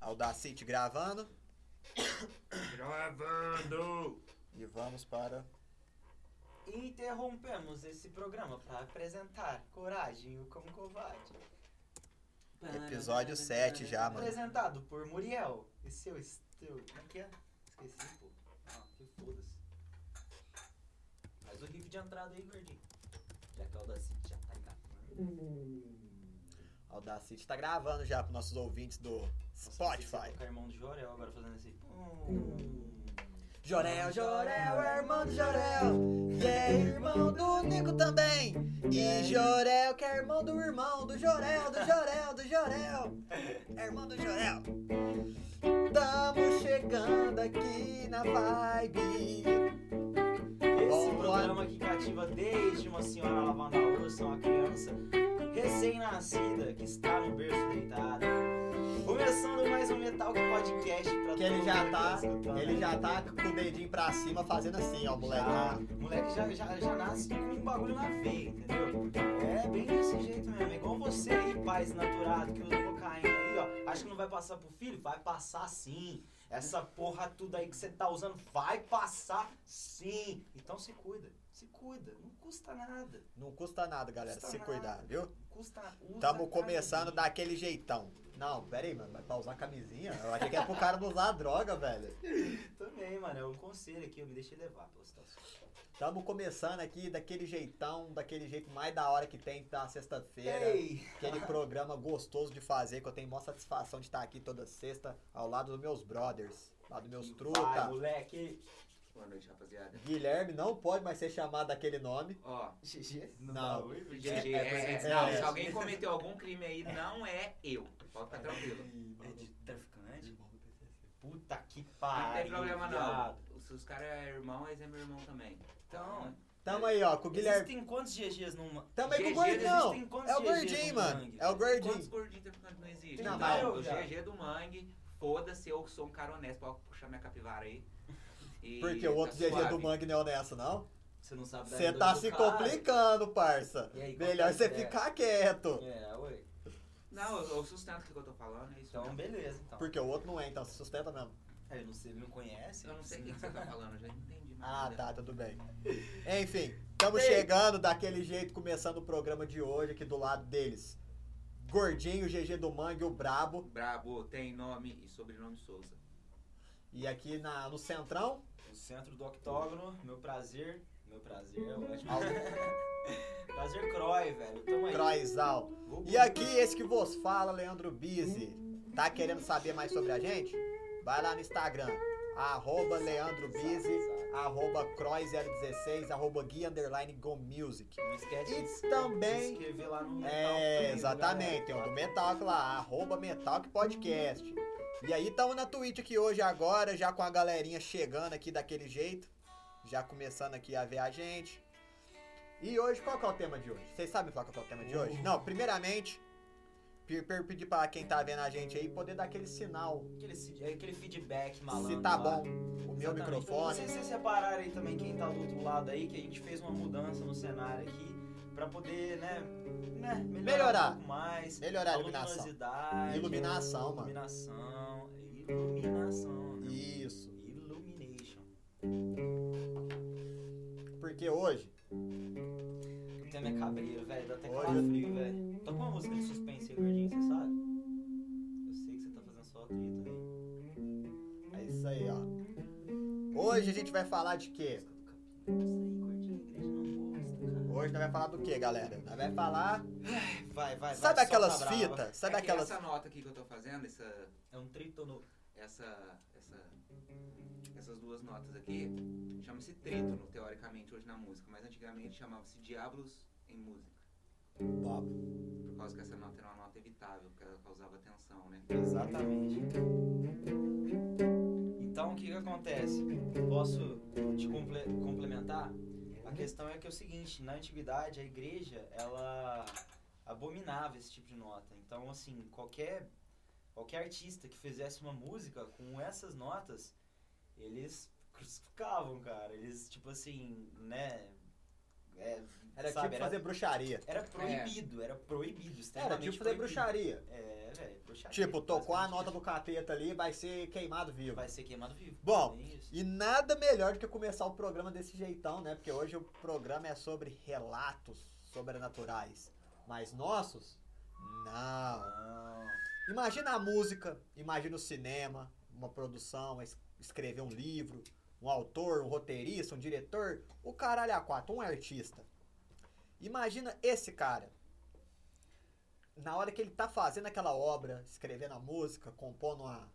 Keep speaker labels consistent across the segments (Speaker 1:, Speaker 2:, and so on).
Speaker 1: Audacity gravando.
Speaker 2: Gravando!
Speaker 1: E vamos para.
Speaker 3: Interrompemos esse programa para apresentar Coragem e o Cão Covarde.
Speaker 1: Episódio sete já, Ah, mano.
Speaker 3: Apresentado por Muriel e seu esteu. Como é que é? Esqueci, pô. Ah, que foda-se. Faz o riff de entrada aí, gordinho. Já que o Audacity já tá gravando.
Speaker 1: Audacity tá gravando já para nossos ouvintes do Spotify.
Speaker 3: O irmão do Jorel agora fazendo esse.
Speaker 1: Jorel, Jorel, é irmão do Jorel. E é irmão do Nico também. E Jorel, que é irmão do irmão do Jorel, do Jorel, do Jorel. É irmão do Jorel. Tamo chegando aqui na vibe.
Speaker 3: Esse
Speaker 1: Bom,
Speaker 3: programa que cativa desde uma senhora lavando a louça, uma criança recém-nascida que está no berço deitada. Começando mais um Metal Podcast pra
Speaker 1: Que
Speaker 3: todo
Speaker 1: ele já
Speaker 3: mundo
Speaker 1: tá,
Speaker 3: que escutando.
Speaker 1: ele já tá com o dedinho pra cima fazendo assim, ó,
Speaker 3: Já,
Speaker 1: moleque.
Speaker 3: o moleque já, já, já nasce com um bagulho na veia, entendeu? É bem desse jeito mesmo. É igual você aí, pai naturado, que usa cocaína aí, ó. Acha que não vai passar pro filho? Vai passar sim. Essa porra tudo aí que você tá usando vai passar sim. Então se cuida, se cuida. Não custa nada.
Speaker 1: Não custa nada, galera,
Speaker 3: Custa
Speaker 1: se
Speaker 3: nada.
Speaker 1: cuidar, viu?
Speaker 3: Não custa
Speaker 1: Tamo
Speaker 3: usa camisinha.
Speaker 1: começando daquele jeitão. Não, pera aí, mano, vai pra usar camisinha? Eu achei que era pro cara não usar a droga, velho.
Speaker 3: Também, mano. É um conselho aqui, eu me deixei levar tá pela situação.
Speaker 1: Tamo começando aqui daquele jeitão, daquele jeito mais da hora que tem da sexta-feira.
Speaker 3: Ei!
Speaker 1: Aquele programa gostoso de fazer, que eu tenho maior satisfação de estar aqui toda sexta, ao lado dos meus brothers, lá dos meus
Speaker 3: Vai,
Speaker 1: truta.
Speaker 3: moleque!
Speaker 2: Boa noite, rapaziada.
Speaker 1: Guilherme não pode mais ser chamado daquele nome.
Speaker 2: Ó,
Speaker 3: GG?
Speaker 1: Não.
Speaker 3: dá oi pro
Speaker 2: GG,
Speaker 3: GG.
Speaker 2: é, é,
Speaker 1: é,
Speaker 2: não,
Speaker 1: é.
Speaker 2: se alguém cometeu algum crime aí, não é eu. Pode ficar tranquilo.
Speaker 4: É de traficante?
Speaker 3: Puta que pariu.
Speaker 2: Não tem problema
Speaker 3: viado.
Speaker 2: não. Se os caras é irmão, eles é meu irmão também.
Speaker 3: Então,
Speaker 1: Tamo aí, ó, com o Guilherme.
Speaker 3: Existem quantos GGs numa.
Speaker 1: Tamo aí com o
Speaker 2: GG,
Speaker 1: gordão.
Speaker 3: existem quantos
Speaker 1: É o
Speaker 3: GGs
Speaker 1: gordinho,
Speaker 3: no
Speaker 1: mano.
Speaker 3: sangue?
Speaker 1: É o
Speaker 2: Quantos
Speaker 1: gordinho.
Speaker 2: gordinhos traficantes não existe?
Speaker 3: Não,
Speaker 2: Não,
Speaker 1: mas-
Speaker 2: o
Speaker 3: viado.
Speaker 2: GG do Mangue, foda-se, eu sou um cara honesto, pode puxar minha capivara aí. E
Speaker 1: Porque o outro
Speaker 2: tá
Speaker 1: GG do
Speaker 2: suave.
Speaker 1: Mangue não é nessa, não?
Speaker 3: Você não sabe da
Speaker 1: Você
Speaker 3: índole
Speaker 1: tá
Speaker 3: do
Speaker 1: se
Speaker 3: cara.
Speaker 1: complicando, parça.
Speaker 3: E aí, qual
Speaker 1: Melhor
Speaker 3: que
Speaker 1: você
Speaker 3: é?
Speaker 1: ficar quieto.
Speaker 3: É, ué.
Speaker 2: Não, eu, eu sustento o que eu tô falando, é isso.
Speaker 3: Então,
Speaker 2: mesmo.
Speaker 3: beleza, então.
Speaker 1: Porque o outro não é, então se sustenta mesmo.
Speaker 3: Aí, eu não sei, me conhece?
Speaker 2: Eu não sei o que que você tá falando, eu já entendi. mais
Speaker 1: Ah,
Speaker 2: nada.
Speaker 1: tá, tudo bem. Enfim, estamos
Speaker 3: Ei.
Speaker 1: chegando daquele jeito, começando o programa de hoje aqui do lado deles. Gordinho, GG do Mangue, o Brabo.
Speaker 2: Brabo, tem nome e sobrenome Souza.
Speaker 1: E aqui na, no Centrão,
Speaker 3: No centro do octógono, meu prazer. Meu prazer é ótimo. prazer Croy, velho. Tamo aí.
Speaker 1: Croizal.
Speaker 3: Vou-
Speaker 1: E aqui, esse que vos fala, Leandro Bizzi. Tá querendo saber mais sobre a gente? Vai lá no Instagram, arroba Leandro Bizzi, arroba Croy016, arroba Gui Underline Go Music.
Speaker 3: Não esquece de
Speaker 1: E
Speaker 3: se
Speaker 1: também,
Speaker 3: inscrever lá no.
Speaker 1: é, exatamente, tem o do Metalc lá, arroba Metalc Podcast. E aí, tamo na Twitch aqui hoje agora, já com a galerinha chegando aqui daquele jeito, já começando aqui a ver a gente. E hoje, qual que é o tema de hoje? Vocês sabem qual que é o tema de hoje?
Speaker 3: Uh.
Speaker 1: Não, primeiramente, pe- pe- pedir pra quem tá vendo a gente aí poder dar aquele sinal,
Speaker 3: Aquele, é aquele feedback malandro.
Speaker 1: se tá
Speaker 3: lá.
Speaker 1: bom o meu
Speaker 3: Exatamente. Então,
Speaker 1: microfone.
Speaker 3: Vocês, vocês separaram aí também quem tá do outro lado aí, que a gente fez uma mudança no cenário aqui pra poder, né, né, melhorar,
Speaker 1: Melhorar.
Speaker 3: um pouco mais.
Speaker 1: Melhorar a iluminação.
Speaker 3: luminosidade,
Speaker 1: Iluminação, mano.
Speaker 3: iluminação, iluminação, né?
Speaker 1: Isso.
Speaker 3: Illumination.
Speaker 1: Porque hoje,
Speaker 3: Eu tenho minha cabreira, velho, dá até
Speaker 1: Olha.
Speaker 3: calafrio, velho. Toca uma música de suspense aí, gordinho, você sabe? Eu sei que você tá fazendo só trito aí.
Speaker 1: é isso aí, ó. Hoje a gente vai falar de quê?
Speaker 3: Música do capim. Isso aí, gordinho, a igreja não gosta, cara.
Speaker 1: Hoje nós vai falar do que, galera? Nós vai falar.
Speaker 3: Vai, vai, vai.
Speaker 1: sabe
Speaker 3: solta a
Speaker 1: aquelas
Speaker 3: brava.
Speaker 1: fitas? Sabe
Speaker 2: É que
Speaker 1: aquelas.
Speaker 2: Essa nota aqui que eu tô fazendo, essa,
Speaker 3: É um tritono.
Speaker 2: essa, essa, essas duas notas aqui, chama-se trítono, teoricamente, hoje na música, mas antigamente chamava-se diablos em música. Por causa que essa nota era uma nota evitável, porque ela causava tensão, né?
Speaker 3: Exatamente. Então, o que, que acontece? Posso te comple- complementar? A questão é que é o seguinte, na antiguidade a igreja, ela abominava esse tipo de nota. Então, assim, qualquer qualquer artista que fizesse uma música com essas notas, eles crucificavam, cara. Eles tipo assim, né, É,
Speaker 1: Era
Speaker 3: sabe,
Speaker 1: tipo fazer bruxaria.
Speaker 3: era proibido, era proibido.
Speaker 1: Era
Speaker 3: extremamente
Speaker 1: tipo fazer
Speaker 3: proibido.
Speaker 1: bruxaria.
Speaker 3: É, velho, bruxaria.
Speaker 1: Tipo, tocou a
Speaker 3: basicamente.
Speaker 1: nota do capeta ali, vai ser queimado vivo.
Speaker 3: Vai ser queimado vivo.
Speaker 1: Bom,
Speaker 3: Tem isso.
Speaker 1: E nada melhor do que começar o programa desse jeitão, né? Porque hoje o programa é sobre relatos sobrenaturais. Mas nossos? Não.
Speaker 3: Não.
Speaker 1: Imagina a música, imagina o cinema, uma produção, es- escrever um livro, um autor, um roteirista, um diretor, o caralho a quatro, um artista. Imagina esse cara. Na hora que ele tá fazendo aquela obra, escrevendo a música, compondo uma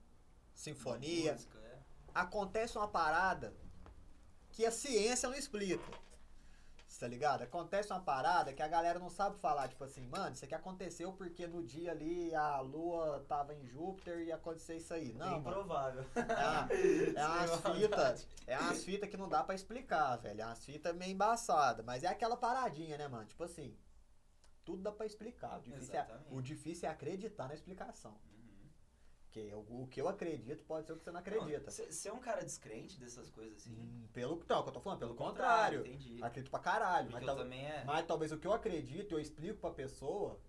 Speaker 1: sinfonia,
Speaker 5: Música, é.
Speaker 1: acontece uma parada que a ciência não explica. Cê Tá ligado? Acontece uma parada que a galera não sabe falar, tipo assim, mano, isso aqui aconteceu porque no dia ali a lua tava em Júpiter e aconteceu isso aí. Não, mano.
Speaker 3: Improvável.
Speaker 1: É, uma- é umas
Speaker 3: Sem
Speaker 1: fitas.
Speaker 3: maldade.
Speaker 1: É umas fitas que não dá pra explicar, velho. É umas fitas meio embaçadas. Mas é aquela paradinha, né, mano? Tipo assim, tudo dá pra explicar. O difícil, é,
Speaker 5: Exatamente.
Speaker 3: Uhum.
Speaker 1: o difícil é acreditar na explicação.
Speaker 5: Uhum.
Speaker 1: Porque o, o que eu acredito pode ser o que você não acredita.
Speaker 3: Você é um cara descrente dessas coisas assim?
Speaker 1: Hum, Pelo então, é o que eu tô falando, pelo contrário.
Speaker 3: Entendi.
Speaker 1: Acredito pra caralho. Mas,
Speaker 5: Porque eu
Speaker 1: tal-
Speaker 5: também
Speaker 3: né?
Speaker 5: é.
Speaker 1: mas talvez o que eu acredito, eu explico pra pessoa,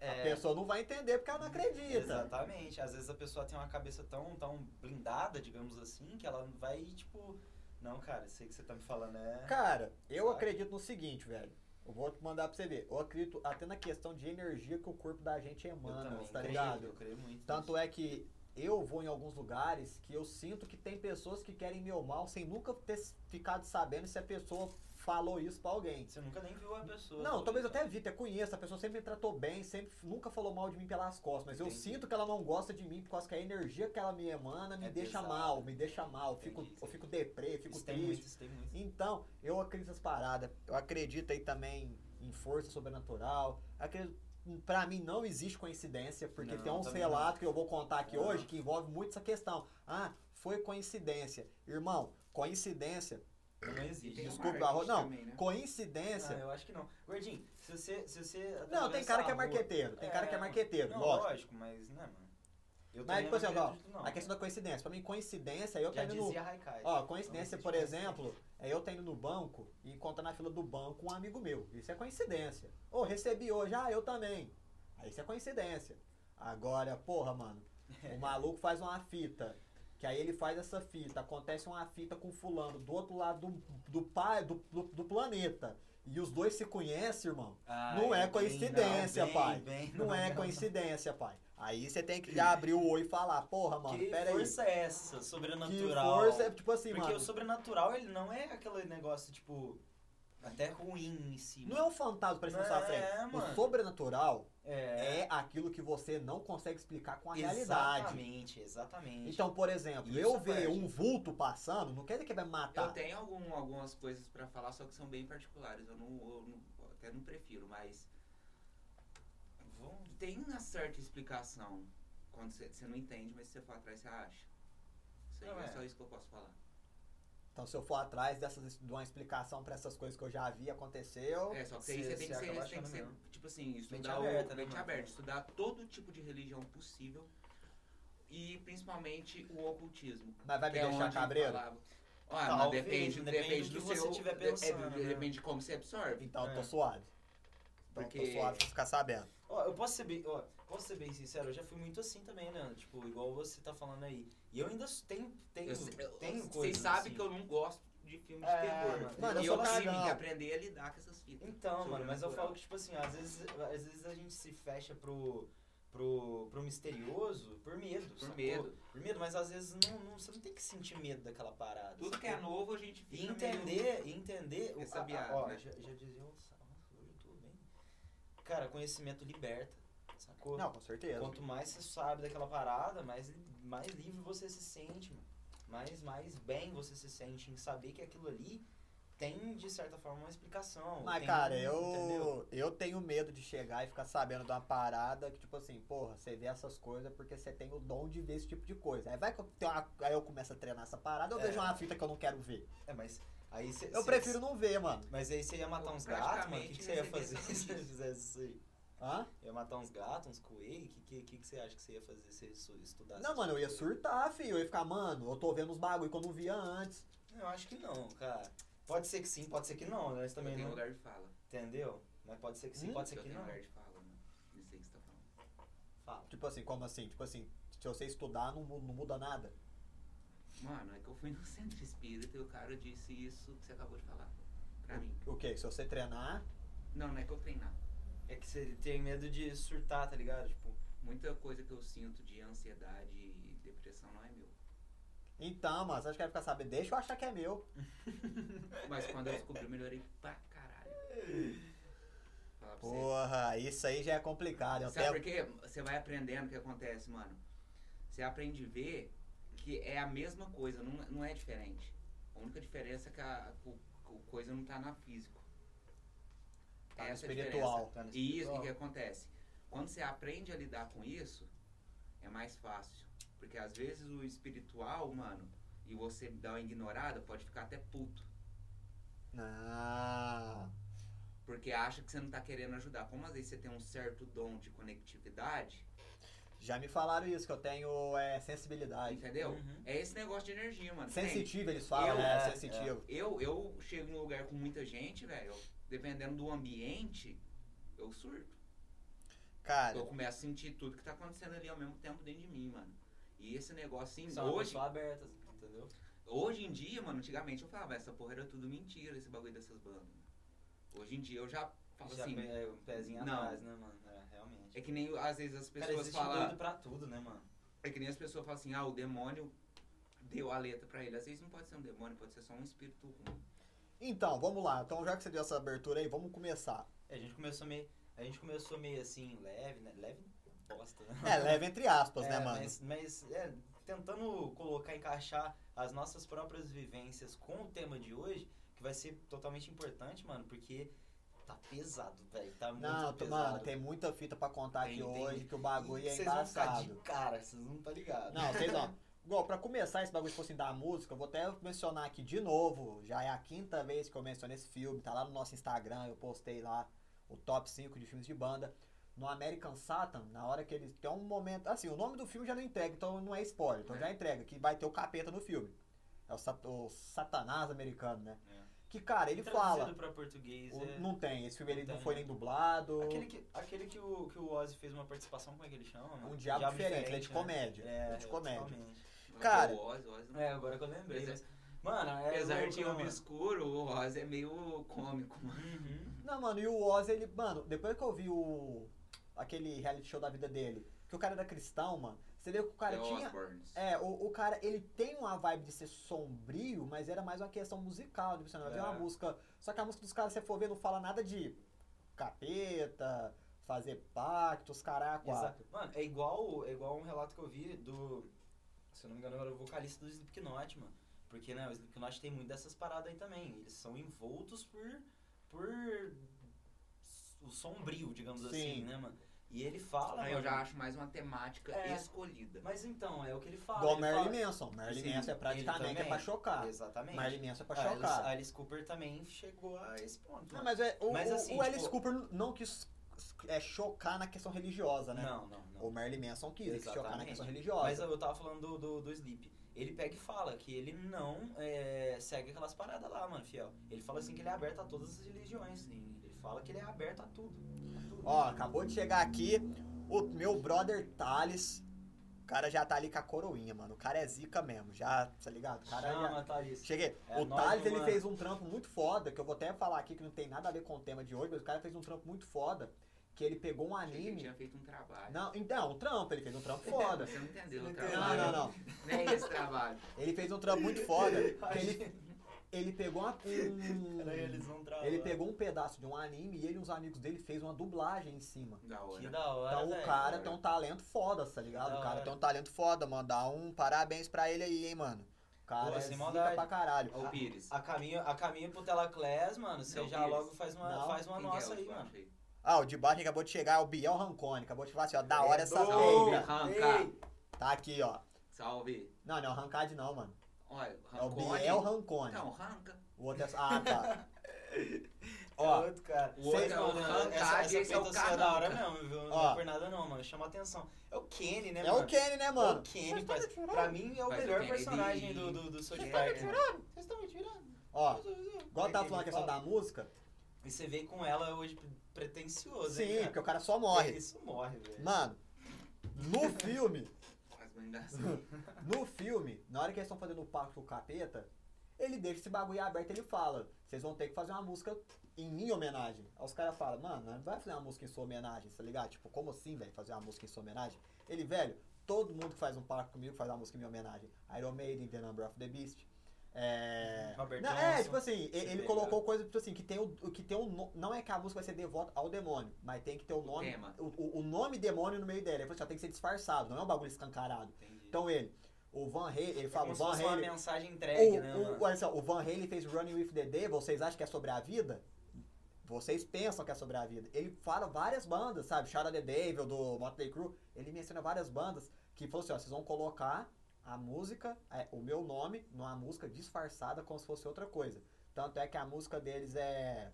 Speaker 1: a
Speaker 3: É.
Speaker 1: pessoa não vai entender porque ela não acredita.
Speaker 3: Exatamente. Às vezes a pessoa tem uma cabeça tão, tão blindada, digamos assim, que ela vai, tipo. Não, cara, isso aí que você tá me falando é.
Speaker 1: Cara, eu
Speaker 3: Sabe?
Speaker 1: acredito no seguinte, velho. Eu vou te mandar pra você ver. Eu acredito até na questão de energia que o corpo da gente
Speaker 3: eu
Speaker 1: emana,
Speaker 3: também
Speaker 1: tá
Speaker 3: creio,
Speaker 1: ligado?
Speaker 3: Eu creio muito.
Speaker 1: Tanto é que eu vou em alguns lugares que eu sinto que tem pessoas que querem meu mal sem nunca ter s- ficado sabendo se a pessoa falou isso pra alguém.
Speaker 3: Você nunca nem viu a pessoa.
Speaker 1: é Não,
Speaker 3: tá
Speaker 1: talvez eu
Speaker 3: ligado?
Speaker 1: até vi, até conheço. A pessoa sempre me tratou bem, sempre nunca falou mal de mim pelas costas. Mas eu
Speaker 3: Entendi.
Speaker 1: sinto que ela não gosta de mim por causa que a energia que ela me emana me
Speaker 3: É
Speaker 1: deixa
Speaker 3: pesada.
Speaker 1: mal, me deixa mal. Eu Fico,
Speaker 3: Entendi.
Speaker 1: eu fico deprê, fico
Speaker 3: Isso tem muito,
Speaker 1: triste.
Speaker 3: isso tem muito.
Speaker 1: Então, eu acredito nessas paradas. Eu acredito aí também em força sobrenatural. Acredito. Pra mim não existe coincidência, porque
Speaker 3: Não,
Speaker 1: tem uns
Speaker 3: também
Speaker 1: relatos que eu vou contar aqui
Speaker 3: Não.
Speaker 1: hoje que envolve muito essa questão. Ah, foi coincidência. Irmão, coincidência.
Speaker 3: Não
Speaker 2: E
Speaker 3: existe.
Speaker 2: tem o
Speaker 1: Desculpa,
Speaker 2: marketing
Speaker 1: Arro- não,
Speaker 3: É.
Speaker 2: também, né?
Speaker 1: coincidência.
Speaker 3: Não, eu acho que não. Gordinho, se você. Se você
Speaker 1: Não, tem
Speaker 3: atravessar
Speaker 1: cara que é
Speaker 3: a rua-
Speaker 1: marqueteiro, tem cara que é marqueteiro,
Speaker 3: não,
Speaker 1: lógico.
Speaker 3: mas né, mano. Eu
Speaker 1: Mas,
Speaker 3: também
Speaker 1: tipo assim,
Speaker 3: não
Speaker 1: ó,
Speaker 3: acredito, não.
Speaker 1: A questão da coincidência, pra mim coincidência é eu
Speaker 3: Já
Speaker 1: tá indo no...
Speaker 3: dizia Haikai.
Speaker 1: Ó, coincidência,
Speaker 3: Não existe
Speaker 1: por exemplo, é eu tá indo no banco e encontrar na fila do banco um amigo meu. Isso é coincidência. Ou recebi hoje, ah, eu também. Aí isso é coincidência. Agora, porra, mano, o maluco faz uma fita. Que aí ele faz essa fita, acontece uma fita com fulano do outro lado do, do, pai, do, do, do planeta. E os dois se conhecem, irmão.
Speaker 3: Ah,
Speaker 1: Não é
Speaker 3: bem,
Speaker 1: coincidência,
Speaker 3: bem,
Speaker 1: pai.
Speaker 3: bem,
Speaker 1: Não é coincidência, pai. Aí você tem que já abrir o olho e falar, porra, mano,
Speaker 3: que
Speaker 1: pera aí.
Speaker 3: força é essa?
Speaker 1: Que
Speaker 3: Sobrenatural.
Speaker 1: força é tipo assim,
Speaker 3: Porque
Speaker 1: mano.
Speaker 3: o sobrenatural, ele não é aquele negócio, tipo, até ruim em si.
Speaker 1: Não é um fantasma pra cima da sua
Speaker 3: É,
Speaker 1: frente.
Speaker 3: mano.
Speaker 1: O sobrenatural
Speaker 3: É,
Speaker 1: é. aquilo que você não consegue explicar com a realidade.
Speaker 3: Exatamente, exatamente.
Speaker 1: Então, por exemplo,
Speaker 3: Isso,
Speaker 1: eu ver
Speaker 3: Fred.
Speaker 1: um vulto passando, não quer dizer que vai me
Speaker 2: Eu
Speaker 1: matar.
Speaker 2: tenho algum- algumas coisas pra falar, só que são bem particulares. Eu, não, eu não- eu até não prefiro, mas
Speaker 3: Vamos-
Speaker 2: tem uma certa explicação. Quando você você não entende, mas se você for atrás, você acha. Isso aí
Speaker 3: Não,
Speaker 2: é.
Speaker 3: é.
Speaker 2: só isso que eu posso falar.
Speaker 1: Então, se eu for atrás dessas, de uma explicação pra essas coisas que eu já vi aconteceu,
Speaker 2: É, só que aí
Speaker 3: Você-
Speaker 2: você tem que
Speaker 3: você
Speaker 2: ser,
Speaker 3: acaba
Speaker 2: você tem que
Speaker 3: achando
Speaker 2: ser tipo assim, estudar
Speaker 3: aberta,
Speaker 2: o,
Speaker 3: né,
Speaker 2: mente
Speaker 3: mano?
Speaker 2: aberta, estudar todo tipo de religião possível e principalmente o ocultismo.
Speaker 1: mas vai me
Speaker 2: que é
Speaker 1: deixar
Speaker 2: onde
Speaker 1: cabreiro?
Speaker 2: falava- Ó, mas
Speaker 3: Talvez,
Speaker 2: depende,
Speaker 3: depende
Speaker 2: depende
Speaker 3: do
Speaker 2: do,
Speaker 3: que você
Speaker 2: seu.
Speaker 3: tiver
Speaker 2: de- é,
Speaker 3: pensando, né?
Speaker 2: Depende de como você absorve.
Speaker 1: Então, eu tô
Speaker 3: É.
Speaker 1: suave. Então, eu tô
Speaker 2: Porque-
Speaker 1: suave pra ficar sabendo.
Speaker 3: Ó, eu posso ser bem, ó, posso ser bem sincero, eu já fui muito assim também, né? Tipo, igual você tá falando aí. E eu ainda tenho, tenho,
Speaker 2: Eu sei- eu-
Speaker 3: tenho
Speaker 2: Vocês
Speaker 3: coisas
Speaker 2: sabem
Speaker 3: assim.
Speaker 2: que eu não gosto de filme de
Speaker 3: É,
Speaker 2: terror.
Speaker 3: mano.
Speaker 1: Mano, eu
Speaker 2: e
Speaker 1: sou
Speaker 2: eu tive
Speaker 1: cagão.
Speaker 2: que aprender a lidar com essas fitas.
Speaker 3: Então, mano, mas eu
Speaker 2: Sobrenatural.
Speaker 3: falo que, tipo assim, às vezes, às vezes a gente se fecha pro, pro, pro misterioso por medo.
Speaker 2: Por
Speaker 3: sacou?
Speaker 2: medo.
Speaker 3: Por medo, mas às vezes não, não- você não tem que sentir medo daquela parada.
Speaker 2: Tudo
Speaker 3: sacou?
Speaker 2: que é novo a gente
Speaker 3: E
Speaker 2: fica meio-
Speaker 3: entender, e entender. o-
Speaker 2: essa
Speaker 3: a- a-
Speaker 2: piada,
Speaker 3: ó,
Speaker 2: né?
Speaker 3: já, já dizia o Salmo, hoje eu tô bem. Cara, conhecimento liberta, sacou?
Speaker 1: Não, com certeza.
Speaker 3: Quanto mais você sabe daquela parada, mais, li- mais livre você se sente, mano. Mais, mais bem você se sente em saber que aquilo ali tem, de certa forma, uma explicação.
Speaker 1: Mas,
Speaker 3: tem-
Speaker 1: cara,
Speaker 3: entendeu?
Speaker 1: eu, eu tenho medo de chegar e ficar sabendo de uma parada que, tipo assim, porra, você vê essas coisas porque você tem o dom de ver esse tipo de coisa. Aí vai que eu, tenho uma- aí eu começo a treinar essa parada, eu
Speaker 3: É.
Speaker 1: vejo uma fita que eu não quero ver.
Speaker 3: É, mas aí você.
Speaker 1: Eu prefiro não ver, mano.
Speaker 3: Mas aí você ia matar
Speaker 2: Eu
Speaker 3: uns gatos, mano? O que,
Speaker 2: praticamente
Speaker 3: que você ia
Speaker 2: recebi
Speaker 3: fazer
Speaker 2: essa
Speaker 3: se você
Speaker 2: notícia.
Speaker 3: fizesse isso aí?
Speaker 1: Hã?
Speaker 3: Ia matar uns gatos, uns coelhos? O que, que, que, que você acha que você ia fazer se você estudasse?
Speaker 1: Não, mano, eu ia surtar, filho. Eu ia ficar, mano, eu tô vendo uns bagulho que eu não via antes.
Speaker 3: Eu acho que não, cara. Pode ser que sim, pode ser que não, nós
Speaker 2: Eu
Speaker 3: também
Speaker 2: tenho
Speaker 3: não.
Speaker 2: lugar de fala.
Speaker 3: Entendeu? Mas pode ser que sim,
Speaker 1: Hum?
Speaker 3: pode ser
Speaker 2: Eu
Speaker 3: que
Speaker 2: tenho
Speaker 3: não.
Speaker 2: lugar de fala, mano. Não sei o que você tá falando.
Speaker 3: Fala.
Speaker 1: Tipo assim, como assim? Tipo assim, se você estudar, não, mu- não muda nada.
Speaker 2: Mano, é que eu fui no centro espírita e o cara disse isso que você acabou de falar. Pra mim.
Speaker 1: O quê? Se você treinar,
Speaker 2: Não, não é que eu treinar.
Speaker 3: É que você tem medo de surtar, tá ligado? Tipo,
Speaker 2: Muita coisa que eu sinto de ansiedade e depressão não é meu.
Speaker 1: então, mas acho que vai ficar sabendo. Deixa eu achar que é meu.
Speaker 2: Mas quando eu descobri, eu melhorei pra caralho. Falar pra você.
Speaker 1: Porra, isso aí já é complicado. Eu
Speaker 2: Sabe
Speaker 1: até...
Speaker 2: por quê? Você vai aprendendo o que acontece, mano. Você aprende a ver que é a mesma coisa, não, não é diferente. A única diferença é que a, que o- que o coisa não tá na físico.
Speaker 1: Tá no
Speaker 2: Essa é a diferença.
Speaker 1: espiritual.
Speaker 3: tá no
Speaker 2: E isso, o
Speaker 3: espiritual.
Speaker 2: que, que acontece? Quando você aprende a lidar com isso, é mais fácil. Porque às vezes o espiritual, mano, e você dá uma ignorada, pode ficar até puto.
Speaker 1: Ah,
Speaker 2: Porque acha que você não tá querendo ajudar. Como às vezes você tem um certo dom de conectividade,
Speaker 1: já me falaram isso, que eu tenho é, sensibilidade.
Speaker 2: entendeu?
Speaker 3: Uhum.
Speaker 2: É esse negócio de energia, mano. Tem.
Speaker 1: Sensitivo, eles falam,
Speaker 2: Eu-
Speaker 1: né?
Speaker 3: É,
Speaker 1: Sensitivo.
Speaker 2: Eu, eu chego num lugar com muita gente, velho. Dependendo do ambiente, eu surto.
Speaker 1: Cara,
Speaker 2: Eu começo a sentir tudo que tá acontecendo ali ao mesmo tempo dentro de mim, mano. E esse negócio, assim,
Speaker 3: São é uma
Speaker 2: hoje,
Speaker 3: pessoa aberta, entendeu?
Speaker 2: Hoje em dia, mano, antigamente eu falava, essa porra era tudo mentira, esse bagulho dessas bandas. Hoje em dia eu já falo
Speaker 3: Já
Speaker 2: assim.
Speaker 3: pe- é, um pezinho
Speaker 2: não.
Speaker 3: atrás, né, mano? É, realmente.
Speaker 2: É que nem às vezes as
Speaker 3: Cara,
Speaker 2: pessoas
Speaker 3: existe um
Speaker 2: falam. ah,
Speaker 3: doido pra tudo, né, mano?
Speaker 2: É que nem as pessoas falam assim, ah, o demônio deu a letra pra ele. Às vezes não pode ser um demônio, pode ser só um espírito ruim.
Speaker 1: então, vamos lá. Então, já que você deu essa abertura aí, vamos começar.
Speaker 3: É, a gente começou meio. A gente começou meio assim, leve, né? Leve? Bosta, né?
Speaker 1: É, leve entre aspas,
Speaker 3: É,
Speaker 1: né, mano?
Speaker 3: Mas, mas, é, tentando colocar, encaixar as nossas próprias vivências com o tema de hoje, que vai ser totalmente importante, mano, porque tá pesado, velho. Tá muito
Speaker 1: Não, tu-
Speaker 3: pesado.
Speaker 1: mano, tem muita fita pra contar aqui
Speaker 2: Tem, tem.
Speaker 1: hoje, que o bagulho é
Speaker 3: Vocês vão ficar
Speaker 1: embaçado.
Speaker 3: de cara, vocês não tá ligado.
Speaker 1: Não, vocês ó. Igual, pra começar esse bagulho, tipo assim, da música, eu vou até mencionar aqui de novo. Já é a quinta vez que eu menciono esse filme. Tá lá no nosso Instagram, eu postei lá o top 5 de filmes de banda. No American Satan, na hora que eles tem um momento. Assim, o nome do filme já não entrega, então não é spoiler. Então
Speaker 2: É.
Speaker 1: já entrega, que vai ter o capeta no filme. É o, sat- o Satanás americano, né? Que, cara, ele
Speaker 3: É. Traduzido
Speaker 1: fala.
Speaker 3: pra português,
Speaker 1: o-
Speaker 3: é...
Speaker 1: não tem, esse filme
Speaker 3: Não
Speaker 1: ele não
Speaker 3: tem,
Speaker 1: foi
Speaker 3: né?
Speaker 1: nem dublado.
Speaker 3: Aquele, que, aquele que, o, que o Ozzy fez uma participação, como é que ele chama? mano?
Speaker 1: Um diabo, diferente, ele é de
Speaker 3: né?
Speaker 1: comédia.
Speaker 3: É,
Speaker 1: ele é de comédia.
Speaker 3: totalmente.
Speaker 1: Cara-
Speaker 2: O Oz, o Oz não-
Speaker 3: É, agora que eu lembrei.
Speaker 2: Apesar-
Speaker 3: Mas, mano, é
Speaker 2: Apesar
Speaker 3: louco,
Speaker 2: de
Speaker 3: né,
Speaker 2: um
Speaker 3: mano?
Speaker 2: obscuro, o Oz é meio cômico, mano.
Speaker 3: Uhum.
Speaker 1: Não, mano, e o Oz, ele, mano, depois que eu vi o. aquele reality show da vida dele, que o cara era cristão, mano, você vê que o cara
Speaker 2: é o
Speaker 1: tinha.
Speaker 2: Osborns.
Speaker 1: É, o, o cara, ele tem uma vibe de ser sombrio, mas era mais uma questão musical, tipo, você não vai
Speaker 3: É.
Speaker 1: ver uma música. Só que a música dos caras, se você for ver, não fala nada de capeta, fazer pactos, caraca.
Speaker 3: Exato. Mano, é igual, é igual um relato que eu vi do. Se eu não me engano, era o vocalista do Slipknot, mano. Porque, né, o Slipknot tem muito dessas paradas aí também. Eles são envoltos por. por. o sombrio, digamos
Speaker 1: Sim.
Speaker 3: assim, né, mano? E ele fala.
Speaker 2: Aí eu
Speaker 3: mano,
Speaker 2: já acho mais uma temática
Speaker 3: É.
Speaker 2: escolhida.
Speaker 3: Mas então, é o que ele fala.
Speaker 1: Igual
Speaker 3: ele fala-
Speaker 1: Marilyn Manson. Marilyn
Speaker 3: Sim,
Speaker 1: Manson é
Speaker 3: ele
Speaker 1: praticamente é
Speaker 3: também.
Speaker 1: pra chocar.
Speaker 3: Exatamente. Ah,
Speaker 1: Marilyn Manson é pra
Speaker 3: A Alice,
Speaker 1: chocar.
Speaker 3: a Alice Cooper também chegou a esse ponto.
Speaker 1: Não,
Speaker 3: mano.
Speaker 1: mas é, o,
Speaker 3: Mas
Speaker 1: o-
Speaker 3: assim,
Speaker 1: o Alice
Speaker 3: tipo-
Speaker 1: Cooper não quis é, chocar na questão religiosa, né?
Speaker 3: não, não, não.
Speaker 1: O Marilyn Manson quis, ele quis chocar na
Speaker 3: Exatamente.
Speaker 1: questão religiosa.
Speaker 3: Mas eu tava falando do, do, do Sleep. Ele pega e fala que ele não é, segue aquelas paradas lá, mano, fiel. Ele fala assim que ele é aberto a todas as religiões. Ele fala que ele é aberto a tudo. A tudo.
Speaker 1: Ó, acabou de chegar aqui o meu brother Thales. O cara já tá ali com a coroinha, mano. O cara é zica mesmo, já, tá ligado? O cara já...
Speaker 3: Chama, Thalys.
Speaker 1: Cheguei.
Speaker 3: É
Speaker 1: o
Speaker 3: nóis,
Speaker 1: Thales, ele
Speaker 3: mano.
Speaker 1: fez um trampo muito foda, que eu vou até falar aqui que não tem nada a ver com o tema de hoje, mas o cara fez um trampo muito foda, que ele pegou um
Speaker 2: Achei que eu
Speaker 1: anime...
Speaker 2: tinha feito um trabalho.
Speaker 1: Não, então, um trampo, ele fez um trampo foda.
Speaker 2: Você não entendeu
Speaker 3: Não
Speaker 2: o
Speaker 3: entendeu.
Speaker 1: Não,
Speaker 2: trabalho.
Speaker 1: não, não.
Speaker 2: Não é esse trabalho.
Speaker 1: Ele fez um trampo muito foda, que ele,
Speaker 3: Ele,
Speaker 1: ele pegou uma- um...
Speaker 3: eles vão travar.
Speaker 1: Ele pegou um pedaço de um anime e ele e uns amigos dele fez uma dublagem em cima.
Speaker 2: Da hora.
Speaker 3: Que da hora,
Speaker 1: Então o
Speaker 3: velho.
Speaker 1: cara
Speaker 2: cara.
Speaker 1: tem um talento foda, tá ligado?
Speaker 3: Da
Speaker 1: o cara
Speaker 3: hora.
Speaker 1: tem um talento foda, mano. Dá um parabéns pra ele aí, hein, mano. O cara
Speaker 3: Pô,
Speaker 1: é
Speaker 3: sem
Speaker 1: zica
Speaker 3: maldade.
Speaker 1: pra caralho.
Speaker 2: Ó o Pires.
Speaker 3: A caminho, a caminho pro Telaclass, mano, você
Speaker 2: Não,
Speaker 3: já
Speaker 2: Pires.
Speaker 3: logo faz uma,
Speaker 1: Não.
Speaker 3: faz uma
Speaker 2: Quem
Speaker 3: Então
Speaker 2: que
Speaker 3: nossa
Speaker 2: é o
Speaker 3: aí,
Speaker 2: João
Speaker 3: mano.
Speaker 2: Feio?
Speaker 1: Ah, o de baixo que acabou de chegar é o Biel Rancone. Acabou de falar assim, ó,
Speaker 3: É
Speaker 1: da hora essa
Speaker 2: doido.
Speaker 1: feita.
Speaker 2: arrancar.
Speaker 3: Ei,
Speaker 1: Tá aqui, ó.
Speaker 2: Salve.
Speaker 1: Não, não é o Rancade não, mano.
Speaker 2: Olha,
Speaker 1: É o
Speaker 2: Rancone.
Speaker 1: Biel Rancone.
Speaker 2: Não, Ranca.
Speaker 1: O outro é... Ah, tá.
Speaker 3: é
Speaker 1: ó,
Speaker 3: outro cara.
Speaker 2: O outro
Speaker 1: Vocês
Speaker 2: é o
Speaker 1: não,
Speaker 3: Mano,
Speaker 2: Ranca,
Speaker 3: essa,
Speaker 2: esse
Speaker 3: essa
Speaker 2: é o
Speaker 3: peitação é da hora
Speaker 2: Caranca.
Speaker 3: mesmo, viu?
Speaker 1: Ó.
Speaker 3: Não é por nada não, mano. Chama atenção. É o Kenny, né,
Speaker 1: é
Speaker 3: mano?
Speaker 1: o Kenny, né, mano?
Speaker 3: O Kenny, pra, pra mim, é o
Speaker 2: Mas o
Speaker 3: melhor
Speaker 2: Kenny,
Speaker 3: personagem
Speaker 2: ele-
Speaker 3: do, do, do South
Speaker 2: Vocês
Speaker 3: Park.
Speaker 2: estão me
Speaker 3: né? Vocês estão me tirando?
Speaker 1: Ó, Ó, igual eu
Speaker 3: tá
Speaker 1: tava falando a questão da música.
Speaker 3: E você vem com ela hoje pre- pretencioso, hein,
Speaker 1: Sim,
Speaker 3: cara? É,
Speaker 1: porque o cara só morre.
Speaker 3: Isso morre, velho.
Speaker 1: Mano, no filme,
Speaker 2: As mangaças.
Speaker 1: no filme, na hora que eles estão fazendo o pacto com o capeta, ele deixa esse bagulho aberto e ele fala: vocês vão ter que fazer uma música em minha homenagem. Aí os caras falam, mano, não vai fazer uma música em sua homenagem, tá ligado? Tipo, como assim, velho, fazer uma música em sua homenagem? Ele, velho, todo mundo que faz um pacto comigo faz uma música em minha homenagem. Iron Maiden, The Number of the Beast. É.
Speaker 6: Robert
Speaker 1: Não,
Speaker 6: Johnson. é.
Speaker 1: é, tipo assim, e- ele
Speaker 6: Entendeu?
Speaker 1: colocou coisa, tipo assim, que tem o. o Que tem o no- não é que a música vai ser devota ao demônio, mas tem que ter o nome.
Speaker 6: É.
Speaker 1: tá
Speaker 2: tema.
Speaker 1: O, o- o nome demônio no meio dela. Ele falou assim, ó, tem que ser disfarçado, não é um bagulho escancarado.
Speaker 2: Entendi.
Speaker 1: Então ele, o Van Halen, ele fala,
Speaker 3: É Como
Speaker 1: o
Speaker 3: se
Speaker 1: Van
Speaker 3: fosse uma
Speaker 1: Halen.
Speaker 3: mensagem entregue, né?
Speaker 1: O,
Speaker 3: mano?
Speaker 1: o, olha só, o Van Halen fez Running with the Devil, vocês acham que é sobre a vida? Vocês pensam que é sobre a vida. Ele fala várias bandas, sabe? Shout Out the Devil, do Motley Crue. Ele menciona várias bandas que falou assim, ó, vocês vão colocar a música, é, o meu nome, numa música disfarçada como se fosse outra coisa. Tanto é que a música deles é...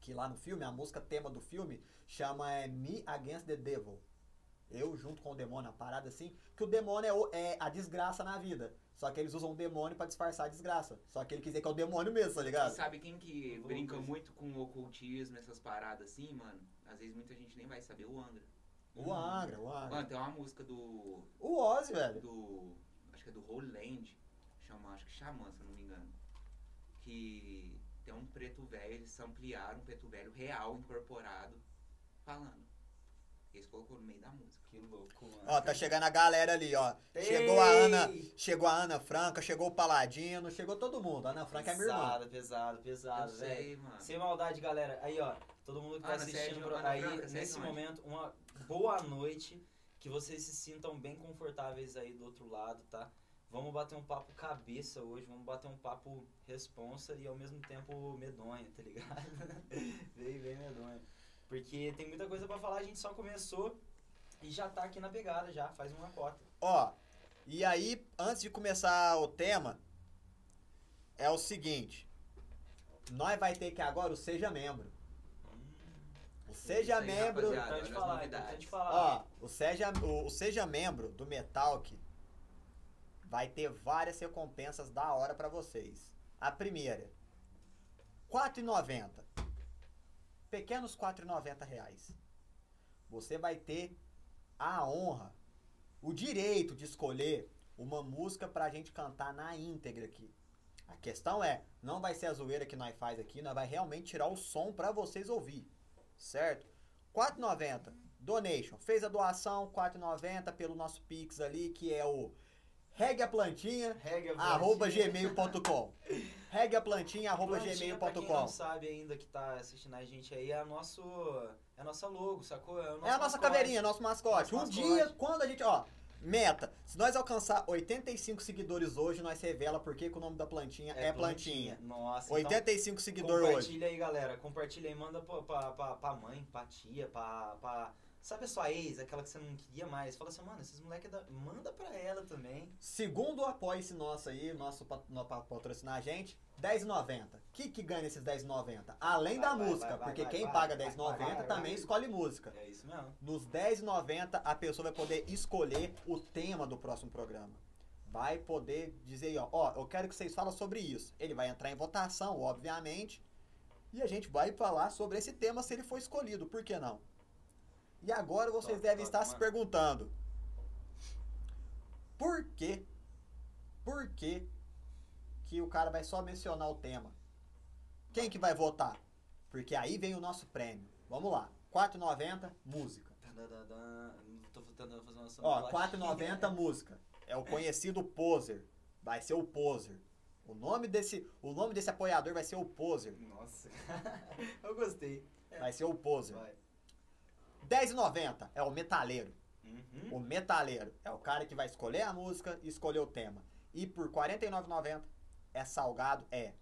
Speaker 1: Que lá no filme, a música tema do filme chama é, Me Against the Devil. Eu junto com o demônio, uma parada assim, que o demônio é, o- é a desgraça na vida. Só que eles usam o demônio pra disfarçar a desgraça. Só que ele quer dizer que é o demônio mesmo, tá ligado?
Speaker 2: Sabe quem que
Speaker 3: Vou
Speaker 2: brinca
Speaker 3: coisa.
Speaker 2: muito com o ocultismo, essas paradas assim, mano? Às vezes muita gente nem vai saber o Angra.
Speaker 1: O Angra, o Angra.
Speaker 2: Mano, tem uma música do.
Speaker 1: O Ozzy, velho.
Speaker 2: do. Acho que é do Holy Land. Chama, acho que Xamã, se eu não me engano. Que tem um preto velho, eles ampliaram um preto velho real, incorporado, falando. Eles colocou no meio da música.
Speaker 6: Que louco, mano.
Speaker 1: Ó, tá chegando a galera ali, ó. Chegou a
Speaker 3: Ei!
Speaker 1: Ana, chegou a Ana Franca, chegou o Paladino, chegou todo mundo. A Ana Franca é minha irmã.
Speaker 3: Pesado, pesado,
Speaker 2: eu
Speaker 3: pesado, velho.
Speaker 2: sei, mano.
Speaker 3: Sem maldade, galera. Aí, ó, todo mundo que tá
Speaker 2: Ana,
Speaker 3: assistindo
Speaker 2: Sérgio,
Speaker 3: pro-
Speaker 2: Ana
Speaker 3: aí,
Speaker 2: Branca, Sérgio
Speaker 3: nesse
Speaker 2: onde?
Speaker 3: momento, uma boa noite. Que vocês se sintam bem confortáveis aí do outro lado, tá? Vamos bater um papo cabeça hoje, vamos bater um papo responsa e ao mesmo tempo medonha, tá ligado? bem, bem medonha. Porque tem muita coisa pra falar, a gente só começou e já tá aqui na pegada já, faz uma cota.
Speaker 1: Ó, e aí, antes de começar o tema, é o seguinte. Nós vai ter que agora o Seja Membro. O Seja
Speaker 2: Isso aí,
Speaker 1: Membro
Speaker 2: rapaziada.
Speaker 3: Importante
Speaker 2: olha as
Speaker 3: falar, então,
Speaker 2: novidades.
Speaker 3: importante falar.
Speaker 1: Ó, o seja, o, o seja membro do Metalk vai ter várias recompensas da hora pra vocês. A primeira, R$ 4,90. Pequenos R$ 4,90 reais. Você vai ter a honra, o direito de escolher uma música pra gente cantar na íntegra aqui. A questão é, não vai ser a zoeira que nós faz aqui, nós vai realmente tirar o som pra vocês ouvir, certo? 4,90. Donation. Fez a doação, 4,90 pelo nosso Pix ali, que é o regueaplantinha,
Speaker 3: Regra
Speaker 1: arroba
Speaker 3: Brasil.
Speaker 1: gmail.com. Regueaplantinha, arroba
Speaker 3: Plantinha, tá pra quem não
Speaker 1: gmail.com.
Speaker 3: sabe ainda que tá assistindo a gente aí, é a, nosso, é a nossa logo, sacou? É, o nosso
Speaker 1: É a nossa
Speaker 3: mascote.
Speaker 1: caveirinha, nosso mascote.
Speaker 3: Nosso
Speaker 1: um
Speaker 3: mascote.
Speaker 1: dia, quando a gente. Ó, meta. Se nós alcançar 85 seguidores hoje, nós revela por que que o nome da plantinha é, plantinha.
Speaker 3: Nossa,
Speaker 1: 85
Speaker 3: então,
Speaker 1: seguidores hoje.
Speaker 3: compartilha aí, galera. Compartilha aí, manda pra, pra, pra, pra mãe, pra tia, pra, pra... Sabe a sua ex, aquela que você não queria mais? Fala assim, mano, esses moleques... Da... Manda pra ela também.
Speaker 1: Segundo apoio se nosso aí, nosso pat- no- pa- patrocinar a gente, R$10,90. O que, que ganha esses R$10,90? Além
Speaker 3: Vai,
Speaker 1: da
Speaker 3: vai,
Speaker 1: música,
Speaker 3: vai, vai,
Speaker 1: porque
Speaker 3: vai,
Speaker 1: quem
Speaker 3: vai,
Speaker 1: paga
Speaker 3: vai,
Speaker 1: R$10,90
Speaker 3: vai, vai,
Speaker 1: também
Speaker 3: vai.
Speaker 1: escolhe música.
Speaker 3: É isso mesmo.
Speaker 1: Nos R$10,90 a pessoa vai poder escolher o tema do próximo programa. Vai poder dizer aí, ó, ó, eu quero que vocês falem sobre isso. Ele vai entrar em votação, obviamente. E a gente vai falar sobre esse tema se ele for escolhido, por que não? E agora vocês
Speaker 3: Top,
Speaker 1: devem
Speaker 3: top,
Speaker 1: estar se
Speaker 3: mano.
Speaker 1: perguntando: por quê? Por quê que o cara vai só mencionar o tema? Quem que vai votar? Porque aí vem o nosso prêmio. Vamos lá: 4,90 música.
Speaker 3: Tadadadã. Tô tentando fazer uma
Speaker 1: Ó,
Speaker 3: sonoplastia.
Speaker 1: 4,90 música. É o conhecido poser. Vai ser o poser. O nome desse, o nome desse apoiador vai ser o poser.
Speaker 3: Nossa. Eu gostei.
Speaker 1: Vai ser o poser.
Speaker 3: Vai.
Speaker 1: 10,90 é o metaleiro.
Speaker 3: Uhum.
Speaker 1: O metaleiro é o cara que vai escolher a música e escolher o tema. E por R$ 49,90 é salgado? É.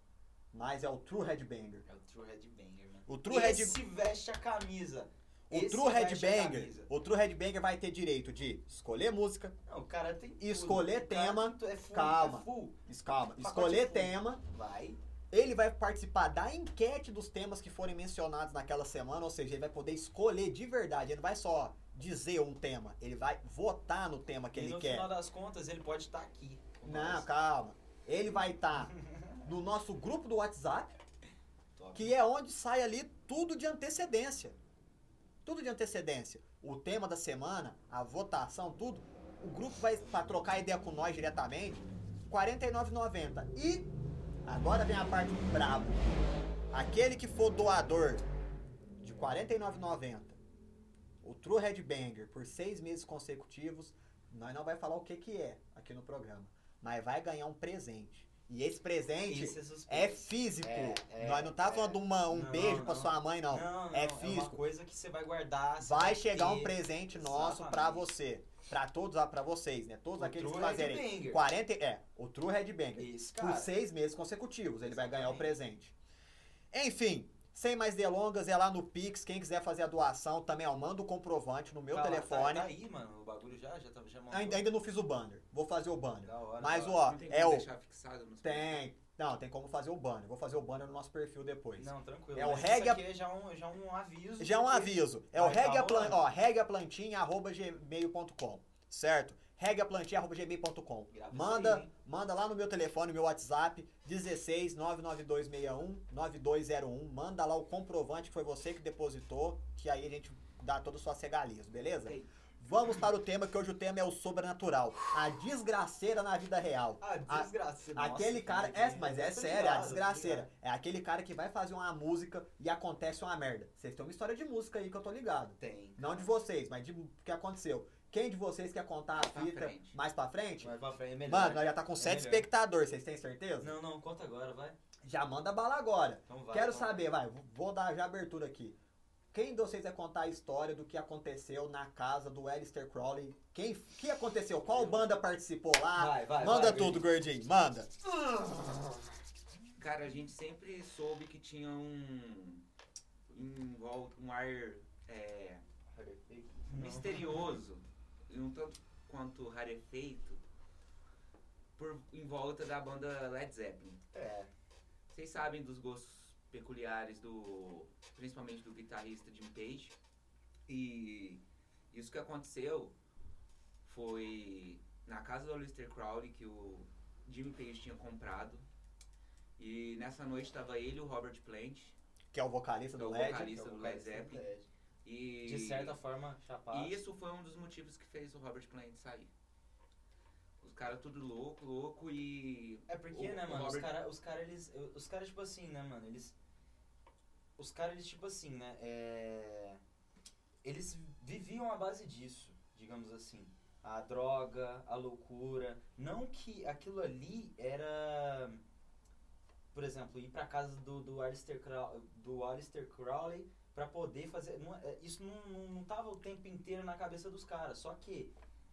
Speaker 1: Mas é o True Headbanger.
Speaker 3: É o True Headbanger, mano.
Speaker 1: O True, head,
Speaker 3: Esse veste a camisa.
Speaker 1: o
Speaker 3: esse
Speaker 1: true
Speaker 3: veste a
Speaker 1: Headbanger
Speaker 3: camisa.
Speaker 1: o True Headbanger vai ter direito de escolher música,
Speaker 3: Não, o cara tem tudo.
Speaker 1: Escolher
Speaker 3: O cara
Speaker 1: tema,
Speaker 3: tem tu- é full,
Speaker 1: calma.
Speaker 3: é full.
Speaker 1: es- calma,
Speaker 3: Pacote
Speaker 1: escolher
Speaker 3: full.
Speaker 1: tema,
Speaker 3: Vai.
Speaker 1: ele vai participar da enquete dos temas que forem mencionados naquela semana, ou seja, ele vai poder escolher de verdade, ele não vai só dizer um tema, ele vai votar no tema que
Speaker 3: e
Speaker 1: ele
Speaker 3: no
Speaker 1: quer.
Speaker 3: tá final das contas, ele pode estar aqui. com
Speaker 1: Não,
Speaker 3: nós.
Speaker 1: calma. Ele vai estar no nosso grupo do WhatsApp,
Speaker 3: Top.
Speaker 1: que é onde sai ali tudo de antecedência. Tudo de antecedência. O tema da semana, a votação, tudo. O grupo vai para trocar ideia com nós diretamente, R$ 49,90. E agora vem a parte brabo. Aquele que for doador de R$ 49,90, o True Headbanger, por seis meses consecutivos, nós não vai falar o que que é aqui no programa, mas vai ganhar um presente. E esse presente
Speaker 3: Isso é suspeito.
Speaker 1: é físico.
Speaker 3: É, é,
Speaker 1: Nós não tá falando uma, um
Speaker 3: Não,
Speaker 1: beijo pra
Speaker 3: não.
Speaker 1: sua mãe, não.
Speaker 3: Não,
Speaker 1: é
Speaker 3: não, É uma
Speaker 1: físico.
Speaker 3: coisa que você vai guardar. você
Speaker 1: Vai
Speaker 3: vai
Speaker 1: chegar um
Speaker 3: ter.
Speaker 1: presente nosso pra
Speaker 3: Exatamente.
Speaker 1: você. Pra todos, ah, pra vocês, né? Todos
Speaker 3: O
Speaker 1: aqueles que
Speaker 3: True
Speaker 1: fazerem.
Speaker 3: Headbanger.
Speaker 1: 40, e- é, o True Red Banger.
Speaker 3: Isso,
Speaker 1: Por
Speaker 3: cara.
Speaker 1: seis meses consecutivos, ele vai ganhar o
Speaker 3: Exatamente.
Speaker 1: presente. Enfim, sem mais delongas, é lá no Pix. Quem quiser fazer a doação, também ó, manda o comprovante no meu
Speaker 3: Tá lá,
Speaker 1: telefone.
Speaker 3: Tá, tá aí, mano. O bagulho já, já, tá, já mandou.
Speaker 1: ainda, é ainda não fiz o banner. Vou fazer o banner.
Speaker 3: Da hora,
Speaker 1: Mas,
Speaker 3: da hora.
Speaker 1: ó,
Speaker 2: Não tem como
Speaker 1: é o.
Speaker 2: deixar fixado nos
Speaker 1: Tem. Não, tem como fazer o banner. Vou fazer o banner no nosso perfil depois.
Speaker 3: Não, tranquilo.
Speaker 1: É o
Speaker 3: mas isso
Speaker 1: reggae-
Speaker 3: aqui é já um, já um aviso.
Speaker 1: Já é um
Speaker 3: porque-
Speaker 1: aviso. É o
Speaker 3: Vai, tá
Speaker 1: regaplan-
Speaker 3: rolando.
Speaker 1: ó, regaplantinha.gmail.com, certo? regaplantinha.gmail.com.
Speaker 3: Grava isso
Speaker 1: Manda,
Speaker 3: aí, hein?
Speaker 1: manda lá no meu telefone, meu WhatsApp, 16 99261 9201. Manda lá o comprovante que foi você que depositou, que aí a gente dá todo o sua cegalias, beleza?
Speaker 3: Ok.
Speaker 1: Vamos para o tema, que hoje o tema é o sobrenatural. A desgraceira na vida real.
Speaker 3: Ah, desgraça. nossa,
Speaker 1: Aquele cara,
Speaker 3: que-
Speaker 1: é, mas é
Speaker 3: Tô
Speaker 1: sério, é a
Speaker 3: ligado, tô
Speaker 1: desgraceira.
Speaker 3: ligado.
Speaker 1: É aquele cara que vai fazer uma música e acontece uma merda. Vocês têm uma história de música aí que eu tô ligado.
Speaker 3: Tem.
Speaker 1: Não de vocês, mas de que aconteceu. Quem de vocês quer contar a
Speaker 2: Pra
Speaker 1: fita
Speaker 2: frente.
Speaker 1: mais pra frente?
Speaker 3: Vai pra frente, é melhor.
Speaker 1: Mano, nós já tá com sete
Speaker 3: melhor.
Speaker 1: espectadores, vocês têm certeza?
Speaker 3: Não, não, conta agora, vai.
Speaker 1: Já manda bala agora.
Speaker 3: Então vai.
Speaker 1: Quero
Speaker 3: então
Speaker 1: saber, vai, vou dar já a abertura aqui. Quem de vocês vai contar a história do que aconteceu na casa do Alistair Crowley? Quem, que aconteceu? Qual banda participou lá?
Speaker 3: Vai, vai,
Speaker 1: manda
Speaker 3: vai,
Speaker 1: tudo, gordinho, manda.
Speaker 2: Cara, a gente sempre soube que tinha um. em volta, um ar é,
Speaker 3: Não.
Speaker 2: misterioso, e um tanto quanto rarefeito, por, em volta da banda Led Zeppelin.
Speaker 3: É.
Speaker 2: Vocês sabem dos gostos peculiares do. principalmente do guitarrista Jim Page. E isso que aconteceu foi na casa do Aleister Crowley que o Jim Page tinha comprado. E nessa noite estava ele e o Robert Plant.
Speaker 1: Que é o vocalista
Speaker 2: É
Speaker 1: do
Speaker 2: o
Speaker 1: LED.
Speaker 2: vocalista. do Led Zeppelin. E,
Speaker 3: De é certa forma, chapado.
Speaker 2: e isso foi um dos motivos que fez o Robert Plant sair. Os caras tudo louco, louco e.
Speaker 3: É porque,
Speaker 2: O-
Speaker 3: né,
Speaker 2: o
Speaker 3: mano, os
Speaker 2: Robert-
Speaker 3: caras, os cara, eles. Os caras, tipo assim, né, mano, eles. Os caras, eles, tipo assim, né? É, eles viviam à base disso, digamos assim. A droga, a loucura. Não que aquilo ali era. Por exemplo, ir pra casa do, do, Alistair, Crow, do Alistair Crowley pra poder fazer. não é- isso não, não, não tava o tempo inteiro na cabeça dos caras. Só que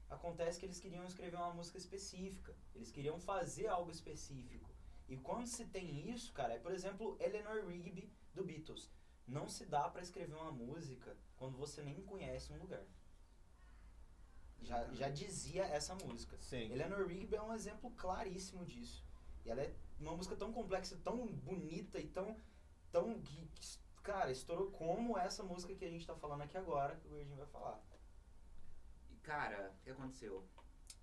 Speaker 3: acontece que eles queriam escrever uma música específica, eles queriam fazer algo específico. E quando se tem isso, cara, é por exemplo Eleanor Rigby do Beatles. Não se dá pra escrever uma música quando você nem conhece um lugar. Já, já dizia essa música.
Speaker 1: Sim.
Speaker 3: Eleanor Rigby é um exemplo claríssimo disso. E ela é uma música tão complexa, tão bonita e tão. tão que- que, cara, estourou como essa música que a gente tá falando aqui agora, que o Gordinho vai falar.
Speaker 2: E cara, o que aconteceu?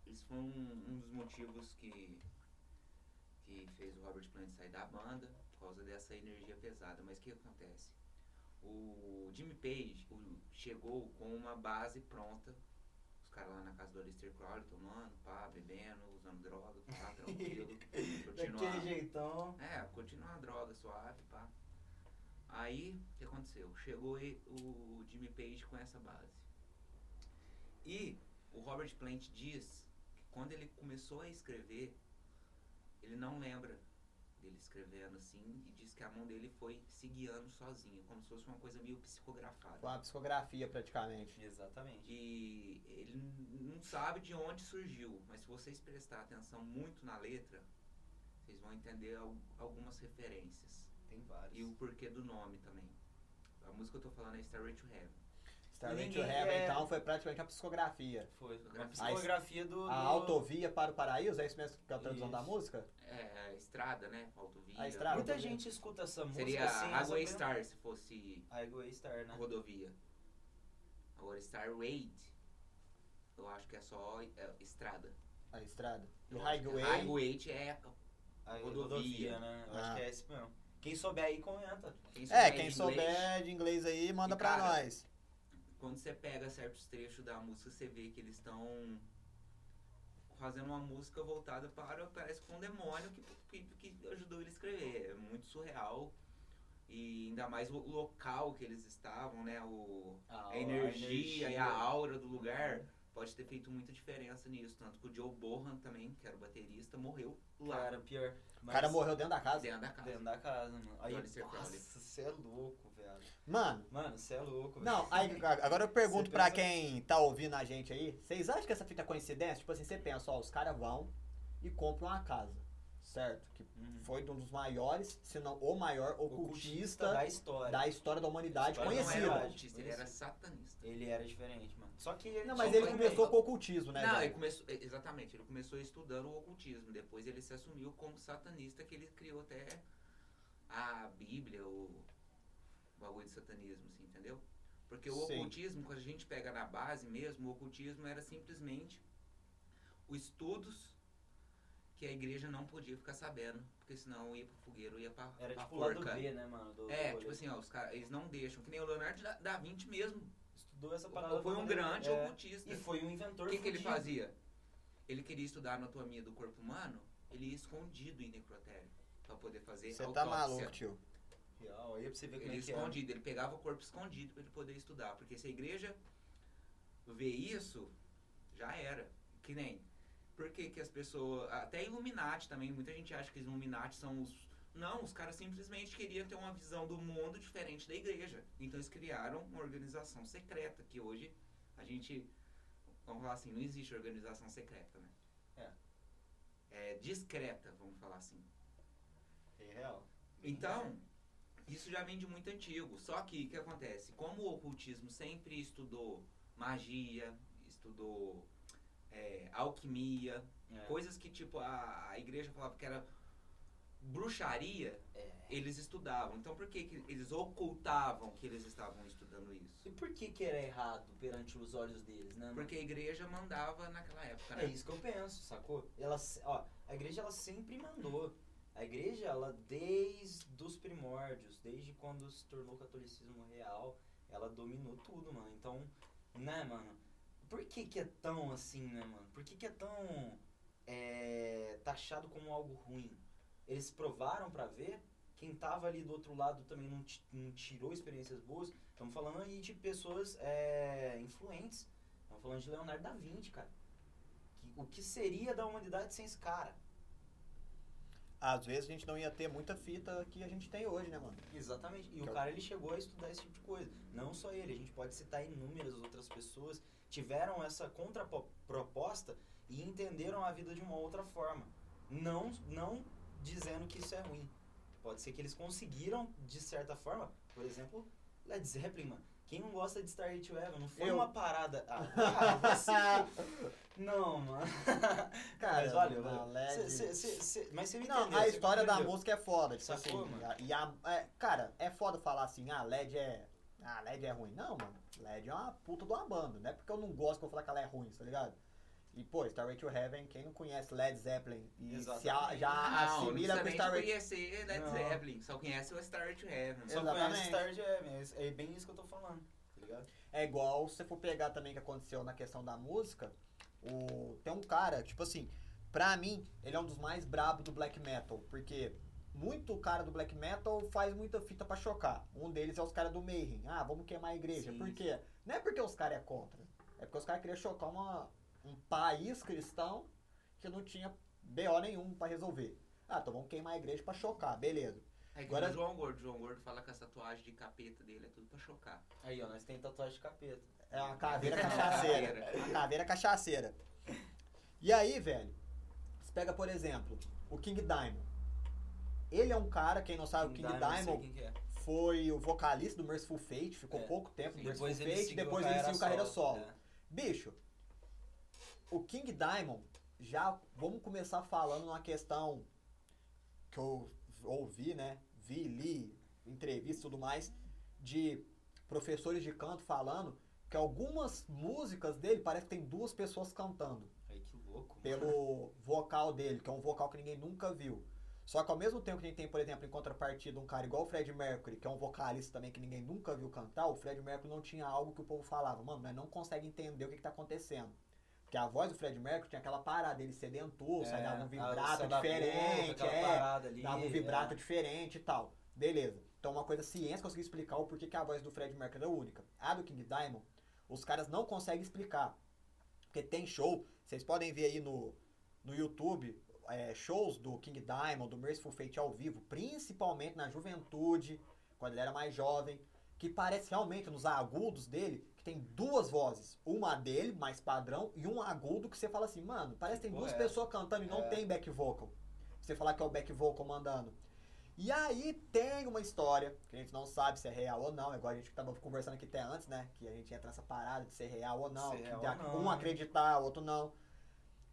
Speaker 2: Isso foi um, um dos motivos que, que fez o Robert Plant sair da banda, por causa dessa energia pesada. Mas o que acontece? O Jimmy Page o- chegou com uma base pronta. Os caras lá na casa do Alistair Crowley tomando, pá, bebendo, usando droga, pá, tranquilo.
Speaker 3: Daquele
Speaker 2: continuar.
Speaker 3: jeitão.
Speaker 2: É, continua a droga suave, pá. Aí, o que aconteceu? Chegou e- o Jimmy Page com essa base. E o Robert Plant diz que quando ele começou a escrever, ele não lembra dele escrevendo assim e diz que a mão dele foi se guiando sozinha, como se fosse uma coisa meio psicografada.
Speaker 1: Com a psicografia, praticamente.
Speaker 3: Exatamente.
Speaker 2: E ele n- não sabe de onde surgiu, mas se vocês prestar atenção muito na letra, vocês vão entender al- algumas referências.
Speaker 3: Tem vários.
Speaker 2: E o porquê do nome também. A música que eu tô falando é Starway to Heaven.
Speaker 1: Starling to
Speaker 3: Ninguém
Speaker 1: Heaven,
Speaker 3: é-
Speaker 1: então, foi praticamente uma psicografia.
Speaker 3: Foi uma
Speaker 2: Psicografia.
Speaker 3: psicografia do. do...
Speaker 1: A autovia para o paraíso, é isso mesmo que é a tradução
Speaker 3: Isso.
Speaker 1: da música?
Speaker 2: É, estrada, né? Autovia.
Speaker 1: A estrada.
Speaker 3: Muita gente escuta essa música
Speaker 2: né?
Speaker 3: assim,
Speaker 2: Seria
Speaker 3: sem essa
Speaker 2: Highway
Speaker 3: per-
Speaker 2: Star se fosse
Speaker 3: Highway Star, né?
Speaker 2: rodovia. Agora Starway, eu acho que é só é, estrada.
Speaker 1: A estrada. E
Speaker 2: Eu acho que
Speaker 1: Highway.
Speaker 2: Highway é
Speaker 7: Aí,
Speaker 2: Rodovia.
Speaker 7: né? Eu
Speaker 1: Ah.
Speaker 7: Acho que é esse mesmo. Quem souber aí, comenta.
Speaker 2: Quem
Speaker 1: É, quem
Speaker 2: souber de inglês,
Speaker 1: souber de inglês aí, manda
Speaker 2: E,
Speaker 1: pra
Speaker 2: cara,
Speaker 1: nós.
Speaker 2: Quando você pega certos trechos da música, você vê que eles estão fazendo uma música voltada para, parece que um demônio que, que, que ajudou ele a escrever. É muito surreal. E ainda mais o local que eles estavam, né? O, a energia e a aura do lugar pode ter feito muita diferença nisso. Tanto que o Joe Bohan também, que era o baterista, morreu lá
Speaker 3: Cara, pior.
Speaker 1: O
Speaker 3: Mas
Speaker 1: cara morreu dentro da casa.
Speaker 2: dentro da casa.
Speaker 3: dentro da casa, mano. Aí,
Speaker 2: Olha, Sir
Speaker 3: nossa,
Speaker 2: Crowley.
Speaker 3: você é louco, velho.
Speaker 1: Mano,
Speaker 3: Mano, você é louco,
Speaker 1: Não,
Speaker 3: velho.
Speaker 1: aí, a- agora eu pergunto
Speaker 3: Você
Speaker 1: pra
Speaker 3: pensa-
Speaker 1: quem tá ouvindo a gente aí, vocês acham que essa fita é coincidência? Tipo assim, você pensa, ó, os caras vão e compram uma casa, certo? Que
Speaker 3: Uhum.
Speaker 1: foi um dos maiores, se não o maior
Speaker 3: Ocultista
Speaker 1: ocultista
Speaker 3: da história.
Speaker 1: da história da humanidade
Speaker 3: Mas não
Speaker 2: Ele
Speaker 1: conhecido.
Speaker 2: não
Speaker 1: Não,
Speaker 2: era
Speaker 3: conhecido.
Speaker 2: autista, ele era satanista.
Speaker 3: Ele era diferente, mano. Só que um ele.
Speaker 1: mas
Speaker 2: Só
Speaker 1: ele
Speaker 2: foi
Speaker 1: começou
Speaker 2: bem.
Speaker 1: com o ocultismo, né?
Speaker 2: Não,
Speaker 1: velho?
Speaker 2: ele começou, e- exatamente, ele começou estudando o ocultismo, depois ele se assumiu como satanista, que ele criou até a Bíblia, o bagulho de satanismo, assim, entendeu? Porque o
Speaker 1: Sim.
Speaker 2: ocultismo, quando a gente pega na base mesmo, o ocultismo era simplesmente os estudos que a igreja não podia ficar sabendo, porque senão ia pro fogueiro, ia pra,
Speaker 7: Era
Speaker 2: pra
Speaker 7: tipo o lado
Speaker 2: porca.
Speaker 7: B, né, mano? do-
Speaker 2: é,
Speaker 7: do
Speaker 2: tipo
Speaker 7: rolê.
Speaker 2: assim, ó, os caras, eles não deixam, que nem o Leonardo da, da Vinci mesmo,
Speaker 7: Estudou essa parada.
Speaker 2: foi
Speaker 7: pra
Speaker 2: um
Speaker 7: poder-
Speaker 2: grande
Speaker 7: é,
Speaker 2: ocultista.
Speaker 7: E foi um inventor
Speaker 2: O que, que ele
Speaker 7: fudido.
Speaker 2: fazia? Ele queria estudar a anatomia do corpo humano, ele ia escondido em necrotério pra poder fazer
Speaker 1: Você tá
Speaker 2: autópsia.
Speaker 3: assim,
Speaker 1: maluco, tio.
Speaker 3: Real, aí pra você ver como
Speaker 2: Ele
Speaker 3: é que é.
Speaker 2: escondido, ele pegava o corpo escondido pra ele poder estudar, porque se a igreja vê isso, já era. Que nem por que, que as pessoas, até Illuminati também, muita gente acha que os Illuminati são os não, os caras simplesmente queriam ter uma visão do mundo diferente da igreja. Então eles criaram uma organização secreta que hoje a gente vamos falar assim, não existe organização secreta, né?
Speaker 3: É.
Speaker 2: É discreta, vamos falar assim.
Speaker 3: É real.
Speaker 2: Então, isso já vem de muito antigo. Só que o que acontece? Como o ocultismo sempre estudou magia, estudou é, alquimia,
Speaker 3: É.
Speaker 2: coisas que tipo a, a igreja falava que era bruxaria,
Speaker 3: É.
Speaker 2: eles estudavam. Então por que, que eles ocultavam que eles estavam estudando isso?
Speaker 3: E por que que era errado perante os olhos deles, né? mano?
Speaker 2: Porque a igreja mandava naquela época,
Speaker 3: É
Speaker 2: né?
Speaker 3: isso que eu penso, sacou? Ela, se- ó, a igreja ela sempre mandou. A igreja, ela desde os primórdios, desde quando se tornou o catolicismo real, ela dominou tudo, mano. Então, né, mano? Por que que é tão assim, né, mano? Por que que é tão é, taxado como algo ruim? Eles provaram pra ver, quem tava ali do outro lado também não, ti- não tirou experiências boas. Estamos falando aí de pessoas é, influentes. Estamos falando de Leonardo da Vinci, cara. Que- o que seria da humanidade sem esse cara?
Speaker 1: Às vezes a gente não ia ter muita fita que a gente tem hoje, né, mano?
Speaker 3: Exatamente.
Speaker 1: Que
Speaker 3: E
Speaker 1: é
Speaker 3: o
Speaker 1: o-
Speaker 3: cara ele chegou a estudar esse tipo de coisa. Não só ele, a gente pode citar inúmeras outras pessoas tiveram essa contraproposta e entenderam a vida de uma outra forma. Não, não dizendo que isso é ruim. Pode ser que eles conseguiram, de certa forma, por exemplo, Led Zeppelin, mano. Quem não gosta de Starry to Heaven? Não foi
Speaker 1: Eu.
Speaker 3: uma parada. Ah, ah, você... Não, mano.
Speaker 1: Cara,
Speaker 3: mas olha,
Speaker 1: mano,
Speaker 3: cê-
Speaker 1: LED.
Speaker 3: cê- cê- cê- mas você me
Speaker 1: Não,
Speaker 3: entendeu,
Speaker 1: a
Speaker 3: cê
Speaker 1: história da
Speaker 3: compreendeu.
Speaker 1: música é foda, tipo
Speaker 3: Sacou,
Speaker 1: assim.
Speaker 3: mano?
Speaker 1: a- e a, é, cara, é foda falar assim, ah, LED é. Ah, LED é ruim. Não, mano. LED é uma puta de uma banda. Não é porque eu não gosto que eu vou falar que ela é ruim, tá ligado? E, pô, Starway to Heaven, quem não conhece Led Zepplen e se a-
Speaker 3: Exatamente.
Speaker 1: já
Speaker 2: Não, não
Speaker 1: assimila com
Speaker 2: precisa nem
Speaker 1: Starway.
Speaker 2: conhecer Led
Speaker 3: Não. É
Speaker 2: Zeppelin, só conhece o Star to Heaven.
Speaker 3: Só
Speaker 1: Exatamente.
Speaker 3: conhece Star Jam, é é bem isso que eu tô falando, tá ligado?
Speaker 1: É igual se você for pegar também o que aconteceu na questão da música. O, tem um cara, tipo assim, pra mim, ele é um dos mais brabos do black metal, porque muito cara do black metal faz muita fita pra chocar. Um deles é os caras do Mayhem. Ah, vamos queimar a igreja.
Speaker 3: Sim,
Speaker 1: Por quê? Não é porque os caras é contra. É porque os caras queriam chocar uma, um país cristão que não tinha BO nenhum pra resolver. Ah, então vamos queimar a igreja pra chocar, beleza.
Speaker 2: É que
Speaker 1: Agora-
Speaker 2: o João Gordo, João Gordo fala que as tatuagens de capeta dele é tudo pra chocar.
Speaker 3: Aí, ó, nós tem tatuagem de capeta.
Speaker 1: É uma caveira cachaceira. A caveira é cachaceira. E aí, velho, você pega, por exemplo, o King Diamond. Ele é um cara, quem não sabe, o King
Speaker 3: Diamond, não sei
Speaker 1: Diamond
Speaker 3: quem que é.
Speaker 1: foi o vocalista do Merciful Fate, ficou
Speaker 3: É.
Speaker 1: pouco tempo no
Speaker 2: Sim.
Speaker 1: Merciful
Speaker 3: Depois ele
Speaker 1: Fate,
Speaker 3: seguiu
Speaker 1: depois
Speaker 3: a
Speaker 1: ele seguiu carreira
Speaker 3: solo. né?
Speaker 1: solo. Bicho, o King Diamond, já vamos começar falando numa questão que eu ouvi, né? Vi, li, entrevista e tudo mais, de professores de canto falando que algumas músicas dele parece que tem duas pessoas cantando
Speaker 3: É. Aí que louco, mano.
Speaker 1: pelo vocal dele, que é um vocal que ninguém nunca viu. Só que ao mesmo tempo que a gente tem, por exemplo, em contrapartida, um cara igual o Fred Mercury, que é um vocalista também que ninguém nunca viu cantar, o Fred Mercury não tinha algo que o povo falava, mano, nós não consegue entender o que, que tá acontecendo. Porque a voz do Fred Mercury tinha aquela parada, ele sedentou,
Speaker 3: É,
Speaker 1: sai dava um vibrato diferente, é, dava
Speaker 3: né?
Speaker 1: um vibrato diferente e tal. Beleza. Então uma coisa, a ciência conseguiu explicar o porquê que a voz do Fred Mercury era única. A do King Diamond, os caras não conseguem explicar. Porque tem show, vocês podem ver aí no, no YouTube, é, shows do King Diamond, do Merciful Fate ao vivo, principalmente na juventude, quando ele era mais jovem, que parece realmente nos agudos dele que tem duas vozes, uma dele mais padrão e um agudo que você fala assim, mano, parece que tem
Speaker 3: Pô,
Speaker 1: duas
Speaker 3: é.
Speaker 1: pessoas cantando e não
Speaker 3: É.
Speaker 1: tem back vocal. Você falar que é o back vocal mandando. E aí tem uma história, que a gente não sabe se é real ou não, é igual a gente tava conversando aqui até antes, né? Que a gente entra nessa parada de ser real ou não,
Speaker 3: Ser
Speaker 1: que
Speaker 3: real
Speaker 1: dá-
Speaker 3: ou não,
Speaker 1: um
Speaker 3: né?
Speaker 1: acreditar, o outro não.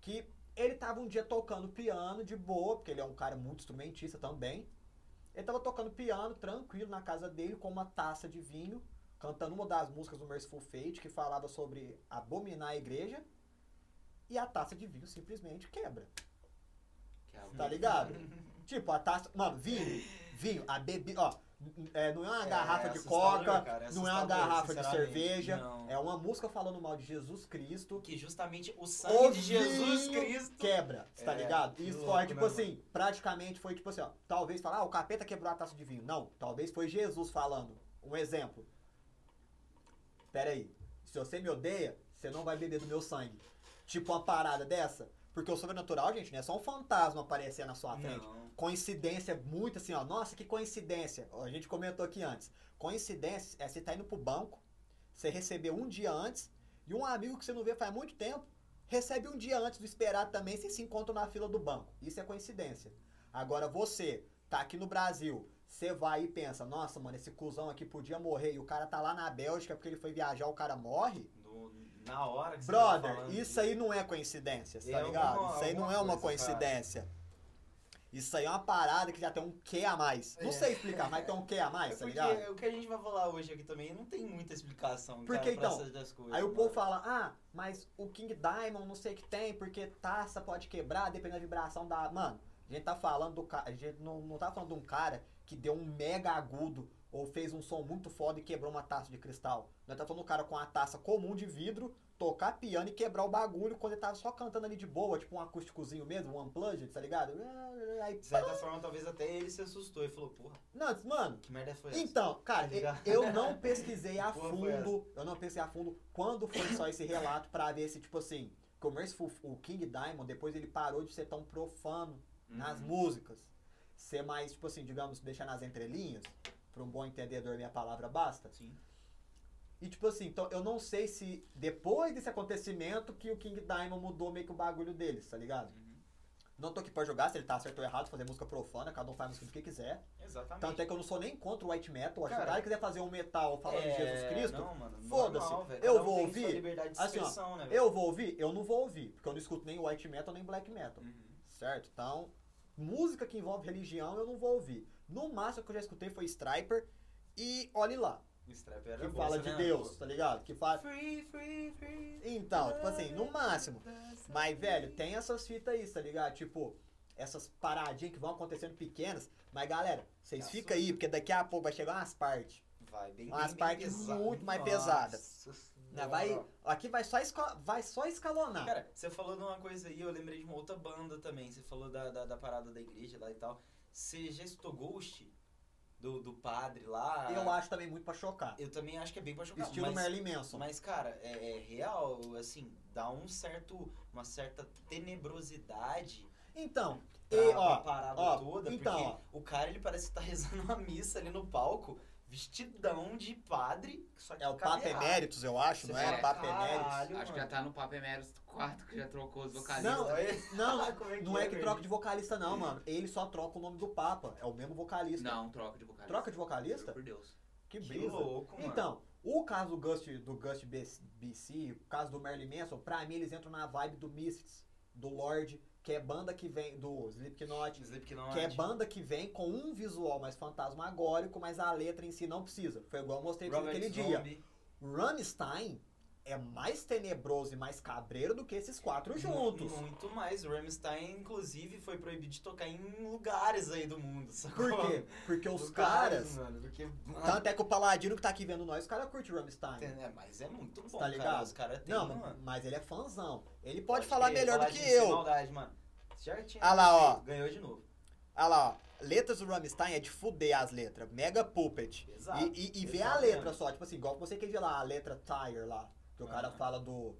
Speaker 1: Que ele tava um dia tocando piano de boa, porque ele é um cara muito instrumentista também. Ele tava tocando piano tranquilo na casa dele com uma taça de vinho, cantando uma das músicas do Merciful Fate que falava sobre abominar a igreja. E a taça de vinho simplesmente quebra.
Speaker 2: Que é algo-
Speaker 1: Tá ligado? tipo, a taça. Mano, vinho, vinho, a bebida. Ó, n- é, não é uma garrafa de coca, não é uma garrafa de cerveja.
Speaker 3: Não.
Speaker 1: É uma mústica falando mal de Jesus Cristo.
Speaker 3: Que justamente o sangue
Speaker 1: O
Speaker 3: de Jesus
Speaker 1: vinho
Speaker 3: Cristo.
Speaker 1: quebra, você tá
Speaker 3: É,
Speaker 1: ligado?
Speaker 3: que
Speaker 1: Isso
Speaker 3: louco,
Speaker 1: foi, tipo
Speaker 3: né,
Speaker 1: assim, praticamente foi tipo assim, ó. Talvez falar, ah, o capeta quebrou a taça de vinho. Não, talvez foi Jesus falando. Um exemplo. Pera aí, se você me odeia, você não vai beber do meu sangue. Tipo uma parada dessa. Porque o sobrenatural, gente, não é só um fantasma aparecer na sua frente.
Speaker 3: Não.
Speaker 1: Coincidência, muito assim, ó. Nossa, que coincidência. Ó, A gente comentou aqui antes. Coincidência é você tá indo pro banco, você recebeu um dia antes, e um amigo que você não vê faz muito tempo, recebe um dia antes do esperado também, vocês se encontram na fila do banco. Isso é coincidência. Agora você tá aqui no Brasil, você vai e pensa, nossa, mano, esse cuzão aqui podia morrer, e o cara tá lá na Bélgica porque ele foi viajar, o cara morre.
Speaker 3: No- na hora que você tá
Speaker 1: Brother,
Speaker 3: falando
Speaker 1: isso aí não é coincidência,
Speaker 3: É
Speaker 1: tá
Speaker 3: alguma-
Speaker 1: ligado? isso aí não é uma
Speaker 3: alguma coisa, cara.
Speaker 1: coincidência. Isso aí é uma parada que já tem um quê a mais. Não
Speaker 3: É.
Speaker 1: sei explicar, mas tem um quê a
Speaker 3: É
Speaker 1: mais, tá
Speaker 3: porque
Speaker 1: ligado?
Speaker 3: o que a gente vai falar hoje aqui também não tem muita explicação,
Speaker 1: Porque,
Speaker 3: cara,
Speaker 1: então,
Speaker 3: pra essas das coisas.
Speaker 1: Aí o
Speaker 3: mano.
Speaker 1: povo fala, ah, mas o King Diamond não sei o que tem, porque taça pode quebrar, dependendo da vibração da. Mano, a gente tá falando do cara. A gente não, não tá falando de um cara que deu um mega agudo ou fez um som muito foda e quebrou uma taça de cristal. Nós tá falando do cara com uma taça comum de vidro, tocar piano e quebrar o bagulho quando ele tava só cantando ali de boa, tipo um acústicozinho mesmo, um unplugged, tá ligado? Aí,
Speaker 3: De certa forma, talvez até ele se assustou e falou, porra,
Speaker 1: não, mano,
Speaker 3: que merda foi essa?
Speaker 1: então, cara,
Speaker 3: Tá ligado?
Speaker 1: eu não pesquisei a
Speaker 3: Porra, foi
Speaker 1: fundo, eu não pesquisei a fundo quando foi só esse relato pra ver se, tipo assim, que o Merciful, o King Diamond, depois ele parou de ser tão profano
Speaker 2: Uhum.
Speaker 1: nas músicas. Ser mais, tipo assim, digamos, deixar nas entrelinhas, pra um bom entendedor minha palavra basta.
Speaker 3: Sim.
Speaker 1: E tipo assim, então eu não sei se depois desse acontecimento que o King Diamond mudou meio que o bagulho deles, tá ligado?
Speaker 2: Uhum.
Speaker 1: Não tô aqui pra jogar se ele tá certo ou errado, fazer música profana, cada um faz música do que quiser.
Speaker 3: Exatamente.
Speaker 1: Tanto é que eu não sou nem contra o white metal. acho que Se o
Speaker 3: Cara, é,
Speaker 1: cara quiser fazer um metal falando de Jesus Cristo,
Speaker 3: não, mano,
Speaker 1: foda-se.
Speaker 3: normal, velho.
Speaker 1: Eu
Speaker 3: Cada um
Speaker 1: vou
Speaker 3: tem sua
Speaker 1: ouvir,
Speaker 3: liberdade de
Speaker 1: assim, ó,
Speaker 3: expressão, né, velho?
Speaker 1: eu vou ouvir? Eu não vou ouvir, porque eu não escuto nem white metal nem black metal,
Speaker 2: Uhum.
Speaker 1: certo? Então, música que envolve religião eu não vou ouvir. No máximo que eu já escutei foi Striper e Olhe Lá,
Speaker 3: Strap era né?
Speaker 1: que
Speaker 3: bom,
Speaker 1: fala
Speaker 3: você
Speaker 1: de
Speaker 3: lembra?
Speaker 1: Deus, tá ligado? Que fala...
Speaker 3: Free, free, free.
Speaker 1: Então, tipo assim, no máximo. Mas, velho,
Speaker 3: Uhum.
Speaker 1: tem essas fitas aí, tá ligado? Tipo, essas paradinhas que vão acontecendo pequenas. Mas, galera, vocês
Speaker 3: Assunto.
Speaker 1: ficam aí, porque daqui a pouco vai chegar umas partes.
Speaker 3: Vai bem,
Speaker 1: Umas
Speaker 3: bem, bem
Speaker 1: partes
Speaker 3: pesado.
Speaker 1: muito mais
Speaker 3: Nossa
Speaker 1: pesadas.
Speaker 3: Senhora.
Speaker 1: Né? Vai, aqui vai só, esco- vai só escalonar.
Speaker 3: Cara, você falou de uma coisa aí, eu lembrei de uma outra banda também. Você falou da, da, da parada da igreja lá e tal. Você já escutou Ghost? Do, do padre lá?
Speaker 1: Eu acho também muito pra chocar.
Speaker 3: ah. Eu também acho que é bem pra chocar.
Speaker 1: Estilo
Speaker 3: mas,
Speaker 1: Merlin Manson.
Speaker 3: mas, cara, é, é real, assim, dá um certo, uma certa tenebrosidade
Speaker 1: Então,
Speaker 3: pra,
Speaker 1: e,
Speaker 3: pra
Speaker 1: ó,
Speaker 3: parada
Speaker 1: ó,
Speaker 3: toda.
Speaker 1: então,
Speaker 3: porque o cara, ele parece que tá rezando uma missa ali no palco, vestidão de padre. Só que
Speaker 1: é o
Speaker 3: cara
Speaker 1: Papa
Speaker 3: tá. errado.
Speaker 1: Emeritus, eu acho,
Speaker 3: Você
Speaker 1: não é?
Speaker 2: fala,
Speaker 1: Papa
Speaker 3: "Caralho,
Speaker 1: Emeritus.
Speaker 2: Acho que já tá no Papo Emeros 4 que já trocou os vocalistas.
Speaker 1: Não, é Não,
Speaker 3: Como
Speaker 1: não é que
Speaker 3: velho?
Speaker 1: troca de vocalista, não, mano. Ele só troca o nome do Papa. É o mesmo vocalista.
Speaker 2: Não, troca de vocalista.
Speaker 1: Troca de vocalista?
Speaker 2: Juro Por Deus.
Speaker 1: Que
Speaker 3: Que
Speaker 1: brisa.
Speaker 3: louco, mano.
Speaker 1: Então, o caso do Gust, do Gust B- BC, o caso do Merlin Manson, pra mim eles entram na vibe do Misfits, do Lorde, que é banda que vem do Slipknot,
Speaker 3: Slipknot.
Speaker 1: Que é banda que vem com um visual mais fantasmagórico, mas a letra em si não precisa. Foi igual eu mostrei pra você
Speaker 3: Robert
Speaker 1: naquele dia.
Speaker 3: Zombie.
Speaker 1: Rammstein é mais tenebroso e mais cabreiro do que esses quatro juntos.
Speaker 3: Mu- Muito mais. O Rammstein, inclusive, foi proibido de tocar em lugares aí do mundo,
Speaker 1: Por
Speaker 3: sacou?
Speaker 1: quê? Porque os
Speaker 3: Lugares,
Speaker 1: caras.
Speaker 3: Mano, porque...
Speaker 1: Tanto é que o Paladino que tá aqui vendo nós, o cara curte Rammstein.
Speaker 3: É, mas é muito bom,
Speaker 1: tá
Speaker 3: cara.
Speaker 1: ligado?
Speaker 3: Os caras têm,
Speaker 1: Não,
Speaker 3: mano.
Speaker 1: mas, mas ele é fãzão. Ele pode, falar
Speaker 3: crer,
Speaker 1: melhor do
Speaker 3: Paladino
Speaker 1: que
Speaker 3: sem
Speaker 1: eu.
Speaker 3: Maldade, mano. Já tinha
Speaker 1: Ah lá, ó.
Speaker 3: feito, Ganhou de novo.
Speaker 1: Olha lá, ó. Letras do Rammstein é de fuder as letras. Mega puppet.
Speaker 3: Exato.
Speaker 1: E, e, e vê a
Speaker 3: Exato,
Speaker 1: letra
Speaker 3: né?
Speaker 1: só, tipo assim, igual você quer ver lá a letra tire lá. Que o cara
Speaker 3: Aham.
Speaker 1: fala do.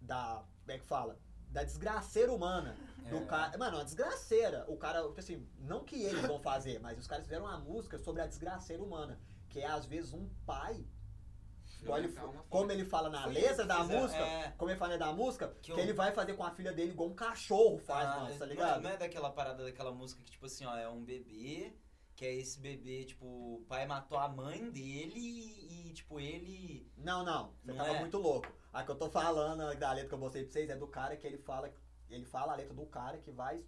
Speaker 1: Da. Como é que fala? Da desgraceira humana. Do
Speaker 3: É.
Speaker 1: cara, mano, uma desgraceira. O cara, tipo assim, não que eles vão fazer, mas os caras fizeram uma música sobre a desgraceira humana. Que é, às vezes, um pai. igual ele-
Speaker 2: Violentar tá uma
Speaker 1: como
Speaker 2: filha.
Speaker 1: ele fala na
Speaker 3: Foi
Speaker 1: letra
Speaker 3: eles que
Speaker 1: da
Speaker 3: fizeram,
Speaker 1: música.
Speaker 3: é.
Speaker 1: Como ele fala da música, que,
Speaker 3: Que eu-
Speaker 1: ele vai fazer com a filha dele igual um cachorro faz,
Speaker 3: Ah,
Speaker 1: mano, tá
Speaker 3: não é-
Speaker 1: ligado?
Speaker 3: Não é daquela parada daquela música que, tipo assim, ó, é um bebê, que é esse bebê, tipo, o pai matou a mãe dele e, tipo, ele.
Speaker 1: Não, não. Você
Speaker 3: Não
Speaker 1: tava
Speaker 3: é?
Speaker 1: muito louco. A que eu tô falando, a da letra que eu mostrei pra vocês, é do cara que ele fala. Ele fala a letra do cara que vai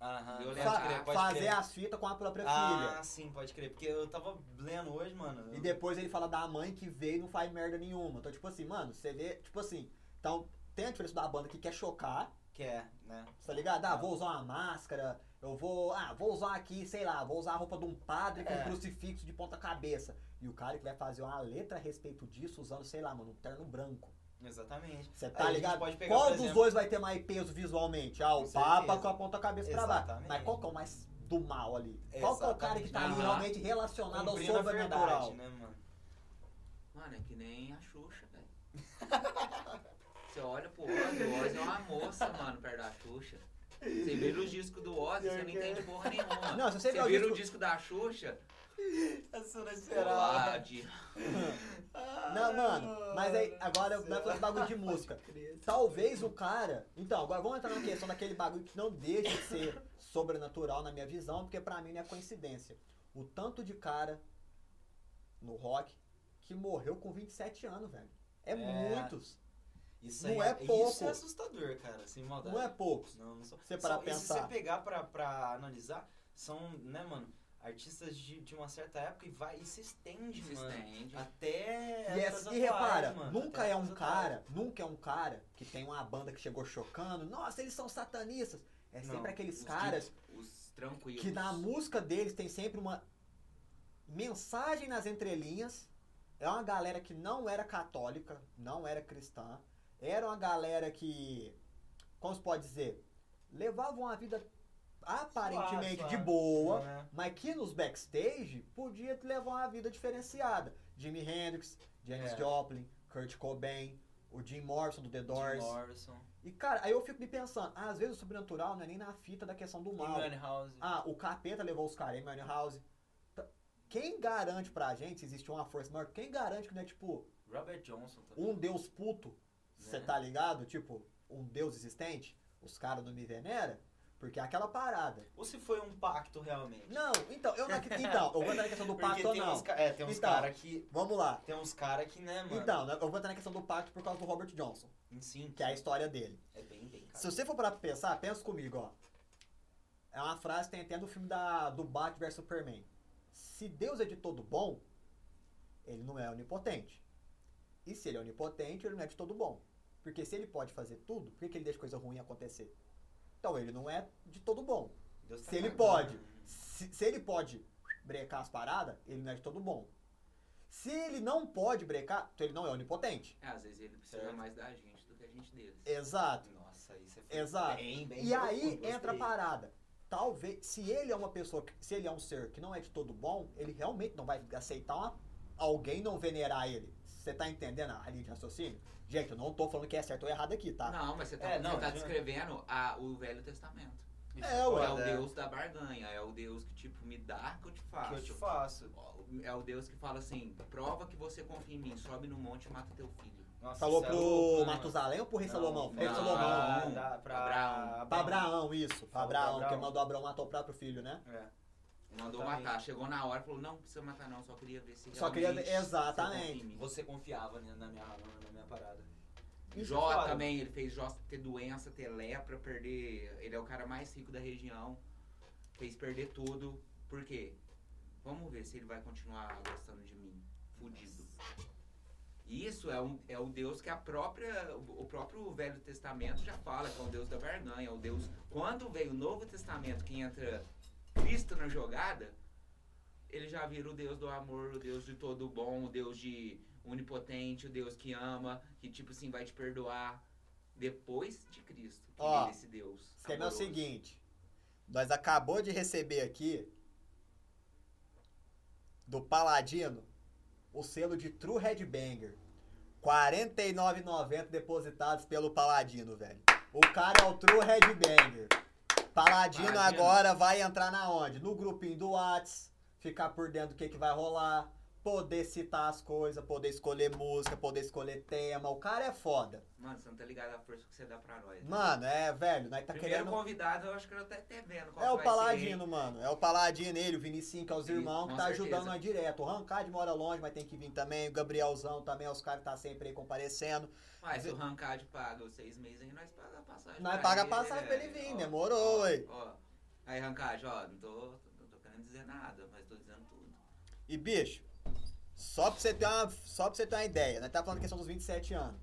Speaker 3: Aham,
Speaker 2: Violenta.
Speaker 3: pode
Speaker 1: fa-
Speaker 3: crer, pode
Speaker 1: fazer
Speaker 3: crer.
Speaker 1: as fitas com a própria
Speaker 3: Ah, sim, pode crer. Porque eu tava lendo hoje, mano.
Speaker 1: filha.
Speaker 3: eu-
Speaker 1: E depois ele fala da mãe que veio e não faz merda nenhuma. Então, tipo assim, mano, você vê, tipo assim, então tem a diferença da banda que quer chocar,
Speaker 3: Que é, né?
Speaker 1: tá ligado? Ah, vou usar uma máscara, eu vou. Ah, vou usar aqui, sei lá, vou usar a roupa de um padre com
Speaker 3: É.
Speaker 1: um crucifixo de ponta cabeça. E o cara que vai fazer uma letra a respeito disso usando, sei lá, mano, um terno branco.
Speaker 3: Exatamente.
Speaker 1: Você
Speaker 3: Aí
Speaker 1: tá
Speaker 3: É, a gente
Speaker 1: ligado?
Speaker 3: Pode pegar,
Speaker 1: Qual
Speaker 3: por
Speaker 1: dos
Speaker 3: exemplo,
Speaker 1: dois vai ter mais peso visualmente? Ah, o
Speaker 3: Com
Speaker 1: Papa
Speaker 3: certeza.
Speaker 1: com a ponta cabeça pra baixo.
Speaker 3: Exatamente.
Speaker 1: Mas qual que é o mais do mal ali? Qual que é o cara que tá ali
Speaker 3: Exatamente.
Speaker 1: realmente relacionado ao
Speaker 3: cumprindo a
Speaker 1: sobrenatural?
Speaker 3: verdade, né, mano?
Speaker 2: Mano, é que nem a Xuxa, velho. Você olha pro Ozzy, o Ozzy é uma moça, mano, perto da Xuxa. Você vira o disco do Ozzy, você não entende porra nenhuma.
Speaker 3: né?
Speaker 1: Não, se você
Speaker 2: Você
Speaker 1: virar o
Speaker 3: um
Speaker 2: vira o
Speaker 1: disco-
Speaker 2: disco da Xuxa,
Speaker 3: Essa não
Speaker 2: olá, de...
Speaker 1: Não, mano, mas aí
Speaker 3: Ah,
Speaker 1: agora vai falar de bagulho de música. Talvez o cara. Então, agora vamos entrar na questão daquele bagulho que não deixa de ser sobrenatural na minha visão, porque pra mim não é coincidência. O tanto de cara no rock que morreu com 27 anos, velho. é.
Speaker 3: É.
Speaker 1: muitos.
Speaker 3: Isso
Speaker 1: Não
Speaker 3: aí
Speaker 1: é pouco.
Speaker 3: Isso é assustador, cara, sem maldade.
Speaker 1: Não é poucos.
Speaker 3: Não, não são.
Speaker 1: Você parar
Speaker 3: são-
Speaker 1: pra
Speaker 3: e Se
Speaker 1: pensar.
Speaker 3: você pegar pra, pra analisar, são, né, mano, artistas de, de uma certa época e vai e se estende,
Speaker 2: Se
Speaker 3: mano.
Speaker 2: estende.
Speaker 3: Até.
Speaker 1: E, é-
Speaker 3: épocas
Speaker 1: e
Speaker 3: atuais,
Speaker 1: repara,
Speaker 3: mano,
Speaker 1: nunca
Speaker 3: até
Speaker 1: é um
Speaker 3: épocas atuais.
Speaker 1: cara, nunca é um cara que tem uma banda que chegou chocando, nossa, eles são satanistas. É
Speaker 3: Não,
Speaker 1: sempre aqueles
Speaker 2: os
Speaker 1: caras
Speaker 2: Os tranquilos.
Speaker 1: que na música deles tem sempre uma mensagem nas entrelinhas. É uma galera que não era católica, não era cristã. Era uma galera que, como se pode dizer, levava uma vida aparentemente de
Speaker 3: suave.
Speaker 1: boa.
Speaker 3: Né?
Speaker 1: Mas que nos backstage podia levar uma vida diferenciada. Jimi Hendrix, Janis
Speaker 3: É.
Speaker 1: Joplin, Kurt Cobain, o Jim Morrison do The Doors.
Speaker 3: Jim Morrison.
Speaker 1: E cara, aí eu fico me pensando, às vezes o sobrenatural não é nem na fita da questão do mal.
Speaker 3: Amy House.
Speaker 1: Ah, o capeta levou os caras, Emmanuel House. T- Quem garante pra gente, se existe uma força maior, quem garante que não é tipo
Speaker 3: Robert Johnson também.
Speaker 1: um deus puto, você
Speaker 2: É.
Speaker 1: tá ligado? Tipo, um deus existente, os caras não me veneram? Porque é aquela parada.
Speaker 3: Ou se foi um pacto realmente?
Speaker 1: Não, então, eu não, acredito- então, eu vou entrar na questão do
Speaker 3: Porque
Speaker 1: pacto ou
Speaker 3: tem
Speaker 1: não.
Speaker 3: Uns, ca- é, tem uns
Speaker 1: Então.
Speaker 3: cara que.
Speaker 1: Vamos lá.
Speaker 3: Tem uns cara que, né, mano?
Speaker 1: Então, né, eu vou entrar na questão do pacto por causa do Robert Johnson,
Speaker 3: Sim.
Speaker 1: que é a história dele.
Speaker 3: É bem, bem, cara.
Speaker 1: Se você for parar pra pensar, pensa comigo, ó. É uma frase que tem até no filme da, do Batman vs Superman. Se Deus é de todo bom, ele não é onipotente. E se ele é onipotente, ele não é de todo bom. Porque se ele pode fazer tudo, por que que ele deixa coisa ruim acontecer? Então ele não é de todo bom.
Speaker 3: Deus tá
Speaker 1: se ele
Speaker 3: cagando.
Speaker 1: pode. Se, se ele pode brecar as paradas, ele não é de todo bom. Se ele não pode brecar, então ele não é onipotente.
Speaker 2: É, às vezes ele precisa
Speaker 3: Certo.
Speaker 2: mais da gente do que a gente deles.
Speaker 1: É, Exato.
Speaker 3: Nossa, isso é
Speaker 1: Exato.
Speaker 3: Bem, bem
Speaker 1: E aí
Speaker 3: profundo,
Speaker 1: entra a
Speaker 3: gostei.
Speaker 1: parada. Talvez, se ele é uma pessoa, que- se ele é um ser que não é de todo bom, ele realmente não vai aceitar uma- alguém não venerar ele. Você tá entendendo a linha de raciocínio? Gente, eu não tô falando que é certo ou errado aqui, tá?
Speaker 2: Não, mas você tá,
Speaker 3: É, não,
Speaker 2: você tá
Speaker 3: já-
Speaker 2: descrevendo a- o Velho Testamento.
Speaker 1: É,
Speaker 2: é
Speaker 3: um
Speaker 2: o
Speaker 1: ué.
Speaker 2: Deus da barganha, é o Deus que, tipo, me dá que eu te faço.
Speaker 3: que eu te faço.
Speaker 2: É o Deus que fala assim, prova que você confia em mim, sobe no monte e mata teu filho.
Speaker 3: Nossa,
Speaker 1: Falou
Speaker 3: isso é louco,
Speaker 1: pro
Speaker 3: né,
Speaker 1: Matusalém ou pro rei
Speaker 3: Não,
Speaker 1: Salomão? Rei
Speaker 2: não.
Speaker 1: Salomão.
Speaker 3: pra- da- pra-
Speaker 2: Abraão.
Speaker 1: Pra Abraão, isso. Pra
Speaker 3: Falou pra
Speaker 1: Abraão, que
Speaker 3: Abraão.
Speaker 1: mandou Abraão matar o próprio filho, né?
Speaker 3: É.
Speaker 2: Mandou
Speaker 3: Exatamente.
Speaker 2: matar, chegou na hora e falou, não precisa matar não, só queria ver se
Speaker 1: Só queria ver-
Speaker 2: realmente você
Speaker 1: exatamente.
Speaker 2: confia em mim."
Speaker 3: Você confiava né, na, minha, na, na minha parada.
Speaker 1: é
Speaker 2: Jó
Speaker 3: Fora.
Speaker 2: também, ele fez Jó ter doença, ter lepra, perder. Ele é o cara mais rico da região. Fez perder tudo. Por quê? Vamos ver se ele vai continuar gostando de mim. Fudido. E isso é, um, é o Deus que a própria, o próprio Velho Testamento já fala, que é o Deus da barganha, é o Deus. Quando veio o Novo Testamento, que entra Cristo na jogada, ele já vira o Deus do amor, o Deus de todo bom, o Deus de onipotente, o Deus que ama, que tipo assim vai te perdoar. Depois de Cristo, que
Speaker 1: Ó,
Speaker 2: vem esse Deus.
Speaker 1: Esquema é o
Speaker 2: amoroso.
Speaker 1: seguinte. Nós acabou de receber aqui do Paladino o selo de True Headbanger. R$ 49,90 depositados pelo Paladino, velho. O cara é o True Headbanger. Paladino,
Speaker 2: Paladino.
Speaker 1: agora vai entrar na onde? No grupinho do Whats, ficar por dentro do que, que vai rolar, poder citar as coisas, poder escolher música, poder escolher tema. O cara é foda.
Speaker 2: Mano, você não tá ligado à força que você dá pra nós. né?
Speaker 1: Mano, é, velho, nós tá
Speaker 2: Primeiro
Speaker 1: querendo
Speaker 2: convidado, eu acho que eu tô até vendo qual
Speaker 1: é
Speaker 2: que
Speaker 1: o
Speaker 2: vai
Speaker 1: Paladino, mano. É o Paladino, ele, o Vinicinho, que é os
Speaker 2: Isso,
Speaker 1: irmãos, que
Speaker 2: com
Speaker 1: tá
Speaker 2: certeza.
Speaker 1: ajudando nós direto. O Rancard mora longe, mas tem que vir também. O Gabrielzão também, os caras que tá sempre aí comparecendo.
Speaker 2: Ser. Mas se o Rancard paga os seis meses aí, nós paga a passagem.
Speaker 1: Nós
Speaker 2: pra
Speaker 1: paga a
Speaker 2: ele, né,
Speaker 1: passagem pra ele
Speaker 2: velho?
Speaker 1: vir,
Speaker 2: Ó,
Speaker 1: demorou,
Speaker 2: ó,
Speaker 1: ué.
Speaker 2: ó. Aí, Rancard, ó, não tô, não tô querendo dizer nada, mas tô dizendo tudo.
Speaker 1: E, bicho, só pra você ter uma, só pra você ter uma ideia, nós tá falando questão dos 27 anos.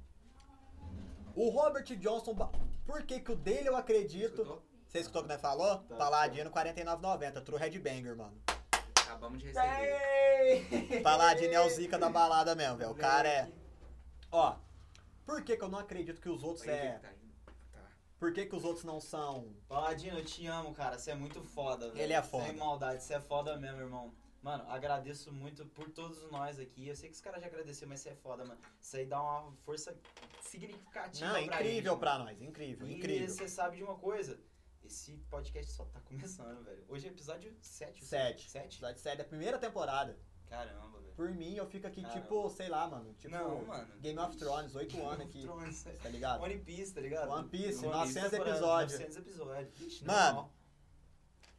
Speaker 1: O Robert Johnson, ba- por que que o dele eu acredito...
Speaker 2: Escutou?
Speaker 1: Você escutou o que nós falou?
Speaker 3: Tá,
Speaker 1: Paladino 49,90, True Headbanger, mano.
Speaker 2: Acabamos de receber.
Speaker 1: Paladino é o zica da balada mesmo, velho. O cara é... Ó, por que que eu não acredito que os outros
Speaker 2: Olha ele
Speaker 1: é...
Speaker 2: que tá indo.
Speaker 1: Por que, que os outros não são?
Speaker 3: Paladino, eu te amo, cara. Você é muito foda, velho.
Speaker 1: Ele é foda.
Speaker 3: Sem maldade, você é foda mesmo, irmão. Mano, agradeço muito por todos nós aqui. Eu sei que os caras já agradeceram, mas você é foda, mano. Isso aí dá uma força significativa
Speaker 1: Não, é
Speaker 3: pra
Speaker 1: incrível
Speaker 3: gente,
Speaker 1: pra nós, incrível,
Speaker 3: E
Speaker 1: incrível.
Speaker 3: você sabe de uma coisa? Esse podcast só tá começando, velho. Hoje é episódio 7.
Speaker 1: Sete.
Speaker 3: 7?
Speaker 1: Episódio 7 da primeira temporada.
Speaker 3: Caramba, velho.
Speaker 1: Por mim, eu fico aqui
Speaker 3: Caramba.
Speaker 1: tipo, sei lá, mano, tipo
Speaker 3: Não, mano.
Speaker 1: Game of Thrones, 8 anos aqui,
Speaker 3: Thrones.
Speaker 1: tá ligado?
Speaker 3: One Piece, tá ligado?
Speaker 1: One Piece,
Speaker 3: One
Speaker 1: 900
Speaker 3: temporada,
Speaker 1: episódios.
Speaker 3: 900 episódios. Ixi, é
Speaker 1: Mano,
Speaker 3: normal.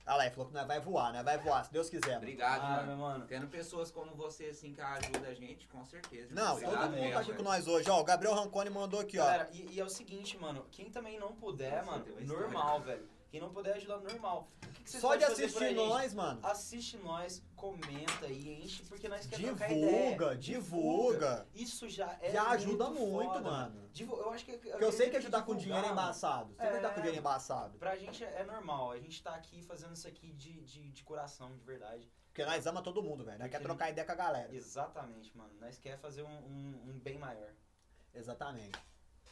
Speaker 1: Ah lá, ele falou que nós vai voar, né? Vai voar, se Deus quiser. Mano.
Speaker 2: Obrigado,
Speaker 3: Ah,
Speaker 2: mano.
Speaker 3: meu mano.
Speaker 2: Tendo pessoas como você, assim, que ajuda a gente, com certeza.
Speaker 1: Não,
Speaker 2: Obrigado
Speaker 1: todo mundo
Speaker 2: mesmo,
Speaker 1: tá aqui
Speaker 2: velho.
Speaker 1: com nós hoje. Ó, o Gabriel Rancone mandou aqui, ó.
Speaker 3: Galera, e, e é o seguinte, mano, quem também não puder,
Speaker 2: Nossa,
Speaker 3: mano,
Speaker 2: tem uma história.
Speaker 3: normal, velho. Quem não puder ajudar, normal. O que que vocês
Speaker 1: Só de
Speaker 3: podem fazer por
Speaker 1: assistir
Speaker 3: aí, Ah, gente?
Speaker 1: nós, mano.
Speaker 3: Assiste nós, comenta e enche, porque nós queremos trocar ideia.
Speaker 1: Divulga, divulga.
Speaker 3: Isso já é
Speaker 1: Já ajuda
Speaker 3: muito,
Speaker 1: muito,
Speaker 3: foda,
Speaker 1: mano.
Speaker 3: Divu- Eu acho que...
Speaker 1: Porque eu sei que ajudar com dinheiro é
Speaker 3: divulgar,
Speaker 1: embaçado. Você vai
Speaker 3: É.
Speaker 1: ajudar com dinheiro é embaçado.
Speaker 3: Pra gente é é normal, a gente tá aqui fazendo isso aqui de, de, de coração, de verdade.
Speaker 1: Porque nós ama todo mundo, velho. Nós quer
Speaker 3: Porque-
Speaker 1: trocar ideia com a galera.
Speaker 3: Exatamente, mano. Nós quer fazer um, um- um bem maior.
Speaker 1: Exatamente.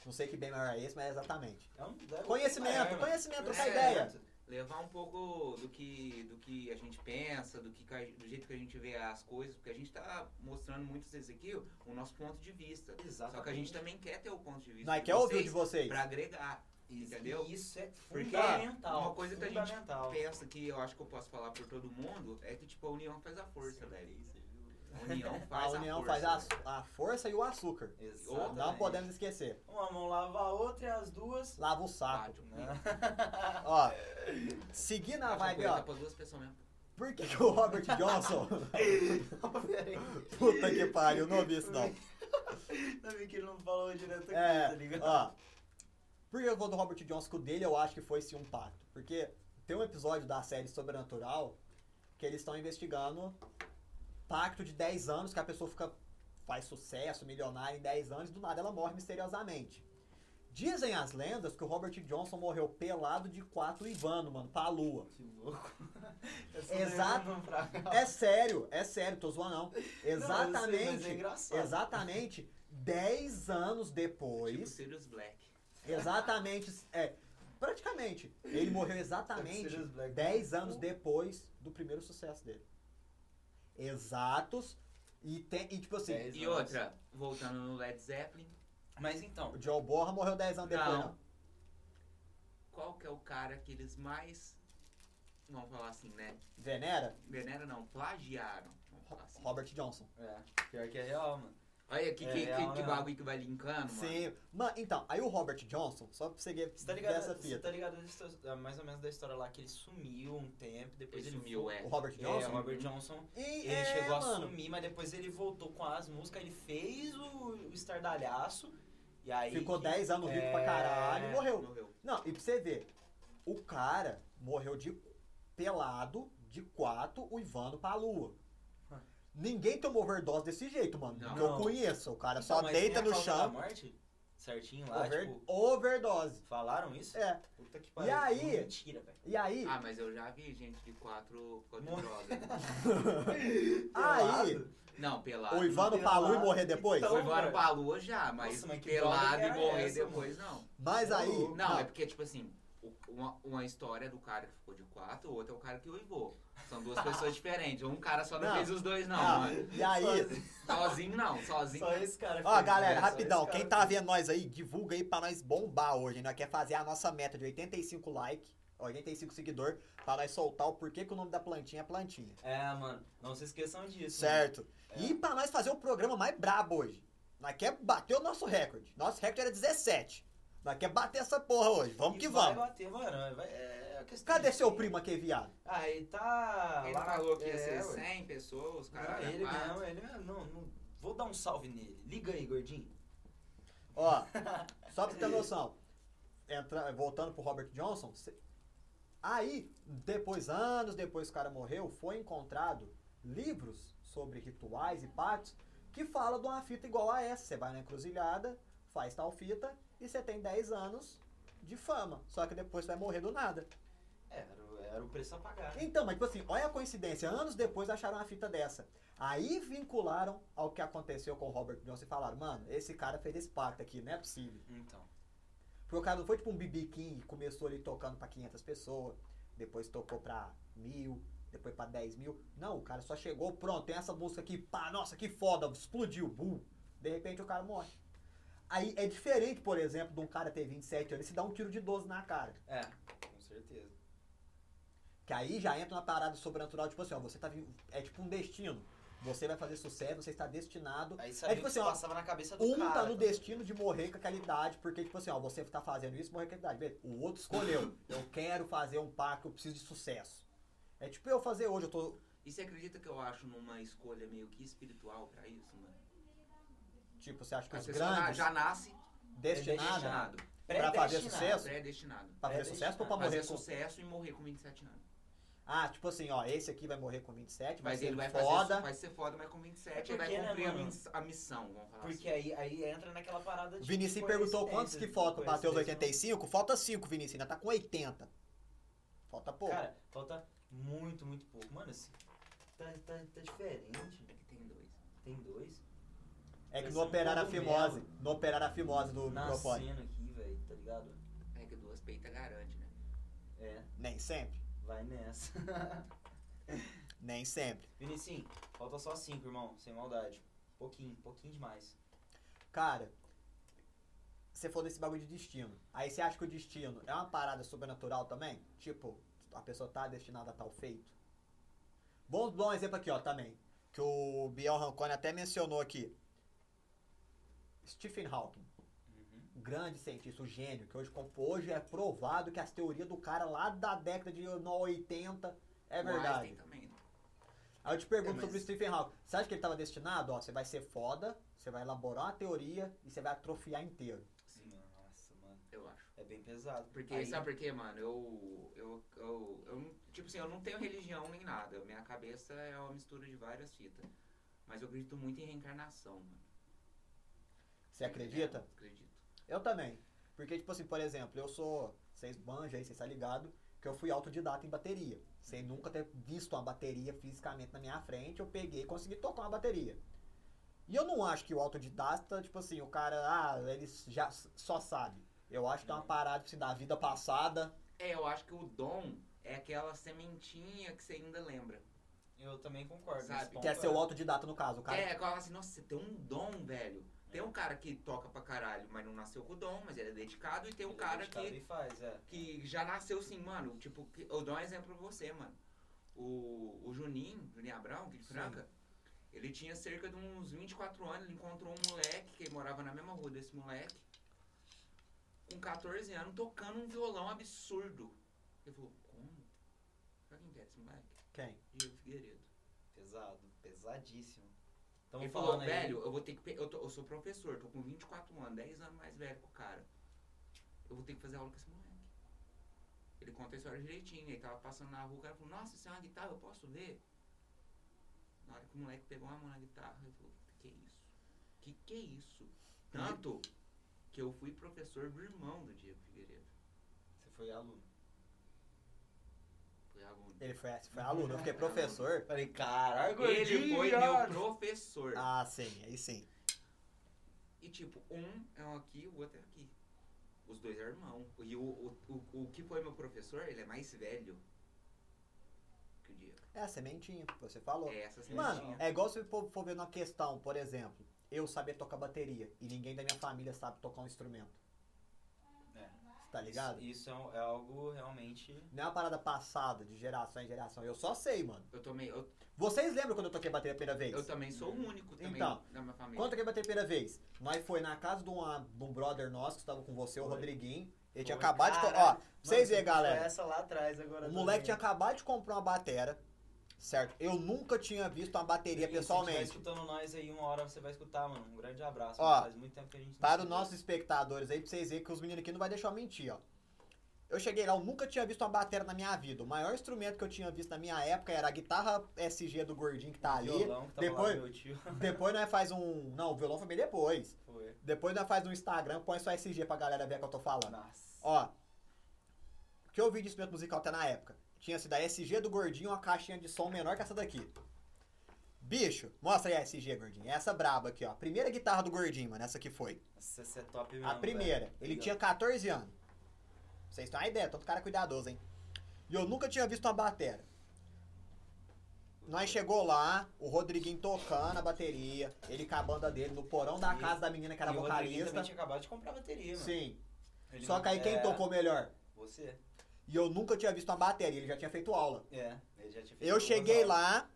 Speaker 1: Não sei que bem maior é esse, mas é exatamente.
Speaker 3: É um- é um bem maior,
Speaker 1: Conhecimento,
Speaker 3: mano.
Speaker 1: conhecimento, trocar
Speaker 2: É.
Speaker 1: ideia.
Speaker 2: levar um pouco do que, do que a gente pensa, do, que, ca- do jeito que a gente vê as coisas, porque a gente tá mostrando muitas vezes aqui o, o nosso ponto de vista.
Speaker 3: Exatamente.
Speaker 2: Só que a gente também quer ter o ponto de vista
Speaker 1: Nós
Speaker 2: de
Speaker 1: quer ouvir o é de
Speaker 2: É. vocês
Speaker 1: vocês.
Speaker 2: pra agregar, entendeu?
Speaker 3: Isso é
Speaker 2: Porque
Speaker 3: fundamental.
Speaker 2: uma coisa que a gente
Speaker 3: fundamental.
Speaker 2: Pensa que eu acho que eu posso falar por todo mundo, é que tipo, a união faz a força, velho. A união
Speaker 1: A
Speaker 2: faz a,
Speaker 1: união
Speaker 2: força. né?
Speaker 1: faz a, a força e o açúcar.
Speaker 3: Exatamente.
Speaker 1: Não podemos esquecer.
Speaker 3: Uma mão lava a outra e as duas.
Speaker 1: Lava o saco.
Speaker 2: Bate o
Speaker 3: Né?
Speaker 1: Ó, seguindo a
Speaker 2: Bate
Speaker 1: vibe,
Speaker 2: punheta
Speaker 1: ó.
Speaker 2: pra duas pessoas mesmo.
Speaker 1: Por que, que o Robert Johnson. Puta que pariu, não ouvi isso não.
Speaker 3: Ainda bem que ele não falou direto aqui,
Speaker 1: É,
Speaker 3: tá ligado?
Speaker 1: Ó, por que eu vou do Robert Johnson que o dele eu acho que foi sim um pacto? Porque tem um episódio da série Sobrenatural que eles estão investigando pacto de 10 anos, que a pessoa fica faz sucesso, milionária em 10 anos, do nada ela morre misteriosamente. Dizem as lendas que o Robert Johnson morreu pelado de quatro Ivano, mano, pra lua.
Speaker 3: Que louco.
Speaker 1: Exato.
Speaker 3: Não, pra cá.
Speaker 1: É sério, é sério, tô zoando não.
Speaker 3: Não, eu sei, mas é
Speaker 1: Exatamente,
Speaker 3: engraçado.
Speaker 1: exatamente 10 anos
Speaker 2: Tipo
Speaker 1: depois,
Speaker 2: Sirius Black.
Speaker 1: Exatamente. É, praticamente. Ele morreu exatamente
Speaker 3: Sirius Black.
Speaker 1: 10 anos depois do primeiro sucesso dele. Exatos. E, tem, e tipo assim,
Speaker 3: Dez.
Speaker 2: E outra, voltando no Led Zeppelin,
Speaker 3: Mas então,
Speaker 1: o Joe Borra morreu 10 anos depois,
Speaker 2: Não.
Speaker 1: não.
Speaker 2: qual que é o cara que eles mais. Vamos falar assim, né?
Speaker 1: Venera?
Speaker 2: Venera não, plagiaram. Vamos falar assim.
Speaker 1: Robert Johnson.
Speaker 3: é, pior que é real, mano.
Speaker 2: Olha aqui
Speaker 3: É
Speaker 2: que, que,
Speaker 3: real,
Speaker 2: que
Speaker 3: né?
Speaker 2: bagulho que vai linkando, mano.
Speaker 1: Sim. Mas, então, aí o Robert Johnson, só pra você ver
Speaker 3: Você tá ligado?
Speaker 1: dessa
Speaker 3: Você
Speaker 1: fita.
Speaker 3: tá ligado da histó- ah, mais ou menos da história lá que ele sumiu um tempo, depois
Speaker 2: Ele
Speaker 3: ele
Speaker 2: sumiu, é.
Speaker 1: O Robert
Speaker 3: É, o
Speaker 1: Johnson?
Speaker 3: Robert Johnson.
Speaker 1: E,
Speaker 3: Ele
Speaker 1: é,
Speaker 3: chegou a
Speaker 1: mano,
Speaker 3: sumir, mas depois ele voltou com as músicas, ele fez o, o estardalhaço. E aí.
Speaker 1: Ficou
Speaker 3: que-
Speaker 1: 10 anos rico
Speaker 3: É.
Speaker 1: pra caralho e morreu.
Speaker 2: Morreu.
Speaker 1: Não, e pra você ver, o cara morreu de pelado, de quatro, o Ivano pra lua. Ninguém tomou overdose desse jeito, mano.
Speaker 2: Não.
Speaker 1: que eu
Speaker 3: Não.
Speaker 1: conheço. O cara
Speaker 3: Então,
Speaker 1: só
Speaker 3: mas
Speaker 1: deita
Speaker 3: tem a
Speaker 1: no
Speaker 3: causa Da
Speaker 1: chão.
Speaker 3: morte? Certinho lá,
Speaker 1: Over,
Speaker 3: tipo,
Speaker 1: overdose.
Speaker 3: falaram isso?
Speaker 1: É.
Speaker 3: Puta que
Speaker 1: E aí?
Speaker 3: Mentira, velho.
Speaker 1: E aí,
Speaker 2: Ah, mas eu já vi gente de quatro por causa de
Speaker 3: Mor-
Speaker 2: droga.
Speaker 1: aí,
Speaker 3: Pelado?
Speaker 2: Não, pelado.
Speaker 1: o Ivano
Speaker 3: pelado.
Speaker 1: Palu e morrer depois?
Speaker 3: Então-
Speaker 2: Foi embora
Speaker 3: velho.
Speaker 2: pra lua já, mas,
Speaker 3: Nossa, mas que droga
Speaker 2: pelado
Speaker 3: que
Speaker 2: e
Speaker 3: era
Speaker 2: morrer
Speaker 3: essa,
Speaker 2: depois, não.
Speaker 1: Mas aí.
Speaker 2: Não, é porque, tipo assim, o- uma, uma história é do cara que ficou de quatro, o outro é o cara que uivou. São duas pessoas diferentes. Um cara só não,
Speaker 1: Não.
Speaker 2: fez os dois, não.
Speaker 1: Ah,
Speaker 2: mano.
Speaker 1: E aí,
Speaker 2: Sozinho, não. Sozinho.
Speaker 3: Só esse cara.
Speaker 1: Ó,
Speaker 3: fez,
Speaker 1: galera,
Speaker 3: né? Só
Speaker 1: rapidão.
Speaker 3: esse cara
Speaker 1: Quem tá
Speaker 3: fez.
Speaker 1: vendo nós aí, divulga aí pra nós bombar hoje. Nós quer fazer a nossa meta de 85 like, 85 seguidor, pra nós soltar o porquê que o nome da plantinha é plantinha.
Speaker 3: É, mano, não se esqueçam disso.
Speaker 1: Certo?
Speaker 3: É.
Speaker 1: E pra nós fazer o programa mais brabo hoje. Nós quer bater o nosso recorde. Nosso recorde era 17. Nós quer bater essa porra hoje.
Speaker 3: mano.
Speaker 1: Vamos
Speaker 3: E
Speaker 1: que
Speaker 3: vai
Speaker 1: vamos.
Speaker 3: bater, mano. Vai, é a questão
Speaker 1: Cadê
Speaker 3: de-
Speaker 1: seu primo aqui, viado?
Speaker 3: Ah, ele tá.
Speaker 2: Ele
Speaker 3: lá,
Speaker 2: falou que ia ser é
Speaker 3: é, ué.
Speaker 2: 100 pessoas, cara.
Speaker 3: Não, ele mesmo, ele mesmo. Não, não- Vou dar um salve nele. Liga aí, gordinho.
Speaker 1: Ó, só pra você ter noção. Entra- voltando pro Robert Johnson. cê- Aí, depois, anos depois que o cara morreu, foi encontrado livros sobre rituais e pactos que falam de uma fita igual a essa. Você vai na encruzilhada, faz tal fita e você tem 10 anos de fama. Só que depois você vai morrer do nada.
Speaker 3: É, era, o- era o preço a pagar. né?
Speaker 1: Então, mas tipo assim, olha a coincidência. Anos depois acharam uma fita dessa. Aí vincularam ao que aconteceu com o Robert Johnson e falaram, mano, esse cara fez esse pacto aqui, não é possível.
Speaker 3: Então.
Speaker 1: Porque o cara não foi tipo um BB King que começou ali tocando pra 500 pessoas, depois tocou pra mil, depois pra 10 mil. Não, o cara só chegou, pronto, tem essa música aqui, pá, nossa, que foda, explodiu, bu. De repente o cara morre. Aí é diferente, por exemplo, de um cara ter 27 anos e se dá um tiro de 12 na cara.
Speaker 3: É, com certeza.
Speaker 1: Que aí já entra uma parada sobrenatural, tipo assim, ó, você tá vivo, é tipo um destino. Você vai fazer sucesso, você está destinado.
Speaker 3: Aí sabia
Speaker 1: É tipo assim,
Speaker 3: que
Speaker 1: ó,
Speaker 3: passava na cabeça do
Speaker 1: Um
Speaker 3: cara.
Speaker 1: tá no
Speaker 3: também.
Speaker 1: destino de morrer com aquela idade, porque, tipo assim, ó, você tá fazendo isso, morrer com aquela idade. Beleza. O outro escolheu. Eu quero fazer um pacto, eu preciso de sucesso. É tipo eu fazer hoje, eu tô.
Speaker 2: E você acredita que eu acho numa escolha meio que espiritual pra isso, mano?
Speaker 1: Tipo, você acha que
Speaker 2: A
Speaker 1: os
Speaker 2: pessoa na-
Speaker 1: grandes
Speaker 2: já nasce
Speaker 1: destinados
Speaker 2: destinado.
Speaker 1: pra fazer
Speaker 3: Predestinado.
Speaker 1: sucesso?
Speaker 2: Pré-destinado.
Speaker 1: Pra fazer
Speaker 3: É,
Speaker 1: sucesso ou pra
Speaker 2: Fazer
Speaker 1: morrer com.
Speaker 2: sucesso e morrer com 27 anos.
Speaker 1: Ah, tipo assim, ó, esse aqui vai morrer com 27, vai
Speaker 2: Mas
Speaker 1: ser
Speaker 2: ele vai
Speaker 1: foda.
Speaker 2: fazer. Vai ser foda, mas com 27
Speaker 3: É
Speaker 2: ele vai
Speaker 3: porque, né,
Speaker 2: cumprir a
Speaker 3: mano?
Speaker 2: miss- a missão, vamos falar
Speaker 3: Porque
Speaker 2: assim.
Speaker 3: aí, aí entra naquela parada de.
Speaker 1: Vinicius perguntou quantos que faltam pra ter os
Speaker 3: coincidência,
Speaker 1: 85? Falta 5, Vinicius, ainda tá com 80. Falta pouco.
Speaker 3: Cara, falta muito, muito pouco. Mano, assim, tá, tá, tá diferente.
Speaker 2: É que tem dois.
Speaker 3: Tem dois.
Speaker 1: é que
Speaker 3: esse
Speaker 1: não
Speaker 3: é um
Speaker 1: operaram a
Speaker 3: cogumelo.
Speaker 1: fimose. Não operaram a fimose do microfone.
Speaker 3: Nascendo aqui, velho, tá ligado?
Speaker 2: É que duas peitas garante, né?
Speaker 3: É,
Speaker 1: Nem sempre.
Speaker 3: vai nessa.
Speaker 1: Nem sempre.
Speaker 3: Vinicius, falta só cinco, irmão. Sem maldade. Pouquinho, pouquinho demais.
Speaker 1: Cara, você falou desse bagulho de destino. Aí você acha que o destino é uma parada sobrenatural também? Tipo, a pessoa tá destinada a tal feito? Bom, bom exemplo aqui, ó, também. Que o Biel Rancone até mencionou aqui. Stephen Hawking,
Speaker 3: Uhum.
Speaker 1: o grande cientista, o gênio, que hoje, com- hoje é provado que as teorias do cara lá da década de 80 é
Speaker 2: O
Speaker 1: verdade.
Speaker 2: Einstein também, né?
Speaker 1: Aí eu te pergunto
Speaker 2: É, mas-
Speaker 1: sobre o Stephen Hawking. Você acha que ele estava destinado? Ó, você vai ser foda, você vai elaborar uma teoria e você vai atrofiar inteiro.
Speaker 3: Nossa, mano.
Speaker 2: Eu acho.
Speaker 3: É bem pesado.
Speaker 2: Porque,
Speaker 3: Aí-
Speaker 2: sabe por quê, mano? Eu, eu, eu, eu não- Tipo assim, eu não tenho religião nem nada. Minha cabeça é uma mistura de várias fitas. Mas eu acredito muito em reencarnação, mano.
Speaker 1: Você acredita?
Speaker 2: É, acredito.
Speaker 1: Eu também. Porque, tipo assim, por exemplo, eu sou. Vocês banjam aí, vocês tá ligado? Que eu fui autodidata em bateria. Sem nunca ter visto uma bateria fisicamente na minha frente, eu peguei e consegui tocar uma bateria. E eu não acho que o autodidata, tipo assim, o cara, ah, ele já s- só sabe. Eu acho que é uma
Speaker 2: Não.
Speaker 1: parada assim, da vida passada.
Speaker 2: É, eu acho que o dom é aquela sementinha que você ainda lembra.
Speaker 3: Eu também concordo.
Speaker 2: Sabe?
Speaker 3: nesse ponto,
Speaker 1: Que é ser o
Speaker 3: né?
Speaker 1: autodidata, no caso. O cara É.
Speaker 2: É, ela fala assim, nossa, você tem um dom, velho. Tem um cara que toca pra caralho, mas não nasceu com o dom, mas ele é dedicado. E tem um
Speaker 3: Ele
Speaker 2: cara
Speaker 3: dedicado
Speaker 2: que,
Speaker 3: E faz, é.
Speaker 2: que já nasceu assim, mano. Tipo, que- eu dou um exemplo pra você, mano. O, o Juninho, Juninho Abrão, que de
Speaker 3: Sim.
Speaker 2: Franca, ele tinha cerca de uns 24 anos, ele encontrou um moleque que morava na mesma rua desse moleque, com 14 anos, tocando um violão absurdo. Ele falou, como? Sabe quem que é esse moleque?
Speaker 1: Quem?
Speaker 2: Diego Figueiredo.
Speaker 3: Pesado, pesadíssimo. Tamo
Speaker 2: Ele falou,
Speaker 3: falando aí.
Speaker 2: velho, eu vou ter que. pe- Eu, tô- eu sou professor, tô com 24 anos, 10 anos mais velho que o cara. Eu vou ter que fazer aula com esse moleque. Ele conta a história direitinho, ele tava passando na rua, o cara falou, nossa, isso é uma guitarra, eu posso ver? Na hora que o moleque pegou uma mão na guitarra, ele falou, que que é isso? Que que é isso? Tanto que eu fui professor do irmão do Diego Figueiredo.
Speaker 3: Você foi aluno.
Speaker 2: Fui aluno.
Speaker 1: Ele foi, foi aluno, eu fiquei professor.
Speaker 3: Falei, tá caralho,
Speaker 2: Ele foi meu professor.
Speaker 1: Ah, sim, aí sim.
Speaker 2: E tipo, um é um aqui, o outro é aqui. Os dois é irmão. E o, o, o, o que foi meu professor, ele é mais velho que o Diego.
Speaker 1: É a sementinha, você falou.
Speaker 2: É essa
Speaker 1: Mano,
Speaker 2: sementinha.
Speaker 1: é igual se for, for ver uma questão, por exemplo, eu saber tocar bateria e ninguém da minha família sabe tocar um instrumento.
Speaker 3: É.
Speaker 1: Tá ligado?
Speaker 3: Isso é, um- é algo realmente.
Speaker 1: Não é uma parada passada, de geração em geração. Eu só sei, mano.
Speaker 2: Eu também, eu,
Speaker 1: Vocês lembram quando eu toquei bateria a primeira vez?
Speaker 2: eu também sou o único também
Speaker 1: Então,
Speaker 2: da minha família.
Speaker 1: Quando eu toquei bateria a primeira vez? Nós foi na casa de, uma- de um brother nosso que estava com você, o
Speaker 3: Foi.
Speaker 1: Rodriguinho. Ele tinha
Speaker 3: Foi,
Speaker 1: acabado de. co- Ó,
Speaker 3: caralho.
Speaker 1: pra vocês verem, galera.
Speaker 3: Foi essa lá atrás agora.
Speaker 1: O moleque tinha
Speaker 3: também.
Speaker 1: acabado de comprar uma batera, certo? Eu nunca tinha visto uma bateria
Speaker 3: E É Se você
Speaker 1: pessoalmente.
Speaker 3: estiver escutando nós aí, uma hora você vai escutar, mano. Um grande abraço.
Speaker 1: Ó, tá
Speaker 3: mano. faz muito tempo que a gente não
Speaker 1: Para
Speaker 3: se
Speaker 1: os
Speaker 3: vê.
Speaker 1: nossos espectadores aí, pra vocês verem que os meninos aqui não vai deixar eu mentir, ó. Eu cheguei lá, eu nunca tinha visto uma bateria na minha vida. O maior instrumento que eu tinha visto na minha época era a guitarra SG do gordinho que tá ali.
Speaker 3: Violão que tava
Speaker 1: depois-
Speaker 3: lá do meu tio.
Speaker 1: Depois nós faz um. Não, o violão foi bem depois.
Speaker 3: Foi.
Speaker 1: Depois nós faz um Instagram, põe só SG pra galera ver o que eu tô falando.
Speaker 3: Nossa.
Speaker 1: Ó. O que eu vi de instrumento musical até na época? Tinha sido a SG do Gordinho, uma caixinha de som menor que essa daqui. Bicho, mostra aí a SG, Gordinho. Essa braba aqui, ó. Primeira guitarra do Gordinho, mano. Essa que foi.
Speaker 3: Essa, essa é top mesmo.
Speaker 1: A primeira.
Speaker 3: velho.
Speaker 1: Ele
Speaker 3: Legal.
Speaker 1: tinha 14 anos. Vocês têm uma ideia, todo cara é cuidadoso, hein? E eu nunca tinha visto uma batera. Nós chegou lá, o Rodriguinho tocando a bateria, ele com a banda dele no porão da
Speaker 3: E-
Speaker 1: casa da menina que era
Speaker 3: E o Rodriguinho
Speaker 1: vocalista.
Speaker 3: também tinha acabado de comprar bateria, mano.
Speaker 1: Sim.
Speaker 3: Ele-
Speaker 1: Só que aí quem
Speaker 3: é,
Speaker 1: tocou melhor?
Speaker 3: Você.
Speaker 1: E eu nunca tinha visto uma bateria, ele já tinha feito aula.
Speaker 3: É. Ele já tinha feito
Speaker 1: Eu
Speaker 3: duas
Speaker 1: cheguei
Speaker 3: aulas.
Speaker 1: lá,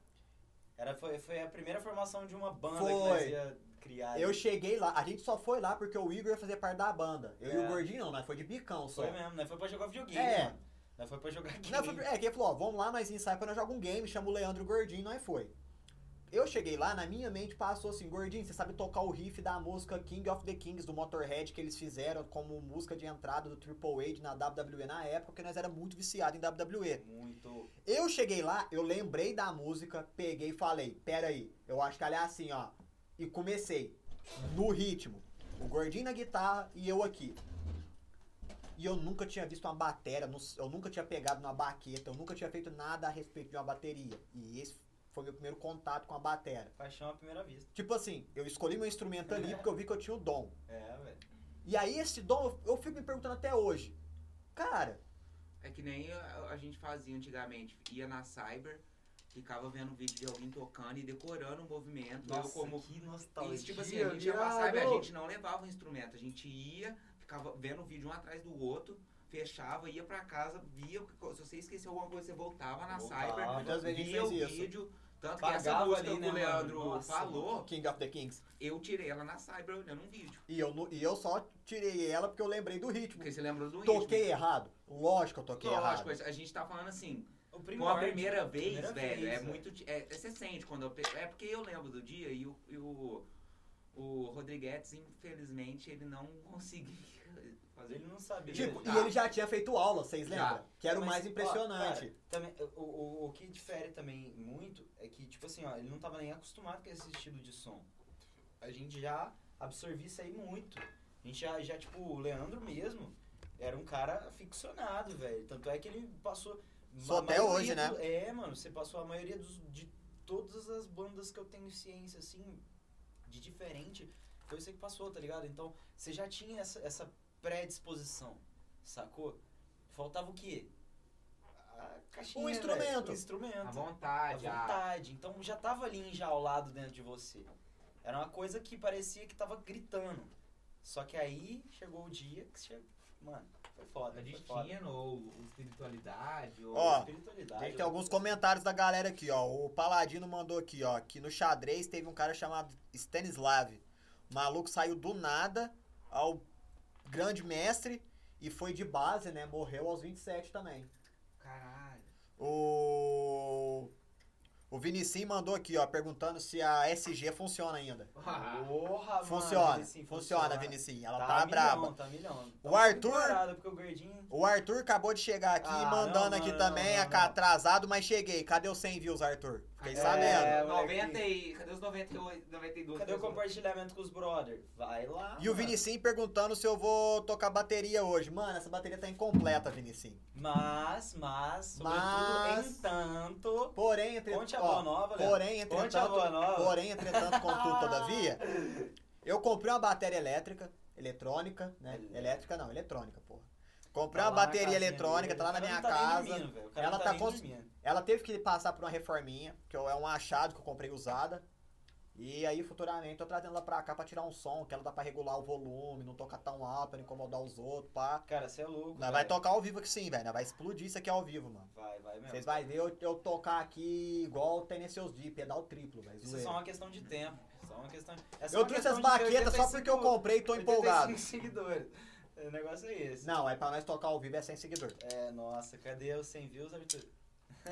Speaker 3: Era, foi, foi a primeira formação de uma banda que
Speaker 1: Foi.
Speaker 3: nós ia criar.
Speaker 1: eu cheguei lá, a gente só foi lá porque o Igor ia fazer parte da banda. Eu e o
Speaker 3: É.
Speaker 1: Gordinho não, nós foi de bicão só.
Speaker 3: Foi mesmo, não foi pra jogar videogame,
Speaker 1: É.
Speaker 3: mano. Não foi pra jogar game.
Speaker 1: Não, foi, é, que ele falou, ó, vamos lá, nós ensaio pra nós jogar um game, chama o Leandro Gordinho, nós foi. Eu cheguei lá, na minha mente passou assim, Gordinho, você sabe tocar o riff da música King of the Kings, do Motorhead, que eles fizeram como música de entrada do Triple H na WWE na época, porque nós era muito viciado em WWE.
Speaker 3: Muito.
Speaker 1: Eu cheguei lá, eu lembrei da música, peguei e falei, pera aí, eu acho que ela é assim, ó. E comecei, no ritmo. O gordinho na guitarra e eu aqui. E eu nunca tinha visto uma bateria, nu- eu nunca tinha pegado numa baqueta, eu nunca tinha feito nada a respeito de uma bateria. E esse foi meu primeiro contato com a bateria.
Speaker 3: Paixão à primeira vista.
Speaker 1: Tipo assim, eu escolhi meu instrumento ali porque eu vi que eu tinha o dom.
Speaker 3: É, velho.
Speaker 1: E aí esse dom, eu eu fico me perguntando até hoje. Cara,
Speaker 2: É que nem a, a gente fazia antigamente. Ia na Cyber, ficava vendo vídeo de alguém tocando e decorando o movimento. eu como.
Speaker 3: que
Speaker 2: E,
Speaker 3: nostalgia.
Speaker 2: tipo assim, a gente ia pra Cyber, a gente não levava o instrumento. A gente ia, ficava vendo o vídeo um atrás do outro, fechava, ia pra casa, via. Se você esqueceu alguma coisa, você voltava na
Speaker 3: Voltava.
Speaker 2: Cyber,
Speaker 1: muitas vezes a gente
Speaker 2: via o
Speaker 1: fez isso.
Speaker 2: vídeo. Tanto que essa
Speaker 3: Pagava
Speaker 2: música
Speaker 3: ali,
Speaker 2: que o
Speaker 3: né, mano?
Speaker 2: Leandro
Speaker 3: Nossa,
Speaker 2: falou,
Speaker 1: King of the Kings.
Speaker 2: eu tirei ela na Cyber olhando um vídeo.
Speaker 1: E eu, nu- e eu só tirei ela porque eu lembrei do ritmo.
Speaker 2: Porque você lembrou do ritmo.
Speaker 1: Toquei errado? Lógico que eu toquei
Speaker 2: Lógico,
Speaker 1: errado.
Speaker 2: a gente tá falando assim,
Speaker 3: O
Speaker 2: Com a primeira vez,
Speaker 3: Primeira
Speaker 2: velho,
Speaker 3: vez,
Speaker 2: é
Speaker 3: velho.
Speaker 2: muito. É, é- você sente quando eu. pe- É porque eu lembro do dia e o, e o, o Rodrigues, infelizmente, ele não conseguiu
Speaker 3: Mas
Speaker 2: fazer.
Speaker 3: ele não sabia.
Speaker 1: Tipo,
Speaker 2: Tá.
Speaker 1: e ele já tinha feito aula, vocês
Speaker 2: Já.
Speaker 1: lembram? Que era o
Speaker 3: Mas,
Speaker 1: mais
Speaker 3: ó,
Speaker 1: impressionante.
Speaker 3: cara, também, o, o, o que difere também muito é que, tipo assim, ó, ele não tava nem acostumado com esse estilo de som. A gente já absorvia isso aí muito. A gente já, já tipo, o Leandro mesmo era um cara ficcionado, velho. Tanto é que ele passou.
Speaker 1: Só
Speaker 3: a
Speaker 1: até
Speaker 3: maioria
Speaker 1: hoje, né?
Speaker 3: do- É, mano, você passou a maioria dos, de todas as bandas que eu tenho ciência, assim, de diferente, foi você que passou, tá ligado? Então, você já tinha essa, essa predisposição, sacou? Faltava o quê? A caixinha,
Speaker 1: Um instrumento.
Speaker 3: velho, Um
Speaker 2: A
Speaker 3: instrumento. A
Speaker 2: vontade, ah. a-
Speaker 3: vontade. Então já tava ali enjaulado dentro de você. Era uma coisa que parecia que tava gritando. Só que aí chegou o dia que você... Mano, foi foda,
Speaker 4: A
Speaker 3: foi
Speaker 4: gente
Speaker 3: foda.
Speaker 4: tinha ou ou espiritualidade ou
Speaker 1: Ó,
Speaker 3: Espiritualidade.
Speaker 1: Gente, tem alguns comentários da galera aqui, ó. O Paladino mandou aqui, ó, que no xadrez teve um cara chamado Stanislav. O maluco saiu do nada ao grande mestre e foi de base, né? Morreu aos 27 também.
Speaker 4: caralho.
Speaker 1: O. O Vinicim mandou aqui, ó, perguntando se a SG funciona ainda.
Speaker 4: Ah,
Speaker 3: Porra,
Speaker 1: Funciona,
Speaker 3: mano, assim,
Speaker 1: funciona, Vinicim. Ela tá,
Speaker 3: tá milhão,
Speaker 1: braba.
Speaker 3: Tá milhão.
Speaker 1: O
Speaker 3: Tá
Speaker 1: Arthur-
Speaker 3: preparado, porque o gordinho...
Speaker 1: O Arthur acabou de chegar aqui,
Speaker 3: Ah,
Speaker 1: mandando
Speaker 3: não,
Speaker 1: aqui
Speaker 3: não,
Speaker 1: também,
Speaker 3: não, não,
Speaker 1: aca-
Speaker 3: não.
Speaker 1: atrasado, mas cheguei. Cadê os 100 views, Arthur? Fica Fiquei sabendo.
Speaker 7: É,
Speaker 2: 90 e. Cadê os 98, 92?
Speaker 3: Cadê o compartilhamento com os brother? Vai lá.
Speaker 1: E o
Speaker 3: mano.
Speaker 1: Vinicim perguntando se eu vou tocar bateria hoje. Mano, essa bateria tá incompleta, Vinicim.
Speaker 3: Mas, mas, sobretudo,
Speaker 1: Mas-
Speaker 3: entanto.
Speaker 1: Porém, entre...
Speaker 3: Conte a
Speaker 1: ó,
Speaker 3: boa nova, Leandro.
Speaker 1: Porém,
Speaker 3: Conte a
Speaker 1: entretanto,
Speaker 3: boa nova.
Speaker 1: porém, entretanto, contudo, todavia, eu comprei uma bateria elétrica, eletrônica, né?
Speaker 3: Elétrica.
Speaker 1: Elétrica não, eletrônica, porra. Comprei
Speaker 3: Tá lá
Speaker 1: uma
Speaker 3: na
Speaker 1: bateria
Speaker 3: casinha
Speaker 1: eletrônica,
Speaker 3: dele.
Speaker 1: tá lá
Speaker 3: O
Speaker 1: na
Speaker 3: cara
Speaker 1: minha
Speaker 3: não tá nem
Speaker 1: casa.
Speaker 3: dormindo, velho. O cara
Speaker 1: Ela
Speaker 3: não
Speaker 1: tá
Speaker 3: nem
Speaker 1: cons-
Speaker 3: dormindo.
Speaker 1: Ela teve que passar por uma reforminha, que é um achado que eu comprei usada. E aí, futuramente, tô trazendo ela pra cá pra tirar um som, que ela dá pra regular o volume, não tocar tão alto, pra não incomodar os outros, pá.
Speaker 3: Cara, você é
Speaker 1: Nós
Speaker 3: louco.
Speaker 1: vai
Speaker 3: velho.
Speaker 1: tocar ao vivo aqui sim, velho. Nós vai explodir isso aqui ao vivo, mano.
Speaker 3: Vai, vai mesmo.
Speaker 1: Vocês vão ver eu, eu tocar aqui igual o Teneseus D, pedal triplo, velho.
Speaker 3: Isso é
Speaker 1: zoeira.
Speaker 3: só uma questão de tempo. Só uma questão de... é só
Speaker 1: Eu
Speaker 3: uma
Speaker 1: trouxe
Speaker 3: questão
Speaker 1: as
Speaker 3: de
Speaker 1: baquetas só
Speaker 3: 85
Speaker 1: porque eu comprei e tô
Speaker 3: 85
Speaker 1: empolgado.
Speaker 3: seguidores. O negócio é esse.
Speaker 1: Não, é pra nós tocar ao vivo é sem seguidor.
Speaker 3: É, nossa, cadê os 100 views, Arthur?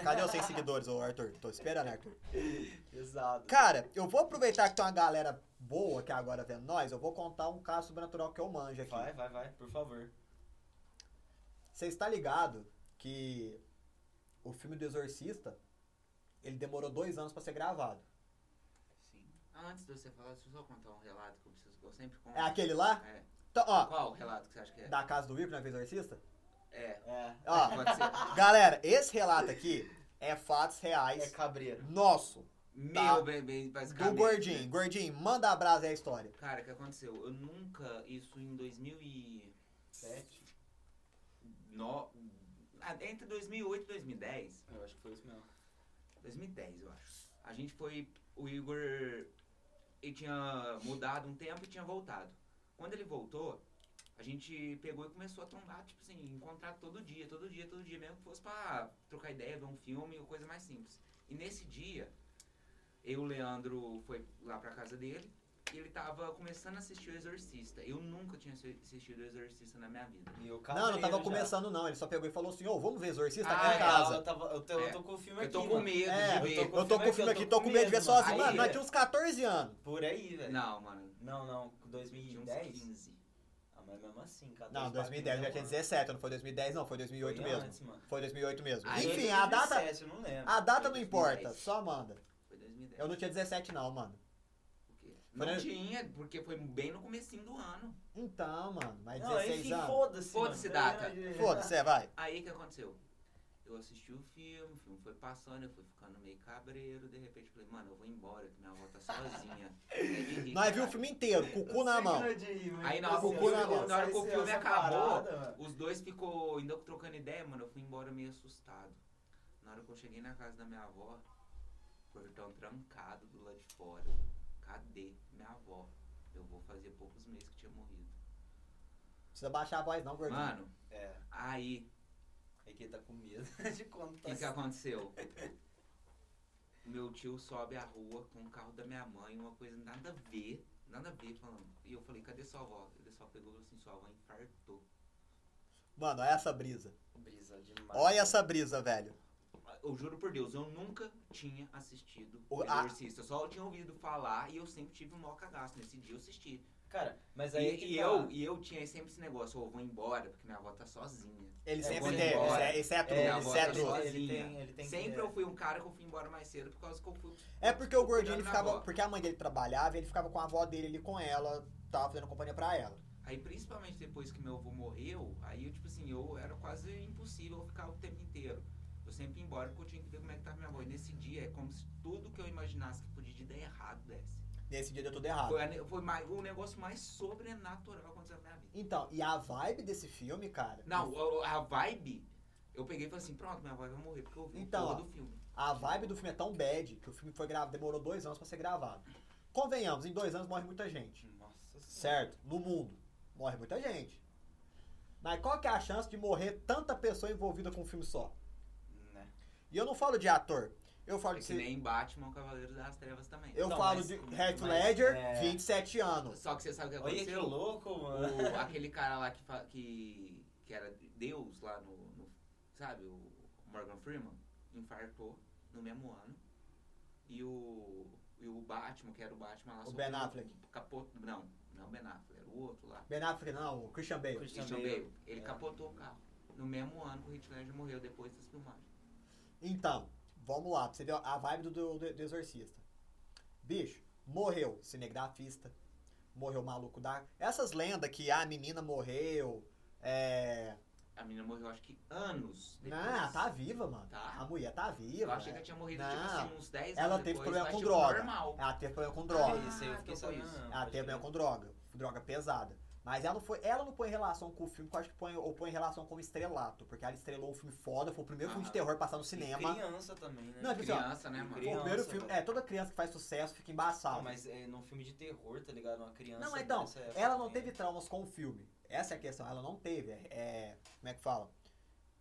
Speaker 1: Cadê os 100 seguidores, ô Arthur? Tô esperando, Arthur.
Speaker 3: Pesado.
Speaker 1: Cara, eu vou aproveitar que tem uma galera boa aqui agora vendo nós. Eu vou contar um caso sobrenatural que eu manjo aqui.
Speaker 3: Vai, vai, vai, por favor.
Speaker 1: Você está tá ligado que o filme do Exorcista, ele demorou dois anos pra ser gravado.
Speaker 2: Sim. Antes de você falar, deixa eu só contar um relato que eu preciso. Eu sempre conto.
Speaker 1: É aquele lá?
Speaker 2: É.
Speaker 1: Então, ó,
Speaker 2: Qual o relato que você acha que é?
Speaker 1: da casa do Whip, não é que é o Exorcista?
Speaker 2: É.
Speaker 3: É,
Speaker 1: Ó,
Speaker 2: Pode ser.
Speaker 1: galera, esse relato aqui é fatos
Speaker 3: é
Speaker 1: reais.
Speaker 3: cabreiro.
Speaker 1: Nosso, Tá.
Speaker 2: Meu bem, bem, basicamente.
Speaker 1: do
Speaker 2: né?
Speaker 1: Gordinho. Gordinho, manda a brasa aí a história.
Speaker 2: Cara, o que aconteceu? Eu nunca, isso em 2009,
Speaker 3: Sete?
Speaker 2: ah, entre 2008 e 2010,
Speaker 3: Eu acho que foi isso mesmo.
Speaker 2: 2010 eu acho, a gente foi, o Igor, ele tinha mudado um tempo e tinha voltado. Quando ele voltou, a gente pegou e começou a trombar, tipo assim, encontrar todo dia, todo dia, todo dia, mesmo que fosse pra trocar ideia, ver um filme ou coisa mais simples. E nesse dia, eu e o Leandro foi lá pra casa dele e ele tava começando a assistir O Exorcista. Eu nunca tinha assi- assistido O Exorcista na minha vida.
Speaker 3: E
Speaker 1: Não, não
Speaker 3: o
Speaker 1: tava
Speaker 3: cabreiro Tá já. tá.
Speaker 1: começando não. Ele só pegou e falou assim, ô, vamos ver Exorcista
Speaker 2: Ah,
Speaker 1: aqui em
Speaker 2: é,
Speaker 3: Cara,
Speaker 1: casa.
Speaker 3: Eu, tava, eu, tô, eu tô com o filme
Speaker 2: Eu tô
Speaker 3: aqui,
Speaker 2: com
Speaker 3: mano.
Speaker 2: medo
Speaker 1: É,
Speaker 2: de ver.
Speaker 1: Eu tô com o filme aqui, tô com medo de ver
Speaker 3: mano.
Speaker 1: sozinho. Mano,
Speaker 2: Aí,
Speaker 1: nós
Speaker 2: é.
Speaker 1: tinha uns 14 anos.
Speaker 3: Por aí, velho.
Speaker 2: Não, mano.
Speaker 3: Não, não, com
Speaker 2: Tinha uns
Speaker 3: 2010?
Speaker 2: 15.
Speaker 3: Ah, mas mesmo assim, 14
Speaker 1: Não,
Speaker 3: pra
Speaker 1: 2010
Speaker 3: mim,
Speaker 1: já tinha
Speaker 3: mano.
Speaker 1: 17, não foi 2010 não, foi 2008
Speaker 3: Foi
Speaker 1: mesmo.
Speaker 3: antes, mano.
Speaker 1: Foi 2008 mesmo.
Speaker 2: Aí,
Speaker 1: Enfim, a data, Ah,
Speaker 3: 2017, eu não lembro.
Speaker 1: a data não
Speaker 2: 2010.
Speaker 1: importa, só manda.
Speaker 2: Foi 2010.
Speaker 1: Eu não tinha 17 não, mano.
Speaker 2: Por quê? Não
Speaker 1: Foi-
Speaker 2: tinha, porque foi bem no comecinho do ano.
Speaker 1: Então, mano, mas
Speaker 3: Não,
Speaker 1: 16
Speaker 3: enfim,
Speaker 1: anos.
Speaker 3: foda-se.
Speaker 2: Foda-se
Speaker 3: mano.
Speaker 2: data.
Speaker 1: Foda-se, é, vai.
Speaker 2: Aí o que aconteceu? Eu assisti o filme, o filme foi passando, eu fui ficando meio cabreiro, de repente eu falei, mano, eu vou embora, que minha avó tá sozinha. É de rir,
Speaker 1: Nós
Speaker 2: cara.
Speaker 1: viu o filme inteiro, com o cu na mão.
Speaker 2: Aí na
Speaker 3: não,
Speaker 2: hora que o
Speaker 1: Assim,
Speaker 2: filme,
Speaker 1: essa-
Speaker 2: na hora que o filme acabou,
Speaker 3: mano.
Speaker 2: os dois ficou ainda trocando ideia, mano, eu fui embora meio assustado. Na hora que eu cheguei na casa da minha avó, portão trancado do lado de fora. Cadê minha avó? Eu vou fazer poucos meses que tinha morrido.
Speaker 1: Precisa baixar a voz não, gordinho.
Speaker 2: Mano,
Speaker 3: É,
Speaker 2: aí
Speaker 3: é que ele tá com medo de
Speaker 2: O que, que
Speaker 3: contar.
Speaker 2: aconteceu? Meu tio sobe a rua com o carro da minha mãe, uma coisa nada a ver, nada a ver, falando. E eu falei, cadê sua avó? Ele só pegou e falou assim, sua avó infartou.
Speaker 1: Mano, olha essa brisa.
Speaker 3: Brisa demais.
Speaker 1: Olha essa brisa, velho.
Speaker 2: Eu juro por Deus, eu nunca tinha assistido
Speaker 1: O-
Speaker 2: o
Speaker 1: a-
Speaker 2: Exorcista. Só eu tinha ouvido falar e eu sempre tive um maior cagaço. Nesse dia eu assisti.
Speaker 3: Cara, mas
Speaker 2: E,
Speaker 3: aí é que
Speaker 2: e
Speaker 3: tá.
Speaker 2: eu, e eu tinha sempre esse negócio, ou eu vou embora, porque minha avó tá sozinha.
Speaker 1: Ele
Speaker 3: É,
Speaker 1: sempre
Speaker 3: vou
Speaker 1: teve,
Speaker 2: embora.
Speaker 1: isso é, isso é truque,
Speaker 2: minha
Speaker 1: isso
Speaker 2: avó
Speaker 1: é
Speaker 2: tá
Speaker 1: truque.
Speaker 2: sozinha.
Speaker 3: ele tem, ele tem
Speaker 2: sempre
Speaker 3: que...
Speaker 2: eu fui um cara que eu fui embora mais cedo por causa que eu fui.
Speaker 1: É porque o gordinho ele
Speaker 2: Cuidado na
Speaker 1: ficava.
Speaker 2: avó.
Speaker 1: Porque a mãe dele trabalhava, ele ficava com a avó dele ali com ela, tava fazendo companhia pra ela.
Speaker 2: Aí, principalmente depois que meu avô morreu, aí eu, tipo assim, eu era quase impossível eu ficar o tempo inteiro. Eu sempre ia embora porque eu tinha que ver como é que tava minha avó. E nesse dia é como se tudo que eu imaginasse que podia de dar errado desse.
Speaker 1: Nesse dia deu tudo errado.
Speaker 2: Foi, a ne- foi mais, o negócio mais sobrenatural que aconteceu na minha vida.
Speaker 1: Então, e a vibe desse filme, cara.
Speaker 2: Não, a, a vibe, eu peguei e falei assim, pronto, minha avó vai morrer, porque eu vi
Speaker 1: Então,
Speaker 2: o
Speaker 1: ó.
Speaker 2: todo do filme.
Speaker 1: A vibe do filme é tão bad que o filme foi gravado, demorou dois anos pra ser gravado. Convenhamos, em dois anos morre muita gente.
Speaker 3: Nossa Senhora.
Speaker 1: Certo? No mundo. Morre muita gente. Mas qual que é a chance de morrer tanta pessoa envolvida com um filme só?
Speaker 3: Né.
Speaker 1: E eu não falo de ator. Eu falo
Speaker 2: É
Speaker 1: de.
Speaker 2: que nem Batman, o Cavaleiro das Trevas também.
Speaker 1: Eu
Speaker 3: Não,
Speaker 1: falo
Speaker 3: mas-
Speaker 1: de
Speaker 3: mas-
Speaker 1: Heath Ledger,
Speaker 3: é.
Speaker 1: 27 anos.
Speaker 2: Só que você sabe o que
Speaker 3: Olha que
Speaker 2: aconteceu?
Speaker 3: louco, mano.
Speaker 2: O- aquele cara lá que, fa- que, que era Deus lá no, no- Sabe, o Morgan Freeman infartou no mesmo ano. E o. E o Batman, que era o Batman lá
Speaker 1: O
Speaker 2: sofreu
Speaker 1: Ben
Speaker 2: um
Speaker 1: Affleck.
Speaker 2: Capoto, não, não o Ben Affleck, era o outro lá.
Speaker 1: Ben Affleck, não, o Christian Bale.
Speaker 3: Christian
Speaker 2: Christian
Speaker 3: Bale.
Speaker 2: Bale. Ele
Speaker 3: É.
Speaker 2: capotou o carro. No mesmo ano que o Heath Ledger morreu depois das filmagens.
Speaker 1: Então, Vamos lá, pra você ver a vibe do, do, do exorcista. Bicho, morreu cinegrafista, morreu maluco da. Essas lendas que ah, a menina morreu. É.
Speaker 2: A menina morreu, acho que anos depois.
Speaker 1: Não, tá viva, mano.
Speaker 2: Tá.
Speaker 1: A mulher tá viva.
Speaker 2: Eu achei que
Speaker 1: né?
Speaker 2: ela tinha morrido, tipo
Speaker 1: Não.
Speaker 2: assim, uns 10
Speaker 1: Ela
Speaker 2: anos
Speaker 1: teve
Speaker 2: depois,
Speaker 1: problema
Speaker 2: mas,
Speaker 1: com
Speaker 2: tipo,
Speaker 1: droga.
Speaker 2: normal.
Speaker 1: Ela teve problema com
Speaker 2: Ah,
Speaker 1: droga.
Speaker 3: isso aí eu fiquei
Speaker 2: então foi
Speaker 3: sabendo.
Speaker 2: isso.
Speaker 3: não,
Speaker 1: Ela
Speaker 3: pode
Speaker 1: teve problema
Speaker 3: crer.
Speaker 1: com droga, droga pesada. Mas ela não foi, ela não põe em relação com o filme, que eu acho que põe, ou põe em relação com o estrelato, porque ela estrelou um filme foda, foi o primeiro filme de
Speaker 2: Ah,
Speaker 1: terror passar no
Speaker 3: E
Speaker 1: cinema.
Speaker 3: criança também, né?
Speaker 1: Não, é pessoal,
Speaker 2: Criança, né, mano?
Speaker 1: Foi o primeiro
Speaker 3: criança,
Speaker 1: filme,
Speaker 3: velho.
Speaker 1: é, toda criança que faz sucesso fica embaçada.
Speaker 3: Não, mas é num filme de terror, tá ligado? Uma criança. é
Speaker 1: Não, então,
Speaker 3: dessa época
Speaker 1: Ela não
Speaker 3: também.
Speaker 1: teve traumas com o filme. Essa é a questão, ela não teve. É, é, como é que fala?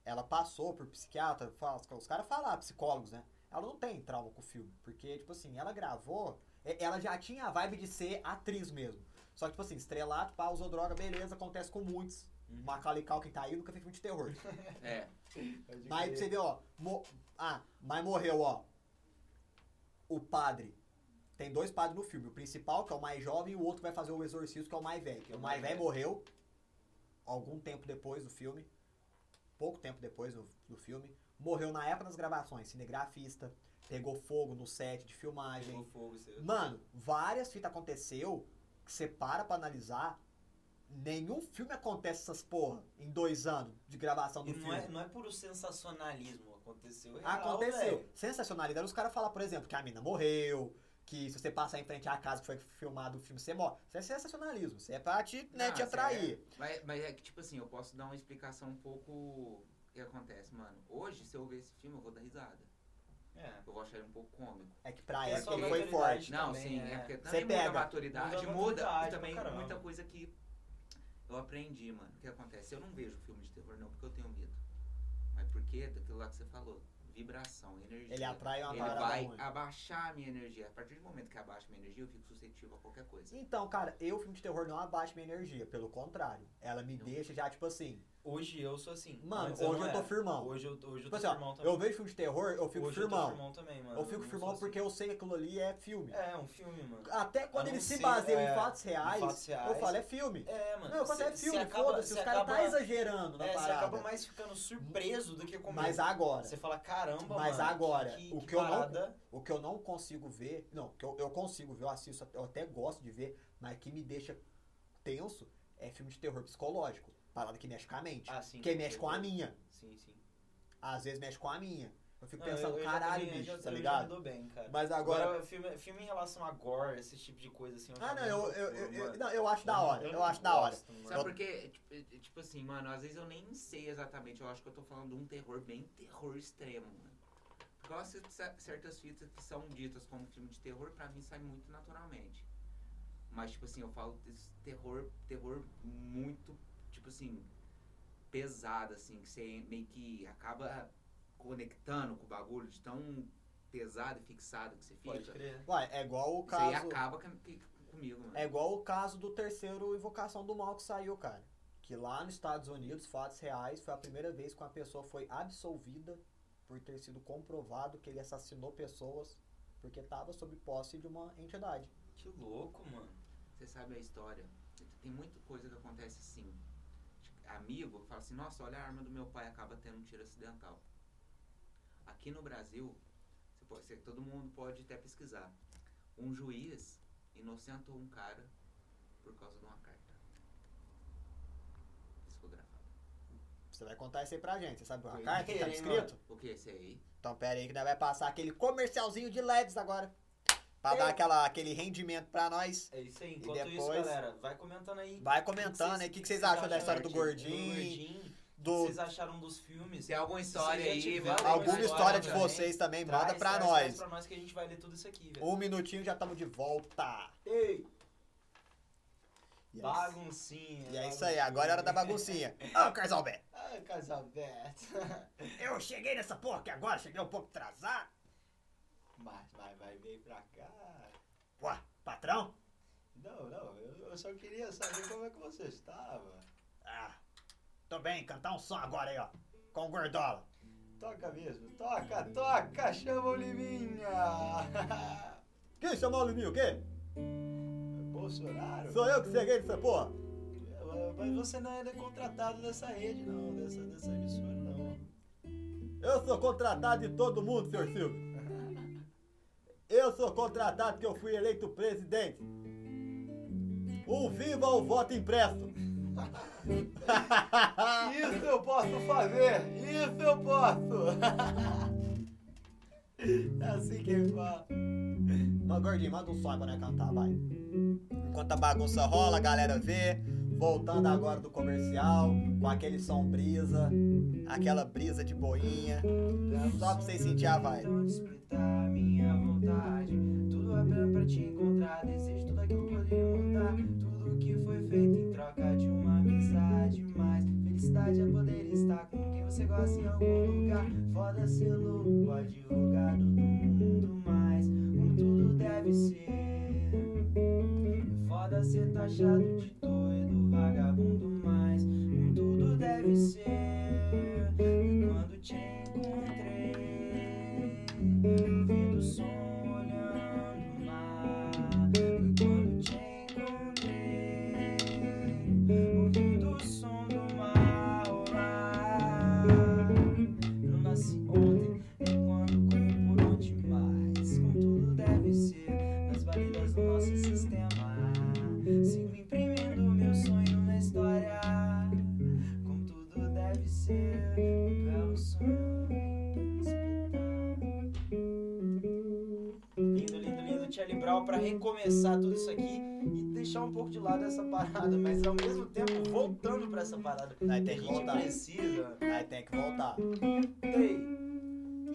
Speaker 1: Ela passou por psiquiatra, fala- os caras falaram, psicólogos, né? Ela não tem trauma com o filme, porque, tipo assim, ela gravou, é, ela já tinha a vibe de ser atriz mesmo. Só que, tipo assim, estrelato, pá, usou droga, beleza, acontece com muitos.
Speaker 3: Uhum.
Speaker 1: Macaulay Culkin tá aí, nunca fez filme de terror.
Speaker 2: É,
Speaker 1: Mas pra você ver, ó. mo- Ah, mas morreu, ó. O padre. Tem dois padres no filme. O principal, que é o mais jovem, e o outro que vai fazer o exorcismo, que é o mais velho. O mais velho morreu algum tempo depois do filme. Pouco tempo depois do, do filme. Morreu na época das gravações. Cinegrafista. Pegou fogo no set de filmagem.
Speaker 3: Pegou fogo, você
Speaker 1: Mano, várias fitas aconteceu que você para pra analisar. Nenhum filme acontece essas porra em dois anos de gravação do
Speaker 3: E
Speaker 1: filme.
Speaker 3: não é, não é puro sensacionalismo, aconteceu real,
Speaker 1: Aconteceu.
Speaker 3: velho.
Speaker 1: Sensacionalidade. Os caras falam, por exemplo, que a mina morreu, que se você passar em frente à casa que foi filmado o filme, você morre. Isso é sensacionalismo. Isso é pra te, né,
Speaker 2: Ah,
Speaker 1: te atrair.
Speaker 2: mas, mas é que, tipo assim, eu posso dar uma explicação um pouco o que acontece, mano. Hoje, se eu ver esse filme, eu vou dar risada.
Speaker 3: É.
Speaker 2: Eu vou achar ele um pouco cômico.
Speaker 1: É que pra
Speaker 2: É
Speaker 1: ela
Speaker 2: só
Speaker 1: ele foi
Speaker 3: mentalidade.
Speaker 1: forte.
Speaker 2: Não,
Speaker 3: também,
Speaker 2: sim,
Speaker 3: é.
Speaker 2: é porque
Speaker 1: Você
Speaker 2: também muda
Speaker 1: pega.
Speaker 2: a maturidade,
Speaker 3: Muda a
Speaker 2: muda,
Speaker 3: maturidade
Speaker 2: e também
Speaker 3: pra caramba.
Speaker 2: muita coisa que eu aprendi, mano. O que acontece? Eu não vejo filme de terror não porque eu tenho medo. Mas porque daquilo lá que você falou, vibração, energia.
Speaker 1: Ele atrai uma
Speaker 2: Ele
Speaker 1: parada
Speaker 2: vai
Speaker 1: ruim.
Speaker 2: abaixar a minha energia. A partir do momento que abaixa a minha energia, eu fico suscetível a qualquer coisa.
Speaker 1: Então, cara, eu, filme de terror, não abaixa minha energia. Pelo contrário. Ela me
Speaker 2: Não.
Speaker 1: deixa já, tipo assim.
Speaker 3: Hoje eu sou assim.
Speaker 1: Mano,
Speaker 3: antes eu
Speaker 1: hoje
Speaker 3: não
Speaker 1: eu tô
Speaker 3: era.
Speaker 1: firmão.
Speaker 3: Hoje eu, hoje eu
Speaker 1: Tipo
Speaker 3: tô
Speaker 1: assim,
Speaker 3: firmão
Speaker 1: ó,
Speaker 3: também.
Speaker 1: eu vejo filme de terror, eu fico
Speaker 3: hoje eu tô
Speaker 1: firmão.
Speaker 3: firmão também, mano.
Speaker 1: Eu fico
Speaker 3: não
Speaker 1: firmão
Speaker 3: sou
Speaker 1: porque eu sei que aquilo ali é filme.
Speaker 3: assim. É, um filme, mano.
Speaker 1: Até quando
Speaker 3: A não
Speaker 1: ele se
Speaker 3: ser,
Speaker 1: baseia
Speaker 3: é,
Speaker 1: em fatos reais,
Speaker 3: fatos
Speaker 1: eu
Speaker 3: reais.
Speaker 1: falo, é filme.
Speaker 3: É, mano.
Speaker 1: não, eu falo,
Speaker 3: você-
Speaker 1: é
Speaker 3: você
Speaker 1: filme,
Speaker 3: acaba-
Speaker 1: foda-se.
Speaker 3: você
Speaker 1: Os caras
Speaker 3: acaba-
Speaker 1: tá exagerando na
Speaker 3: É, você
Speaker 1: parada.
Speaker 3: acaba mais ficando surpreso do que com
Speaker 1: Mas
Speaker 3: medo.
Speaker 1: agora,
Speaker 3: Você fala, caramba,
Speaker 1: Mas
Speaker 3: mano.
Speaker 1: agora,
Speaker 3: que,
Speaker 1: o
Speaker 3: que
Speaker 1: que eu não-
Speaker 3: parada.
Speaker 1: o que eu não consigo ver, não, que eu, eu consigo ver, eu assisto, eu até gosto de ver, mas que me deixa tenso é filme de terror psicológico. Parada que mexe com a mente.
Speaker 3: Ah, sim.
Speaker 1: que mexe com a minha.
Speaker 3: Sim, sim.
Speaker 1: Às vezes mexe com a minha. Eu fico
Speaker 3: Não,
Speaker 1: pensando,
Speaker 3: Ah, eu- eu já
Speaker 1: caralho,
Speaker 3: também- eu
Speaker 1: bicho,
Speaker 3: já-
Speaker 1: tá
Speaker 3: eu já me
Speaker 1: ligado?
Speaker 3: dou bem, cara.
Speaker 1: Mas
Speaker 3: Agora,
Speaker 1: agora.
Speaker 3: filme, filme em relação a gore, esse tipo de coisa, assim.
Speaker 1: Ah,
Speaker 3: já
Speaker 1: não,
Speaker 3: me
Speaker 1: eu,
Speaker 3: dou-
Speaker 1: eu, eu, eu-
Speaker 3: mano,
Speaker 1: não, eu acho da hora. Eu acho da hora.
Speaker 3: gosto, mano.
Speaker 2: Sabe
Speaker 1: Eu-
Speaker 2: por quê? Tipo, é- é Tipo assim, mano, às vezes eu nem sei exatamente. Eu acho que eu tô falando de um terror bem terror extremo, mano. Porque eu assisto ce- certas fitas que são ditas como filme de terror, pra mim sai muito naturalmente. Mas, tipo assim, eu falo desse terror, terror muito, tipo assim, pesado, assim, que você meio que acaba conectando com o bagulho de tão pesado e fixado que você fica.
Speaker 3: Pode
Speaker 2: Isso
Speaker 3: crer.
Speaker 1: Ué, é igual o
Speaker 2: aí
Speaker 1: caso.
Speaker 2: acaba com- com- comigo, mano.
Speaker 1: É igual o caso do terceiro Invocação do Mal que saiu, cara. Que lá nos Estados Unidos, fatos reais, foi a primeira vez que uma pessoa foi absolvida por ter sido comprovado que ele assassinou pessoas porque estava sob posse de uma entidade.
Speaker 3: Que louco, mano.
Speaker 2: Você sabe a história. Tem muita coisa que acontece assim. Amigo fala assim, nossa, olha a arma do meu pai, acaba tendo um tiro acidental. Aqui no Brasil, você pode, você- todo mundo pode até pesquisar. Um juiz inocentou um cara por causa de uma carta. Psicografada.
Speaker 1: Você vai contar isso aí pra gente. Você sabe a
Speaker 3: Doideira,
Speaker 1: carta que tá
Speaker 3: hein,
Speaker 1: escrito?
Speaker 2: O que é esse aí?
Speaker 1: Então pera aí que nós vai passar aquele comercialzinho de LEDs agora. Pra dar aquela, aquele rendimento pra nós.
Speaker 3: É isso aí. Enquanto isso,
Speaker 1: depois-
Speaker 3: galera, vai comentando aí.
Speaker 1: Vai comentando aí o que, que vocês acham da história do gordinho,
Speaker 3: O que
Speaker 1: do,
Speaker 3: vocês acharam dos filmes?
Speaker 2: Se tem alguma história
Speaker 3: já
Speaker 2: aí,
Speaker 3: tiver
Speaker 2: vai lá
Speaker 1: alguma
Speaker 2: pra
Speaker 3: história
Speaker 1: história de
Speaker 2: nós, né?
Speaker 1: vocês também,
Speaker 3: Traz,
Speaker 1: manda pra
Speaker 3: traz, traz
Speaker 1: nós.
Speaker 3: pra nós que a gente vai ler tudo isso aqui, velho.
Speaker 1: Um minutinho já estamos de volta.
Speaker 3: Ei,
Speaker 1: E é isso.
Speaker 3: baguncinha.
Speaker 1: E é isso aí, agora é hora da baguncinha. Ô, Carlos Alberto,
Speaker 3: Ah, casa aberta.
Speaker 1: eu cheguei nessa porra aqui agora, cheguei um pouco atrasado.
Speaker 3: Mas, mas vai vir pra cá.
Speaker 1: Ué, patrão?
Speaker 3: Não, não, eu, eu só queria saber como é que você estava.
Speaker 1: Ah, tô bem, cantar um som agora aí, ó. Com o Gordola.
Speaker 3: Toca mesmo, toca, toca, chama o Liminha.
Speaker 1: Quem chamou o Liminho, o quê?
Speaker 3: Bolsonaro?
Speaker 1: Sou eu que cheguei nessa porra.
Speaker 3: Mas você não é contratado dessa rede, não, dessa, dessa emissora, não.
Speaker 1: Eu sou contratado de todo mundo, senhor Silvio. Eu sou contratado que eu fui eleito presidente. Um viva o voto impresso.
Speaker 7: Isso eu posso fazer! Isso eu posso! É assim que ele fala.
Speaker 1: Mas, gordinho, manda um som pra nós cantar, vai. Enquanto a bagunça rola, a galera vê. Voltando agora do comercial, com aquele som brisa, aquela brisa de boinha. Só pra vocês sentirem a vibe.
Speaker 3: Tentando despertar minha vontade. Tudo abrindo pra te encontrar. Desejo tudo aquilo que eu poderia mudar. Tudo que foi feito em troca de uma amizade. Mas felicidade é poder estar com quem você gosta em algum lugar. Foda-se, eu louco, advogado do mundo. Mas como tudo deve ser. Foda ser taxado de doido, vagabundo, mas como tudo deve ser. Quando te encontrei, ouvindo o som, olhando o mar. Quando te encontrei, ouvindo o som do mar. Olá, eu nasci ontem, nem quando corri por onde mais. Como tudo deve ser nas balidas do nosso sistema. Sigo imprimindo meu sonho na história, como tudo deve ser. Um
Speaker 7: é
Speaker 3: belo sonho espetacular.
Speaker 7: Lindo, lindo, lindo, Charlie Brown, pra recomeçar tudo isso aqui e deixar um pouco de lado essa parada, mas ao mesmo tempo voltando pra essa parada.
Speaker 1: Nós
Speaker 7: A
Speaker 1: tem que
Speaker 7: gente
Speaker 1: voltar.
Speaker 7: precisa.
Speaker 1: Nós tem que voltar.
Speaker 7: Ei,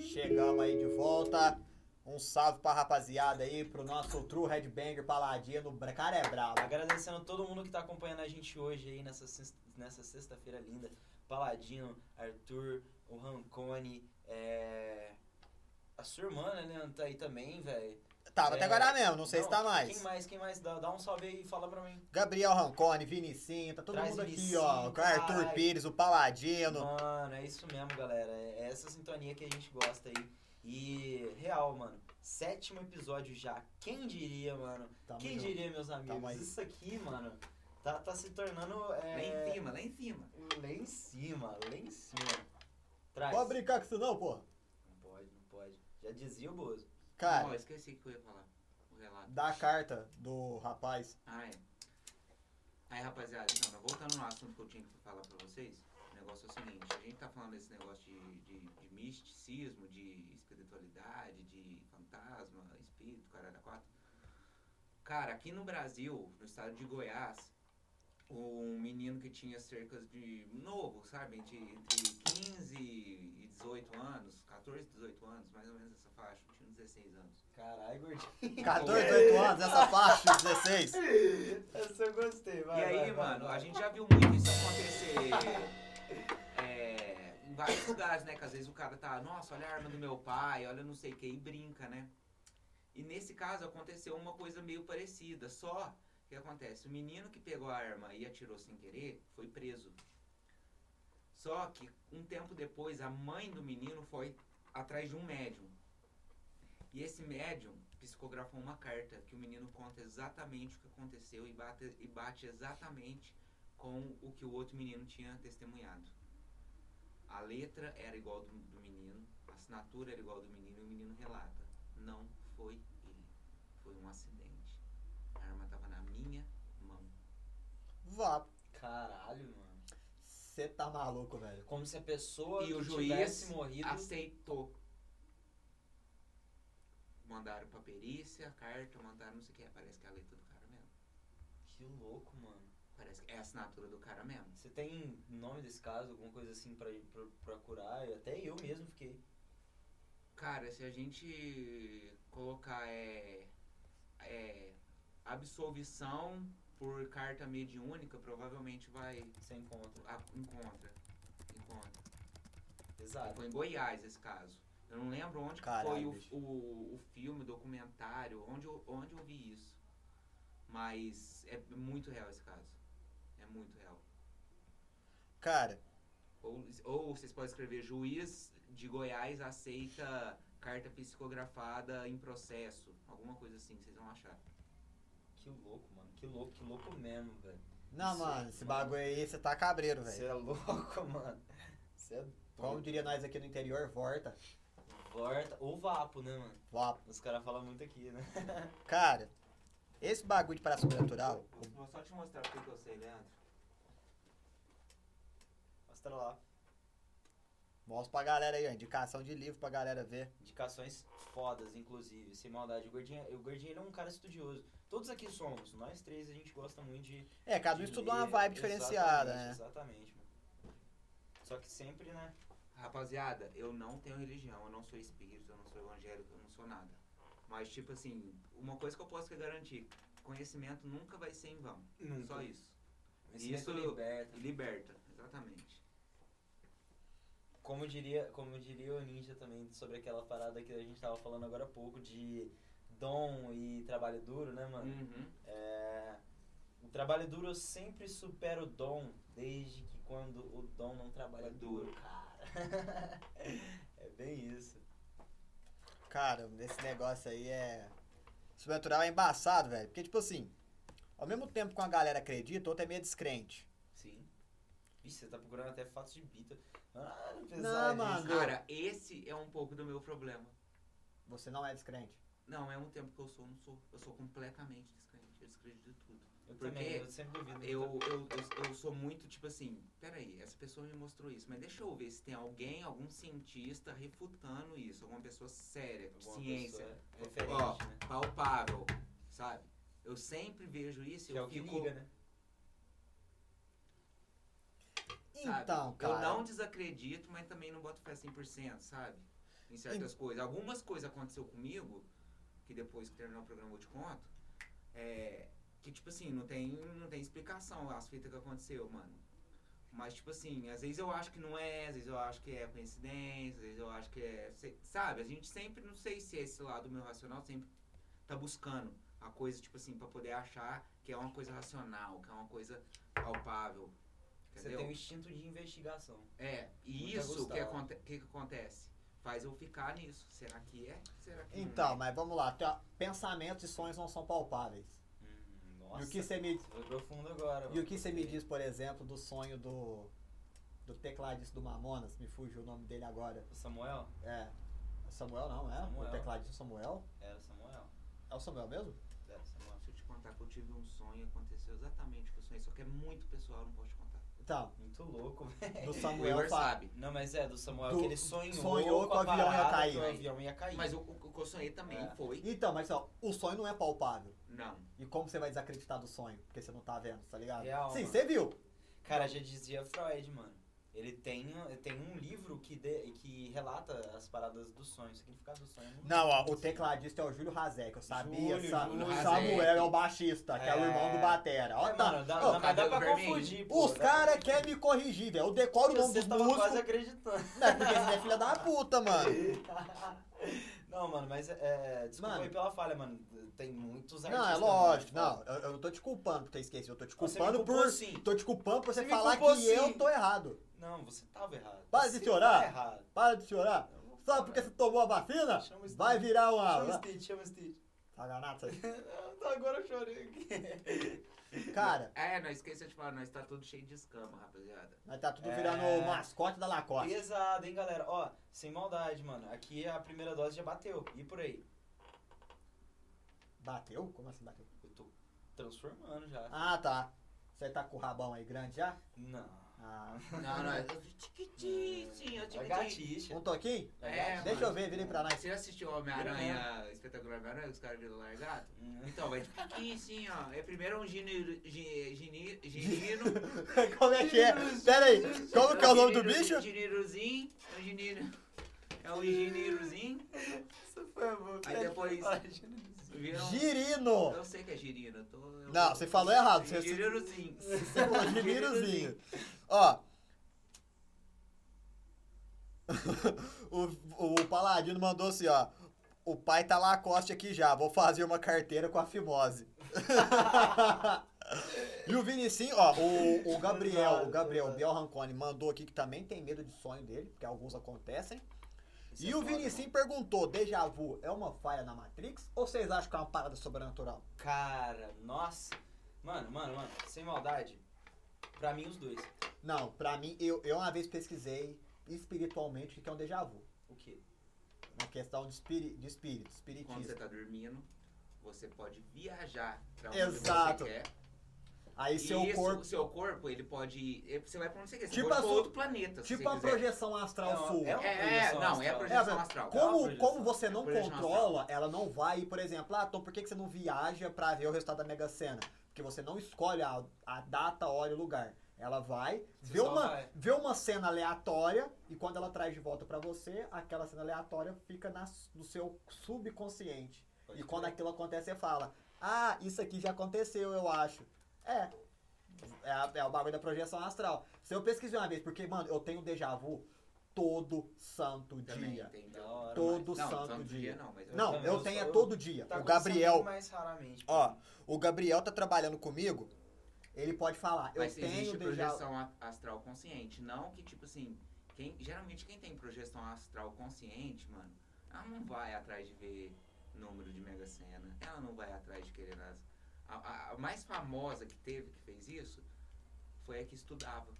Speaker 1: Chegamos aí de volta. Um salve pra rapaziada aí, pro nosso True Headbanger Paladino. O cara é brabo.
Speaker 7: Agradecendo todo mundo que tá acompanhando a gente hoje aí nessa, sexta- nessa sexta-feira linda. Paladino, Arthur, o Rancone, é... a sua irmã, né, Leandro, tá aí também, velho.
Speaker 1: Tava até
Speaker 7: É.
Speaker 1: agora mesmo, não sei se tá
Speaker 7: Quem
Speaker 1: mais.
Speaker 7: mais, quem mais? Dá, dá um salve aí e fala pra mim.
Speaker 1: Gabriel Rancone, Vinicinho, tá todo
Speaker 7: Traz
Speaker 1: mundo aqui,
Speaker 7: Vinicinho,
Speaker 1: ó. Com o Arthur
Speaker 7: caralho.
Speaker 1: Pires, o Paladino.
Speaker 7: Mano, é isso mesmo, galera. É essa sintonia que a gente gosta aí. E, real, mano, sétimo episódio já. Quem diria, mano?
Speaker 1: Tamo
Speaker 7: quem
Speaker 1: junto.
Speaker 7: diria, meus amigos?
Speaker 1: aí.
Speaker 7: Isso aqui, mano, tá, tá se tornando...
Speaker 2: Lá
Speaker 7: É...
Speaker 2: em cima, lá em cima.
Speaker 7: Lá em cima, lá em cima. Traz.
Speaker 1: Pode brincar com isso não, porra.
Speaker 7: Não pode, não pode. Já dizia o Bozo.
Speaker 2: Ó,
Speaker 1: Cara,
Speaker 2: esqueci o que eu ia falar. O relato.
Speaker 1: da carta do rapaz.
Speaker 2: Ah, é. Aí, rapaziada, então, né, voltando no assunto que eu tinha que falar pra vocês, o negócio é o seguinte, a gente tá falando desse negócio de, de, de misticismo, de espiritualidade, de fantasma, espírito, cara da quatro. Cara, aqui no Brasil, no estado de Goiás, um menino que tinha cerca de novo, sabe, entre, entre 15 e 18 anos, 14, 18 anos, mais ou menos essa faixa, tinha 16 anos.
Speaker 7: Caralho, gordinho.
Speaker 1: 14, 18 anos, essa faixa, 16.
Speaker 7: Essa eu gostei, vai.
Speaker 2: e aí,
Speaker 7: vai, vai,
Speaker 2: mano,
Speaker 7: vai.
Speaker 2: a gente já viu muito isso acontecer é, em vários lugares, né? Que às vezes o cara tá, nossa, olha a arma do meu pai, olha não sei o que, e brinca, né? E nesse caso aconteceu uma coisa meio parecida, só que acontece, o menino que pegou a arma e atirou sem querer foi preso. Só que um tempo depois a mãe do menino foi atrás de um médium. E esse médium psicografou uma carta que o menino conta exatamente o que aconteceu e bate, e bate exatamente com o que o outro menino tinha testemunhado. A letra era igual do, do menino, a assinatura era igual do menino e o menino relata. Não foi ele. Foi um acidente. A arma estava na minha mão.
Speaker 1: Vá,
Speaker 7: Caralho, mano. É
Speaker 1: você tá maluco, velho.
Speaker 7: Como se a pessoa
Speaker 2: E
Speaker 7: que
Speaker 2: o juiz
Speaker 7: tivesse morrido.
Speaker 2: aceitou. Mandaram pra perícia, carta, mandaram não sei o que. Parece que é a letra do cara mesmo.
Speaker 7: Que louco, mano.
Speaker 2: Parece que é a assinatura do cara mesmo.
Speaker 7: Você tem nome desse caso, alguma coisa assim pra, pra, pra curar? E Até eu mesmo fiquei.
Speaker 2: Cara, se a gente colocar é, é, absolvição por carta mediúnica, provavelmente vai
Speaker 7: Sem conta.
Speaker 2: a- encontra. Encontra.
Speaker 7: Exato.
Speaker 3: Ah.
Speaker 2: Foi em Goiás esse caso. Eu não lembro onde que
Speaker 1: Caralho,
Speaker 2: foi
Speaker 1: bicho.
Speaker 2: o, o, o filme, documentário, onde eu, onde eu vi isso. Mas é muito real esse caso. É muito real.
Speaker 1: Cara,
Speaker 2: Ou, ou vocês podem escrever juiz de Goiás aceita carta psicografada em processo. Alguma coisa assim, vocês vão achar.
Speaker 7: Que louco, mano. Que louco, que louco mesmo, velho.
Speaker 1: não,
Speaker 7: Isso,
Speaker 1: mano, esse
Speaker 7: mano.
Speaker 3: é
Speaker 1: bagulho aí, você tá cabreiro,
Speaker 7: Você
Speaker 1: velho.
Speaker 7: é louco, mano. Você é
Speaker 1: Como diria nós aqui no interior, volta.
Speaker 3: Volta. Ou vapo, né, mano?
Speaker 1: Vapo.
Speaker 3: Os caras falam muito aqui, né?
Speaker 1: Cara, esse bagulho de para sobrenatural,
Speaker 2: Vou- Vou só te mostrar o que que eu sei, Leandro.
Speaker 3: Mostra tá lá.
Speaker 1: mostra pra galera aí, ó, indicação de livro pra galera ver.
Speaker 3: Indicações fodas, inclusive. Sem maldade. O Gordinho, o Gordinho ele é um cara estudioso. Todos aqui somos. Nós três a gente gosta muito de
Speaker 1: É, cada um
Speaker 3: De
Speaker 1: estudou uma
Speaker 3: ler,
Speaker 1: vibe diferenciada,
Speaker 3: exatamente,
Speaker 1: né?
Speaker 3: Exatamente, mano. Só que sempre, né?
Speaker 2: Rapaziada, eu não tenho religião, eu não sou espírito, eu não sou evangélico, eu não sou nada. Mas, tipo assim, uma coisa que eu posso te garantir: conhecimento nunca vai ser em vão. Só isso.
Speaker 3: Isso
Speaker 2: Isso-
Speaker 3: liberta.
Speaker 2: E liberta, exatamente.
Speaker 3: Como diria, como diria o Ninja também sobre aquela parada que a gente tava falando agora há pouco de dom e trabalho duro, né, mano?
Speaker 2: Uhum.
Speaker 3: É, o trabalho duro sempre supera o dom, desde que quando o dom não trabalha
Speaker 2: É
Speaker 3: duro,
Speaker 2: duro.
Speaker 3: cara. é bem isso.
Speaker 1: Cara, esse negócio aí é. Sobrenatural é embaçado, velho. Porque, tipo assim, ao mesmo tempo que uma galera acredita, outra é meio descrente.
Speaker 2: Sim.
Speaker 3: Ixi, você tá procurando até fatos de bita. Ah,
Speaker 1: Não,
Speaker 3: pesado.
Speaker 1: mano.
Speaker 2: Cara, esse é um pouco do meu problema.
Speaker 1: Você não é descrente.
Speaker 2: Não, é um tempo que eu sou, não sou. Eu sou completamente descrente. Eu descredito de tudo.
Speaker 3: Eu
Speaker 2: Porque
Speaker 3: também, eu sempre duvido.
Speaker 2: Eu, eu, eu, eu sou muito tipo assim, peraí, essa pessoa me mostrou isso, mas deixa eu ver se tem alguém, algum cientista refutando isso, alguma pessoa séria,
Speaker 3: Alguma
Speaker 2: ciência,
Speaker 3: pessoa
Speaker 2: é,
Speaker 3: referente,
Speaker 2: ó,
Speaker 3: né?
Speaker 2: palpável, sabe? Eu sempre vejo isso e
Speaker 3: Que é
Speaker 2: eu
Speaker 3: o que
Speaker 2: fico.
Speaker 3: liga, né?
Speaker 2: sabe?
Speaker 1: Então, cara.
Speaker 2: Eu não desacredito, mas também não boto fé 100%, sabe? Em certas coisas. Algumas coisas aconteceu comigo, que depois que terminar o programa eu te conto, é, que, tipo assim, não tem, não tem explicação as fitas que aconteceu, mano. Mas, tipo assim, às vezes eu acho que não é, às vezes eu acho que é coincidência, às vezes eu acho que é... sei- Sabe? A gente sempre, não sei se é esse lado meu racional sempre tá buscando a coisa, tipo assim, pra poder achar que é uma coisa racional, que é uma coisa palpável,
Speaker 3: Você
Speaker 2: entendeu?
Speaker 3: tem um instinto de investigação.
Speaker 2: É, e
Speaker 3: Nunca
Speaker 2: isso que,
Speaker 3: gostava.
Speaker 2: aconte que, que acontece? Faz eu ficar nisso. Será que é? Será que
Speaker 1: Então,
Speaker 2: não
Speaker 1: mas vamos lá. Tem- Pensamentos e sonhos não são palpáveis.
Speaker 3: Hum, nossa.
Speaker 1: E o que você me,
Speaker 3: Você foi profundo agora,
Speaker 1: e
Speaker 3: mano.
Speaker 1: o que você me diz, por exemplo, do sonho do do tecladista do Mamonas? Me fugiu o nome dele agora.
Speaker 3: O Samuel?
Speaker 1: É Samuel não é?
Speaker 3: Samuel.
Speaker 1: O tecladista Samuel?
Speaker 3: Era o Samuel.
Speaker 1: É o Samuel mesmo?
Speaker 3: Era o
Speaker 2: é?
Speaker 3: Samuel.
Speaker 2: Deixa eu te contar que eu tive um sonho, aconteceu exatamente o que eu sonhei, só que é muito pessoal, não posso te contar.
Speaker 1: Então,
Speaker 3: Muito louco,
Speaker 1: do
Speaker 3: velho.
Speaker 2: O
Speaker 1: Samuel
Speaker 2: Igor
Speaker 1: fala.
Speaker 2: sabe.
Speaker 3: Não, mas é, do Samuel
Speaker 1: Do-
Speaker 3: que ele sonhou,
Speaker 1: sonhou
Speaker 3: com
Speaker 1: que o
Speaker 3: a
Speaker 1: avião ia
Speaker 3: parada
Speaker 1: cair.
Speaker 3: Que o avião ia cair.
Speaker 2: Mas o, o que eu sonhei também
Speaker 3: É.
Speaker 2: foi.
Speaker 1: Então, mas ó, o sonho não é palpável.
Speaker 2: Não.
Speaker 1: E como você vai desacreditar do sonho? Porque você não tá vendo, tá ligado?
Speaker 3: Real,
Speaker 1: Sim,
Speaker 3: mano.
Speaker 1: você viu.
Speaker 3: Cara, já dizia Freud, mano. Ele tem, tem um livro que, de- que relata as paradas do sonho, o significado do sonho.
Speaker 1: Não, ó, o tecladista é o Júlio Razek, eu sabia.
Speaker 3: Júlio,
Speaker 1: Sa-
Speaker 3: Júlio
Speaker 1: o
Speaker 2: Razek.
Speaker 1: Samuel é o baixista, que é, o
Speaker 3: É.
Speaker 1: irmão do Batera. Ó,
Speaker 3: É,
Speaker 1: tá.
Speaker 3: mano, dá,
Speaker 1: Ó,
Speaker 3: não, mas dá pra
Speaker 2: cabelo vermelho.
Speaker 3: confundir, pô.
Speaker 1: Os
Speaker 3: dá
Speaker 1: caras
Speaker 3: pra-
Speaker 1: querem me corrigir, velho. Eu decoro o nome
Speaker 3: Você
Speaker 1: dos
Speaker 3: tava
Speaker 1: músicos.
Speaker 3: quase acreditando.
Speaker 1: É porque você é filha da puta, mano.
Speaker 3: Não, mano, mas é. Desculpa
Speaker 1: Mano.
Speaker 3: aí pela falha, mano. Tem muitos artistas. tipo,
Speaker 1: Não, é lógico. Não, eu, eu não tô te culpando por ter esquecido. Eu tô te culpando por.
Speaker 3: Sim.
Speaker 1: Tô te culpando por você,
Speaker 3: Você me
Speaker 1: falar
Speaker 3: culpou
Speaker 1: que
Speaker 3: sim.
Speaker 1: eu tô errado.
Speaker 3: Não, você tava errado.
Speaker 1: Para
Speaker 3: você
Speaker 1: de chorar.
Speaker 3: Tá errado.
Speaker 1: Para de chorar.
Speaker 3: Eu vou
Speaker 1: Só
Speaker 3: falar.
Speaker 1: porque você tomou a vacina,
Speaker 3: Chama o
Speaker 1: vai
Speaker 3: Stitch.
Speaker 1: virar
Speaker 3: Chama o
Speaker 1: uma.
Speaker 3: Stitch, chama o Stitch.
Speaker 1: Sacanagem. isso
Speaker 3: Agora eu chorei aqui.
Speaker 1: aí. Cara,
Speaker 2: É, não esqueça de falar, nós tá tudo cheio de escama, rapaziada.
Speaker 1: mas tá tudo
Speaker 3: É.
Speaker 1: virando o mascote da Lacoste.
Speaker 3: Pesado, hein, galera. Ó, sem maldade, mano. Aqui a primeira dose já bateu. E por aí?
Speaker 1: Bateu? Como assim bateu?
Speaker 3: Eu tô transformando já.
Speaker 1: Ah, tá. Você tá com o rabão aí grande já?
Speaker 3: Não.
Speaker 1: Ah,
Speaker 2: Não, não, é. Tiquitinho,
Speaker 3: É gatixa.
Speaker 1: um toquinho?
Speaker 2: É,
Speaker 1: Deixa eu
Speaker 2: mano.
Speaker 1: ver, virem pra nós.
Speaker 2: Você já assistiu Homem-Aranha, Espetacular Homem-Aranha, os caras viram largado?
Speaker 3: Hum.
Speaker 2: Então, vai de tiquitinho, sim, ó. É primeiro é um gini- gi- gini- ginino,
Speaker 1: Como é que é? Pera aí, como que é o nome do
Speaker 2: Gineiro-
Speaker 1: bicho?
Speaker 2: Gineirozinho. É o Gineiro. É o Gineirozinho.
Speaker 3: Isso foi bom.
Speaker 2: Aí depois-
Speaker 3: Você
Speaker 2: Viram?
Speaker 1: Girino!
Speaker 2: Eu sei que é girino. Eu tô, eu
Speaker 1: Não,
Speaker 2: tô-
Speaker 1: você falou errado, você-
Speaker 2: Gineirozinho.
Speaker 1: Você falou Girinozinho. Ó. O, o Paladino mandou assim, ó. O pai tá lá a coste aqui já, vou fazer uma carteira com a fimose. e o Vinicinho, ó, o, o Gabriel, o Gabriel, o Biel Rancone mandou aqui que também tem medo de sonho dele, porque alguns acontecem. e
Speaker 3: é
Speaker 1: o
Speaker 3: foda,
Speaker 1: Vinicim perguntou: Deja vu é uma falha na Matrix ou vocês acham que é uma parada sobrenatural?
Speaker 3: Cara, nossa. Mano, mano, mano, sem maldade. Pra mim, os dois.
Speaker 1: Não, pra mim, eu, eu uma vez pesquisei, espiritualmente o que que é um déjà vu.
Speaker 3: O quê?
Speaker 1: Uma questão de, espiri, de espírito,
Speaker 2: Quando você
Speaker 1: espiritismo.
Speaker 2: tá dormindo, você pode viajar pra onde
Speaker 1: Exato.
Speaker 2: você quer.
Speaker 1: Aí
Speaker 2: E
Speaker 1: seu
Speaker 2: isso,
Speaker 1: corpo.
Speaker 2: seu corpo, ele pode. ir- Você vai pra onde você quer. Você
Speaker 1: Tipo a
Speaker 2: pode ir pra
Speaker 1: su-
Speaker 2: outro planeta. se
Speaker 1: Tipo
Speaker 2: você
Speaker 1: uma
Speaker 2: quiser.
Speaker 1: projeção astral
Speaker 3: É uma-
Speaker 1: sua.
Speaker 3: é uma-
Speaker 2: É, é,
Speaker 3: projeção
Speaker 2: não, é
Speaker 3: astral.
Speaker 2: projeção
Speaker 1: É,
Speaker 2: astral.
Speaker 1: Como,
Speaker 3: uma projeção.
Speaker 1: como você não
Speaker 2: É uma projeção
Speaker 1: controla, ela não vai, por exemplo, ah, Tom, por que que você não viaja pra ver o resultado da Mega Sena? Porque você não escolhe a, a data, a hora e o lugar. Ela vai,
Speaker 3: Você
Speaker 1: vê
Speaker 3: só
Speaker 1: uma,
Speaker 3: vai.
Speaker 1: vê uma cena aleatória e quando ela traz de volta pra você, aquela cena aleatória fica na, no seu subconsciente.
Speaker 3: Pode
Speaker 1: e quando
Speaker 3: crer.
Speaker 1: aquilo acontece, você fala: Ah, isso aqui já aconteceu, eu acho. É. É, a- é o bagulho da projeção astral. Se eu pesquisei uma vez, porque, mano, eu tenho déjà vu todo santo
Speaker 2: Também
Speaker 1: dia.
Speaker 2: tem.
Speaker 3: Da hora,
Speaker 1: Todo
Speaker 2: não,
Speaker 1: santo
Speaker 2: dia.
Speaker 1: dia.
Speaker 2: não, mas eu-
Speaker 1: Não,
Speaker 3: também,
Speaker 1: eu
Speaker 3: eu
Speaker 1: tenho é
Speaker 3: sou-
Speaker 1: todo dia.
Speaker 3: Tá
Speaker 1: o Gabriel,
Speaker 3: acontecendo mais raramente.
Speaker 1: ó, o Gabriel tá trabalhando comigo, ele pode falar, eu
Speaker 2: Mas
Speaker 1: tenho
Speaker 2: existe
Speaker 1: déjà
Speaker 2: projeção a- astral consciente. Não que, tipo assim, quem, geralmente quem tem projeção astral consciente, mano, ela não vai atrás de ver número de Mega Sena. Ela não vai atrás de querer as. A, a- a mais famosa que teve, que fez isso, foi a que estudava.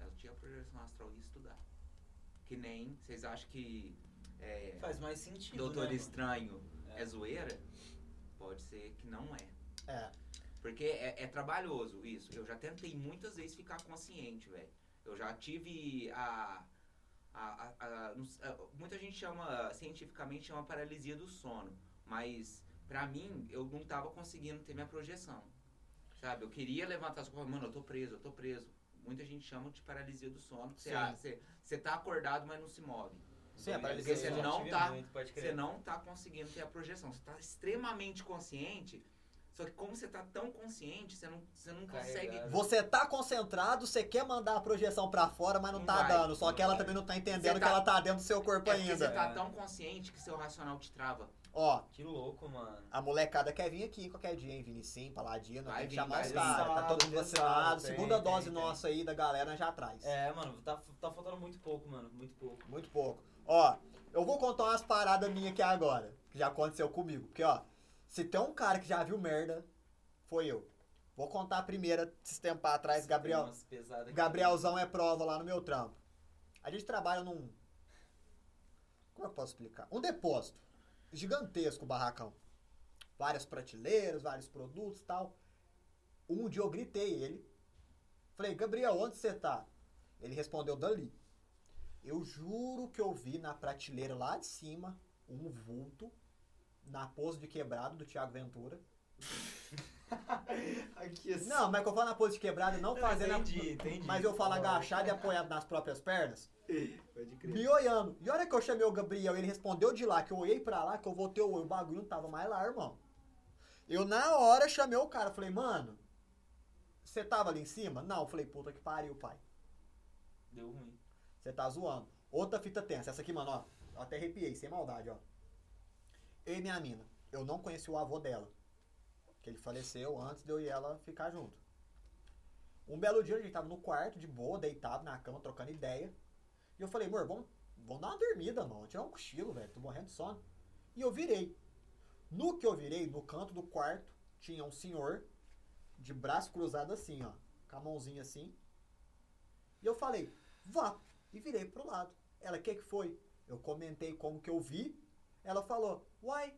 Speaker 2: Ela tinha projeção astral e estudava. Que nem, vocês acham que. é,
Speaker 3: Faz mais sentido.
Speaker 2: Doutor
Speaker 3: né,
Speaker 2: Estranho
Speaker 3: mano?
Speaker 2: é. zoeira? Pode ser que não é.
Speaker 1: É.
Speaker 2: Porque é, é trabalhoso isso. Eu já tentei muitas vezes ficar consciente, velho. Eu já tive a. a- a- a- não s- a- muita gente chama, cientificamente chama paralisia do sono. Mas, pra mim, eu não tava conseguindo ter minha projeção. Sabe? Eu queria levantar as coisas, mano, eu tô preso, eu tô preso. Muita gente chama de paralisia do sono. Você,
Speaker 1: Sim.
Speaker 2: a- você, você tá acordado, mas não se move.
Speaker 1: Sim, é
Speaker 3: Porque
Speaker 1: paralisia
Speaker 3: você
Speaker 2: do sono.
Speaker 3: não
Speaker 2: Tive
Speaker 3: tá-
Speaker 2: muito,
Speaker 3: pode
Speaker 2: Você
Speaker 3: crer.
Speaker 2: não tá conseguindo ter a projeção. Você tá extremamente consciente. Só que como você tá tão consciente, você não, você não consegue.
Speaker 3: Carregado. É
Speaker 1: Você tá concentrado, você quer mandar a projeção pra fora, mas não,
Speaker 2: Não
Speaker 1: tá
Speaker 2: vai,
Speaker 1: dando. Só
Speaker 2: não
Speaker 1: que ela
Speaker 2: vai.
Speaker 1: também não tá entendendo
Speaker 2: Você
Speaker 1: que
Speaker 2: tá-
Speaker 1: ela tá dentro do seu corpo
Speaker 2: É porque
Speaker 1: ainda.
Speaker 2: você tá
Speaker 3: É.
Speaker 2: tão consciente que seu racional te trava.
Speaker 1: Ó,
Speaker 3: Que louco, mano.
Speaker 1: a molecada quer vir aqui qualquer dia, hein? Vinicim, Paladino, tem
Speaker 2: Vai
Speaker 1: que
Speaker 2: vir,
Speaker 1: chamar
Speaker 2: vai
Speaker 1: os
Speaker 2: vir.
Speaker 1: caras. Tá todo mundo
Speaker 3: Exato,
Speaker 1: vacinado.
Speaker 3: exato,
Speaker 1: Segunda
Speaker 3: tem, tem,
Speaker 1: dose
Speaker 3: tem.
Speaker 1: nossa aí da galera já traz.
Speaker 3: É, mano, tá, tá faltando muito pouco, mano. Muito pouco.
Speaker 1: Muito pouco. Ó, eu vou contar umas paradas minhas aqui agora, que já aconteceu comigo. Porque, ó, se tem um cara que já viu merda, foi eu. Vou contar a primeira, esses tempos atrás, Gabriel.
Speaker 3: Tem umas pesadas aqui.
Speaker 1: Gabrielzão é prova lá no meu trampo. A gente trabalha num. Como eu posso explicar? Um depósito. Gigantesco o barracão. Várias prateleiras, vários produtos e tal. Um dia eu gritei ele. Falei, Gabriel, onde você tá? Ele respondeu dali. Eu juro que eu vi na prateleira lá de cima um vulto na pose de quebrado do Thiago Ventura.
Speaker 3: Aqui assim.
Speaker 1: Não, mas quando eu falo na pose de quebrado, não,
Speaker 3: Não,
Speaker 1: fazendo a-
Speaker 3: entendi, entendi.
Speaker 1: Mas eu falo agachado e apoiado nas próprias pernas. Me olhando. E a hora que eu chamei o Gabriel, ele respondeu de lá, que eu olhei pra lá, que eu voltei o olho, o bagulho não tava mais lá, irmão. Eu na hora chamei o cara, falei, mano, você tava ali em cima? Não, eu falei, puta que pariu, pai.
Speaker 3: Deu ruim.
Speaker 1: Você tá zoando. Outra fita tensa, essa aqui, mano, ó. Eu até arrepiei, sem maldade, ó. Eu e minha mina, eu não conheci o avô dela. Que ele faleceu antes de eu e ela ficar junto. Um belo dia a gente tava no quarto, de boa, deitado na cama, trocando ideia. E eu falei, amor, vamos, vamos dar uma dormida, mano. Tirar um cochilo, velho. Tô morrendo de sono. E eu virei. No que eu virei, no canto do quarto, tinha um senhor de braço cruzado assim, ó. Com a mãozinha assim. E eu falei, vá. E virei pro lado. Ela, o que que foi? Eu comentei como que eu vi. Ela falou, uai,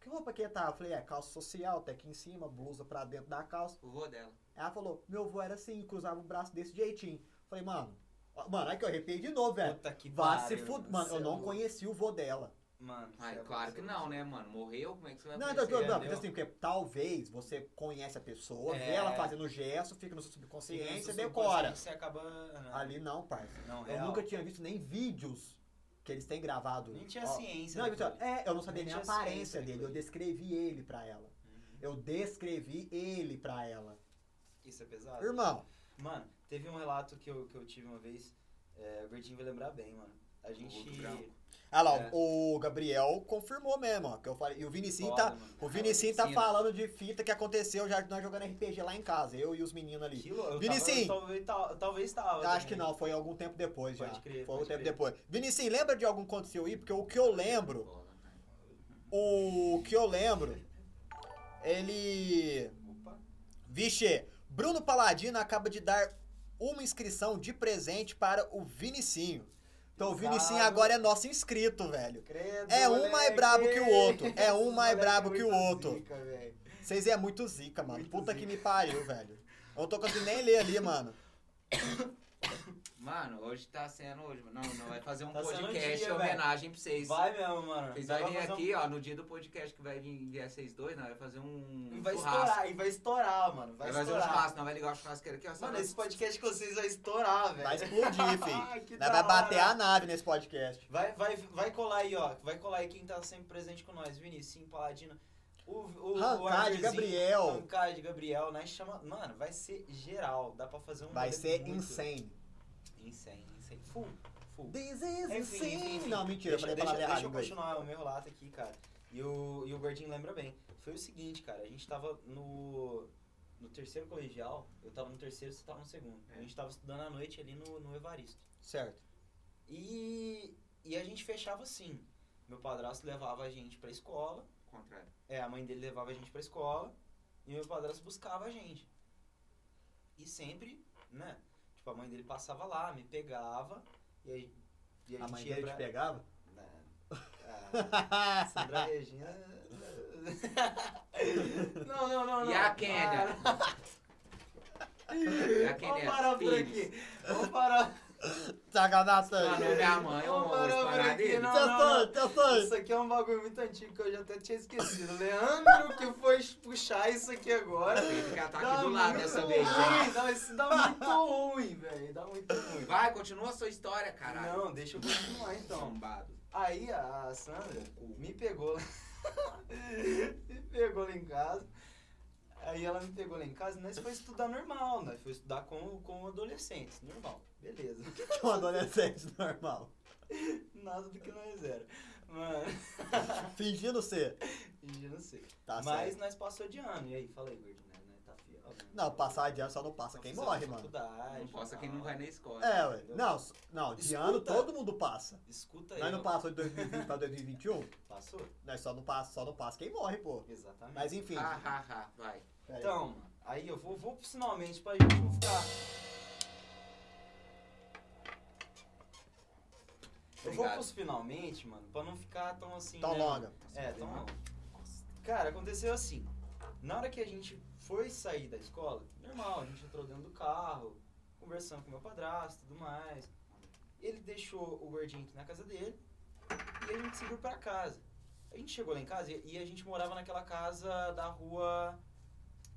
Speaker 1: que roupa que tá? Eu falei, é calça social, até aqui em cima, blusa pra dentro da calça.
Speaker 2: O vô dela.
Speaker 1: Ela falou, meu avô era assim, cruzava o braço desse jeitinho. Eu Falei, mano, ó, mano, é que eu arrepiei de novo, velho.
Speaker 3: Puta que
Speaker 1: Vá se
Speaker 3: pariu,
Speaker 1: fuder. Mano, eu
Speaker 3: Cê é
Speaker 1: não
Speaker 3: louco.
Speaker 1: conheci o vô dela.
Speaker 3: Mano,
Speaker 2: Ai,
Speaker 3: cê é tá
Speaker 2: claro
Speaker 3: louco, cê
Speaker 2: que
Speaker 3: é
Speaker 2: não,
Speaker 3: louco.
Speaker 2: né, mano? Morreu, como é que você vai
Speaker 1: Não, não,
Speaker 2: conhecer?
Speaker 1: não, não,
Speaker 3: entendeu?
Speaker 1: assim, porque talvez você conhece a pessoa, vê
Speaker 3: É.
Speaker 1: ela fazendo gesto, fica no seu
Speaker 3: Cê ganha
Speaker 1: subconsciente, você
Speaker 3: seu
Speaker 1: decora.
Speaker 3: subconsciente, Você acaba. não.
Speaker 1: Ali não, parça.
Speaker 3: Não,
Speaker 1: Eu
Speaker 3: real.
Speaker 1: nunca tinha visto nem vídeos que eles têm gravado.
Speaker 3: Nem tinha
Speaker 1: Ó,
Speaker 3: ciência.
Speaker 1: Não,
Speaker 3: daquilo
Speaker 1: Vitor,
Speaker 3: ali.
Speaker 1: é, eu não sabia
Speaker 3: Nem
Speaker 1: nem a
Speaker 3: tinha
Speaker 1: aparência
Speaker 3: ciência
Speaker 1: dele,
Speaker 3: daquilo
Speaker 1: eu
Speaker 3: ali.
Speaker 1: descrevi ele pra ela.
Speaker 3: Uhum.
Speaker 1: Eu descrevi ele pra ela.
Speaker 3: Isso é pesado.
Speaker 1: Irmão,
Speaker 3: Mano, teve um relato que eu, que eu tive uma vez, é, o Gordinho vai lembrar bem, mano. A gente.
Speaker 2: outro branco.
Speaker 1: olha lá,
Speaker 3: É.
Speaker 1: o Gabriel confirmou mesmo, ó, que eu falei. E o Vinicinho tá,
Speaker 3: Foda, mano.
Speaker 1: o Vinicinho tá
Speaker 2: Vinicinho, né?
Speaker 1: falando de fita que aconteceu já nós jogando RPG lá em casa, eu e os meninos ali.
Speaker 3: Que louco. Eu
Speaker 1: Vinicinho!
Speaker 3: tava- eu Talvez, tal- talvez tava.
Speaker 1: Acho que
Speaker 3: também.
Speaker 1: não, foi algum tempo depois já.
Speaker 3: Pode crer,
Speaker 1: foi algum
Speaker 3: pode
Speaker 1: tempo
Speaker 3: crer.
Speaker 1: depois. Vinicinho, lembra de algum que aconteceu aí? Porque o que eu lembro,
Speaker 2: Bola, né?
Speaker 1: o que eu lembro, ele.
Speaker 3: Opa.
Speaker 1: Vixe, Bruno Paladino acaba de dar uma inscrição de presente para o Vinicinho. Então o
Speaker 8: Exato.
Speaker 1: Vinicinho agora é nosso inscrito, velho.
Speaker 8: Credo,
Speaker 1: É um mais
Speaker 8: moleque.
Speaker 1: brabo que o outro, é um
Speaker 8: Esse
Speaker 1: mais
Speaker 8: moleque
Speaker 1: brabo
Speaker 8: é
Speaker 1: que o
Speaker 8: muito
Speaker 1: outro.
Speaker 8: zica, velho.
Speaker 1: Vocês é muito zica, mano.
Speaker 8: Muito
Speaker 1: Puta que me pariu, velho. Eu não tô conseguindo nem ler ali, mano.
Speaker 2: Mano, hoje tá sendo. Hoje, não, não, vai fazer um
Speaker 3: Tá sendo
Speaker 2: podcast
Speaker 3: dia,
Speaker 2: em homenagem pra vocês.
Speaker 3: Vai mesmo, mano.
Speaker 2: Vocês
Speaker 3: Dá
Speaker 2: vão
Speaker 3: pra
Speaker 2: vir
Speaker 3: fazer um-
Speaker 2: aqui, ó, no dia do podcast que vai vir vir vocês dois, nós vai fazer um
Speaker 3: E vai
Speaker 2: churrasco.
Speaker 3: estourar, e vai estourar, mano. Vai
Speaker 2: Vai fazer um
Speaker 3: estourar.
Speaker 2: churrasco, não vai ligar o churrasqueiro aqui, ó. só
Speaker 3: Mano,
Speaker 2: nós-
Speaker 3: esse podcast com vocês vai estourar, velho.
Speaker 1: Vai explodir, fi.
Speaker 3: Ah, É. que
Speaker 1: Nós vai
Speaker 3: da hora.
Speaker 1: bater a nave nesse podcast.
Speaker 3: Vai, vai, vai colar aí, ó. Vai colar aí quem tá sempre presente com nós. Vinicinho, Paladino. O, o, o
Speaker 1: Rancard,
Speaker 3: Arthurzinho,
Speaker 1: Gabriel.
Speaker 3: Rancard, Gabriel, né? Chama... Mano, vai ser geral. Dá pra fazer um.
Speaker 1: Vai
Speaker 3: rolê
Speaker 1: ser
Speaker 3: muito-
Speaker 1: insane.
Speaker 2: Insane, insane.
Speaker 3: Full, full.
Speaker 1: This is
Speaker 3: Enfim, enfim, enfim.
Speaker 1: Não, mentira,
Speaker 3: deixa,
Speaker 1: eu falei a palavra
Speaker 3: deixa, deixa eu
Speaker 1: errada. em inglês.
Speaker 3: continuar o meu relato aqui, cara. E o, e o Gordinho lembra bem. Foi o seguinte, cara, a gente tava no, no terceiro colegial, eu tava no terceiro, você tava no segundo.
Speaker 1: É.
Speaker 3: A gente tava estudando à noite ali no, no Evaristo.
Speaker 1: Certo.
Speaker 3: E, e a gente fechava assim. Meu padrasto levava a gente pra escola,
Speaker 2: Contrário.
Speaker 3: é, a mãe dele levava a gente pra escola, e meu padrasto buscava a gente. E sempre, né, tipo, a mãe dele passava lá, me pegava, e aí... E
Speaker 1: A mãe
Speaker 3: gente ia
Speaker 1: dele
Speaker 3: pra-
Speaker 1: te pegava?
Speaker 3: Ah, Sandra Regina. Não, não, não, não.
Speaker 2: E a Kenya?
Speaker 3: Ah,
Speaker 2: E a é
Speaker 3: Vamos
Speaker 2: Kenya?
Speaker 3: parar por
Speaker 2: Filhos.
Speaker 3: aqui. Vamos parar.
Speaker 2: Mano,
Speaker 1: Sacanagem.
Speaker 2: minha mãe, eu
Speaker 3: Vamos
Speaker 2: amo os
Speaker 3: parar por aqui,
Speaker 2: paradelos.
Speaker 3: não, não,
Speaker 1: Testou, testou.
Speaker 3: Isso aqui é um bagulho muito antigo que eu já até tinha esquecido. Leandro que foi puxar isso aqui agora.
Speaker 2: Tem que ficar tá
Speaker 3: Dá
Speaker 2: aqui do lado
Speaker 3: muito
Speaker 2: dessa vez.
Speaker 3: ruim, Dá, isso dá muito ruim, velho. Dá muito ruim.
Speaker 2: Vai, continua a sua história, caralho.
Speaker 3: Não, deixa eu continuar então.
Speaker 2: Tombado.
Speaker 3: Aí a a Sandra me pegou lá. me pegou lá em casa. Aí ela me pegou lá em casa e nós foi estudar normal, nós foi estudar com, com adolescentes, normal. Beleza.
Speaker 1: Um adolescente normal.
Speaker 3: Nada do que nós era. Mano,
Speaker 1: Fingindo ser.
Speaker 3: eu não sei.
Speaker 1: Tá
Speaker 3: Mas
Speaker 1: certo.
Speaker 3: nós passou de ano. E aí, falei, gordinho, né? né, Tá fiel. né?
Speaker 1: Não, passar de ano só não passa
Speaker 3: Nós
Speaker 1: quem
Speaker 3: fizemos
Speaker 1: morre, mano.
Speaker 3: faculdade,
Speaker 2: Não possa
Speaker 3: tal.
Speaker 2: quem não vai na escola.
Speaker 1: É, ué. Não, s- não, de
Speaker 3: Escuta.
Speaker 1: ano todo mundo passa.
Speaker 3: Escuta aí.
Speaker 1: Nós
Speaker 3: ó.
Speaker 1: não passamos de 2020 pra 2021?
Speaker 3: Passou?
Speaker 1: Nós um. Né, só não passa, só não passa quem morre, pô.
Speaker 3: Exatamente.
Speaker 1: Mas enfim.
Speaker 3: Ah,
Speaker 1: é,
Speaker 2: Ha, ha, ha. Vai.
Speaker 1: pera aí.
Speaker 3: Então, mano, aí eu vou, vou finalmente pra gente não ficar. Eu vou
Speaker 2: Obrigado.
Speaker 3: pros finalmente, mano, pra não ficar tão assim.
Speaker 1: Tão
Speaker 3: né?
Speaker 1: longa.
Speaker 3: É, tão longa. Cara, aconteceu assim. Na hora que a gente foi sair da escola, normal, a gente entrou dentro do carro, conversando com meu padrasto e tudo mais. Ele deixou o gordinho aqui na casa dele e a gente seguiu pra casa. A gente chegou lá em casa e, e a gente morava naquela casa da rua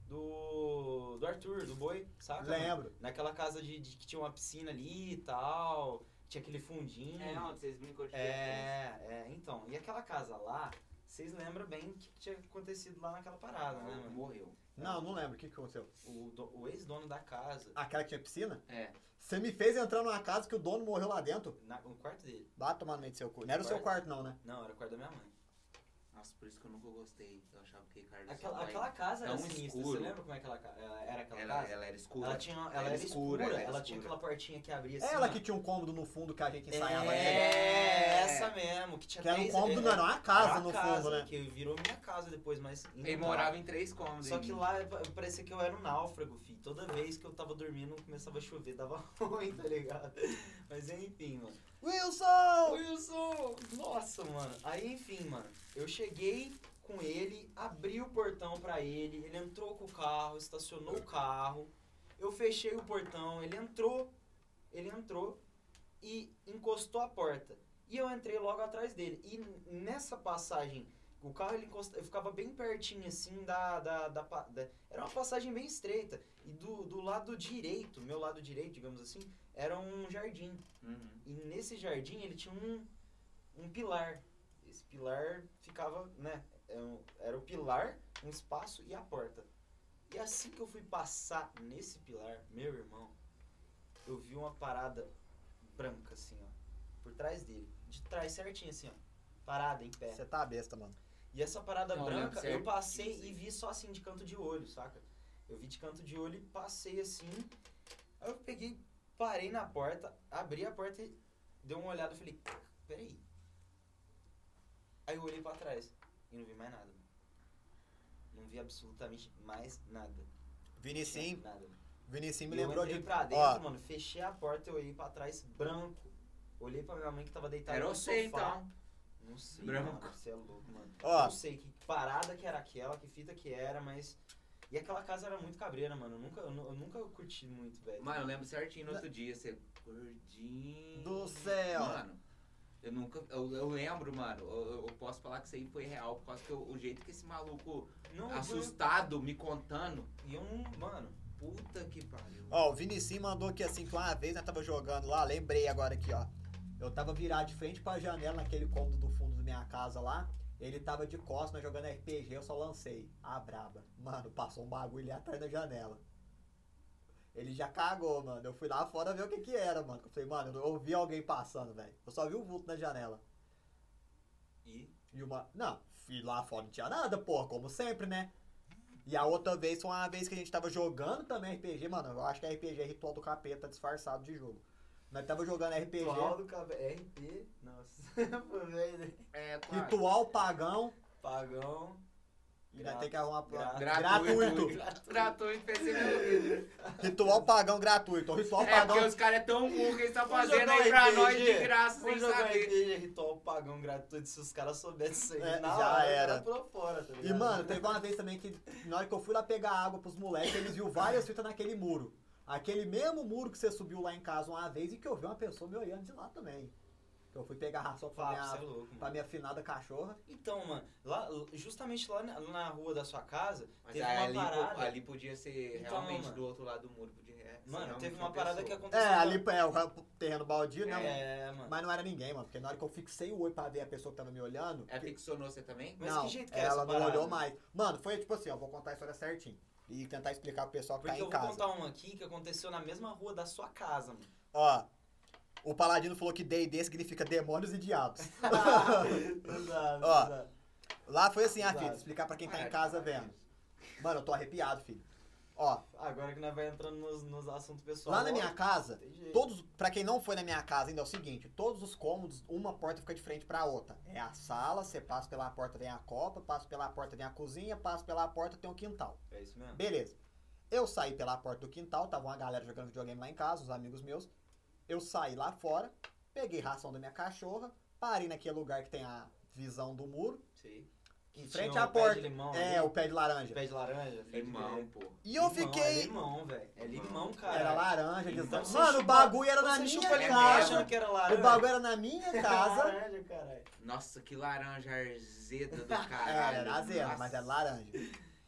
Speaker 3: do, do Arthur, do boi, saca?
Speaker 1: Lembro.
Speaker 3: Naquela casa de, de que tinha uma piscina ali e tal, tinha aquele fundinho.
Speaker 2: É, onde vocês brincam de
Speaker 3: É, é, então, e aquela casa lá, vocês lembram bem o que que tinha acontecido lá naquela parada, né, mano?
Speaker 2: Ah, Morreu.
Speaker 1: Não, não lembro. O que que aconteceu?
Speaker 3: O, do- o ex-dono da casa,
Speaker 1: Aquela que tinha piscina?
Speaker 2: É.
Speaker 1: Você me fez entrar numa casa que o dono morreu lá dentro?
Speaker 3: na- no quarto dele.
Speaker 1: Bata tomar no meio do seu cu. Não era o seu quarto, não, né?
Speaker 3: Não, era o quarto da minha mãe.
Speaker 2: Nossa, por isso que eu nunca gostei. Eu achava que Ricardo
Speaker 3: Aquela,
Speaker 2: Sampaio-
Speaker 3: aquela casa era
Speaker 2: Tão
Speaker 3: sinistra,
Speaker 2: escuro.
Speaker 3: você lembra como é aquela ca- ela- era aquela
Speaker 2: Ela,
Speaker 3: casa?
Speaker 2: ela era escura.
Speaker 3: Ela, tinha, ela,
Speaker 2: Era
Speaker 3: era
Speaker 2: escura,
Speaker 3: escura,
Speaker 2: ela
Speaker 3: ela,
Speaker 2: era
Speaker 3: tinha
Speaker 2: escura.
Speaker 3: aquela portinha que abria assim.
Speaker 1: Ela
Speaker 3: ó.
Speaker 1: que tinha um cômodo no fundo que a gente ensaiava nele.
Speaker 3: É,
Speaker 2: É.
Speaker 3: essa mesmo, que tinha
Speaker 1: Que era um
Speaker 3: três-
Speaker 1: cômodo,
Speaker 3: é,
Speaker 1: não era uma
Speaker 3: era
Speaker 1: casa
Speaker 3: uma
Speaker 1: no
Speaker 3: casa,
Speaker 1: fundo, né?
Speaker 3: Que virou minha casa depois, mas...
Speaker 2: Ele morava em três cômodos.
Speaker 3: Só
Speaker 2: em-
Speaker 3: que lá eu pa- parecia que eu era um náufrago, fi. Toda vez que eu tava dormindo, começava a chover, dava ruim, tá ligado? Mas enfim, mano.
Speaker 1: Wilson!
Speaker 3: Wilson! Nossa, mano. Aí, enfim, mano. Eu cheguei com ele, abri o portão pra ele, ele entrou com o carro, estacionou o carro. Eu fechei o portão, ele entrou, ele entrou e encostou a porta. E eu entrei logo atrás dele. E n- nessa passagem, o carro ele encosta- ficava bem pertinho assim da, da, da, pa- da- Era uma passagem bem estreita. E do, do lado direito, meu lado direito, digamos assim, era um jardim.
Speaker 2: Uhum.
Speaker 3: E nesse jardim ele tinha um, um pilar. Esse pilar ficava, né? é um- Era o pilar, um espaço e a porta. E assim que eu fui passar nesse pilar, meu irmão, eu vi uma parada branca, assim, ó. Por trás dele. De trás certinho, assim, ó. Parada em pé.
Speaker 1: Você tá besta, mano.
Speaker 3: E essa parada
Speaker 2: Não, um lembro
Speaker 3: branca,
Speaker 2: certo.
Speaker 3: eu passei
Speaker 2: Sim.
Speaker 3: e vi só assim de canto de olho, saca? Eu vi de canto de olho e passei assim. Aí eu peguei, parei na porta, abri a porta e dei uma olhada e falei, peraí. Aí eu olhei pra trás e não vi mais nada. mano. Não vi absolutamente mais nada.
Speaker 1: Vinicinho,
Speaker 3: Nada. mano.
Speaker 1: Vinicius me
Speaker 3: eu
Speaker 1: lembrou
Speaker 3: entrei
Speaker 1: de.
Speaker 3: pra dentro,
Speaker 1: ó.
Speaker 3: mano, fechei a porta, eu olhei pra trás, branco. Olhei pra minha mãe que tava deitada
Speaker 2: Era
Speaker 3: tá no sofá.
Speaker 2: você então.
Speaker 3: Não sei,
Speaker 2: Branco.
Speaker 3: mano, você é louco, mano.
Speaker 1: Ó.
Speaker 3: Não sei que parada que era aquela, que fita que era, mas... E aquela casa era muito cabreira, mano. Eu nunca, eu, nu- eu nunca curti muito, velho.
Speaker 2: Mano, eu lembro certinho no outro dia, você gordinho.
Speaker 1: Do céu.
Speaker 2: Mano, eu nunca. Eu, eu lembro, mano. Eu, eu- eu posso falar que isso aí foi real, por causa que eu- o jeito que esse maluco
Speaker 3: Não,
Speaker 2: assustado me contando.
Speaker 3: eu- E eu não... Mano,
Speaker 2: Puta que pariu.
Speaker 1: Ó, o Vinicius mandou aqui assim, que uma vez nós tava jogando lá, lembrei agora aqui, ó. Eu tava virado de frente pra janela naquele cômodo do fundo da minha casa lá. Ele tava de costas, nós jogando RPG, eu só lancei. Ah, braba. Mano, passou um bagulho ali atrás da janela. Ele já cagou, mano. Eu fui lá fora ver o que que era, mano. Eu falei, mano, eu ouvi alguém passando, velho. Eu só vi o vulto na janela.
Speaker 3: e...
Speaker 1: E uma. Não, fui lá fora, não tinha nada, porra, como sempre, né? E a outra vez foi uma vez que a gente tava jogando também RPG, mano. Eu acho que RPG é ritual do capeta disfarçado de jogo. Nós tava jogando RPG,
Speaker 3: Ritual do cabelo. RP. Nossa. Pô, velho.
Speaker 2: É, quase.
Speaker 1: ritual pagão.
Speaker 3: Pagão.
Speaker 1: E nós
Speaker 3: Gra-
Speaker 1: tem que arrumar pra...
Speaker 2: Gratuito.
Speaker 1: gratuito.
Speaker 2: Gratuito, pensei meu ouvido.
Speaker 1: Ritual pagão gratuito. O ritual
Speaker 2: É,
Speaker 1: pagão.
Speaker 2: porque os caras é tão burro que eles estão fazendo
Speaker 3: jogar
Speaker 2: aí pra
Speaker 3: RPG.
Speaker 2: nós de graça
Speaker 3: Vamos
Speaker 2: sem
Speaker 3: jogar
Speaker 2: saber.
Speaker 3: RPG ritual pagão gratuito se os caras soubessem isso aí.
Speaker 1: É,
Speaker 3: na
Speaker 1: já
Speaker 3: hora,
Speaker 1: era.
Speaker 3: era pra fora, tá ligado?
Speaker 1: E, mano, teve uma vez também que na hora que eu fui lá pegar água pros moleques, eles viram várias fitas naquele muro. Aquele mesmo muro que você subiu lá em casa uma vez e que eu vi uma pessoa me olhando de lá também. Eu fui pegar ração pra
Speaker 3: Papo,
Speaker 1: minha
Speaker 3: você é louco, mano.
Speaker 1: pra minha afinada cachorra.
Speaker 3: Então, mano, lá, justamente lá na, na rua da sua casa,
Speaker 2: Mas
Speaker 3: teve
Speaker 2: ali,
Speaker 3: uma parada.
Speaker 2: ali podia ser
Speaker 3: Então,
Speaker 2: realmente
Speaker 3: mano.
Speaker 2: do outro lado do muro. Podia, é, ser
Speaker 3: mano,
Speaker 2: realmente
Speaker 3: teve uma parada que
Speaker 2: pessoa.
Speaker 3: aconteceu.
Speaker 1: É, ali é o terreno baldio, né?
Speaker 3: É, mano.
Speaker 1: Mas não era ninguém, mano. Porque na hora que eu fixei o olho pra ver a pessoa que tava me olhando.
Speaker 2: Ela
Speaker 1: que-
Speaker 2: ficcionou É, você também?
Speaker 3: É, Mas
Speaker 1: não,
Speaker 3: que jeito que era
Speaker 1: ela
Speaker 3: essa
Speaker 1: não
Speaker 3: parada?
Speaker 1: olhou mais. Mano, foi tipo assim, ó, vou contar a história certinho. E tentar explicar pro pessoal que
Speaker 3: Porque
Speaker 1: tá
Speaker 3: eu
Speaker 1: em
Speaker 3: vou
Speaker 1: casa.
Speaker 3: contar uma aqui que aconteceu na mesma rua da sua casa, mano.
Speaker 1: Ó. O Paladino falou que D&D significa demônios e diabos.
Speaker 3: Não dá, não
Speaker 1: Ó.
Speaker 3: dá.
Speaker 1: Lá foi assim, ah,
Speaker 3: Exato.
Speaker 1: filho, explicar pra quem tá
Speaker 2: Ah,
Speaker 1: em
Speaker 2: é,
Speaker 1: casa
Speaker 2: é
Speaker 1: vendo.
Speaker 2: isso.
Speaker 1: Mano, eu tô arrepiado, filho. Ó,
Speaker 3: Agora que nós vai entrando nos, nos assuntos pessoais.
Speaker 1: lá na minha casa,
Speaker 3: Tem jeito.
Speaker 1: todos, pra quem não foi na minha casa ainda é o seguinte, todos os cômodos, uma porta fica de frente pra outra. É a sala, você passa pela porta, vem a copa, passa pela porta, vem a cozinha, passa pela porta, tem o quintal.
Speaker 3: É isso mesmo.
Speaker 1: Beleza. Eu saí pela porta do quintal, tava uma galera jogando videogame lá em casa, os amigos meus. Eu saí lá fora, peguei ração da minha cachorra, parei naquele lugar que tem a visão do muro,
Speaker 3: Sim.
Speaker 1: em frente
Speaker 3: Tinha
Speaker 1: à
Speaker 3: um pé de
Speaker 1: porta.
Speaker 3: limão
Speaker 1: É,
Speaker 3: ali,
Speaker 1: o pé de laranja.
Speaker 3: pé de laranja. pé de
Speaker 2: Limão, pô.
Speaker 1: E eu
Speaker 3: limão, É
Speaker 1: fiquei.
Speaker 3: limão, velho. É limão, cara.
Speaker 1: Era laranja, eles
Speaker 2: Limão.
Speaker 1: Mano, o bagulho era na
Speaker 3: Você
Speaker 1: minha
Speaker 3: chupa limão
Speaker 1: casa.
Speaker 3: achando que era laranja.
Speaker 1: O bagulho era na minha casa.
Speaker 3: Laranja, caralho.
Speaker 2: Nossa, que laranja arzeda do
Speaker 3: É,
Speaker 1: É, Era,
Speaker 2: caralho.
Speaker 1: era zero,
Speaker 2: Nossa.
Speaker 1: mas era laranja.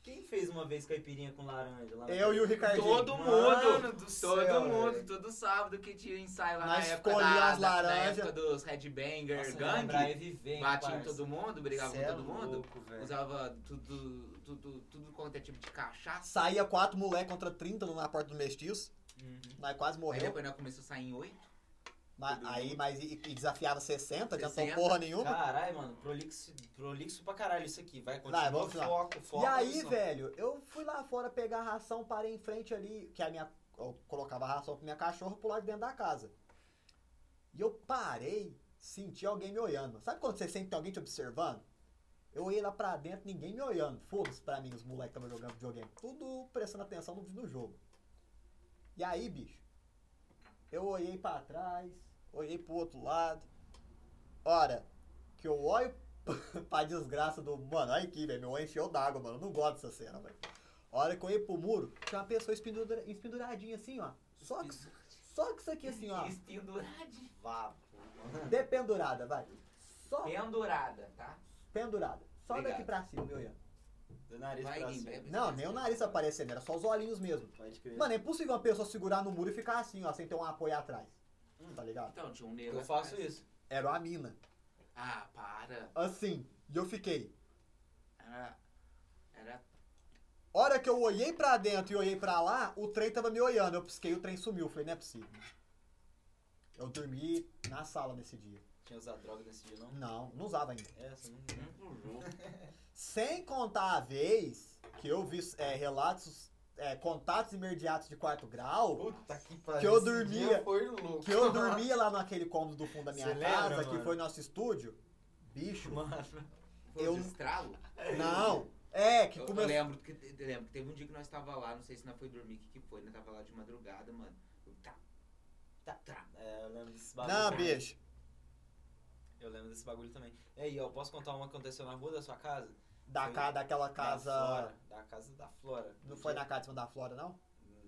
Speaker 3: Quem fez uma vez caipirinha com laranja lá na
Speaker 1: Eu e o Ricardinho.
Speaker 2: Todo
Speaker 3: Mano
Speaker 2: mundo,
Speaker 3: do
Speaker 2: todo
Speaker 3: céu,
Speaker 2: mundo,
Speaker 3: velho.
Speaker 2: todo sábado que tinha ensaio lá na
Speaker 1: Nós
Speaker 2: época
Speaker 1: escolhia
Speaker 2: da,
Speaker 1: as
Speaker 2: da- da
Speaker 1: laranjas.
Speaker 2: época dos Red Banger
Speaker 3: Nossa, lembrar é
Speaker 2: Gang,
Speaker 3: viver, hein,
Speaker 2: batia em
Speaker 3: parça.
Speaker 2: todo mundo, brigava
Speaker 3: Cê
Speaker 2: com
Speaker 3: é
Speaker 2: todo mundo,
Speaker 3: louco, velho.
Speaker 2: usava tudo, tudo, tudo quanto é tipo de cachaça.
Speaker 1: Saía quatro moleque contra 30 na porta do mestiço.
Speaker 3: Uhum.
Speaker 1: Nós quase
Speaker 2: Aí
Speaker 1: morreu.
Speaker 2: depois nós começou a sair em oito.
Speaker 1: Mas, aí, mas e, e desafiava 60, adiantou
Speaker 2: 60.
Speaker 1: porra nenhuma.
Speaker 3: Caralho, mano, prolixo, prolixo pra caralho isso aqui. Vai,
Speaker 1: Vai,
Speaker 3: continua,
Speaker 1: vamos lá.
Speaker 3: foco, foco.
Speaker 1: e aí,
Speaker 3: atenção.
Speaker 1: velho, eu fui lá fora pegar a ração, parei em frente ali, que a minha. Eu colocava a ração pra minha cachorra pro lado de dentro da casa. E eu parei, senti alguém me olhando. Sabe quando você sente que tem alguém te observando? Eu olhei lá pra dentro, ninguém me olhando. Foda-se pra mim, os moleques estavam jogando videogame. Tudo prestando atenção no, no jogo. E aí, bicho, eu olhei pra trás, olhei pro outro lado. Ora, que eu olho pra desgraça do. Mano, olha aqui, velho. Meu olho encheu d'água, mano. Eu não gosto dessa cena, velho. A hora que eu olhei pro muro, tinha uma pessoa espendura- espenduradinha assim, ó. Só que, só que isso aqui assim, ó.
Speaker 2: Penduradinha.
Speaker 3: Vá, pô.
Speaker 1: Dependurada, vai. Só
Speaker 2: Pendurada, tá?
Speaker 1: pendurada. Só
Speaker 2: Obrigado.
Speaker 1: daqui pra cima, me olhando.
Speaker 3: Do nariz
Speaker 2: Vai,
Speaker 3: pra
Speaker 2: Gui,
Speaker 3: cima.
Speaker 2: bebe.
Speaker 1: Não, nem o nariz aparecendo, era só os olhinhos mesmo.
Speaker 3: Pode crer.
Speaker 1: Mano, é impossível uma pessoa segurar no muro e ficar assim, ó, sem ter um apoio atrás. Tá ligado?
Speaker 2: Então, tinha um negro.
Speaker 3: eu faço
Speaker 2: atrás.
Speaker 3: isso.
Speaker 1: Era uma mina.
Speaker 2: Ah, para.
Speaker 1: Assim. E eu fiquei.
Speaker 2: Era. Era.
Speaker 1: Hora que eu olhei pra dentro e olhei pra lá, o trem tava me olhando. Eu pisquei, o trem sumiu. Falei, não é possível. Eu dormi na sala nesse dia.
Speaker 3: Tinha usado droga nesse dia, não?
Speaker 1: Não, não usava ainda.
Speaker 3: Essa, não.
Speaker 2: um jogo.
Speaker 1: Sem contar a vez que eu vi é, relatos, é, contatos imediatos de quarto grau,
Speaker 3: Puta que pariu.
Speaker 1: que eu
Speaker 3: esse
Speaker 1: dormia-
Speaker 3: dia Foi louco.
Speaker 1: que eu dormia lá naquele cômodo do fundo da minha
Speaker 3: Cê lembra,
Speaker 1: casa, que
Speaker 3: mano?
Speaker 1: foi nosso estúdio. Bicho,
Speaker 3: Mano,
Speaker 2: Foi
Speaker 1: Eu-
Speaker 2: eu... estralo?
Speaker 1: não. É, que
Speaker 2: eu, eu
Speaker 1: começou.
Speaker 2: lembro, que, eu lembro que teve um dia que nós tava lá, não sei se nós foi dormir, o que, que foi, nós tava lá de madrugada, mano. Eu, tá,
Speaker 3: Tá, tá. É, eu lembro desse bagulho.
Speaker 1: Não,
Speaker 3: também.
Speaker 1: bicho.
Speaker 3: Eu lembro desse bagulho também. E aí, ó, posso contar uma que aconteceu na rua da sua casa?
Speaker 1: Da,
Speaker 3: Foi-
Speaker 1: ca- daquela
Speaker 3: Da,
Speaker 1: casa.
Speaker 3: Flora, da casa da Flora.
Speaker 1: Não
Speaker 3: Do
Speaker 1: foi
Speaker 3: dia-
Speaker 1: na casa de cima da Flora, não?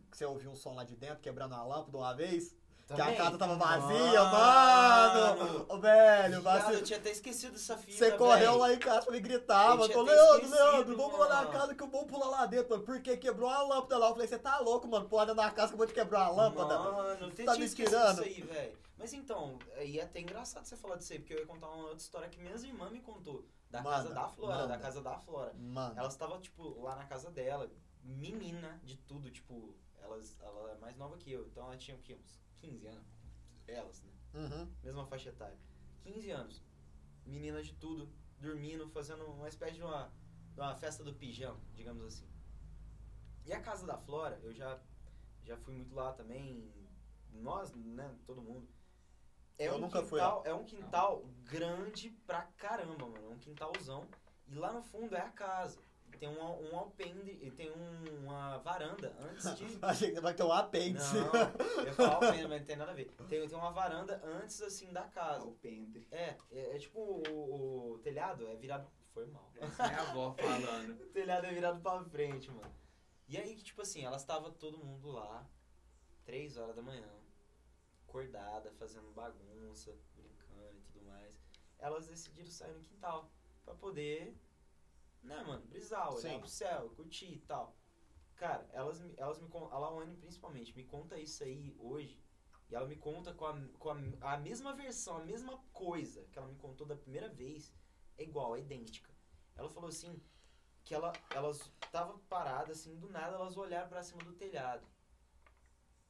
Speaker 1: Que você ouviu um som lá de dentro, quebrando uma lâmpada uma vez? Que
Speaker 3: Também.
Speaker 1: a casa tava vazia, mano!
Speaker 3: Mano.
Speaker 1: Ô, velho,
Speaker 3: Viado,
Speaker 1: vacilo.
Speaker 3: eu tinha até esquecido dessa fita,
Speaker 1: Você correu
Speaker 3: velho.
Speaker 1: lá em casa, falei, gritava,
Speaker 3: Eu tinha
Speaker 1: tô,
Speaker 3: até
Speaker 1: Leandro,
Speaker 3: esquecido,
Speaker 1: Leandro, vamos lá na
Speaker 3: mano."
Speaker 1: casa que o bom pula lá dentro, mano, porque quebrou a lâmpada lá. Eu falei, você tá louco, mano, pula na casa que eu vou te quebrar a lâmpada.
Speaker 3: Mano, eu
Speaker 1: Você
Speaker 3: até
Speaker 1: tá
Speaker 3: tinha
Speaker 1: me
Speaker 3: esquecido
Speaker 1: tirando?
Speaker 3: disso aí, velho. Mas então, e é até engraçado você falar disso aí, porque eu ia contar uma outra história que minha irmã me contou. Da
Speaker 1: Manda,
Speaker 3: casa da Flora,
Speaker 1: manda.
Speaker 3: da casa da Flora.
Speaker 1: Mano,
Speaker 3: Ela estava, tipo, lá na casa dela, menina de tudo, tipo, elas, ela é mais nova que eu, então ela tinha o quê? Uns 15 anos. Elas, né?
Speaker 1: uhum.
Speaker 3: Mesma faixa etária. 15 anos. Menina de tudo, dormindo, fazendo uma espécie de uma, de uma festa do pijão, digamos assim. E a casa da Flora, eu já, já fui muito lá também. Nós, né? Todo mundo. É
Speaker 1: Eu
Speaker 3: um
Speaker 1: nunca fui
Speaker 3: quintal, É um quintal grande pra caramba, mano. É um quintalzão. E lá no fundo é a casa. Tem um, al- um alpendre, e tem um- uma varanda antes de.
Speaker 1: Achei que você vai ter um apêndice.
Speaker 3: Não, eu ia falar alpendre, mas não tem nada a ver. Tem, tem uma varanda antes, assim, da casa.
Speaker 2: o pendre.
Speaker 3: É, é, é tipo o, o telhado é virado. Foi mal.
Speaker 2: Essa é minha avó falando.
Speaker 3: O telhado é virado pra frente, mano. E aí, que, tipo assim, elas estavam todo mundo lá, três horas da manhã, acordada, fazendo bagunça, brincando e tudo mais. Elas decidiram sair no quintal pra poder, né, mano, brisar, olhar
Speaker 1: Sim.
Speaker 3: pro céu, curtir e tal. Cara, elas, me- elas me contam, a Lawane principalmente, me conta isso aí hoje. E ela me conta com, a, com a, a mesma versão, a mesma coisa que ela me contou da primeira vez. É igual, é idêntica. Ela falou assim, que ela, elas estavam paradas, assim, do nada elas olharam pra cima do telhado.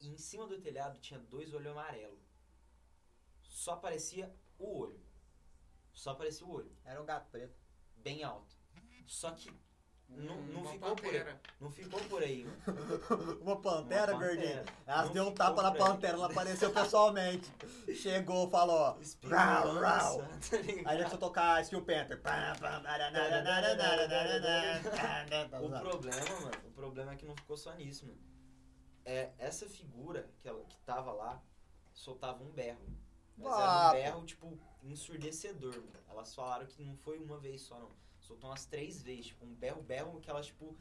Speaker 3: E em cima do telhado tinha dois olhos amarelos. Só aparecia o olho. Só aparecia o olho.
Speaker 1: Era um gato preto.
Speaker 3: Bem alto. Só que Não-
Speaker 1: Hum,
Speaker 3: não
Speaker 2: uma
Speaker 3: ficou por
Speaker 2: pantera.
Speaker 3: não ficou por aí, mano.
Speaker 1: Uma pantera,
Speaker 3: Uma
Speaker 1: gordinho.
Speaker 3: pantera.
Speaker 1: Elas
Speaker 3: Não
Speaker 1: deu um
Speaker 3: ficou
Speaker 1: tapa na
Speaker 3: por aí.
Speaker 1: pantera, ela apareceu pessoalmente. Chegou, falou, ó. Rau,
Speaker 3: Espiritual,
Speaker 1: rau.
Speaker 3: tá ligado?
Speaker 1: Aí deixa eu tocar Steel Panther. Pam, pam, naranara, naranara, naranara,
Speaker 3: O
Speaker 1: naranara.
Speaker 3: problema, mano, o problema é que não ficou só nisso, mano. É, essa figura que, ela, que tava lá soltava um berro. Mas era
Speaker 1: Ah,
Speaker 3: um berro, tipo, ensurdecedor, mano. Elas falaram que não foi uma vez só, não. Soltou umas três vezes, tipo, um berro, berro que elas, tipo.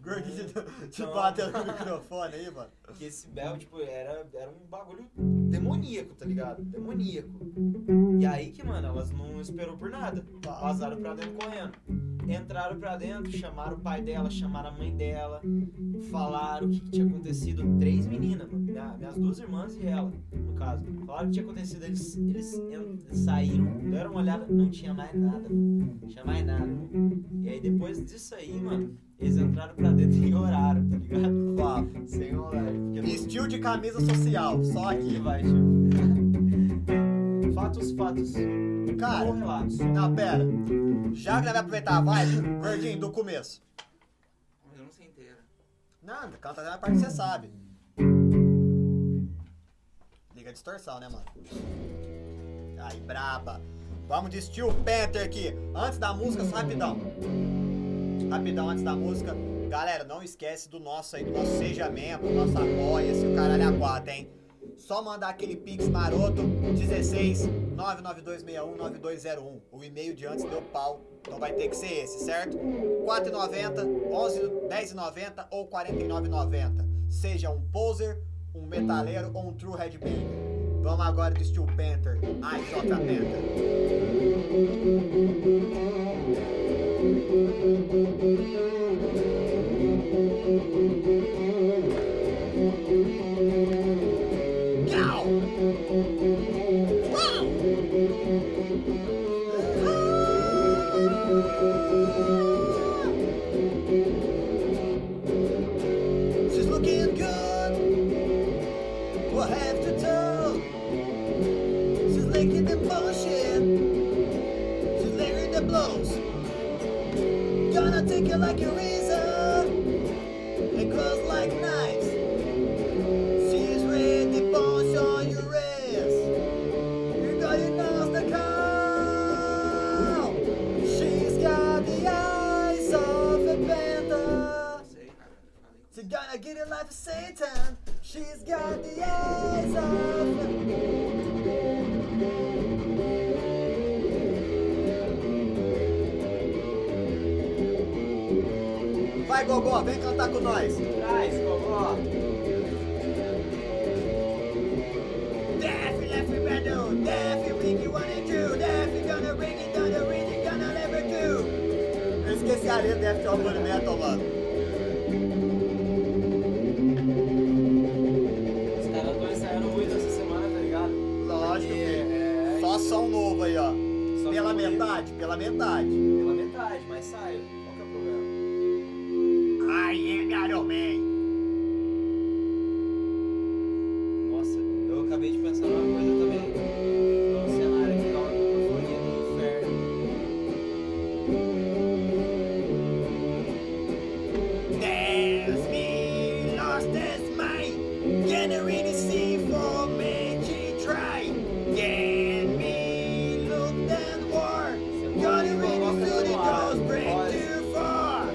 Speaker 1: Gordinho,
Speaker 3: não-
Speaker 1: te
Speaker 3: Não.
Speaker 1: bateu no microfone aí, mano.
Speaker 3: que esse berro, tipo, era, era um bagulho demoníaco, tá ligado? Demoníaco. E aí que, mano, elas não esperou por nada. Vazaram pra dentro correndo. Entraram pra dentro, chamaram o pai dela, chamaram a mãe dela, falaram o que, que tinha acontecido. Três meninas, mano, minha- minhas duas irmãs e ela, no caso. Falaram o que tinha acontecido, eles, eles en- saíram, deram uma olhada, não tinha mais nada, mano. não tinha mais nada. E aí depois disso aí, mano, eles entraram pra dentro e oraram, tá ligado?
Speaker 1: Papo.
Speaker 3: Sem horário, porque não
Speaker 1: Vestiu de camisa social, só
Speaker 3: Aqui
Speaker 1: aqui.
Speaker 3: vai, Chico. Fatos, fatos. Ou
Speaker 1: Cara,
Speaker 3: relatos.
Speaker 1: não, pera. Já que nós vai aproveitar a vibe, Gordinho, do começo.
Speaker 2: Eu não sei inteira.
Speaker 1: Nada, canta até a parte que você sabe. Liga a distorção, né, mano? Aí, braba. Vamos de Steel Panther aqui. Antes da música, só rapidão. Rapidão antes da música. Galera, não esquece do nosso aí, do nosso Seja Membro, do nosso Apoia-se, o caralho é a quatro, hein? Só mandar aquele pix maroto, 16 99261 9201. O e-mail de antes deu pau, então vai ter que ser esse, certo? 4,90, 11, 10,90 ou 49,90. Seja um poser, um metaleiro ou um true headbanger. Vamos agora de Steel Panther, AJ Panther. Tchau! Ah! She's looking good. We'll have to tell. She's licking the bullshit. She's layering the blows. Gonna take it like a razor. And cross like knives. She's ready bones on your ass. You got your nose to come. She's got the eyes of a wife of Satan. She's got the eyes of. Vai, Gogó, vem cantar com nós.
Speaker 3: Traz, Gogó.
Speaker 1: Death, left we battle. Death, you think you wanna do. Death, you gonna ring it, gonna ring it, gonna never do. Eu esqueci a letra Death of Blood Metal, mano.
Speaker 3: Os caras estão ensaiando muito essa semana, tá ligado?
Speaker 1: Lógico,
Speaker 3: Porque,
Speaker 1: filho.
Speaker 3: é,
Speaker 1: Só som novo aí, ó.
Speaker 3: só que
Speaker 1: Pela
Speaker 3: eu vou-
Speaker 1: metade, pela metade.
Speaker 3: Pela metade, mas sai. Qual que é o problema?
Speaker 1: I am Iron Man.
Speaker 3: Nossa, eu acabei de pensar numa coisa também. Num cenário aqui, ó. Sinfonia do inferno.
Speaker 1: There's me, lost as mine. Can't really see for me to try. Get me, look that war. Gonna really soon it goes break too far.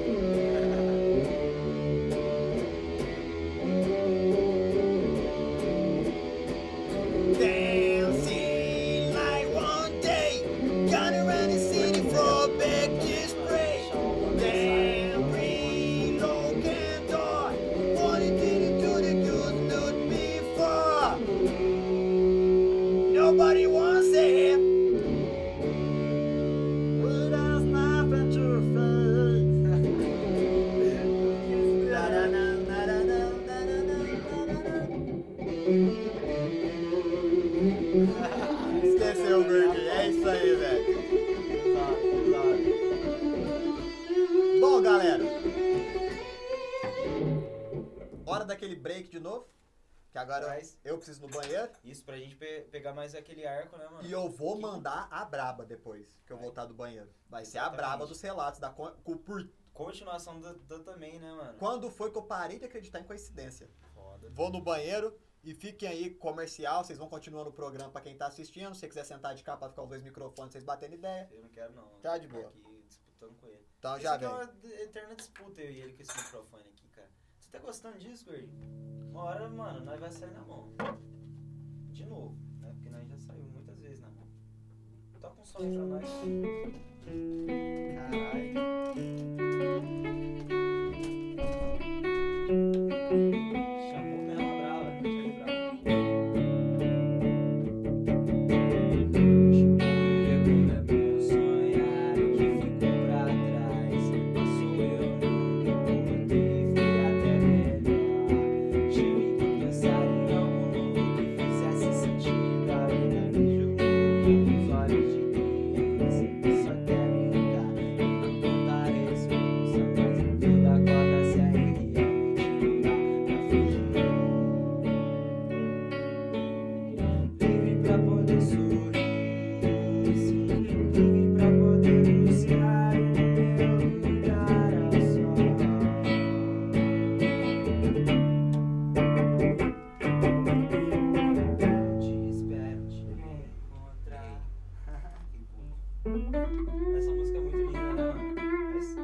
Speaker 1: They'll see light one day. Gonna run the city for back to spray. Damn, real long and dark. What it did to the good not before. Nobody wants it. Well, there's nothing to fear. Na-na-na, na-na-na, na-na-na. Esqueceu o Gurgel, é isso aí, velho. Bom, galera. Hora daquele break de novo. Que agora
Speaker 3: Tá, Mas
Speaker 1: eu preciso ir no banheiro.
Speaker 3: isso pra gente pe- pegar mais aquele arco, né, mano?
Speaker 1: E eu vou mandar a braba depois que eu voltar do banheiro. Vai ser a braba dos relatos. Da co- co- por-
Speaker 3: Continuação da, da também, né, mano?
Speaker 1: Quando foi que eu parei de acreditar em coincidência?
Speaker 3: Foda.
Speaker 1: Vou no banheiro e fiquem aí comercial. Vocês vão continuando o programa pra quem tá assistindo. Se você quiser sentar de cá pra ficar os dois microfones, vocês batendo ideia.
Speaker 3: Eu não quero, não.
Speaker 1: Tá de boa.
Speaker 3: Aqui disputando com ele.
Speaker 1: Então
Speaker 3: Isso
Speaker 1: já
Speaker 3: aqui é
Speaker 1: vem.
Speaker 3: uma d- eterna disputa eu e ele com esse microfone aqui, cara. Você tá gostando disso, gordinho? Uma hora, mano, nós vai sair na mão. De novo, né? Porque nós já saiu muitas vezes na mão. Toca um som aí pra nós. Caralho. Chamou mesmo a brava. Chamou a brava. Olha como é bom sonhar o que ficou pra trás. Passou eu não voltei, fui até melhor. Tive que pensar em algo novo que fizesse sentido. A vida vejo com os olhos de criança que só quer brincar. Não contar responsa, mas em tudo acorda se a realmente não dá pra fugir. Livre pra poder sorrir. Livre pra poder buscar o meu lugar ao sol. Te espero te encontrar.
Speaker 9: Que burro.
Speaker 3: Essa música é muito linda, né, mano? Mas...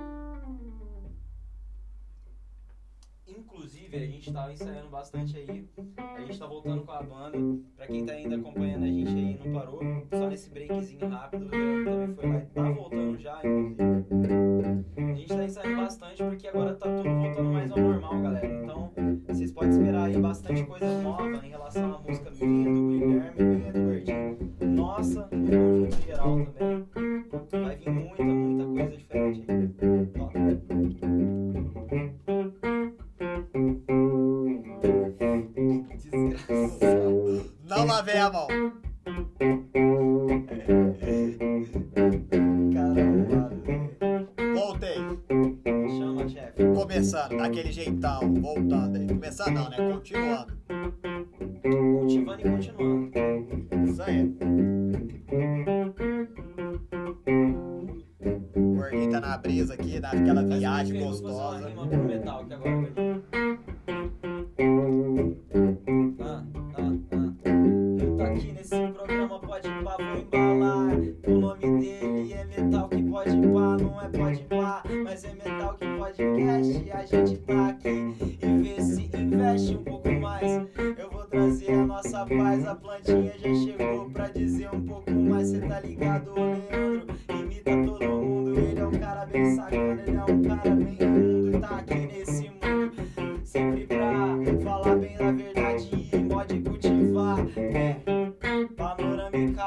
Speaker 3: Inclusive, a gente tá ensaiando bastante aí. A gente tá voltando com a banda. Pra quem tá ainda acompanhando a gente aí, não parou. Só nesse breakzinho rápido, o Leandro também foi lá e tá voltando já, inclusive. A gente tá ensaiando bastante porque agora tá tudo voltando mais ao normal, galera. Então, vocês podem esperar aí bastante coisa nova em relação à música minha, do Guilherme, minha, do Gordinho. Nossa, no conjunto geral também. Vai vir muita, muita coisa diferente. Ó. Desgraçado.
Speaker 1: Não lavei a mão.
Speaker 3: Caralho.
Speaker 1: Voltei.
Speaker 3: Chama, chefe.
Speaker 1: Começando, daquele jeitão, voltando aí. Começando não, né? Continuando.
Speaker 3: Cultivando e continuando.
Speaker 1: Isso aí. Gordinho tá na brisa aqui, naquela viagem
Speaker 3: um Vou fazer uma
Speaker 1: gostosa.
Speaker 3: rima pro metal que agora vai vir. Ah, ah, ah. Eu tô aqui nesse programa, pode ir pá, vou embalar. O nome dele é metal que pode ir pá, não é pode ir pá, mas é metal que podcast. A gente tá aqui e vê se investe. investir um pouco mais. Eu vou trazer a nossa paz, a plantinha já chegou pra dizer um pouco mais. Cê tá ligado, ô Leandro? Imita todo mundo, ele é um cara bem sacana, ele é um cara bem imundo e tá aqui nesse mundo. Sempre pra falar bem a verdade e pode cultivar. É, panorâmica,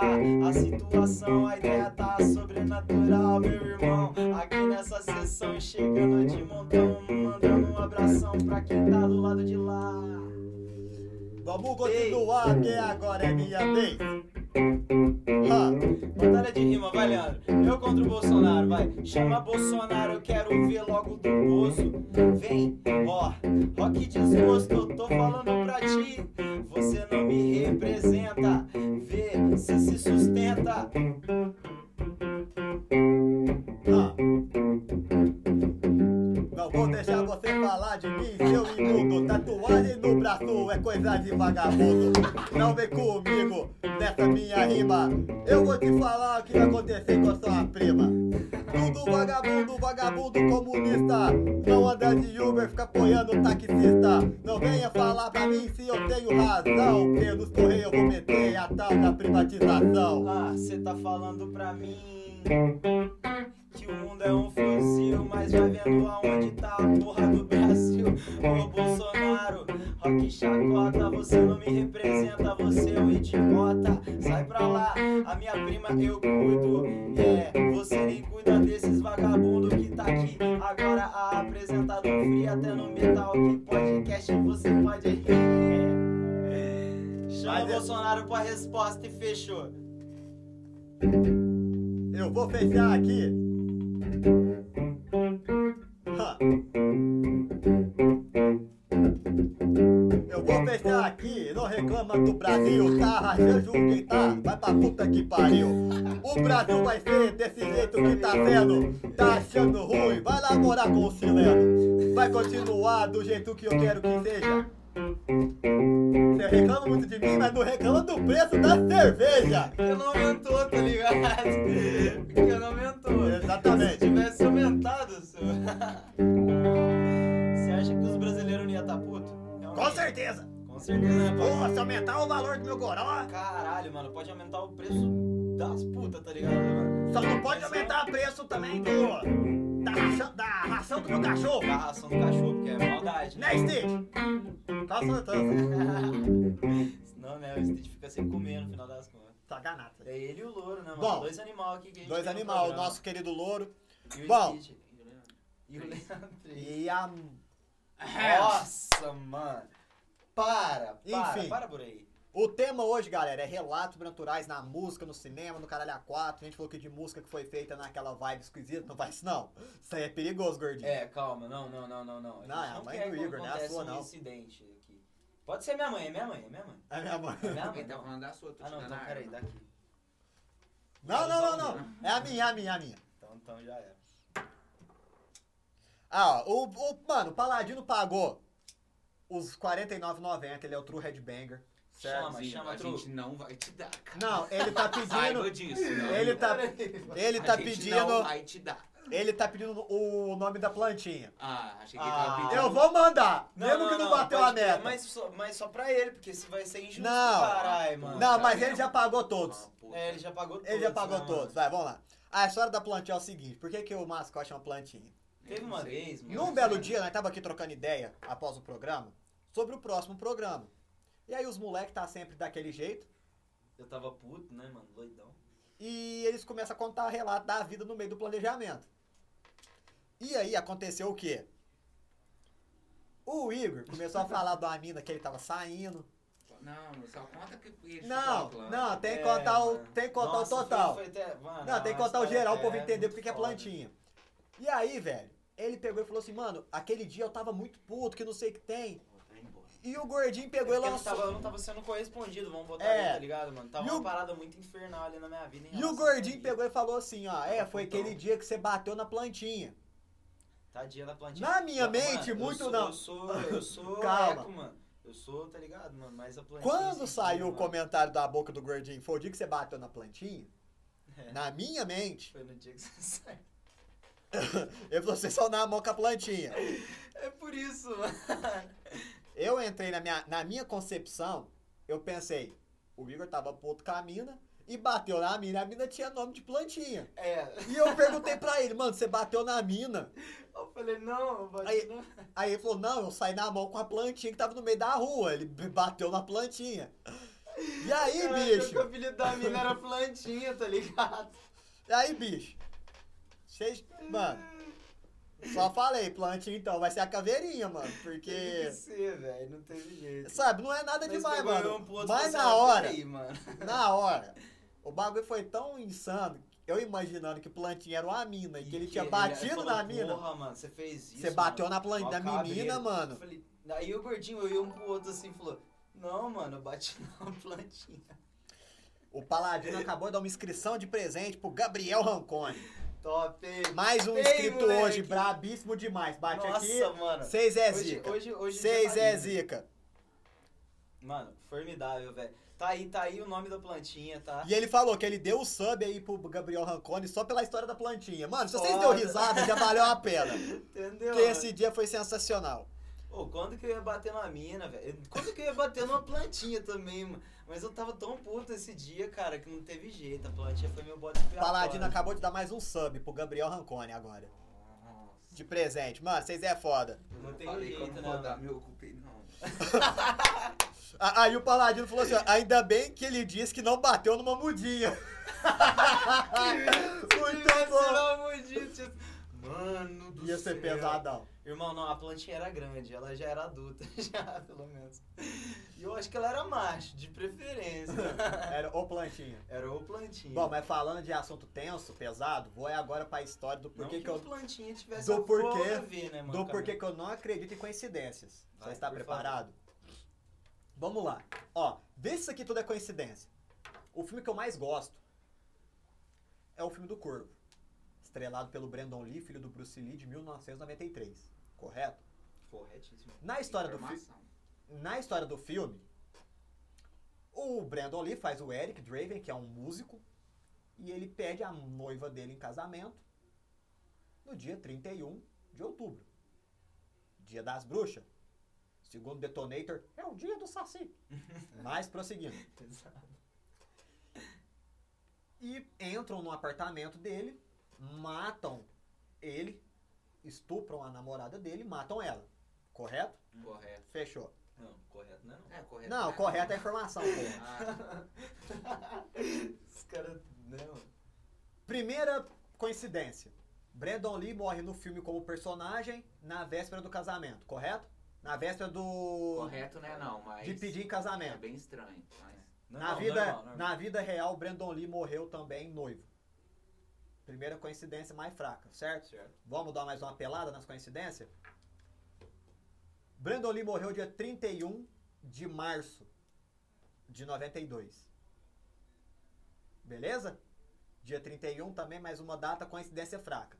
Speaker 3: a situação, a ideia tá sobrenatural, meu irmão. Aqui nessa sessão, chegando de montão, mandando um abração pra quem tá do lado de lá.
Speaker 1: Vamos continuar, que agora é minha vez. Ha.
Speaker 3: Batalha de rima, vai, Leandro. Eu contra o Bolsonaro, vai. Chama Bolsonaro, eu quero ver logo do Bozo. Vem, ó, ó que desgosto, eu tô falando pra ti. Você não me representa, vê se se sustenta.
Speaker 1: Ah. Não vou deixar você falar de mim, seu imundo. Tatuagem no braço é coisa de vagabundo. Não vem comigo nessa minha rima. Eu vou te falar o que vai acontecer com a sua prima. Tudo vagabundo, vagabundo comunista. Não anda de Uber, fica apoiando o taxista. Não venha falar pra mim se eu tenho razão. Pelos correios eu vou meter a tal da privatização.
Speaker 3: Ah, cê tá falando pra mim que o mundo é um fuzil, mas vai vendo aonde tá a porra do Brasil. Ô Bolsonaro, rock chacota, você não me representa, você é um idiota. Sai pra lá, a minha prima eu cuido. É, você nem cuida desses vagabundos que tá aqui. Agora a apresentador fria até no metal. Que podcast você pode rir. Chama o
Speaker 1: Mas eu-
Speaker 3: Bolsonaro pra resposta e fechou.
Speaker 1: Eu vou fechar aqui. Ha. Eu vou fechar aqui, não reclama do Brasil, tá rachando quem tá, vai pra puta que pariu. O Brasil vai ser desse jeito que tá vendo, tá achando ruim, vai lá morar com o chileno. Vai continuar do jeito que eu quero que seja. Você reclama muito de mim, mas não reclama do preço da cerveja.
Speaker 3: Porque não aumentou, tá ligado? Porque não aumentou. Se
Speaker 1: Exatamente.
Speaker 3: tivesse aumentado, seu. Você acha que os brasileiros não iam estar puto? Realmente.
Speaker 1: Com certeza.
Speaker 3: Com certeza, né, pai?
Speaker 1: Porra, se aumentar o valor do meu goró,
Speaker 3: Caralho, mano, pode aumentar o preço das putas, tá ligado, mano?
Speaker 1: só não pode aumentar o preço também do. Da ração, da ração do meu cachorro.
Speaker 3: Da ração do cachorro, porque é maldade.
Speaker 1: Né, Tá Stitch? Com certeza.
Speaker 3: Senão, né, o Stitch fica sem comer no final das contas.
Speaker 1: Sacanagem.
Speaker 3: É ele e o louro, né, mano?
Speaker 1: Bom,
Speaker 3: dois animal aqui que a gente
Speaker 1: Dois
Speaker 3: tem no
Speaker 1: animal, o
Speaker 3: programa.
Speaker 1: nosso querido louro
Speaker 3: E o
Speaker 1: Bom.
Speaker 3: Stitch. E o Leandro.
Speaker 1: e a.
Speaker 3: Nossa, mano. Para, para,
Speaker 1: Enfim.
Speaker 3: para por aí.
Speaker 1: O tema hoje, galera, é relatos naturais na música, no cinema, no caralho A4. A gente falou aqui de música que foi feita naquela vibe esquisita. Não faz isso, não. Isso aí é perigoso, gordinho.
Speaker 3: É, calma, não, não, não, não, não. A gente
Speaker 1: Não, é a mãe
Speaker 3: quer
Speaker 1: do
Speaker 3: que
Speaker 1: Igor, não é a
Speaker 3: aconteça
Speaker 1: sua,
Speaker 3: um
Speaker 1: não.
Speaker 3: incidente aqui. Pode ser minha mãe, é minha mãe, é minha mãe.
Speaker 1: É minha mãe.
Speaker 3: É minha mãe.
Speaker 2: Ele tá falando da sua, tô
Speaker 3: Ah, não,
Speaker 2: tirando
Speaker 3: então
Speaker 2: a
Speaker 3: peraí,
Speaker 2: arma.
Speaker 3: daqui.
Speaker 1: Não, não, não, não. É a minha, é a minha, é a minha.
Speaker 3: Então, então já era.
Speaker 1: Ah, ó, o, o- mano, o Paladino pagou os 49,90, ele é o True Headbanger.
Speaker 3: Chama,
Speaker 2: Zinho,
Speaker 3: chama,
Speaker 2: a
Speaker 3: truco.
Speaker 2: gente não vai te dar, cara.
Speaker 1: Não, ele tá
Speaker 2: Saiba
Speaker 1: pedindo,
Speaker 2: disso.
Speaker 1: ele tá- ele
Speaker 2: a
Speaker 1: tá
Speaker 2: gente
Speaker 1: pedindo,
Speaker 2: Não vai te dar.
Speaker 1: ele tá pedindo o nome da plantinha.
Speaker 2: Ah, achei que ele
Speaker 3: Ah,
Speaker 2: tava pedindo.
Speaker 1: Eu vou mandar, mesmo que não bateu a
Speaker 3: pode crer,
Speaker 1: meta.
Speaker 3: Mas só, mas só pra ele, porque se vai ser injusto,
Speaker 1: Não.
Speaker 3: caralho, mano.
Speaker 1: Não,
Speaker 2: tá
Speaker 1: mas ele
Speaker 2: mesmo.
Speaker 1: já pagou todos.
Speaker 2: Ah, puta.
Speaker 3: É, ele já pagou todos.
Speaker 1: Ele já pagou
Speaker 3: né,
Speaker 1: todos.
Speaker 3: mano?
Speaker 1: Vai, vamos lá. A história da plantinha é o seguinte, por que, que o mascote é uma plantinha?
Speaker 3: Teve
Speaker 2: Não
Speaker 3: uma
Speaker 2: sei.
Speaker 3: vez, mano. assim,
Speaker 1: Num belo dia, nós tava aqui trocando ideia após o programa sobre o próximo programa. E aí os moleques tá sempre daquele jeito.
Speaker 3: Eu tava puto, né, mano? Doidão.
Speaker 1: e eles começam a contar relato da vida no meio do planejamento. E aí aconteceu o quê? O Igor começou a falar da mina que ele tava saindo.
Speaker 2: Não, só conta que ele tá
Speaker 1: Não,
Speaker 2: chutou a planta.
Speaker 1: não, tem que
Speaker 3: É,
Speaker 1: contar o,
Speaker 3: mano.
Speaker 1: tem que contar
Speaker 3: Nossa,
Speaker 1: o total.
Speaker 3: foi- foi até- mano,
Speaker 1: Não, tem que
Speaker 3: a
Speaker 1: contar o
Speaker 3: história
Speaker 1: geral, o povo
Speaker 3: é
Speaker 1: entender
Speaker 3: muito
Speaker 1: porque é
Speaker 3: foda.
Speaker 1: plantinha. E aí, velho, ele pegou e falou assim, mano, aquele dia eu tava muito puto, que não sei o que tem.
Speaker 2: Vai embora.
Speaker 1: E o gordinho
Speaker 3: É
Speaker 1: pegou e
Speaker 3: porque não
Speaker 1: lançou.
Speaker 3: tava, não tava sendo correspondido, vamos botar
Speaker 1: É.
Speaker 3: ali, tá ligado, mano? Tava
Speaker 1: E
Speaker 3: uma
Speaker 1: o-
Speaker 3: parada muito infernal ali na minha vida. em
Speaker 1: E o
Speaker 3: relação à
Speaker 1: gordinho
Speaker 3: plantinha.
Speaker 1: pegou e falou assim, ó, é, foi aquele dia que você bateu na plantinha.
Speaker 3: Tadinha da plantinha.
Speaker 1: Na minha
Speaker 3: Mano,
Speaker 1: mente,
Speaker 3: eu
Speaker 1: muito
Speaker 3: sou-
Speaker 1: não.
Speaker 3: Eu sou, eu sou
Speaker 1: Calma.
Speaker 3: eco, mano. Eu sou, tá ligado, mano? Mas a plantinha.
Speaker 1: Quando
Speaker 3: assim,
Speaker 1: saiu o
Speaker 3: mano,
Speaker 1: comentário da boca do gordinho, foi o dia que você bateu na plantinha?
Speaker 3: É.
Speaker 1: Na minha mente,
Speaker 3: Foi no dia que você saiu.
Speaker 1: eu falei, você só na mão com a plantinha.
Speaker 3: É por isso, mano.
Speaker 1: Eu entrei na minha, na minha concepção, eu pensei, o Igor tava pro outro caminho, né? E bateu na mina, a mina tinha nome de plantinha.
Speaker 3: É.
Speaker 1: E eu perguntei pra ele, mano, você bateu na mina?
Speaker 3: Eu falei, não, eu bati
Speaker 1: Aí-
Speaker 3: não.
Speaker 1: Aí ele falou, não, eu saí na mão com a plantinha que tava no meio da rua. Ele b- bateu na plantinha. E aí,
Speaker 3: Caralho,
Speaker 1: bicho?
Speaker 3: O apelido da mina era plantinha, tá ligado?
Speaker 1: E aí, bicho? Vocês. Mano. Só falei, plantinha então, vai ser a caveirinha, mano.
Speaker 3: Tem
Speaker 1: Porque.
Speaker 3: que ser, velho, não teve jeito.
Speaker 1: Sabe, não é nada
Speaker 3: Nós
Speaker 1: demais,
Speaker 3: pegamos
Speaker 1: mano.
Speaker 3: um pro outro e
Speaker 1: Mas
Speaker 3: falou
Speaker 1: na
Speaker 3: assim, "Ah,
Speaker 1: hora,
Speaker 3: peraí, mano.
Speaker 1: na hora, o bagulho foi tão insano. Eu imaginando que plantinha era uma mina e que ele tinha
Speaker 3: E
Speaker 1: batido
Speaker 3: falou,
Speaker 1: na mina.
Speaker 3: Porra, mano, você fez isso.
Speaker 1: Você bateu
Speaker 3: mano."
Speaker 1: na plantinha da
Speaker 3: Ó,
Speaker 1: menina,
Speaker 3: cabreiro. Eu
Speaker 1: mano.
Speaker 3: falei, aí o gordinho olhou um pro outro assim e falou: Não, mano, eu bati na plantinha.
Speaker 1: O Paladino acabou de dar uma inscrição de presente pro Gabriel Rancone.
Speaker 3: Top, hein?
Speaker 1: Mais um
Speaker 3: Ei,
Speaker 1: inscrito
Speaker 3: moleque.
Speaker 1: hoje, brabíssimo demais. Bate
Speaker 3: Nossa,
Speaker 1: aqui.
Speaker 3: mano.
Speaker 1: 6 é
Speaker 3: Hoje,
Speaker 1: zica.
Speaker 3: hoje, hoje
Speaker 1: 6
Speaker 3: dia
Speaker 1: é
Speaker 3: tá lindo.
Speaker 1: zica.
Speaker 3: Mano, formidável, velho. Tá aí, tá aí o nome da plantinha, tá?
Speaker 1: E ele falou que ele deu o sub aí pro Gabriel Rancone só pela história da plantinha. Mano, se vocês
Speaker 3: Foda.
Speaker 1: deu risada, já valeu a pena.
Speaker 3: Entendeu?
Speaker 1: Porque
Speaker 3: mano?
Speaker 1: esse dia foi sensacional.
Speaker 3: Ô, quando que eu ia bater numa mina, velho? Quando que eu ia bater numa plantinha também, mano? Mas eu tava tão puto esse dia, cara, que não teve jeito. A plantinha foi meu bode expiatório.
Speaker 1: Paladino acabou de dar mais um sub pro Gabriel Rancone agora. De presente. Mano, vocês é foda.
Speaker 2: Eu
Speaker 3: Não tem
Speaker 2: falei
Speaker 3: jeito,
Speaker 2: que eu
Speaker 3: né,
Speaker 2: não vou dar
Speaker 3: mano?
Speaker 2: meu cupê, não.
Speaker 1: A- Aí o Paladino falou assim: ó, ainda bem que ele disse que não bateu numa mudinha. Muito bom.
Speaker 3: bom. Mano do
Speaker 1: Ia
Speaker 3: céu.
Speaker 1: ser pesadão.
Speaker 3: Irmão, não, a plantinha era grande, ela já era adulta, já, pelo menos. E eu acho que ela era macho, de preferência.
Speaker 1: Era o plantinha.
Speaker 3: Era o plantinha.
Speaker 1: Bom, mas falando de assunto tenso, pesado, vou é agora pra história do
Speaker 3: não
Speaker 1: porquê que
Speaker 3: o
Speaker 1: eu
Speaker 3: plantinha tivesse
Speaker 1: do
Speaker 3: a
Speaker 1: porquê-
Speaker 3: fogo a ver, né, mano?
Speaker 1: do
Speaker 3: com a
Speaker 1: porquê que eu não acredito em coincidências.
Speaker 3: Vai,
Speaker 1: Você está
Speaker 3: por
Speaker 1: preparado? Vamos lá. Ó, vê se isso aqui tudo é coincidência. O filme que eu mais gosto é o filme do Corvo, estrelado pelo Brandon Lee, filho do Bruce Lee, de 1993. Correto?
Speaker 3: minha. Corretíssimo.
Speaker 1: Na história do filme,
Speaker 2: Informação.
Speaker 1: na história do filme, o Brandon Lee faz o Eric Draven, que é um músico, e ele pede a noiva dele em casamento no dia 31 de outubro. Dia das bruxas. Segundo Detonator, é o dia do Saci. Mas prosseguindo. E entram no apartamento dele, matam ele, estupram a namorada dele, matam ela. Correto?
Speaker 2: Correto.
Speaker 1: Fechou.
Speaker 3: Não, correto, né? Não.
Speaker 2: É, correto.
Speaker 1: Não, correta a informação, pô.
Speaker 2: Ah,
Speaker 3: Os caras. Não.
Speaker 1: Primeira coincidência. Brandon Lee morre no filme como personagem na véspera do casamento, correto? Na véspera do.
Speaker 2: correto, né? Não, mas.
Speaker 1: De pedir em
Speaker 2: É
Speaker 1: casamento.
Speaker 2: bem estranho. Mas...
Speaker 3: Não,
Speaker 1: na,
Speaker 3: não,
Speaker 1: vida,
Speaker 3: normal, normal.
Speaker 1: na vida real, Brandon Lee morreu também noivo. Primeira coincidência mais fraca, certo?
Speaker 3: Certo.
Speaker 1: Vamos dar mais uma pelada nas coincidências? Brandon Lee morreu dia 31 de março de 92. Beleza? Dia 31 também, mais uma data, coincidência fraca.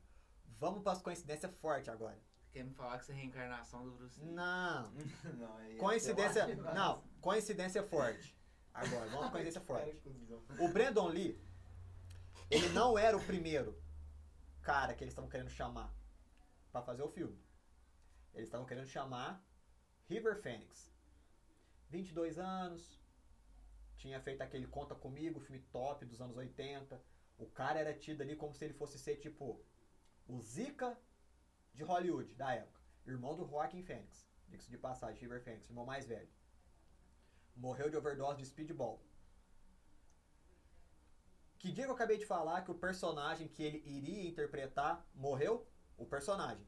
Speaker 1: Vamos para as coincidências fortes agora.
Speaker 2: Quer me falar que você é a reencarnação do Bruce Lee?
Speaker 1: Não.
Speaker 3: Não, aí é
Speaker 1: Coincidência.
Speaker 3: pela-
Speaker 1: Não, coincidência forte. Agora, vamos pra coincidência
Speaker 3: Cara,
Speaker 1: forte.
Speaker 3: cuzão.
Speaker 1: O Brandon Lee, ele não era o primeiro cara que eles estavam querendo chamar pra fazer o filme. Eles estavam querendo chamar River Phoenix. 22 anos, tinha feito aquele Conta Comigo, filme top dos anos 80. O cara era tido ali como se ele fosse ser tipo o Zika de Hollywood da época. Irmão do Joaquin Phoenix, diga-se de passagem, River Phoenix, irmão mais velho. Morreu de overdose de speedball. Que dia que eu acabei de falar que o personagem que ele iria interpretar morreu? O personagem.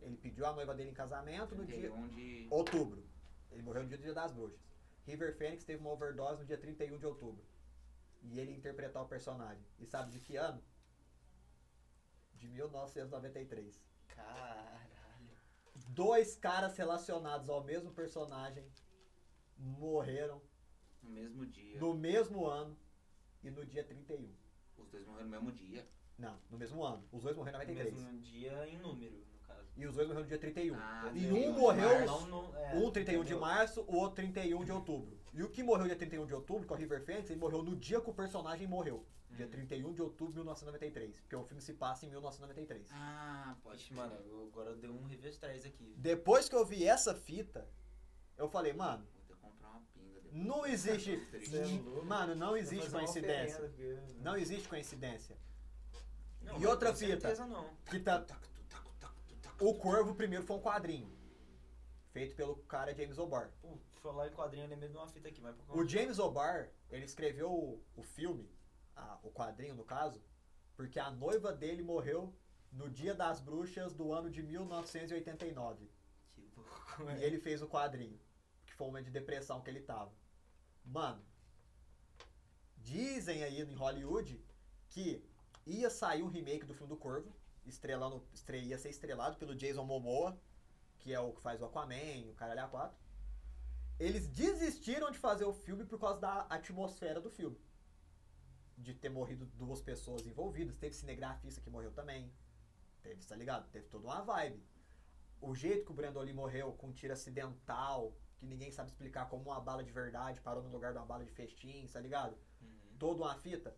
Speaker 1: Ele pediu a noiva dele em casamento no dia.
Speaker 2: 31 de.
Speaker 1: Outubro. Ele morreu no dia do Dia das Bruxas. River Phoenix teve uma overdose no dia 31 de outubro. E ele ia interpretar o personagem. E sabe de que ano? De 1993.
Speaker 3: Caralho.
Speaker 1: Dois caras relacionados ao mesmo personagem morreram
Speaker 2: No mesmo dia.
Speaker 1: no mesmo ano e no dia 31.
Speaker 2: Os dois morreram no mesmo dia.
Speaker 1: Não, no mesmo ano. Os dois morreram em 93.
Speaker 3: Mesmo dia em número, no caso.
Speaker 1: E os dois morreram no dia 31.
Speaker 2: Ah,
Speaker 1: E
Speaker 2: meu
Speaker 1: um
Speaker 2: Deus.
Speaker 1: morreu-
Speaker 2: Março.
Speaker 3: Não, não, é,
Speaker 1: Um 31 de
Speaker 3: entendeu?
Speaker 1: março, o outro 31 de outubro. E o que morreu dia 31 de outubro, com a River Phoenix, ele morreu no dia que o personagem morreu. Dia
Speaker 3: Uhum.
Speaker 1: 31 de outubro de 1993. Porque o filme se passa em 1993.
Speaker 2: Ah, pode
Speaker 3: Pode, mano, eu- agora eu dei um reverse 3 aqui.
Speaker 1: Depois que eu vi essa fita, Eu falei, mano,
Speaker 2: Vou ter que comprar uma pinga depois.
Speaker 1: não existe.
Speaker 2: Triste.
Speaker 1: Mano, não
Speaker 3: Vou
Speaker 1: existe
Speaker 3: é fazer uma
Speaker 1: coincidência.
Speaker 3: oferenda, né? porque-
Speaker 1: Não existe coincidência.
Speaker 3: Não,
Speaker 1: E
Speaker 3: mas
Speaker 1: outra
Speaker 3: com certeza não.
Speaker 1: Que tá, o Corvo primeiro foi um quadrinho. Feito pelo cara James O'Barr.
Speaker 3: Pô, falar em quadrinho, eu lembrei de uma fita aqui, mas por
Speaker 1: O
Speaker 3: causa
Speaker 1: James O'Barr, ele escreveu o, o filme, a- o quadrinho no caso, porque a noiva dele morreu no Dia das Bruxas do ano de 1989.
Speaker 2: Que
Speaker 1: Ah. E ele fez o quadrinho, que foi uma de depressão que ele tava. Mano, dizem aí em Hollywood que ia sair um remake do filme do Corvo, estrelando, estre, ia ser estrelado pelo Jason Momoa, que é o que faz o Aquaman, o Caralho a quatro. Eles desistiram de fazer o filme por causa da atmosfera do filme. De ter morrido duas pessoas envolvidas. Teve cinegrafista que morreu também. Teve, tá ligado? Teve toda uma vibe. O jeito que o Brandoli morreu, com um tiro acidental, que ninguém sabe explicar como uma bala de verdade parou no lugar de uma bala de festim, tá ligado?
Speaker 2: uhum.
Speaker 1: Toda uma fita.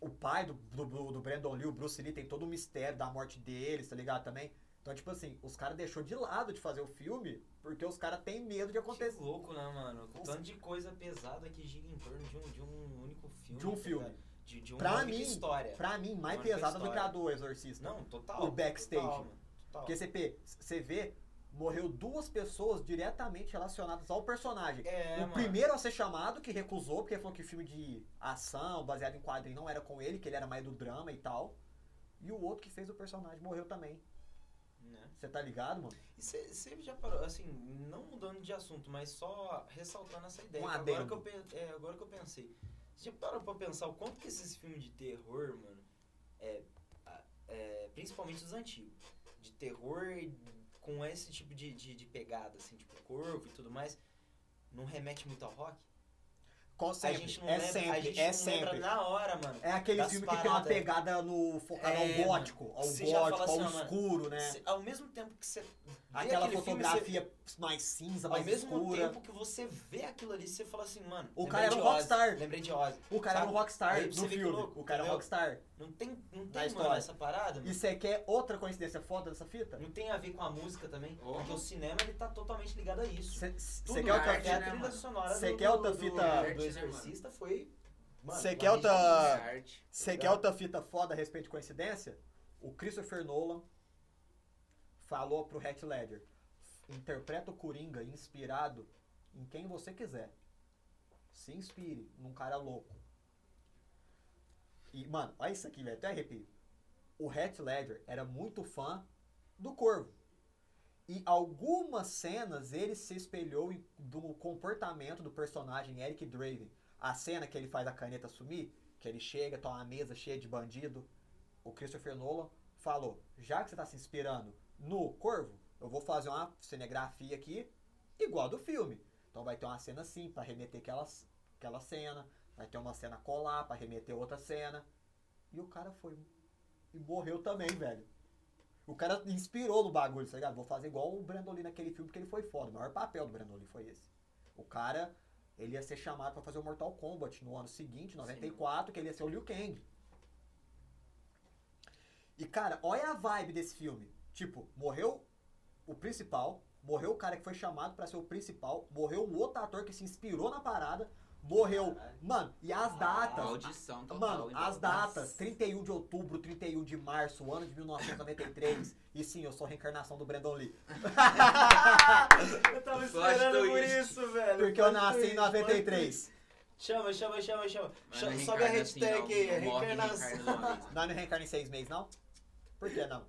Speaker 1: O pai do, do, do- do Brandon Lee, o Bruce Lee, tem todo um mistério da morte deles, tá ligado? Também. Então, tipo assim, os caras deixou de lado de fazer o filme porque os caras têm medo de
Speaker 3: que
Speaker 1: acontecer.
Speaker 3: louco, né, mano? O
Speaker 1: Nossa.
Speaker 3: tanto de coisa pesada que gira em torno de um, de um único filme.
Speaker 1: De um
Speaker 3: tá
Speaker 1: filme.
Speaker 3: ligado? De, de uma
Speaker 1: Pra
Speaker 3: única
Speaker 1: mim,
Speaker 3: história.
Speaker 1: Pra mim, mais
Speaker 3: Conta a
Speaker 1: pesada do que a
Speaker 3: história.
Speaker 1: do Exorcista.
Speaker 3: Não, total.
Speaker 1: O backstage.
Speaker 3: Total, mano, total.
Speaker 1: Porque CP, você vê, morreu duas pessoas diretamente relacionadas ao personagem.
Speaker 3: É,
Speaker 1: o
Speaker 3: mano.
Speaker 1: primeiro a ser chamado, que recusou, porque falou que filme de ação, baseado em quadrinho, não era com ele, que ele era mais do drama e tal. E o outro que fez o personagem morreu também.
Speaker 3: Né?
Speaker 1: Você tá ligado, mano?
Speaker 3: E você já parou, assim, não mudando de assunto, mas só ressaltando essa ideia.
Speaker 1: Um
Speaker 3: que agora,
Speaker 1: adendo.
Speaker 3: que eu, pe- é, agora que eu pensei. Você já parou pra pensar o quanto que esses filmes de terror, mano, é, a- é, principalmente os antigos, de terror e com esse tipo de, de, de pegada, assim, tipo corvo e tudo mais, não remete muito ao rock?
Speaker 1: Com
Speaker 3: a gente não
Speaker 1: é
Speaker 3: lembra,
Speaker 1: sempre,
Speaker 3: a gente
Speaker 1: é
Speaker 3: não lembra
Speaker 1: sempre.
Speaker 3: na hora, mano.
Speaker 1: É aquele
Speaker 3: das
Speaker 1: filme que tem uma
Speaker 3: paradas.
Speaker 1: pegada no focado
Speaker 3: É,
Speaker 1: ao gótico, ao
Speaker 3: Você já fala
Speaker 1: gótico, ao
Speaker 3: assim, ó, mano,
Speaker 1: escuro, né?
Speaker 3: Cê- ao mesmo tempo que você vê
Speaker 1: Aquela
Speaker 3: aquele filme, cê-
Speaker 1: fotografia mais cinza,
Speaker 3: Ao
Speaker 1: Tá mais
Speaker 3: mesmo
Speaker 1: escura.
Speaker 3: tempo que você vê aquilo ali, você fala assim, mano.
Speaker 1: O
Speaker 3: lembrei
Speaker 1: cara era
Speaker 3: de
Speaker 1: um
Speaker 3: Ozzy,
Speaker 1: rockstar.
Speaker 3: Lembrei de Ozzy.
Speaker 1: O cara é um
Speaker 3: Sabe?
Speaker 1: rockstar
Speaker 3: Aí
Speaker 1: no
Speaker 3: pra você ver que
Speaker 1: filme.
Speaker 3: louco,
Speaker 1: o cara é um
Speaker 3: entendeu?
Speaker 1: rockstar.
Speaker 3: Não tem, não
Speaker 1: Da
Speaker 3: tem mano,
Speaker 1: história.
Speaker 3: essa parada, mano.
Speaker 1: E você quer outra coincidência foda dessa fita?
Speaker 3: Não tem a ver com a música também.
Speaker 2: Oh.
Speaker 3: Porque o cinema, ele tá totalmente ligado a isso.
Speaker 1: Você
Speaker 3: Tudo
Speaker 1: quer outra
Speaker 3: é
Speaker 2: arte,
Speaker 3: a
Speaker 1: fita?
Speaker 2: né?
Speaker 3: trilha
Speaker 2: mano?
Speaker 3: sonora
Speaker 1: Cê
Speaker 3: do,
Speaker 1: quer outra
Speaker 3: do-
Speaker 1: fita-
Speaker 3: do,
Speaker 2: Arte,
Speaker 3: do
Speaker 2: né,
Speaker 3: Exorcista foi... mano,
Speaker 1: Cê
Speaker 3: uma
Speaker 1: quer outra-
Speaker 3: revolução.
Speaker 2: Arte.
Speaker 1: Você quer outra fita foda a respeito de coincidência? O Christopher Nolan falou pro Heath Ledger: interpreta o Coringa inspirado em quem você quiser. Se inspire num cara louco. E, mano, olha isso aqui, velho, até arrepio. O Heath Ledger era muito fã do Corvo. E algumas cenas ele se espelhou em- do comportamento do personagem Eric Draven. A cena que ele faz a caneta sumir, que ele chega, tá uma mesa cheia de bandido. O Christopher Nolan falou: já que você tá se inspirando no Corvo, eu vou fazer uma cinegrafia aqui igual a do filme. Então vai ter uma cena assim pra remeter aquela, aquela cena, vai ter uma cena colar pra remeter outra cena. E o cara foi e morreu também, velho. O cara inspirou no bagulho, tá ligado? Vou fazer igual o Brandoli naquele filme que ele foi foda. O maior papel do Brandoli foi esse. O cara ele ia ser chamado pra fazer o Mortal Kombat no ano seguinte, 94, que ele ia ser o Liu Kang. E, cara, olha a vibe desse filme. Tipo, morreu o principal, morreu o cara que foi chamado pra ser o principal, morreu um outro ator que se inspirou na parada, morreu. Mano, e
Speaker 2: Ah,
Speaker 1: as datas.
Speaker 2: Maldição total.
Speaker 1: Então, Mano,
Speaker 2: então.
Speaker 1: as datas, 31 de outubro, 31 de março, ano de 1993. e sim, eu sou a reencarnação do Brandon Lee.
Speaker 3: Eu tava
Speaker 2: Plot
Speaker 3: esperando por
Speaker 2: twist.
Speaker 3: isso, velho.
Speaker 1: Porque eu
Speaker 3: Plot
Speaker 1: nasci em
Speaker 3: twist, plot
Speaker 1: 93.
Speaker 3: twist. Chama, chama, chama, chama.
Speaker 2: Mas
Speaker 3: Chama-
Speaker 2: não
Speaker 3: Sobe a
Speaker 2: reencarna assim, não.
Speaker 3: hashtag aí,
Speaker 2: Não morre,
Speaker 3: reencarnação.
Speaker 2: reencarna de uma vez.
Speaker 1: Nós não reencarna em seis meses, não? Por que não?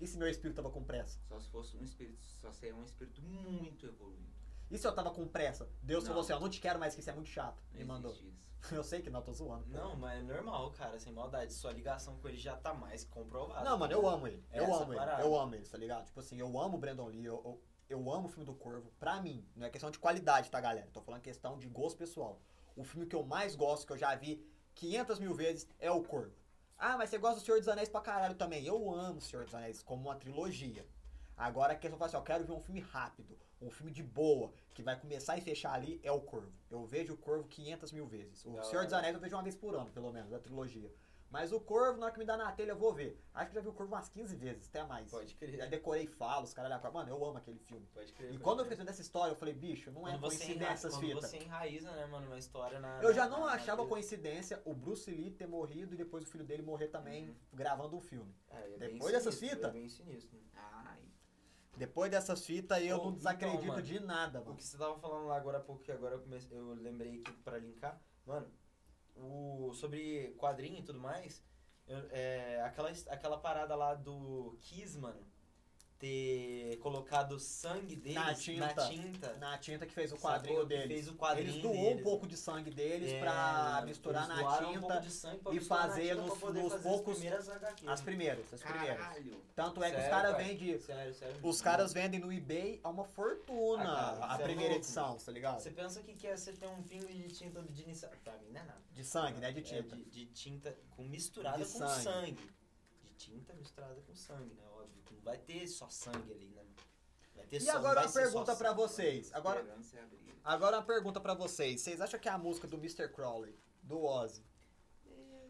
Speaker 1: E se meu espírito tava com pressa?
Speaker 2: Só se fosse um espírito, só se é um espírito muito evoluído.
Speaker 1: E se eu tava com pressa? Deus
Speaker 2: Não.
Speaker 1: falou assim, ó, não te quero mais, que isso é muito chato.
Speaker 2: Não
Speaker 1: Me mandou.
Speaker 2: existe isso.
Speaker 1: Eu sei que não, tô zoando. pô.
Speaker 3: Não, mas é normal, cara, sem maldade. Sua ligação com ele já tá mais comprovada.
Speaker 1: Não, mano, eu amo ele. Eu
Speaker 3: Essa
Speaker 1: amo ele.
Speaker 3: parada.
Speaker 1: Eu amo ele, tá ligado? Tipo assim, eu amo o Brandon Lee, eu, eu, eu amo o filme do Corvo. Pra mim, não é questão de qualidade, tá, galera? Tô falando questão de gosto pessoal. O filme que eu mais gosto, que eu já vi 500 mil vezes, é o Corvo. Ah, mas você gosta do Senhor dos Anéis pra caralho também. Eu amo o Senhor dos Anéis como uma trilogia. Agora a questão é assim, ó, eu quero ver um filme rápido, um filme de boa, que vai começar e fechar ali, é o Corvo. Eu vejo o Corvo 500 mil vezes. O
Speaker 3: Da
Speaker 1: Senhor dos
Speaker 3: hora.
Speaker 1: Anéis eu vejo uma vez por ano, pelo menos, da trilogia. Mas o corvo, na hora que me dá na telha, eu vou ver. Acho que já vi o corvo umas 15 vezes, até mais.
Speaker 3: Pode
Speaker 1: Já
Speaker 3: crer.
Speaker 1: decorei falos, caralho. a quatro. Mano, eu amo aquele filme.
Speaker 3: Pode crer.
Speaker 1: É, E
Speaker 3: pode
Speaker 1: quando eu
Speaker 3: crer.
Speaker 1: fiz dessa história, eu falei, bicho, não é
Speaker 3: Quando você enra-
Speaker 1: coincidência essas
Speaker 3: quando
Speaker 1: fitas.
Speaker 3: Você né, enraiza, né, mano, uma história na.
Speaker 1: Eu
Speaker 3: na-
Speaker 1: já não
Speaker 3: na- na
Speaker 1: achava
Speaker 3: vida.
Speaker 1: coincidência o Bruce Lee ter morrido e depois o filho dele morrer também,
Speaker 3: Uhum.
Speaker 1: gravando um filme.
Speaker 3: É, é bem
Speaker 1: Depois dessas
Speaker 3: sinistro,
Speaker 1: fitas?
Speaker 3: É bem sinistro. né?
Speaker 2: Ai.
Speaker 1: Depois dessas fitas, eu
Speaker 3: Ô,
Speaker 1: não
Speaker 3: então,
Speaker 1: desacredito
Speaker 3: mano,
Speaker 1: de nada,
Speaker 3: O
Speaker 1: mano.
Speaker 3: que você tava falando lá agora há pouco, que agora eu, comecei, eu lembrei aqui pra linkar, mano, o, sobre quadrinho e tudo mais, eu- é, aquela, his- aquela parada lá do Kiss, mano, ter colocado o sangue deles
Speaker 1: Na
Speaker 3: na
Speaker 1: tinta.
Speaker 3: tinta.
Speaker 1: Na tinta que fez o
Speaker 3: sacou?
Speaker 1: quadrinho
Speaker 3: Que
Speaker 1: deles.
Speaker 3: Fez o quadrinho
Speaker 1: Eles doou um
Speaker 3: deles,
Speaker 1: pouco de sangue deles
Speaker 3: É,
Speaker 1: pra
Speaker 3: mano,
Speaker 1: misturar
Speaker 3: eles
Speaker 1: na
Speaker 3: doaram um
Speaker 1: tinta
Speaker 3: pouco de sangue pra
Speaker 1: e
Speaker 3: misturar na
Speaker 1: fazer
Speaker 3: tinta
Speaker 1: nos-
Speaker 3: pra poder
Speaker 1: nos
Speaker 3: fazer
Speaker 1: poucos-
Speaker 3: As primeiras HQ.
Speaker 1: as primeiras, as primeiras.
Speaker 2: Caralho.
Speaker 1: Tanto é que os
Speaker 3: Sério,
Speaker 1: caras
Speaker 3: pai?
Speaker 1: vendem.
Speaker 3: Sério, sério.
Speaker 1: Os
Speaker 3: mesmo.
Speaker 1: caras vendem no eBay a uma fortuna
Speaker 3: Ah, cara,
Speaker 1: a
Speaker 3: isso é
Speaker 1: primeira
Speaker 3: louco,
Speaker 1: edição, tá ligado?
Speaker 3: Você pensa que quer você ter um pingo de tinta de inicial. Pra mim não é nada.
Speaker 1: De sangue, né? De
Speaker 3: É,
Speaker 1: tinta.
Speaker 3: de, de tinta com misturada
Speaker 1: De
Speaker 3: com
Speaker 1: sangue.
Speaker 3: sangue. De tinta misturada com sangue, né? Óbvio que não vai ter só sangue ali, né? Vai ter
Speaker 1: E
Speaker 3: só- não
Speaker 1: agora
Speaker 3: vai
Speaker 1: uma
Speaker 3: ser só
Speaker 1: pergunta pra
Speaker 3: sangue, né?
Speaker 1: vocês. Agora,
Speaker 2: Esperança é abrir.
Speaker 1: agora uma pergunta pra vocês. Vocês acham que a música do Mr. Crowley, do Ozzy,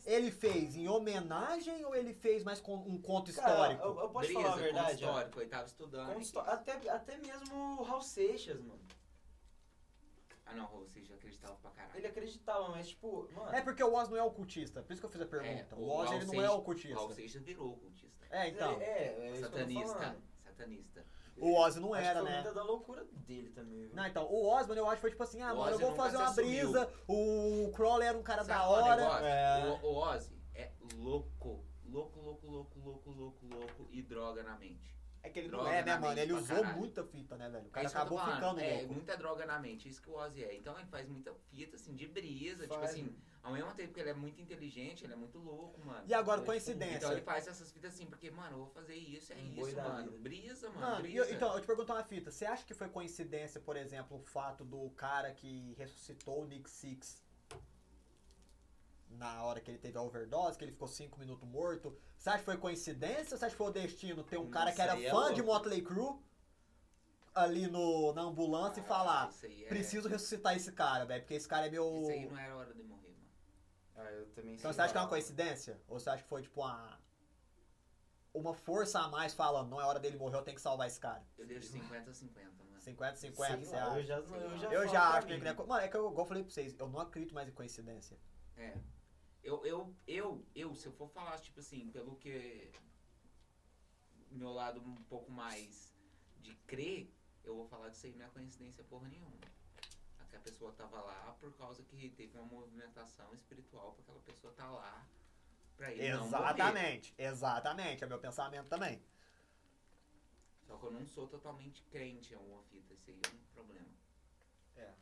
Speaker 1: ele fez em homenagem ou ele fez mais com um conto
Speaker 3: Cara,
Speaker 1: histórico?
Speaker 3: eu, eu posso
Speaker 2: Brisa,
Speaker 3: falar a verdade?
Speaker 2: Conto histórico, oitavo estudante.
Speaker 3: ó? Conto histó- até, até mesmo o Raul Seixas, mano.
Speaker 2: Ah não, Rô, você já acreditava pra caralho.
Speaker 3: Ele é acreditava, mas tipo, mano.
Speaker 1: É porque o Oz não é ocultista, por isso que eu fiz a pergunta.
Speaker 2: É,
Speaker 1: o Oz
Speaker 2: o
Speaker 1: ele não
Speaker 2: Alceu-
Speaker 1: é
Speaker 2: O Raul
Speaker 1: ocultista.
Speaker 2: Seixas virou cultista.
Speaker 1: É, então.
Speaker 3: É, é, é isso que eu tô
Speaker 2: Satanista.
Speaker 3: falando.
Speaker 2: Satanista.
Speaker 1: O Ozzy não
Speaker 3: Acho que
Speaker 1: era,
Speaker 3: foi
Speaker 1: né?
Speaker 3: muita da loucura dele também, viu?
Speaker 1: Não, então, o Oz, mano, eu acho que foi tipo assim, ah,
Speaker 2: O
Speaker 1: mano, eu
Speaker 2: Ozzy
Speaker 1: vou
Speaker 2: nunca
Speaker 1: fazer
Speaker 2: se
Speaker 1: uma
Speaker 2: assumiu.
Speaker 1: brisa, o Crowley era um cara da
Speaker 2: Sabe qual é o
Speaker 1: hora.
Speaker 2: negócio?
Speaker 1: É.
Speaker 2: O, o Ozzy é louco. Louco, louco, louco, louco, louco, louco e droga na mente.
Speaker 1: É que ele não
Speaker 2: Droga
Speaker 1: é, né,
Speaker 2: na
Speaker 1: mano?
Speaker 2: mente
Speaker 1: Ele
Speaker 2: pra
Speaker 1: usou
Speaker 2: caralho.
Speaker 1: muita fita, né, velho? O
Speaker 2: É
Speaker 1: cara
Speaker 2: isso que eu tô
Speaker 1: acabou
Speaker 2: falando.
Speaker 1: ficando
Speaker 2: É,
Speaker 1: louco. né?
Speaker 2: muita droga na mente, isso que o Ozzy é. Então ele faz muita fita, assim, de brisa. Tipo
Speaker 3: Faz,
Speaker 2: assim, ao mesmo tempo que ele é muito inteligente, ele é muito louco, mano.
Speaker 1: E agora,
Speaker 3: É,
Speaker 1: coincidência.
Speaker 2: Então ele faz essas fitas assim, porque, mano, eu vou fazer isso, é
Speaker 3: Um boi
Speaker 2: isso,
Speaker 3: da
Speaker 2: mano.
Speaker 3: vida.
Speaker 2: Brisa, mano,
Speaker 1: Mano, e
Speaker 2: brisa.
Speaker 1: eu- então, eu te pergunto uma fita. Você acha que foi coincidência, por exemplo, o fato do cara que ressuscitou o Nick Six na hora que ele teve a overdose, que ele ficou cinco minutos morto? Você acha que foi coincidência ou você acha que foi o destino ter um cara que
Speaker 3: Nossa,
Speaker 1: era
Speaker 3: aí é
Speaker 1: fã
Speaker 3: louco.
Speaker 1: de Motley Crue ali no, na ambulância e falar:
Speaker 2: Isso aí é...
Speaker 1: preciso ressuscitar esse cara, velho, porque esse cara é meu.
Speaker 2: Isso aí não era hora de morrer, mano.
Speaker 3: Ah, eu também
Speaker 1: Então
Speaker 3: sei
Speaker 1: você acha que é
Speaker 3: lá.
Speaker 1: uma coincidência? Ou você acha que foi tipo uma. Uma força a mais falando, não é hora dele morrer, eu tenho que salvar esse cara.
Speaker 2: Eu deixo 50 a 50, mano.
Speaker 1: 50,
Speaker 3: Sei
Speaker 1: 50, você
Speaker 3: lá,
Speaker 1: acha?
Speaker 3: Eu já,
Speaker 2: Sei lá.
Speaker 3: eu já,
Speaker 1: Eu
Speaker 3: falo
Speaker 1: já
Speaker 3: pra
Speaker 1: acho que
Speaker 3: mim.
Speaker 1: ele é. co- Mano, é que eu, igual eu falei pra vocês, eu não acredito mais em coincidência.
Speaker 2: É. Eu, eu, eu, eu, se eu for falar, tipo assim, pelo que. Meu lado um pouco mais de crer, eu vou falar que isso aí não é coincidência porra nenhuma. Aquela pessoa tava lá por causa que teve uma movimentação espiritual pra aquela pessoa tá lá pra ele não morrer.
Speaker 1: exatamente, exatamente. É meu pensamento também.
Speaker 2: Só que eu não sou totalmente crente em alguma fita, isso aí é um problema.
Speaker 3: É.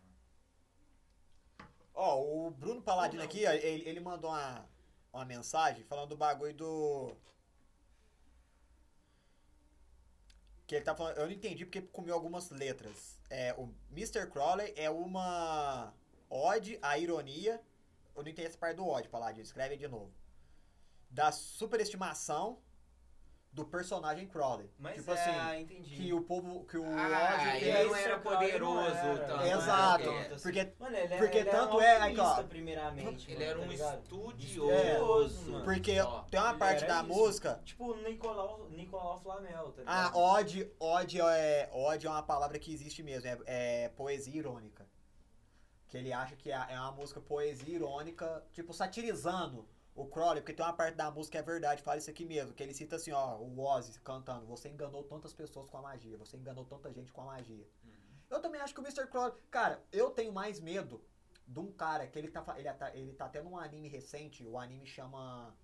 Speaker 1: Ó, o Bruno Paladino
Speaker 2: Ou não.
Speaker 1: aqui, ó, ele, ele mandou uma, uma mensagem falando do bagulho do. Que ele tá falando. Eu não entendi porque comeu algumas letras. É, o Mr. Crowley é uma ode à ironia. Eu não entendi essa parte do ode, Paladino. Escreve aí de novo. Da superestimação do personagem Crowley.
Speaker 3: Mas
Speaker 1: tipo
Speaker 3: é,
Speaker 1: assim.
Speaker 3: entendi.
Speaker 1: que o povo, que é o
Speaker 2: Ah,
Speaker 1: Ozzy
Speaker 2: ele é
Speaker 1: fez.
Speaker 2: não era
Speaker 3: Esse cara
Speaker 2: poderoso, então,
Speaker 3: não era.
Speaker 2: tanto,
Speaker 1: né? Exato.
Speaker 3: Tanto assim.
Speaker 1: Porque,
Speaker 3: Mano, ele é-
Speaker 1: Porque
Speaker 3: ele
Speaker 1: tanto é,
Speaker 3: era um
Speaker 1: aí, ó.
Speaker 3: alquimista, primeiramente.
Speaker 2: Ele
Speaker 3: mano,
Speaker 2: era
Speaker 3: tá
Speaker 2: um
Speaker 3: ligado?
Speaker 2: estudioso.
Speaker 3: mano.
Speaker 1: porque
Speaker 2: Ó,
Speaker 1: tem uma
Speaker 3: ele
Speaker 1: parte
Speaker 3: era
Speaker 1: da
Speaker 3: isso.
Speaker 1: música.
Speaker 3: Tipo o Nicolau, Nicolau Flamel, tá
Speaker 1: Ah,
Speaker 3: ligado?
Speaker 1: ode, ode é, ode é uma palavra que existe mesmo, é, é poesia irônica. Que ele acha que é, é uma música poesia irônica, tipo satirizando o Crowley, porque tem uma parte da música que é verdade, fala isso aqui mesmo, que ele cita assim, ó, o Ozzy cantando, você enganou tantas pessoas com a magia, você enganou tanta gente com a magia.
Speaker 3: Uhum.
Speaker 1: Eu também acho que o Mr. Crowley. Cara, eu tenho mais medo de um cara que ele tá, fa- ele tá, ele tá tendo um anime recente. O anime chama.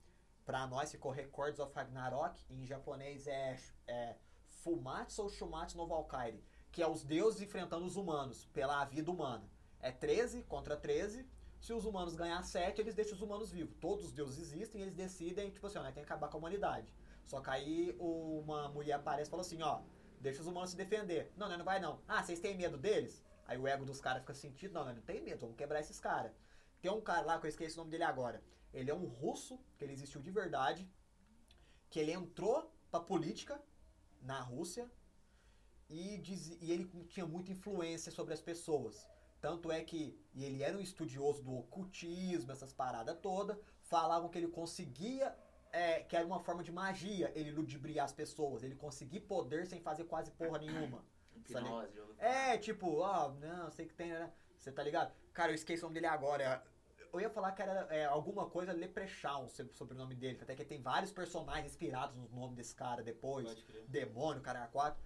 Speaker 1: Pra nós ficou Records of Ragnarok. Em japonês é, é Fumatsu ou Shumatsu no Valkyrie. Que é os deuses enfrentando os humanos pela vida humana. É 13 contra 13. Se os humanos ganhar 7, eles deixam os humanos vivos. Todos os deuses existem e eles decidem, tipo assim, ó, né, tem que acabar com a humanidade. Só que aí o- uma mulher aparece e fala assim, ó, Deixa os humanos se defender. Não, não, não vai não. Ah, vocês têm medo deles? Aí o ego dos caras fica sentido. Não, não, não tem medo, vamos quebrar esses caras. Tem um cara lá, que eu esqueci o nome dele agora. Ele é um russo, que ele existiu de verdade. Que ele entrou pra política na Rússia. E, diz- e ele tinha muita influência sobre as pessoas. Tanto é que e ele era um estudioso do ocultismo, essas paradas todas. falavam que ele conseguia, é, que era uma forma de magia ele ludibriar as pessoas, ele conseguir poder sem fazer quase porra nenhuma.
Speaker 2: Hipnose, já ouviu falar?
Speaker 1: É, tipo, ó, não, sei que tem, né? Você tá ligado? Cara, eu esqueci o nome dele agora. Eu ia falar que era é, alguma coisa Leprechaun, sobre o sobrenome dele. Até que tem vários personagens inspirados no nome desse cara depois.
Speaker 3: Pode crer.
Speaker 1: Demônio, cara 4.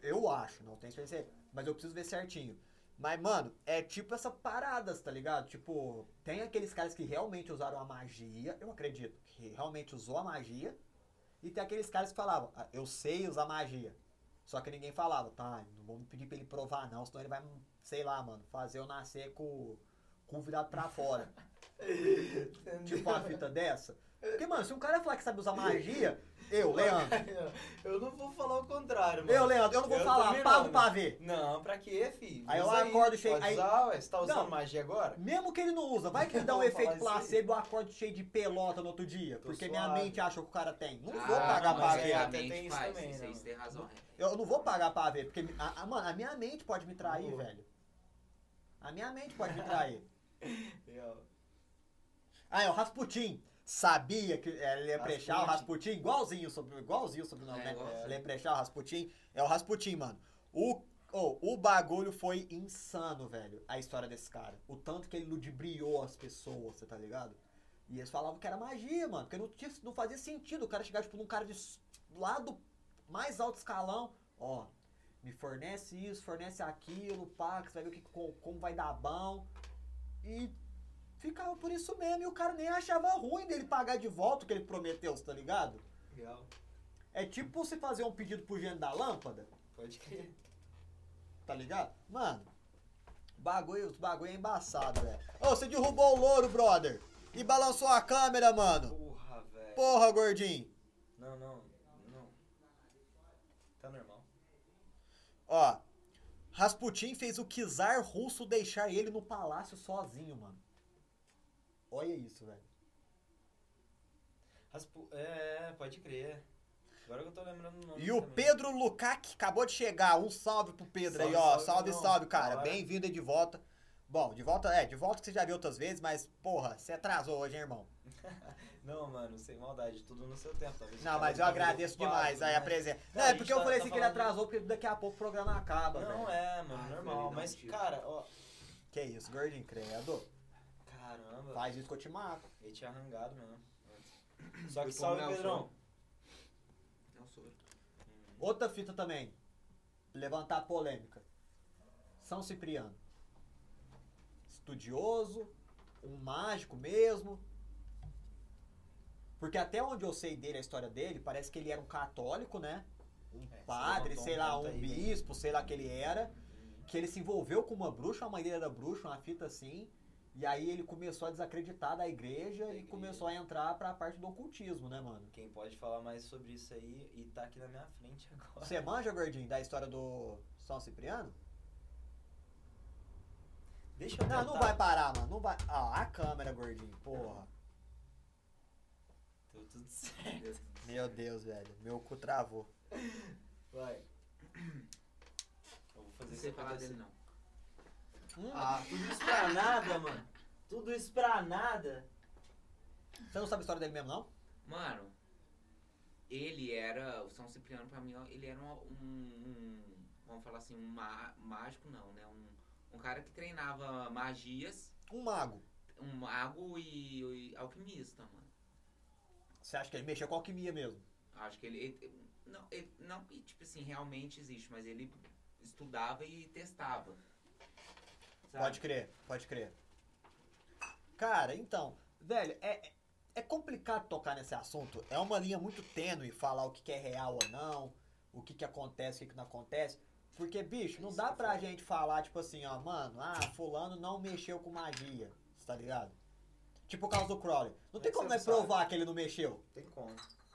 Speaker 1: Eu acho, não tenho certeza. Mas eu preciso ver certinho. Mas, mano, é tipo essa parada, tá ligado? Tipo, tem aqueles caras que realmente usaram a magia, eu acredito, que realmente usou a magia. E tem aqueles caras que falavam, "Ah, eu sei usar magia. Só que ninguém falava, tá, não vamos pedir pra ele provar não, senão ele vai, sei lá, mano, fazer eu nascer com, com o virado pra fora. tipo uma fita dessa. Porque, mano, se um cara falar que sabe usar magia, eu, Leandro,
Speaker 3: Eu não vou falar o contrário, mano.
Speaker 1: eu, Leandro, eu não vou
Speaker 3: Eu
Speaker 1: falar,
Speaker 3: também
Speaker 1: pago
Speaker 3: não,
Speaker 1: pra ver.
Speaker 3: Não, pra quê, filho?
Speaker 1: Aí eu
Speaker 3: Usa
Speaker 1: acordo cheio-
Speaker 3: Pode
Speaker 1: aí-
Speaker 3: usar, ué. Você tá usando
Speaker 1: Não.
Speaker 3: magia agora?
Speaker 1: Mesmo que ele não usa, vai que ele dá um
Speaker 3: Vamos falar
Speaker 1: efeito
Speaker 3: isso aí.
Speaker 1: placebo, eu acordo cheio de pelota no outro dia.
Speaker 3: Tô
Speaker 1: porque
Speaker 3: suave.
Speaker 1: minha mente acha que o cara tem. Não
Speaker 2: Ah,
Speaker 1: vou pagar
Speaker 2: mas
Speaker 1: pra
Speaker 3: é
Speaker 1: ver.
Speaker 2: a
Speaker 3: até
Speaker 2: mente
Speaker 3: tem isso
Speaker 2: faz,
Speaker 3: também,
Speaker 2: isso,
Speaker 3: né,
Speaker 2: aí você tem razão. é.
Speaker 1: Eu não vou pagar pra ver, porque, a, a- mano, a minha mente pode me trair,
Speaker 3: Boa.
Speaker 1: velho. A minha mente pode me trair.
Speaker 3: Eu-
Speaker 1: Ah, é o Rasputin. Sabia que é Leprechal, Rasputin, igualzinho sobre igualzinho sobre o nome,
Speaker 2: É,
Speaker 1: né?
Speaker 2: igualzinho.
Speaker 1: Leprechal, Rasputin, é o Rasputin, mano. O oh, o bagulho foi insano, velho, a história desse cara. O tanto que ele ludibriou as pessoas, você tá ligado? E eles falavam que era magia, mano, porque não, tinha, não fazia sentido o cara chegar tipo num cara de s- lá do mais alto escalão, ó, me fornece isso, fornece aquilo, pá, que você vai ver o que, co- como vai dar bom. E ficava por isso mesmo. E o cara nem achava ruim dele pagar de volta o que ele prometeu, tá ligado?
Speaker 3: Legal.
Speaker 1: É tipo você fazer um pedido pro gênio da lâmpada,
Speaker 3: Pode crer.
Speaker 1: tá ligado? Mano, bagulho, os bagulho é embaçado, velho. Ô, você derrubou o louro, brother. E balançou a câmera, mano.
Speaker 3: Porra, velho.
Speaker 1: Porra, gordinho.
Speaker 3: Não, não, não. Tá normal.
Speaker 1: Ó, Rasputin fez o czar russo deixar ele no palácio sozinho, mano. Olha isso, velho.
Speaker 3: Raspu... É, pode crer. Agora que eu tô lembrando o nome.
Speaker 1: E o
Speaker 3: também.
Speaker 1: Pedro Lukac acabou de chegar. Um salve pro Pedro
Speaker 3: Salve,
Speaker 1: aí, ó.
Speaker 3: salve,
Speaker 1: Salve,
Speaker 3: irmão.
Speaker 1: salve, cara.
Speaker 3: Bora.
Speaker 1: Bem-vindo aí de volta. Bom, de volta, é, de volta que você já viu outras vezes, mas, porra, você atrasou hoje, hein, irmão?
Speaker 3: Não, mano, sem maldade, tudo no seu tempo. Talvez
Speaker 1: Não, mas eu agradeço demais
Speaker 3: né?
Speaker 1: aí a presença. Não, é
Speaker 3: gente
Speaker 1: porque eu
Speaker 3: tá-
Speaker 1: falei
Speaker 3: tá
Speaker 1: assim que ele
Speaker 3: falando-
Speaker 1: apresou, porque daqui a pouco o programa acaba,
Speaker 3: Não
Speaker 1: velho.
Speaker 3: é, mano,
Speaker 2: Ai,
Speaker 3: normal.
Speaker 2: velho,
Speaker 3: Mas,
Speaker 2: não, tio.
Speaker 3: cara, ó.
Speaker 1: Que isso, gordinho, credo.
Speaker 3: Caramba,
Speaker 1: Faz isso que eu te mato.
Speaker 3: ele tinha arrancado mesmo. Só
Speaker 2: Foi
Speaker 3: que
Speaker 2: com
Speaker 3: salve,
Speaker 2: o Nelson.
Speaker 3: Pedrão.
Speaker 2: Não Então, sou.
Speaker 1: Outra fita também. Levantar a polêmica. São Cipriano. Estudioso, um mágico mesmo. Porque até onde eu sei dele, a história dele, parece que ele era um católico, né? Um
Speaker 3: É,
Speaker 1: padre,
Speaker 3: você levantou
Speaker 1: sei
Speaker 3: um
Speaker 1: lá,
Speaker 3: ponto
Speaker 1: um
Speaker 3: aí, né?
Speaker 1: bispo, sei lá que ele era. Que ele se envolveu com uma bruxa, a mãe dele era bruxa, uma fita assim. E aí ele começou a desacreditar da igreja
Speaker 3: Da
Speaker 1: e
Speaker 3: igreja.
Speaker 1: começou a entrar pra parte do ocultismo, né, mano?
Speaker 3: Quem pode falar mais sobre isso aí e tá aqui na minha frente agora.
Speaker 1: Você manja, gordinho, da história do São Cipriano?
Speaker 3: Deixa eu
Speaker 1: Não,
Speaker 3: tentar.
Speaker 1: não vai parar, mano. Não vai. Ah, a câmera, gordinho, porra.
Speaker 3: Deu tudo certo.
Speaker 1: Meu Deus, velho. Meu cu travou.
Speaker 3: Vai. Eu vou fazer
Speaker 2: Não
Speaker 3: isso
Speaker 2: sei falar
Speaker 3: acontecer.
Speaker 2: dele, não.
Speaker 1: Hum,
Speaker 3: Ah, tudo isso pra nada, mano. Tudo isso pra nada.
Speaker 1: Você não sabe a história dele mesmo, não?
Speaker 2: Mano, ele era. O São Cipriano, pra mim, ó, ele era um. um- um- vamos falar assim, um má- mágico, não, né? Um, um cara que treinava magias,
Speaker 1: Um mago.
Speaker 2: um mago e, e alquimista, mano.
Speaker 1: Você acha que ele mexeu com alquimia mesmo?
Speaker 2: Acho que ele. ele- não, ele, não que, tipo assim, realmente existe, mas ele estudava e testava. Sabe?
Speaker 1: Pode crer, pode crer. Cara, então, velho, é, é- é complicado tocar nesse assunto. É uma linha muito tênue falar o que, que é real ou não, o que, que acontece, o que, que não acontece. Porque, bicho, não dá pra gente falar, tipo assim, ó, mano, ah, fulano não mexeu com magia, cê tá ligado? Tipo o caso do Crowley. Não
Speaker 3: Como
Speaker 1: tem
Speaker 3: é que
Speaker 1: como
Speaker 3: você
Speaker 1: nós
Speaker 3: sabe?
Speaker 1: provar que ele não mexeu.
Speaker 3: Tem como.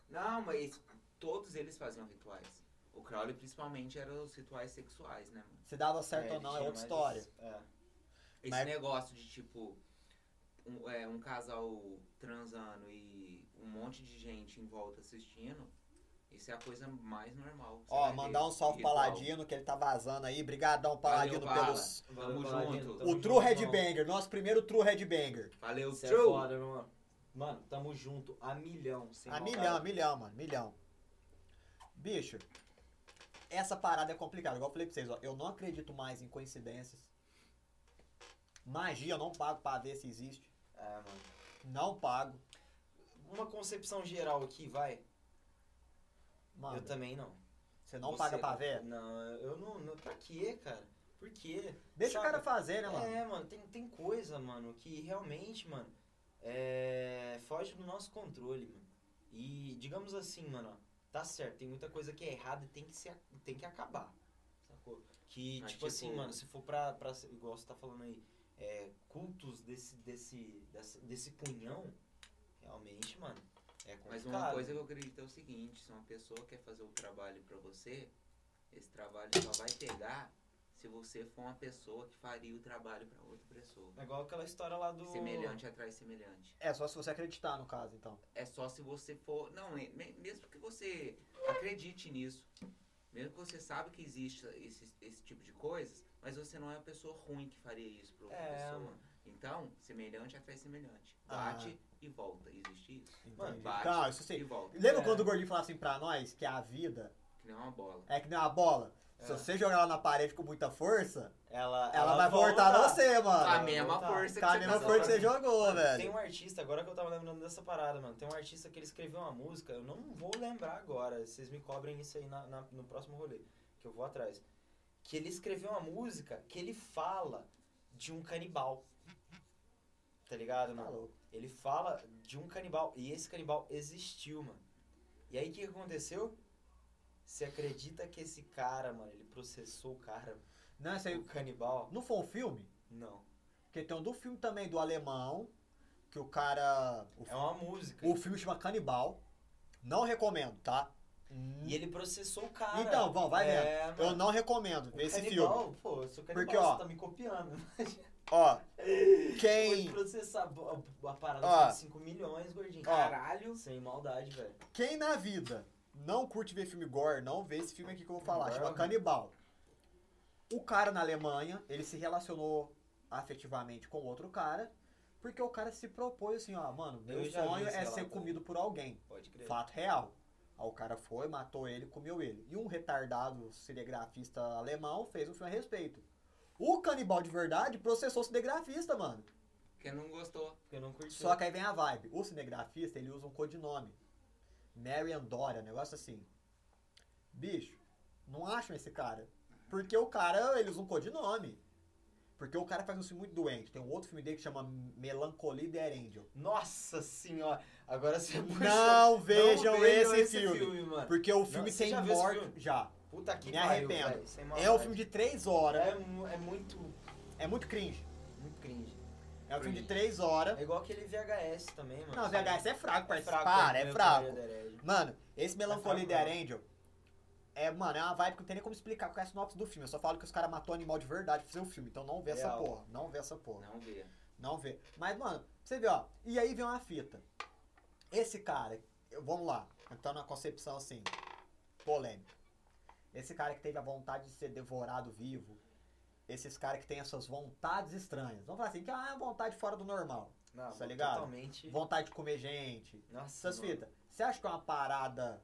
Speaker 2: Não, mas todos eles faziam rituais. O Crowley principalmente era os rituais sexuais, né, mano?
Speaker 1: Se dava certo ou
Speaker 3: ele
Speaker 1: não é
Speaker 3: tinha
Speaker 1: outra
Speaker 3: mais
Speaker 1: história.
Speaker 3: esse- É.
Speaker 2: Esse
Speaker 1: Mas-
Speaker 2: negócio de tipo um, é, um casal transando e um monte de gente em volta assistindo, isso é a coisa mais normal. Você
Speaker 1: Ó,
Speaker 2: vai
Speaker 1: mandar
Speaker 2: ver
Speaker 1: um salve pro
Speaker 2: ritual.
Speaker 1: Paladino, que ele tá vazando aí. Brigadão, Paladino,
Speaker 2: Valeu, Bala.
Speaker 1: pelos...
Speaker 2: Tamo
Speaker 3: Valeu,
Speaker 2: junto.
Speaker 3: Valentino.
Speaker 1: O
Speaker 3: Tamo
Speaker 1: True
Speaker 3: junto,
Speaker 1: Headbanger, nosso primeiro True Headbanger.
Speaker 2: Valeu,
Speaker 3: Isso é
Speaker 2: true!
Speaker 3: foda, mano. Mano, tamo junto. A milhão. Sem
Speaker 1: A
Speaker 3: maldade.
Speaker 1: Ah, milhão, a milhão, mano, milhão. Bicho, essa parada é complicada. Igual eu falei pra vocês, ó, eu não acredito mais em coincidências. Magia eu não pago pra ver se existe.
Speaker 3: É, mano.
Speaker 1: Não pago.
Speaker 3: Uma concepção geral aqui, vai.
Speaker 1: Mano,
Speaker 3: Eu também não.
Speaker 1: você não
Speaker 3: Você-
Speaker 1: paga pra ver?
Speaker 3: Não, eu não, não. Pra quê, cara? Por quê?
Speaker 1: Deixa o
Speaker 3: sabe?
Speaker 1: cara fazer, né, mano?
Speaker 3: É, mano, tem, tem coisa, mano, que realmente, mano, é, foge do nosso controle, mano. E, digamos assim, mano, ó, tá certo, tem muita coisa que é errada e tem que, ser, tem que acabar, sacou? Que,
Speaker 2: Mas,
Speaker 3: tipo,
Speaker 2: tipo,
Speaker 3: assim, mano, se for pra, pra ser- igual você tá falando aí, é, cultos desse, desse, dessa- desse punhão, realmente, mano, é complicado.
Speaker 2: Mas uma coisa que eu acredito é o seguinte, se uma pessoa quer fazer o trabalho pra você, esse trabalho só vai pegar se você for uma pessoa que faria o trabalho pra outra pessoa.
Speaker 3: É igual aquela história lá do...
Speaker 2: Semelhante atrai semelhante.
Speaker 1: É só se você acreditar, no caso, então.
Speaker 2: É só se você for. Não, é- me- mesmo que você acredite nisso. Mesmo que você sabe que existe esse, esse tipo de coisas, mas você não é uma pessoa ruim que faria isso pra outra
Speaker 3: É,
Speaker 2: pessoa.
Speaker 3: mano.
Speaker 2: Então, semelhante atrai semelhante.
Speaker 1: Ah.
Speaker 2: Bate e volta. Existe isso.
Speaker 1: Entendi.
Speaker 2: bate
Speaker 1: Não, isso
Speaker 2: E
Speaker 1: sim.
Speaker 2: volta.
Speaker 1: Lembra
Speaker 3: É.
Speaker 1: quando o Gordinho falava assim pra nós que a vida
Speaker 2: Que nem uma bola.
Speaker 1: é que nem uma bola? Se
Speaker 3: É.
Speaker 1: você jogar ela na parede com muita força,
Speaker 3: Ela,
Speaker 1: ela, vai voltar
Speaker 3: volta.
Speaker 1: a você, mano.
Speaker 2: a
Speaker 3: não,
Speaker 2: mesma
Speaker 3: não tá.
Speaker 2: força
Speaker 1: Ah, Tá a
Speaker 2: que você
Speaker 1: mesma
Speaker 2: tá
Speaker 1: força que você
Speaker 2: jogando.
Speaker 1: jogou, velho.
Speaker 3: Tem um artista, agora que eu tava lembrando dessa parada, mano. Tem um artista que ele escreveu uma música, eu não vou lembrar agora, vocês me cobrem isso aí na- na- no próximo rolê, que eu vou atrás. Que ele escreveu uma música que ele fala de um canibal. Tá ligado,
Speaker 1: Tá
Speaker 3: mano?
Speaker 1: louco.
Speaker 3: Ele fala de um canibal. E esse canibal existiu, mano. E aí o que aconteceu? Você acredita que esse cara, mano, ele processou o cara,
Speaker 1: Não, isso aí
Speaker 3: o canibal?
Speaker 1: não foi um filme?
Speaker 3: Não.
Speaker 1: Porque tem um do filme também do alemão, que o cara. O,
Speaker 3: É uma música.
Speaker 1: o filme chama Canibal. Não recomendo, tá?
Speaker 3: E ele processou o cara.
Speaker 1: Então, bom, vai vendo.
Speaker 3: É, mano.
Speaker 1: Eu não recomendo ver esse
Speaker 3: Canibal,
Speaker 1: filme.
Speaker 3: Pô, eu sou canibal,
Speaker 1: Porque, ó,
Speaker 3: você tá me copiando.
Speaker 1: Ó,
Speaker 3: Foi
Speaker 1: quem,
Speaker 3: processar bo- a, a parada
Speaker 1: Ó.
Speaker 3: foi de 5 milhões, gordinho.
Speaker 1: Ó.
Speaker 3: Caralho. Sem maldade, velho.
Speaker 1: quem na vida não curte ver filme gore, não vê esse filme aqui que eu vou falar,
Speaker 3: Agora-
Speaker 1: chama Canibal. O cara na Alemanha, ele se relacionou afetivamente com outro cara, porque o cara se propôs assim, ó, mano, meu
Speaker 3: Eu já vi
Speaker 1: sonho
Speaker 3: esse
Speaker 1: é
Speaker 3: relato
Speaker 1: ser
Speaker 3: aí.
Speaker 1: comido por alguém.
Speaker 3: Pode crer.
Speaker 1: Fato real. Aí o cara foi, matou ele, comeu ele. E um retardado cinegrafista alemão fez um filme a respeito. O canibal de verdade processou o cinegrafista, mano.
Speaker 2: Quem não gostou.
Speaker 3: Porque eu não curti.
Speaker 1: Só que aí vem a vibe. O cinegrafista, ele usa um codinome. Marion Dora, negócio assim. Bicho, não acham esse cara. Porque o cara, ele usa um codinome. Porque o cara faz um filme muito doente. Tem um outro filme dele que chama Melancholy the Angel.
Speaker 3: Nossa senhora. Agora você é puxou.
Speaker 1: Não vejam
Speaker 3: vejam
Speaker 1: esse,
Speaker 3: esse
Speaker 1: filme.
Speaker 3: mano.
Speaker 1: Porque o filme
Speaker 3: você
Speaker 1: tem
Speaker 3: já viu esse
Speaker 1: morte.
Speaker 3: filme?
Speaker 1: Já.
Speaker 3: Puta que
Speaker 1: Me
Speaker 3: pariu,
Speaker 1: arrependo.
Speaker 3: velho, sem
Speaker 1: É um
Speaker 3: maldade.
Speaker 1: filme de três horas.
Speaker 3: É, mu- é muito,
Speaker 1: É muito cringe.
Speaker 3: muito cringe.
Speaker 1: É um filme de
Speaker 2: Cringe.
Speaker 1: três horas.
Speaker 3: É igual aquele VHS também, mano.
Speaker 1: Não,
Speaker 3: sabe?
Speaker 1: VHS é fraco,
Speaker 3: É
Speaker 1: parceiro.
Speaker 3: fraco.
Speaker 1: Para, é
Speaker 3: meu
Speaker 1: fraco.
Speaker 3: Poder Herege.
Speaker 1: Mano, esse Melancholia
Speaker 3: É fraco
Speaker 1: The Angel é, mano, é uma vibe que não tem nem como explicar qual é a sinopse do filme. Eu só falo que os caras matou animal de verdade pra fazer o filme. Então não vê essa
Speaker 3: Real.
Speaker 1: porra. Não vê essa porra.
Speaker 2: Não vê.
Speaker 1: Não vê. Mas, mano, você vê, ó. E aí vem uma fita. Esse cara, eu- vamos lá. Então, na concepção assim, polêmica. Esse cara que teve a vontade de ser devorado vivo. Esses caras que têm essas vontades estranhas. Vamos falar assim, que é uma vontade fora do normal.
Speaker 3: Não,
Speaker 1: Tá ligado?
Speaker 3: totalmente.
Speaker 1: Vontade de comer gente.
Speaker 3: Nossa,
Speaker 1: Essas
Speaker 3: mano.
Speaker 1: fitas. Você acha que é uma parada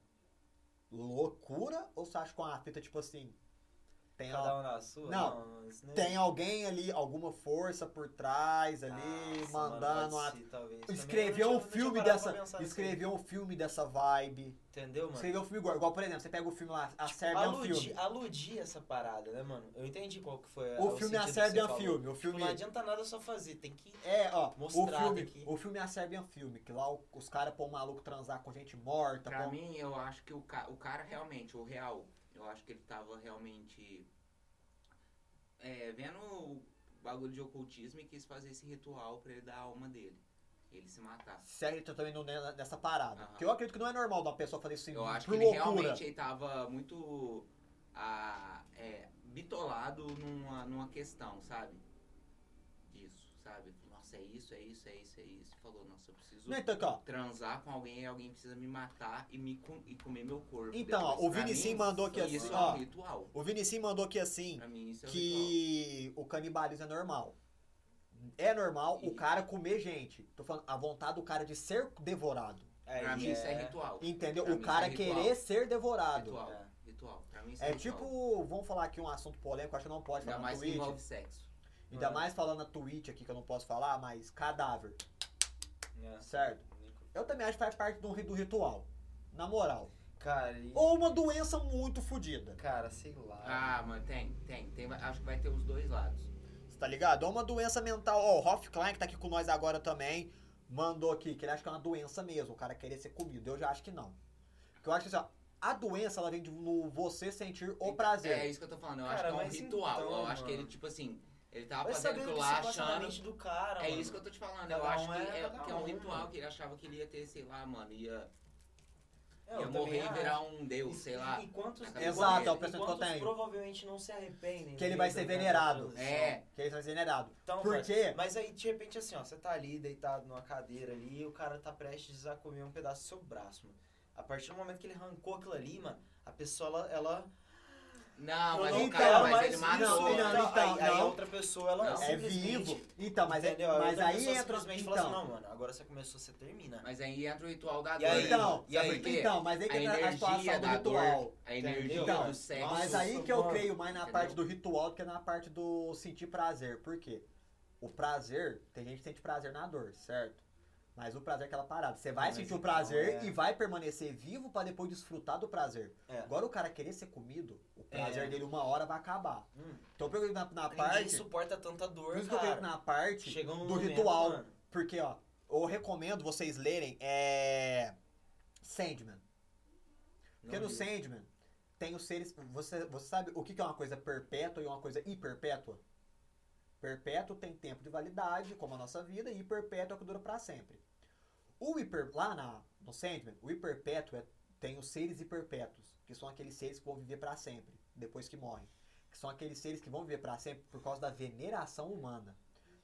Speaker 1: loucura? Ou você acha que é uma fita tipo assim? Tem, al-
Speaker 3: Cada um na sua?
Speaker 1: Não.
Speaker 3: isso não
Speaker 1: tem alguém ali, alguma força por trás ali,
Speaker 3: Nossa,
Speaker 1: mandando
Speaker 3: Ah, mano,
Speaker 1: uma
Speaker 3: pode ser, talvez. Também
Speaker 1: Escreveu
Speaker 3: eu
Speaker 1: um
Speaker 3: não tinha- não tinha
Speaker 1: filme
Speaker 3: parado pra
Speaker 1: dessa.
Speaker 3: pensar nisso aí.
Speaker 1: Escreveu um filme dessa vibe.
Speaker 3: Entendeu, mano? Tipo,
Speaker 1: Escreveu um filme igual. Igual, por exemplo, você pega o filme lá, a Sérbia é um
Speaker 3: Aludir
Speaker 1: filme.
Speaker 3: aludir essa parada, né, mano? Eu entendi qual que foi
Speaker 1: O filme é a
Speaker 3: sentido que você
Speaker 1: Sérbia é um
Speaker 3: falou.
Speaker 1: filme. O
Speaker 3: Tipo,
Speaker 1: filme.
Speaker 3: Não adianta nada só fazer, tem que.
Speaker 1: É, ó, o
Speaker 3: Mostrado
Speaker 1: filme,
Speaker 3: aqui.
Speaker 1: o filme é a Serbian Filme, que lá o- os caras põem o maluco transar com gente morta. põe-
Speaker 2: Pra
Speaker 1: um
Speaker 2: mim, eu acho que o, ca o cara realmente, o real, eu acho que ele tava realmente é, vendo o bagulho de ocultismo e quis fazer esse ritual pra ele dar a alma dele. Ele se matar.
Speaker 1: Sério, eu tô também não- nessa parada.
Speaker 2: Aham.
Speaker 1: Porque eu acredito que não é normal de uma pessoa fazer isso
Speaker 2: Eu acho que
Speaker 1: por
Speaker 2: ele
Speaker 1: loucura.
Speaker 2: realmente ele tava muito ah, é, bitolado numa, numa questão, sabe? Disso, sabe? Nossa, é isso, é isso, é isso, é isso. Falou, nossa, eu preciso
Speaker 1: Não, então, aqui, ó.
Speaker 2: transar com alguém e alguém precisa me matar e, me com- e comer meu corpo.
Speaker 1: Então, ó,
Speaker 2: depois.
Speaker 1: o
Speaker 2: Pra
Speaker 1: Vinicim
Speaker 2: mim,
Speaker 1: mandou aqui assim,
Speaker 2: Isso é
Speaker 1: ó.
Speaker 2: um ritual.
Speaker 1: O Vinicim mandou aqui assim
Speaker 2: Pra mim, isso é um é ritual.
Speaker 1: que o canibalismo é normal. É normal o cara comer gente. Tô falando a vontade do cara de ser devorado.
Speaker 3: Aí
Speaker 2: Pra mim isso é ritual.
Speaker 1: Entendeu?
Speaker 2: Pra
Speaker 1: O
Speaker 2: mim,
Speaker 1: cara
Speaker 2: isso é ritual.
Speaker 1: querer ser devorado.
Speaker 2: Ritual. Ritual. Pra mim isso é,
Speaker 1: É
Speaker 2: ritual.
Speaker 1: tipo, vamos falar aqui um assunto polêmico, acho que não pode
Speaker 2: Ainda
Speaker 1: falar na
Speaker 2: mais que
Speaker 1: Twitch.
Speaker 2: envolve sexo.
Speaker 1: Ainda mais falando na Twitch aqui que eu não posso falar, mas cadáver,
Speaker 3: é.
Speaker 1: certo? Eu também acho que faz parte do, ri- do ritual. Na moral.
Speaker 3: Cara, e...
Speaker 1: Ou uma doença muito fodida.
Speaker 3: Cara, sei lá.
Speaker 2: Ah, mano, tem, tem, tem. vai- Acho que vai ter os dois lados.
Speaker 1: Você tá ligado? Ou uma doença mental. Ó, o Hoff Klein, que tá aqui com nós agora também, mandou aqui, que ele acha que é uma doença mesmo, o cara querer ser comido. Eu já acho que não. Porque eu acho que assim, ó, a doença ela vem de no você sentir o prazer.
Speaker 2: É isso que eu tô falando. Eu
Speaker 3: Cara,
Speaker 2: acho que é um
Speaker 3: mas
Speaker 2: ritual.
Speaker 3: então,
Speaker 2: eu acho que ele,
Speaker 3: mano.
Speaker 2: tipo assim, ele tava
Speaker 3: Vai
Speaker 2: fazendo
Speaker 3: saber o
Speaker 2: aquilo
Speaker 3: que
Speaker 2: lá
Speaker 3: se passa na
Speaker 2: achando.
Speaker 3: mente do
Speaker 1: tá,
Speaker 3: cara,
Speaker 2: É
Speaker 3: mano.
Speaker 2: isso que eu tô te falando.
Speaker 3: Cada
Speaker 2: eu acho
Speaker 3: um
Speaker 2: que,
Speaker 3: é
Speaker 2: é,
Speaker 3: cada
Speaker 2: que é um
Speaker 3: um,
Speaker 2: ritual
Speaker 3: mano.
Speaker 2: que ele achava que ele ia ter, sei lá, mano, ia,
Speaker 3: É, eu
Speaker 2: ia
Speaker 3: também
Speaker 2: morrer e
Speaker 3: acho.
Speaker 2: virar um deus, sei lá.
Speaker 3: E quantos,
Speaker 2: Exato,
Speaker 3: e
Speaker 2: é o
Speaker 3: quantos-
Speaker 1: pensamento
Speaker 3: e
Speaker 1: que eu
Speaker 3: quantos
Speaker 1: tenho.
Speaker 3: provavelmente não se arrependem.
Speaker 1: Que ele
Speaker 3: no
Speaker 1: vai
Speaker 3: meio
Speaker 1: ser
Speaker 3: da- da
Speaker 1: venerado.
Speaker 3: transição.
Speaker 2: É,
Speaker 1: Que ele vai ser venerado.
Speaker 3: Então,
Speaker 1: Por
Speaker 3: velho,
Speaker 1: quê?
Speaker 3: Mas aí, de repente, assim, ó, você tá ali deitado numa cadeira ali e o cara tá prestes a comer um pedaço do seu braço, mano. A partir do momento que ele arrancou aquilo ali, mano, a pessoa, ela. ela
Speaker 1: Ah,
Speaker 2: não,
Speaker 3: "Eu
Speaker 2: mas
Speaker 3: não
Speaker 2: o cara,
Speaker 3: quero
Speaker 2: mas ele
Speaker 3: mais
Speaker 2: matou.
Speaker 1: Então,
Speaker 3: isso",
Speaker 1: não,
Speaker 3: então,
Speaker 1: então,
Speaker 3: aí, aí a
Speaker 1: não.
Speaker 3: outra pessoa, ela.
Speaker 2: Não.
Speaker 1: É
Speaker 3: simplesmente-
Speaker 1: vivo. Então, mas, é,
Speaker 3: entendeu?
Speaker 1: mas
Speaker 3: a outra
Speaker 1: aí
Speaker 3: pessoa
Speaker 1: entra.
Speaker 3: simplesmente fala assim,
Speaker 1: Então,
Speaker 3: não, mano, agora você começou, você termina.
Speaker 2: Mas aí entra o ritual da
Speaker 3: E aí,
Speaker 2: dor.
Speaker 1: então,
Speaker 3: e aí,
Speaker 2: sabe por quê?
Speaker 1: então, mas aí que
Speaker 2: a
Speaker 1: entra a
Speaker 2: energia
Speaker 1: situação do
Speaker 2: da
Speaker 1: ritual. Então,
Speaker 2: dor, a energia
Speaker 3: Entendeu?
Speaker 2: do sexo.
Speaker 1: Mas
Speaker 3: Nossa,
Speaker 1: aí que eu
Speaker 3: mano.
Speaker 1: creio mais na
Speaker 2: Entendeu?
Speaker 1: parte do ritual do que na parte do sentir prazer. Por quê? O prazer, tem gente que sente prazer na dor, certo? Mas o prazer é aquela parada. Você vai
Speaker 3: Mas
Speaker 1: sentir o
Speaker 3: então,
Speaker 1: prazer
Speaker 3: é.
Speaker 1: e vai permanecer vivo pra depois desfrutar do prazer.
Speaker 3: É.
Speaker 1: Agora o cara querer ser comido, o prazer
Speaker 3: É.
Speaker 1: dele uma hora vai acabar.
Speaker 3: Hum.
Speaker 1: Então eu creio na, na
Speaker 3: Ninguém
Speaker 1: parte.
Speaker 3: suporta tanta dor,
Speaker 1: Por isso que eu
Speaker 3: cara.
Speaker 1: creio na parte
Speaker 3: Chega um
Speaker 1: do
Speaker 3: momento,
Speaker 1: ritual.
Speaker 3: mano.
Speaker 1: porque, ó, eu recomendo vocês lerem é. Sandman. Porque
Speaker 3: Não
Speaker 1: no
Speaker 3: vi.
Speaker 1: Sandman tem os seres. Você, você sabe o que que é uma coisa perpétua e uma coisa hiperpétua? Perpétuo tem tempo de validade, como a nossa vida, e hiperpétua é o que dura pra sempre. O hiper, lá na, no Sandman, o hiperpétuo é, tem os seres hiperpétuos, que são aqueles seres que vão viver pra sempre, depois que morrem. Que são aqueles seres que vão viver pra sempre por causa da veneração humana.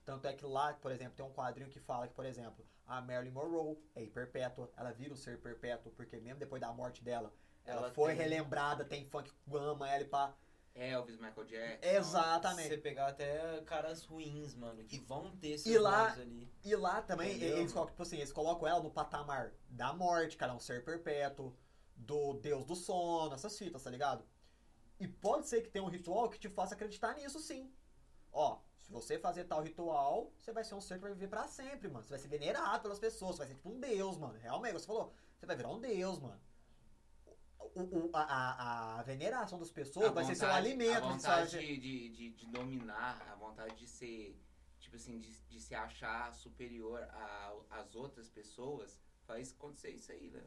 Speaker 1: Tanto é que lá, por exemplo, tem um quadrinho que fala que, por exemplo, a Marilyn Monroe é hiperpétua, ela vira um ser perpétuo, porque mesmo depois da morte dela, ela,
Speaker 3: Ela
Speaker 1: foi
Speaker 3: tem-
Speaker 1: relembrada, tem fã que ama ela e pá.
Speaker 2: Elvis, Michael Jackson.
Speaker 1: Exatamente.
Speaker 3: Você pegar até caras ruins, mano, que vão ter esses
Speaker 1: E lá-
Speaker 3: nomes ali.
Speaker 1: E lá também,
Speaker 3: Entendeu?
Speaker 1: eles colocam, tipo assim, eles colocam ela no patamar da morte, cara, é um ser perpétuo, do deus do sono, essas fitas, tá ligado? E pode ser que tenha um ritual que te faça acreditar nisso, sim. Ó, se você fazer tal ritual, você vai ser um ser que vai viver pra sempre, mano. Você vai ser venerado pelas pessoas, você vai ser tipo um deus, mano. Realmente, você falou, você vai virar um deus, mano. O, o- a, a- a veneração das pessoas
Speaker 2: A
Speaker 1: vai ser seu
Speaker 2: vontade-
Speaker 1: alimento,
Speaker 2: A
Speaker 1: vai ser seu
Speaker 2: vontade
Speaker 1: alimento.
Speaker 2: de, de, de, de dominar, a vontade de ser, tipo assim, de, de se achar superior a- às outras pessoas, faz acontecer isso aí, né?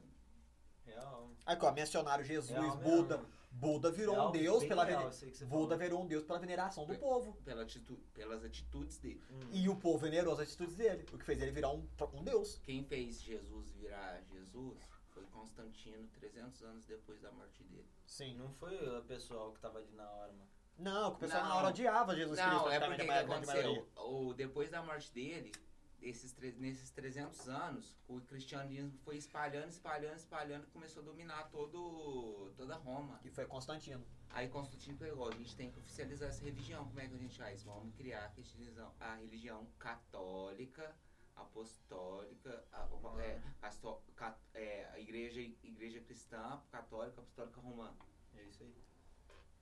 Speaker 3: Real.
Speaker 1: Aí, ó, mencionaram Jesus,
Speaker 3: Real
Speaker 1: Buda.
Speaker 3: mesmo.
Speaker 1: Buda virou
Speaker 3: Real,
Speaker 1: um deus
Speaker 3: bem
Speaker 1: pela
Speaker 3: real,
Speaker 1: veneração.
Speaker 3: isso aí que você
Speaker 1: Buda
Speaker 3: falou.
Speaker 1: verou um deus pela veneração do
Speaker 2: É.
Speaker 1: povo.
Speaker 2: Pela atitu- pelas atitudes dele.
Speaker 3: Hum.
Speaker 1: E o povo venerou as atitudes dele, o que fez ele virar um, um deus.
Speaker 2: Quem fez Jesus virar Jesus foi Constantino, 300 anos depois da morte dele.
Speaker 3: E
Speaker 1: Sim.
Speaker 3: Não foi o pessoal que tava ali na hora, mano.
Speaker 1: Não, que o pessoal na
Speaker 2: Não.
Speaker 1: hora odiava Jesus Cristo,
Speaker 2: Não, é
Speaker 1: praticamente,
Speaker 2: porque
Speaker 1: a
Speaker 2: que
Speaker 1: maior- grande maioria.
Speaker 2: aconteceu. O, depois da morte dele, esses tre- nesses 300 anos, o cristianismo foi espalhando, espalhando, espalhando, e começou a dominar todo, toda Roma.
Speaker 1: E foi Constantino.
Speaker 2: Aí Constantino pegou, a gente tem que oficializar essa religião. Como é que a gente faz? Vamos criar a religião, a religião católica, apostólica, a, o- é, casto- ca- é, a igreja, igreja cristã, católica, apostólica romana.
Speaker 3: É isso aí.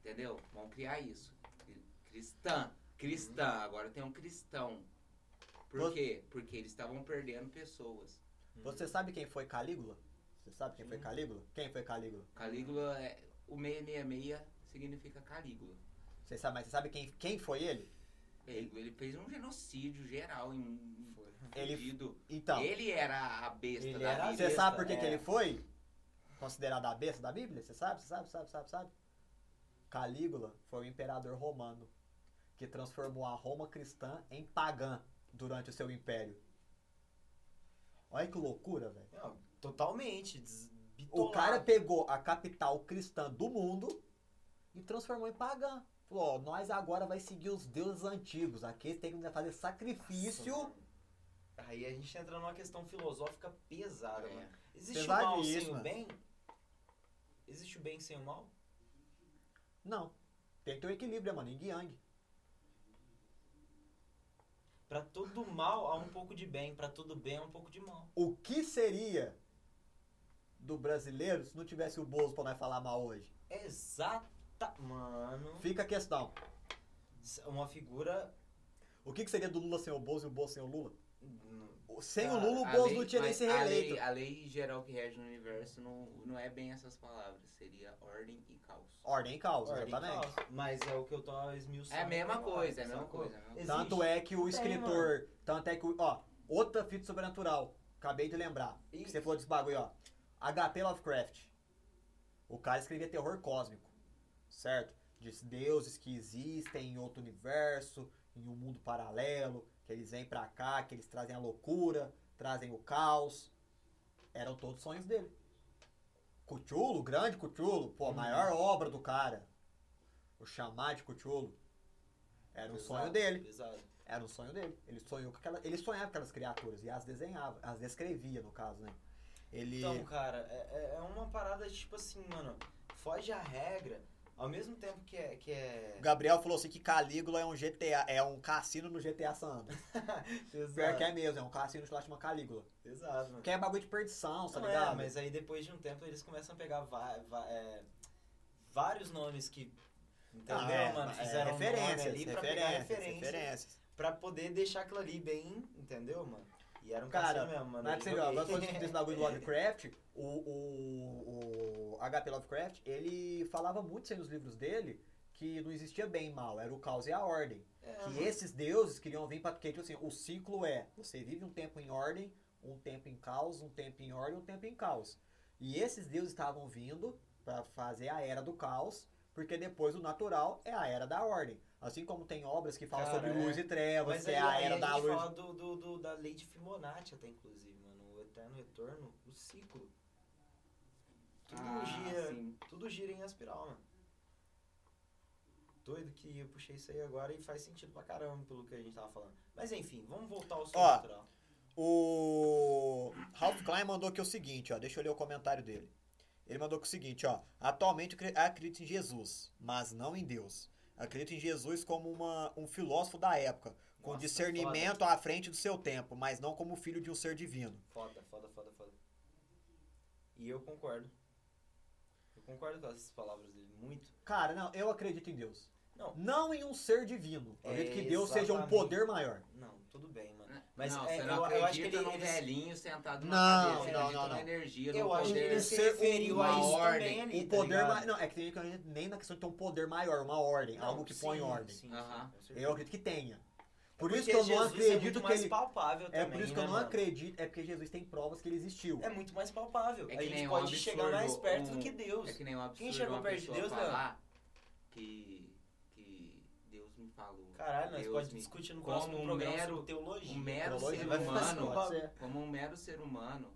Speaker 2: Entendeu? Vamos criar isso. Cri- Cristã. Cristã. Agora tem um cristão. Por
Speaker 1: Vo-
Speaker 2: quê? Porque eles estavam perdendo pessoas.
Speaker 1: Você sabe quem foi Calígula? Você sabe quem foi
Speaker 3: Sim.
Speaker 1: Calígula? Quem foi Calígula?
Speaker 2: Calígula é. O 666 significa Calígula.
Speaker 1: Você sabe, mas você sabe quem, quem foi ele?
Speaker 2: Ele, ele fez um genocídio geral em um
Speaker 3: Foi.
Speaker 1: Ele,
Speaker 2: fudido.
Speaker 1: então,
Speaker 2: Ele era a besta
Speaker 3: Ele
Speaker 2: da
Speaker 3: era a
Speaker 2: Bíblia.
Speaker 1: você sabe por que,
Speaker 3: besta,
Speaker 1: que
Speaker 3: é.
Speaker 1: ele foi considerado a besta da Bíblia? Você sabe, você sabe, sabe, sabe, sabe? Calígula foi o imperador romano que transformou a Roma cristã em pagã durante o seu império. Olha que loucura, velho.
Speaker 3: Não, totalmente. des-
Speaker 1: O
Speaker 3: bitolado.
Speaker 1: cara pegou a capital cristã do mundo e transformou em pagã. Falou, ó, nós agora vai seguir os deuses antigos. Aqui tem que fazer sacrifício.
Speaker 3: Nossa, mano. Aí a gente entra numa questão filosófica pesada,
Speaker 2: É.
Speaker 3: mano. Existe o mal
Speaker 1: Pesadíssima.
Speaker 3: sem o bem? Existe o bem sem o mal?
Speaker 1: Não. Tem que ter um equilíbrio, mano. Yin e Yang.
Speaker 3: Pra todo mal há um pouco de bem, pra todo bem há um pouco de mal.
Speaker 1: O que seria do brasileiro se não tivesse o Bozo pra nós falar mal hoje?
Speaker 3: Exata. Mano.
Speaker 1: Fica a questão.
Speaker 3: Uma figura.
Speaker 1: O que, que seria do Lula sem o Bozo e o Bozo sem o Lula?
Speaker 3: hum,
Speaker 1: O- Sem o
Speaker 2: Ah,
Speaker 1: Lula, o
Speaker 2: a
Speaker 1: Bozo
Speaker 2: lei-
Speaker 1: não tinha nem
Speaker 2: mas
Speaker 1: ser
Speaker 2: a lei-
Speaker 1: reeleito.
Speaker 2: A lei geral que rege no universo não, não é bem essas palavras. Seria ordem e caos.
Speaker 1: Ordem e caos,
Speaker 3: ordem e
Speaker 1: exatamente.
Speaker 3: caos. Mas é o que eu tô esmiuçando.
Speaker 2: É a mesma
Speaker 3: agora,
Speaker 2: coisa, é a
Speaker 3: essa
Speaker 2: mesma coisa. é a mesma coisa.
Speaker 1: Tanto é que o
Speaker 3: Tem,
Speaker 1: escritor. tanto é que. o- Ó, outra fita sobrenatural. Acabei de lembrar.
Speaker 3: Ih.
Speaker 1: Você falou desse bagulho, ó. HP Lovecraft. O cara escrevia terror cósmico. Certo? Diz deuses que existem em outro universo, em um mundo paralelo, que eles vêm pra cá, que eles trazem a loucura, trazem o caos. Eram todos sonhos dele. Cthulhu, grande Cthulhu, pô, a maior obra do cara. O chamar de Cthulhu. Era um sonho
Speaker 3: Exato,
Speaker 1: dele.
Speaker 3: Exato.
Speaker 1: Era um sonho dele. Ele sonhou com aquela, ele sonhava com aquelas criaturas e as desenhava, as descrevia no caso, né? Ele
Speaker 3: Então, cara, é, é- é uma parada tipo assim, mano. Foge a regra, ao mesmo tempo que é. Que é...
Speaker 1: Gabriel falou assim que Calígula é um GTA, é um cassino no GTA San Andreas. Pior que é mesmo, é um cassino que lá chama Calígula.
Speaker 3: Exato, mano.
Speaker 1: Que é bagulho de perdição, tá
Speaker 3: Não,
Speaker 1: ligado?
Speaker 3: é, mas aí depois de um tempo eles começam a pegar va- va- é, vários nomes que. Entendeu,
Speaker 1: Ah, é,
Speaker 3: mano?
Speaker 1: é,
Speaker 3: Fizeram um nome
Speaker 1: referências,
Speaker 3: ali pra pegar
Speaker 1: referências,
Speaker 3: referência.
Speaker 1: referências.
Speaker 3: Pra poder deixar aquilo ali bem, entendeu, mano? E era um
Speaker 1: Cara,
Speaker 3: cassino mesmo, mano.
Speaker 1: Mas pra é
Speaker 3: eu
Speaker 1: você ver, ó, agora
Speaker 3: joguei.
Speaker 1: falando desse bagulho do Lovecraft, o, o, o HP Lovecraft, ele falava muito assim nos livros dele que não existia bem e mal, era o caos e a ordem.
Speaker 3: É,
Speaker 1: que
Speaker 3: mano.
Speaker 1: esses deuses queriam vir para porque tipo assim, o ciclo é você vive um tempo em ordem um tempo em caos um tempo em ordem um tempo em caos e esses deuses estavam vindo para fazer a era do caos porque depois o natural é a era da ordem assim como tem obras que falam
Speaker 3: Cara,
Speaker 1: sobre
Speaker 3: é.
Speaker 1: luz e trevas
Speaker 3: Mas
Speaker 1: que
Speaker 3: aí,
Speaker 1: é a
Speaker 3: aí
Speaker 1: era
Speaker 3: a
Speaker 1: da
Speaker 3: gente
Speaker 1: luz
Speaker 3: fala do, do- do- da lei de Fibonacci até, inclusive, mano. O eterno retorno, o ciclo. Tudo
Speaker 2: Ah,
Speaker 3: gira,
Speaker 2: sim.
Speaker 3: tudo gira em espiral, mano. Doido que eu puxei isso aí agora e faz sentido pra caramba pelo que a gente tava falando. Mas enfim, vamos voltar ao
Speaker 1: Ó,
Speaker 3: sobrenatural.
Speaker 1: O Ralph Klein mandou aqui o seguinte, ó, deixa eu ler o comentário dele. Ele mandou aqui o seguinte, ó, atualmente eu cre- acredito em Jesus, mas não em Deus. Acredito em Jesus como uma, um filósofo da época, com
Speaker 3: Nossa, tá
Speaker 1: discernimento à frente do seu tempo, mas não como filho de um ser divino.
Speaker 3: Foda, foda, foda, foda. E eu concordo. Eu concordo com essas palavras dele, muito.
Speaker 1: Cara, não, eu acredito em Deus.
Speaker 3: Não.
Speaker 1: em um ser divino. Eu
Speaker 3: É,
Speaker 1: acredito que Deus seja um
Speaker 3: exatamente. Tá
Speaker 1: poder maior.
Speaker 3: Não, tudo bem, mano.
Speaker 2: Né?
Speaker 3: Mas
Speaker 2: não,
Speaker 3: é,
Speaker 2: você não
Speaker 3: eu- eu
Speaker 2: acredita
Speaker 3: acho que ele-
Speaker 2: num
Speaker 3: ele-
Speaker 2: velhinho sentado
Speaker 1: Não,
Speaker 2: na cadeira, você
Speaker 1: não,
Speaker 2: acredita
Speaker 1: não,
Speaker 2: na
Speaker 1: não.
Speaker 2: energia, no
Speaker 3: Eu acho que
Speaker 2: poder.
Speaker 3: ele
Speaker 1: um
Speaker 3: se
Speaker 1: ser-
Speaker 3: referiu a
Speaker 2: uma
Speaker 3: isso
Speaker 2: ordem.
Speaker 3: também ali,
Speaker 1: O
Speaker 3: tá
Speaker 1: poder
Speaker 3: ligado?
Speaker 1: maior. Não, é que tem que acreditar nem na questão de ter um poder maior, uma ordem, algo que põe
Speaker 3: sim,
Speaker 1: ordem.
Speaker 3: sim,
Speaker 2: Aham.
Speaker 3: sim, com certeza.
Speaker 1: Eu acredito que tenha. Por
Speaker 3: Porque
Speaker 1: isso que eu não
Speaker 3: Jesus é
Speaker 1: acredito
Speaker 3: muito
Speaker 1: que
Speaker 3: mais
Speaker 1: ele
Speaker 3: palpável
Speaker 1: É
Speaker 3: também,
Speaker 1: por isso que eu
Speaker 3: né,
Speaker 1: não
Speaker 3: mano?
Speaker 1: acredito, é porque Jesus tem provas que ele existiu.
Speaker 3: É muito mais palpável.
Speaker 2: É
Speaker 3: a
Speaker 2: que
Speaker 3: gente
Speaker 2: nem um
Speaker 3: pode chegar
Speaker 2: absurdo,
Speaker 3: mais perto do
Speaker 2: um-
Speaker 3: que Deus.
Speaker 2: É que nem um absurdo
Speaker 3: Quem chegou
Speaker 2: uma
Speaker 3: perto de
Speaker 2: pessoa
Speaker 3: Deus, Léo?
Speaker 2: falar que, que Deus me falou.
Speaker 3: Caralho, nós
Speaker 2: Deus
Speaker 3: podemos
Speaker 2: me-
Speaker 3: discutir no
Speaker 2: como
Speaker 3: próximo
Speaker 2: um
Speaker 3: programa
Speaker 2: mero-
Speaker 3: sobre teologia.
Speaker 2: um mero
Speaker 1: Teologia,
Speaker 2: ser
Speaker 1: vai ficar assim,
Speaker 2: humano,
Speaker 1: pode ser.
Speaker 2: como um mero ser humano,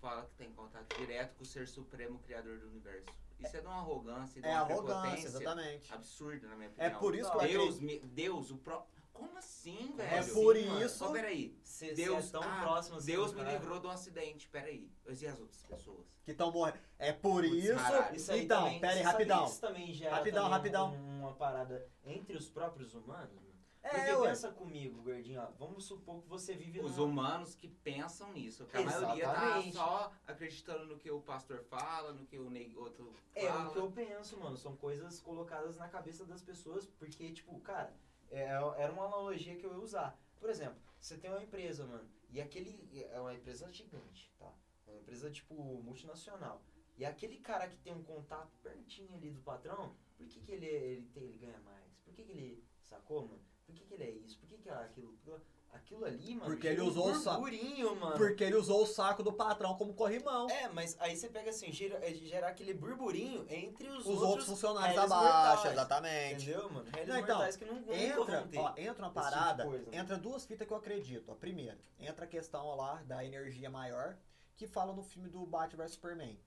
Speaker 2: fala que tem contato direto com o ser supremo criador do universo. Isso é de uma arrogância e de
Speaker 1: É
Speaker 2: uma
Speaker 1: arrogância,
Speaker 2: prepotência
Speaker 1: exatamente.
Speaker 2: absurda, na minha opinião.
Speaker 1: É
Speaker 3: um
Speaker 1: por isso que eu
Speaker 2: Deus,
Speaker 1: acredito.
Speaker 2: me, Deus, o próprio... Como assim, velho?
Speaker 1: É
Speaker 3: Sim,
Speaker 1: por
Speaker 3: mano.
Speaker 1: isso.
Speaker 2: Só peraí.
Speaker 3: Cê- cê
Speaker 2: Deus,
Speaker 3: é tão
Speaker 2: ah,
Speaker 3: próximo assim,
Speaker 2: Deus me
Speaker 3: cara.
Speaker 2: livrou de um acidente, peraí. E as outras pessoas?
Speaker 1: Que estão morrendo. É por
Speaker 2: Putz,
Speaker 1: isso.
Speaker 2: caralho,
Speaker 3: Isso aí
Speaker 1: então,
Speaker 3: também,
Speaker 1: pera aí,
Speaker 3: você sabia
Speaker 1: rapidão.
Speaker 3: que Isso também gera
Speaker 1: Rapidão,
Speaker 3: também
Speaker 1: rapidão.
Speaker 3: um- Uma parada entre os próprios humanos, mano.
Speaker 1: É,
Speaker 3: Porque
Speaker 1: ué.
Speaker 3: pensa comigo, gordinho, ó. Vamos supor que você vive
Speaker 2: Os
Speaker 3: num-
Speaker 2: humanos que pensam nisso. Que a maioria tá
Speaker 3: Exatamente.
Speaker 2: só acreditando no que o pastor fala, no que o ne- outro
Speaker 3: É
Speaker 2: fala.
Speaker 3: o que eu penso, mano. São coisas colocadas na cabeça das pessoas, porque, tipo, cara, é- era uma analogia que eu ia usar. Por exemplo, você tem uma empresa, mano, e aquele. É uma empresa gigante, tá? Uma empresa, tipo, multinacional. E aquele cara que tem um contato pertinho ali do patrão, por que, que ele, ele, tem, ele ganha mais? Por que, que ele sacou, mano? Por que, que ele é isso? Por que, que é aquilo? Por que- Aquilo ali, mano.
Speaker 1: Porque ele
Speaker 3: gera um
Speaker 1: usou o sa-
Speaker 3: burburinho, mano.
Speaker 1: Porque ele usou o saco do patrão como corrimão.
Speaker 3: É, mas aí você pega assim, gera, é gerar aquele burburinho entre os,
Speaker 1: os outros, funcionários
Speaker 3: réis
Speaker 1: abaixo,
Speaker 3: mortais.
Speaker 1: exatamente.
Speaker 3: Entendeu, mano? Reis
Speaker 1: Não, então,
Speaker 3: mortais que não, nunca
Speaker 1: Entra,
Speaker 3: vão ter.
Speaker 1: ó, entra uma
Speaker 3: esse tipo de
Speaker 1: parada,
Speaker 3: coisa, né?
Speaker 1: entra duas fitas que eu acredito. A primeira, entra a questão lá da energia maior, que fala no filme do Batman vs Superman.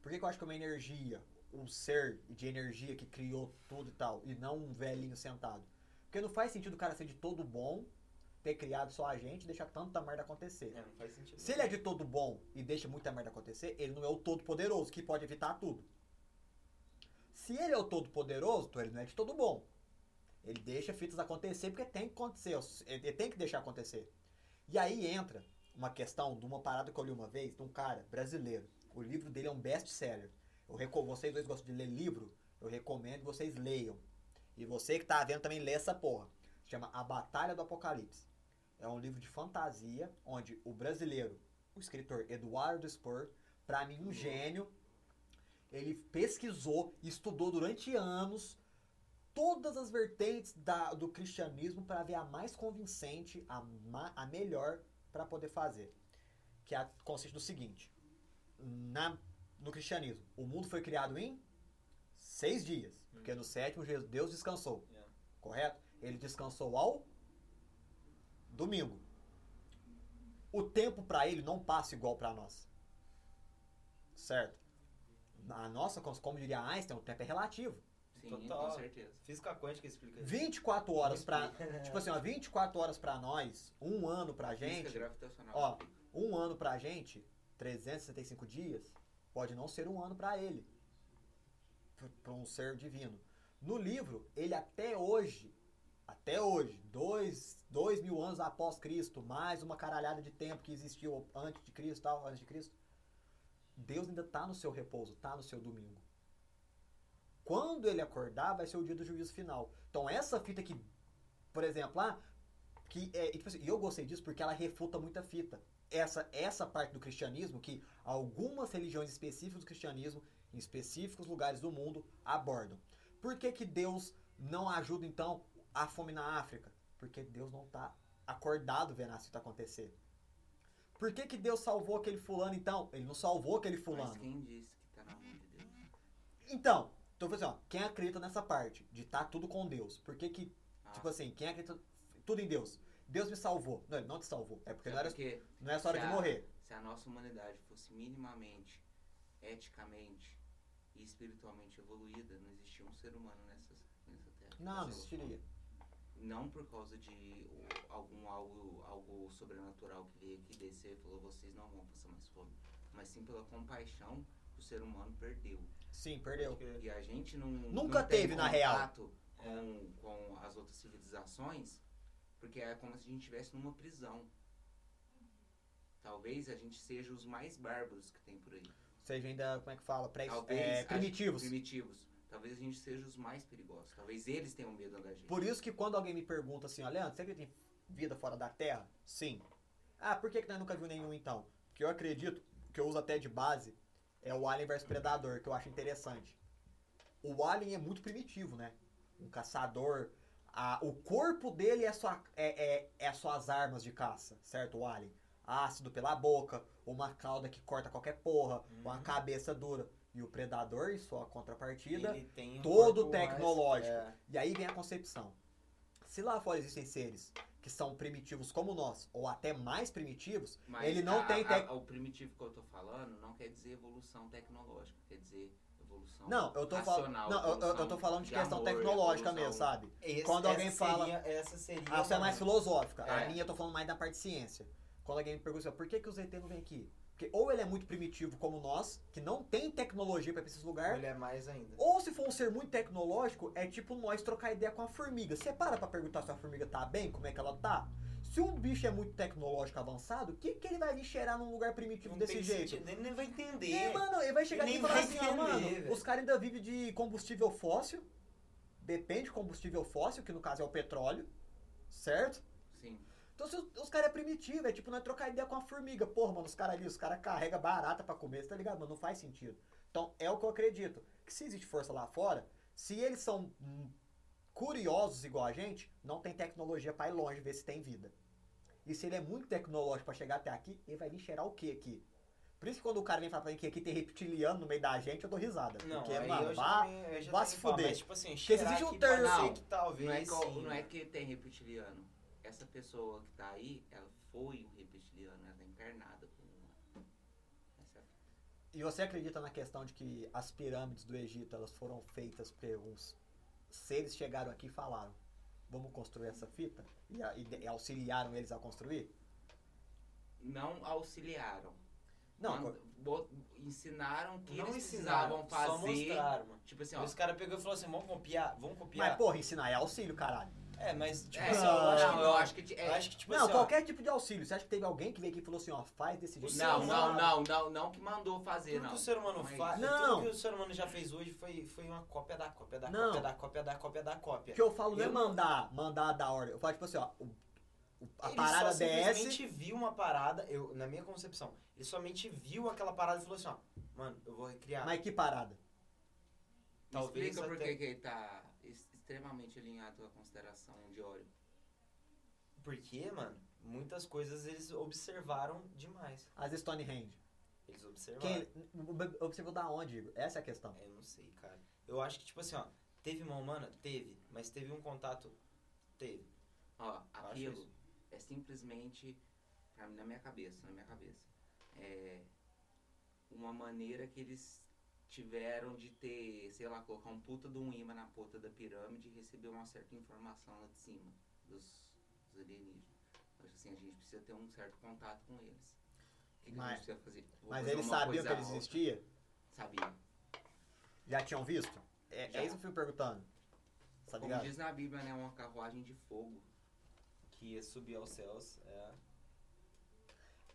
Speaker 1: Por que, que eu acho que é uma energia, um ser de energia que criou tudo e tal, e não um velhinho sentado? Porque não faz sentido o cara ser de todo bom, ter criado só a gente e deixar tanta merda acontecer.
Speaker 3: É, não faz sentido.
Speaker 1: Se ele é de todo bom e deixa muita merda acontecer, ele não é o todo poderoso, que pode evitar tudo. Se ele é o todo poderoso, então ele não é de todo bom. Ele deixa fitas acontecer porque tem que acontecer, ele tem que deixar acontecer. E aí entra uma questão de uma parada que eu li uma vez, de um cara brasileiro. O livro dele é um best-seller. Eu reco- Vocês dois gostam de ler livro? Eu recomendo que vocês leiam. E você que tá vendo também lê essa porra. Chama A Batalha do Apocalipse. É um livro de fantasia onde o brasileiro, o escritor Eduardo Spor, pra mim um gênio, ele pesquisou, estudou durante anos todas as vertentes da- do cristianismo para ver a mais convincente, a, ma- a melhor para poder fazer. Que a- consiste no seguinte: na, no cristianismo, o mundo foi criado em seis dias, porque no sétimo Je- Deus descansou,
Speaker 3: Yeah.
Speaker 1: correto? Ele descansou ao domingo. O tempo para ele não passa igual para nós, certo? A nossa, cons- como diria Einstein, o tempo é relativo.
Speaker 2: Sim,
Speaker 3: Total.
Speaker 2: com certeza.
Speaker 3: Física quântica explica isso.
Speaker 1: 24 horas pra. Tipo assim, ó, 24 horas pra nós, um ano pra
Speaker 2: Física
Speaker 1: gente,
Speaker 2: é gravitacional.
Speaker 1: ó, um ano pra gente, 365 dias, pode não ser um ano pra ele. pra- Pra um ser divino. No livro, ele até hoje, até hoje, dois, dois mil anos após Cristo, mais uma caralhada de tempo que existiu antes de Cristo, tal, antes de Cristo, Deus ainda tá no seu repouso, tá no seu domingo. Quando ele acordar, vai ser o dia do juízo final. Então essa fita que, por exemplo, lá, que é, e, tipo assim, eu gostei disso porque ela refuta muita fita. Essa, essa parte do cristianismo que algumas religiões específicas do cristianismo, em específicos lugares do mundo, abordam. Por que, que Deus não ajuda, então, a fome na África? Porque Deus não está acordado vendo a fita acontecer. Por que, que Deus salvou aquele fulano, então? Ele não salvou aquele fulano.
Speaker 2: Mas quem disse que tá na mão de Deus?
Speaker 1: Então, então assim, ó, quem acredita nessa parte de estar tudo com Deus? Por que que,
Speaker 2: Ah,
Speaker 1: tipo assim, quem acredita tudo em Deus? Deus me salvou. Não, ele não te salvou. É porque
Speaker 2: sabe
Speaker 1: não, era,
Speaker 2: por quê?
Speaker 1: não é só hora de
Speaker 2: Já.
Speaker 1: morrer.
Speaker 2: se a nossa humanidade fosse minimamente, eticamente e espiritualmente evoluída, não existia um ser humano nessa, nessa terra.
Speaker 1: Não, não
Speaker 2: Nessa-
Speaker 1: existiria.
Speaker 2: Não por causa de o- algum algo, algo sobrenatural que veio aqui descer e falou vocês não vão passar mais fome, mas sim pela compaixão que o ser humano perdeu.
Speaker 1: Sim, perdeu.
Speaker 2: E a gente não
Speaker 1: Nunca
Speaker 2: não tem
Speaker 1: teve, na real.
Speaker 2: contato com, com as outras civilizações, porque é como se a gente estivesse numa prisão. Talvez a gente seja os mais bárbaros que tem por aí.
Speaker 1: Seja ainda, como é que fala? Pré
Speaker 2: Talvez
Speaker 1: é,
Speaker 2: a-
Speaker 1: primitivos.
Speaker 2: Primitivos. Talvez a gente seja os mais perigosos. Talvez eles tenham medo da gente.
Speaker 1: Por isso que quando alguém me pergunta assim, ó, Leandro, você acredita em vida fora da Terra? Sim. Ah, por que, que nós nunca viu nenhum então? Que eu acredito, que eu uso até de base, é o Alien vs Predador, que eu acho interessante. O Alien é muito primitivo, né? Um caçador. a- o corpo dele é, sua, é, é, é suas armas de caça, certo? O Alien. Ácido pela boca, uma cauda que corta qualquer porra,
Speaker 3: Hum,
Speaker 1: uma
Speaker 3: Uhum.
Speaker 1: cabeça dura. E o Predador, em sua contrapartida,
Speaker 3: Ele tem um
Speaker 1: todo
Speaker 3: corpo mais-
Speaker 1: tecnológico.
Speaker 3: é.
Speaker 1: E aí vem a concepção. Se lá fora existem seres que são primitivos como nós, ou até mais primitivos,
Speaker 2: Mas
Speaker 1: ele não
Speaker 2: a-
Speaker 1: tem
Speaker 2: a-
Speaker 1: tec-
Speaker 2: O primitivo que eu tô falando não quer dizer evolução tecnológica. Quer dizer evolução
Speaker 1: não, eu tô falando,
Speaker 2: racional.
Speaker 1: não, eu- eu, eu
Speaker 2: evolução
Speaker 1: tô falando de, questão
Speaker 2: amor,
Speaker 1: tecnológica
Speaker 2: evolução-
Speaker 1: mesmo, sabe?
Speaker 3: é, Esse-
Speaker 1: Quando alguém
Speaker 3: essa
Speaker 1: fala-
Speaker 3: seria- essa seria.
Speaker 1: A sua é mais filosófica, a
Speaker 2: É.
Speaker 1: minha eu tô falando mais da parte de ciência. Quando alguém me pergunta assim, por que que o ZT não vem aqui? Porque ou ele é muito primitivo como nós, que não tem tecnologia pra ir pra esse lugar,
Speaker 3: Ele é mais ainda.
Speaker 1: Ou se for um ser muito tecnológico, é tipo nós trocar ideia com a formiga. Você para pra perguntar se a formiga tá bem, como é que ela tá? Se um bicho é muito tecnológico avançado, o que, que ele vai vir cheirar num lugar primitivo
Speaker 3: Não
Speaker 1: desse
Speaker 3: tem
Speaker 1: jeito?
Speaker 3: sentido, Ele nem vai
Speaker 1: E,
Speaker 3: entender.
Speaker 1: mano, ele vai chegar aqui
Speaker 3: Nem
Speaker 1: e falar
Speaker 3: vai
Speaker 1: assim, ah,
Speaker 3: entender,
Speaker 1: mano,
Speaker 3: velho.
Speaker 1: os caras ainda vivem de combustível fóssil. Depende de combustível fóssil, que no caso é o petróleo, certo?
Speaker 2: Sim.
Speaker 1: Então se os, os caras é primitivo, é tipo não é trocar ideia com a formiga. Porra, mano, os caras ali, os caras carregam barata pra comer, cê tá ligado? Mano, não faz sentido. Então é o que eu acredito. Que se existe força lá fora, se eles são hum, curiosos igual a gente, não tem tecnologia pra ir longe ver se tem vida. E se ele é muito tecnológico pra chegar até aqui, ele vai vir cheirar o que aqui? Por isso que quando o cara vem falar pra mim que aqui tem reptiliano no meio da gente, eu dou risada.
Speaker 3: Não,
Speaker 1: porque,
Speaker 3: aí
Speaker 1: mano,
Speaker 3: eu já
Speaker 1: vá-
Speaker 3: também- eu já
Speaker 1: vá
Speaker 3: também
Speaker 1: se
Speaker 3: falo,
Speaker 1: fuder.
Speaker 3: mas, tipo assim,
Speaker 1: Porque
Speaker 3: cheirar
Speaker 1: existe um
Speaker 3: que pode
Speaker 1: termo-
Speaker 3: ser
Speaker 2: Não,
Speaker 3: que talvez
Speaker 2: Não é, qual-
Speaker 3: sim,
Speaker 2: não é
Speaker 3: né?
Speaker 2: que tem reptiliano. Essa pessoa que tá aí, ela foi um reptiliano, ela é encarnada como uma. Essa é a
Speaker 1: E você acredita na questão de que as pirâmides do Egito elas foram feitas porque uns seres chegaram aqui e falaram: vamos construir essa fita? E, a- e de- auxiliaram eles a construir?
Speaker 2: não auxiliaram.
Speaker 1: Não,
Speaker 2: Mand- bot- ensinaram o que
Speaker 3: Não
Speaker 2: eles
Speaker 3: ensinavam,
Speaker 2: precisavam
Speaker 3: só
Speaker 2: fazer.
Speaker 3: mostraram, mano.
Speaker 2: Tipo assim, ó.
Speaker 3: Aí Os caras pegou e falou assim, vamos copiar, vamos
Speaker 1: mas
Speaker 3: copiar.
Speaker 1: porra, ensinar é auxílio, caralho.
Speaker 3: é, mas tipo
Speaker 2: é,
Speaker 3: assim,
Speaker 1: não,
Speaker 3: eu acho que
Speaker 2: não, eu
Speaker 3: não.
Speaker 2: acho que. ti- é,
Speaker 3: Eu acho que tipo
Speaker 1: não,
Speaker 3: assim, ó,
Speaker 1: qualquer tipo de auxílio. Você acha que teve alguém que veio aqui e falou assim, ó, faz desse jeito?
Speaker 3: é
Speaker 2: não, não,
Speaker 3: Não,
Speaker 2: não, não, não que mandou fazer,
Speaker 3: tudo que
Speaker 2: não. é
Speaker 3: o ser humano
Speaker 2: Mas-
Speaker 3: faz,
Speaker 1: Não.
Speaker 3: tudo que o ser humano já fez hoje foi, foi uma cópia da cópia da
Speaker 1: Não.
Speaker 3: cópia da cópia da cópia da cópia.
Speaker 1: O que eu falo não é
Speaker 3: Eu-
Speaker 1: mandar, mandar da ordem. Eu falo tipo assim, ó, o- o- a
Speaker 3: ele
Speaker 1: parada
Speaker 3: só
Speaker 1: desce.
Speaker 3: simplesmente viu uma parada, eu, na minha concepção, ele somente viu aquela parada e falou assim, ó, mano, eu vou recriar.
Speaker 1: Mas que parada?
Speaker 2: Me
Speaker 3: Talvez
Speaker 2: explica por
Speaker 3: até-
Speaker 2: que que ele tá ex- extremamente alinhado à consideração de Oreo.
Speaker 3: Porque, mano, muitas coisas eles observaram demais.
Speaker 1: As Stonehenge.
Speaker 3: Eles observaram.
Speaker 1: Quem observou da onde, Igor? Essa é a questão.
Speaker 3: Eu não sei, cara. Eu acho que, tipo assim, ó, teve mão humana? Teve. Mas teve um contato? Teve.
Speaker 2: Ó,
Speaker 3: acho
Speaker 2: aquilo
Speaker 3: isso.
Speaker 2: é simplesmente, pra mim, na minha cabeça, na minha cabeça, é uma maneira que eles tiveram de ter, sei lá, colocar um puta de um imã na ponta da pirâmide e receber uma certa informação lá de cima, dos, dos alienígenas. Eu Acho assim, a gente precisa ter um certo contato com eles. O que, que a
Speaker 1: Mas-
Speaker 2: gente precisa fazer? Vou
Speaker 1: Mas
Speaker 2: fazer
Speaker 1: eles
Speaker 2: uma
Speaker 1: sabiam
Speaker 2: coisa
Speaker 1: que eles
Speaker 2: alta.
Speaker 1: existiam?
Speaker 2: Sabiam.
Speaker 1: Já tinham visto? É,
Speaker 2: Já.
Speaker 1: é isso que eu fico perguntando. Tá
Speaker 2: Como
Speaker 1: ligado?
Speaker 2: diz na Bíblia, né? Uma carruagem de fogo.
Speaker 3: Que ia subir aos céus. É.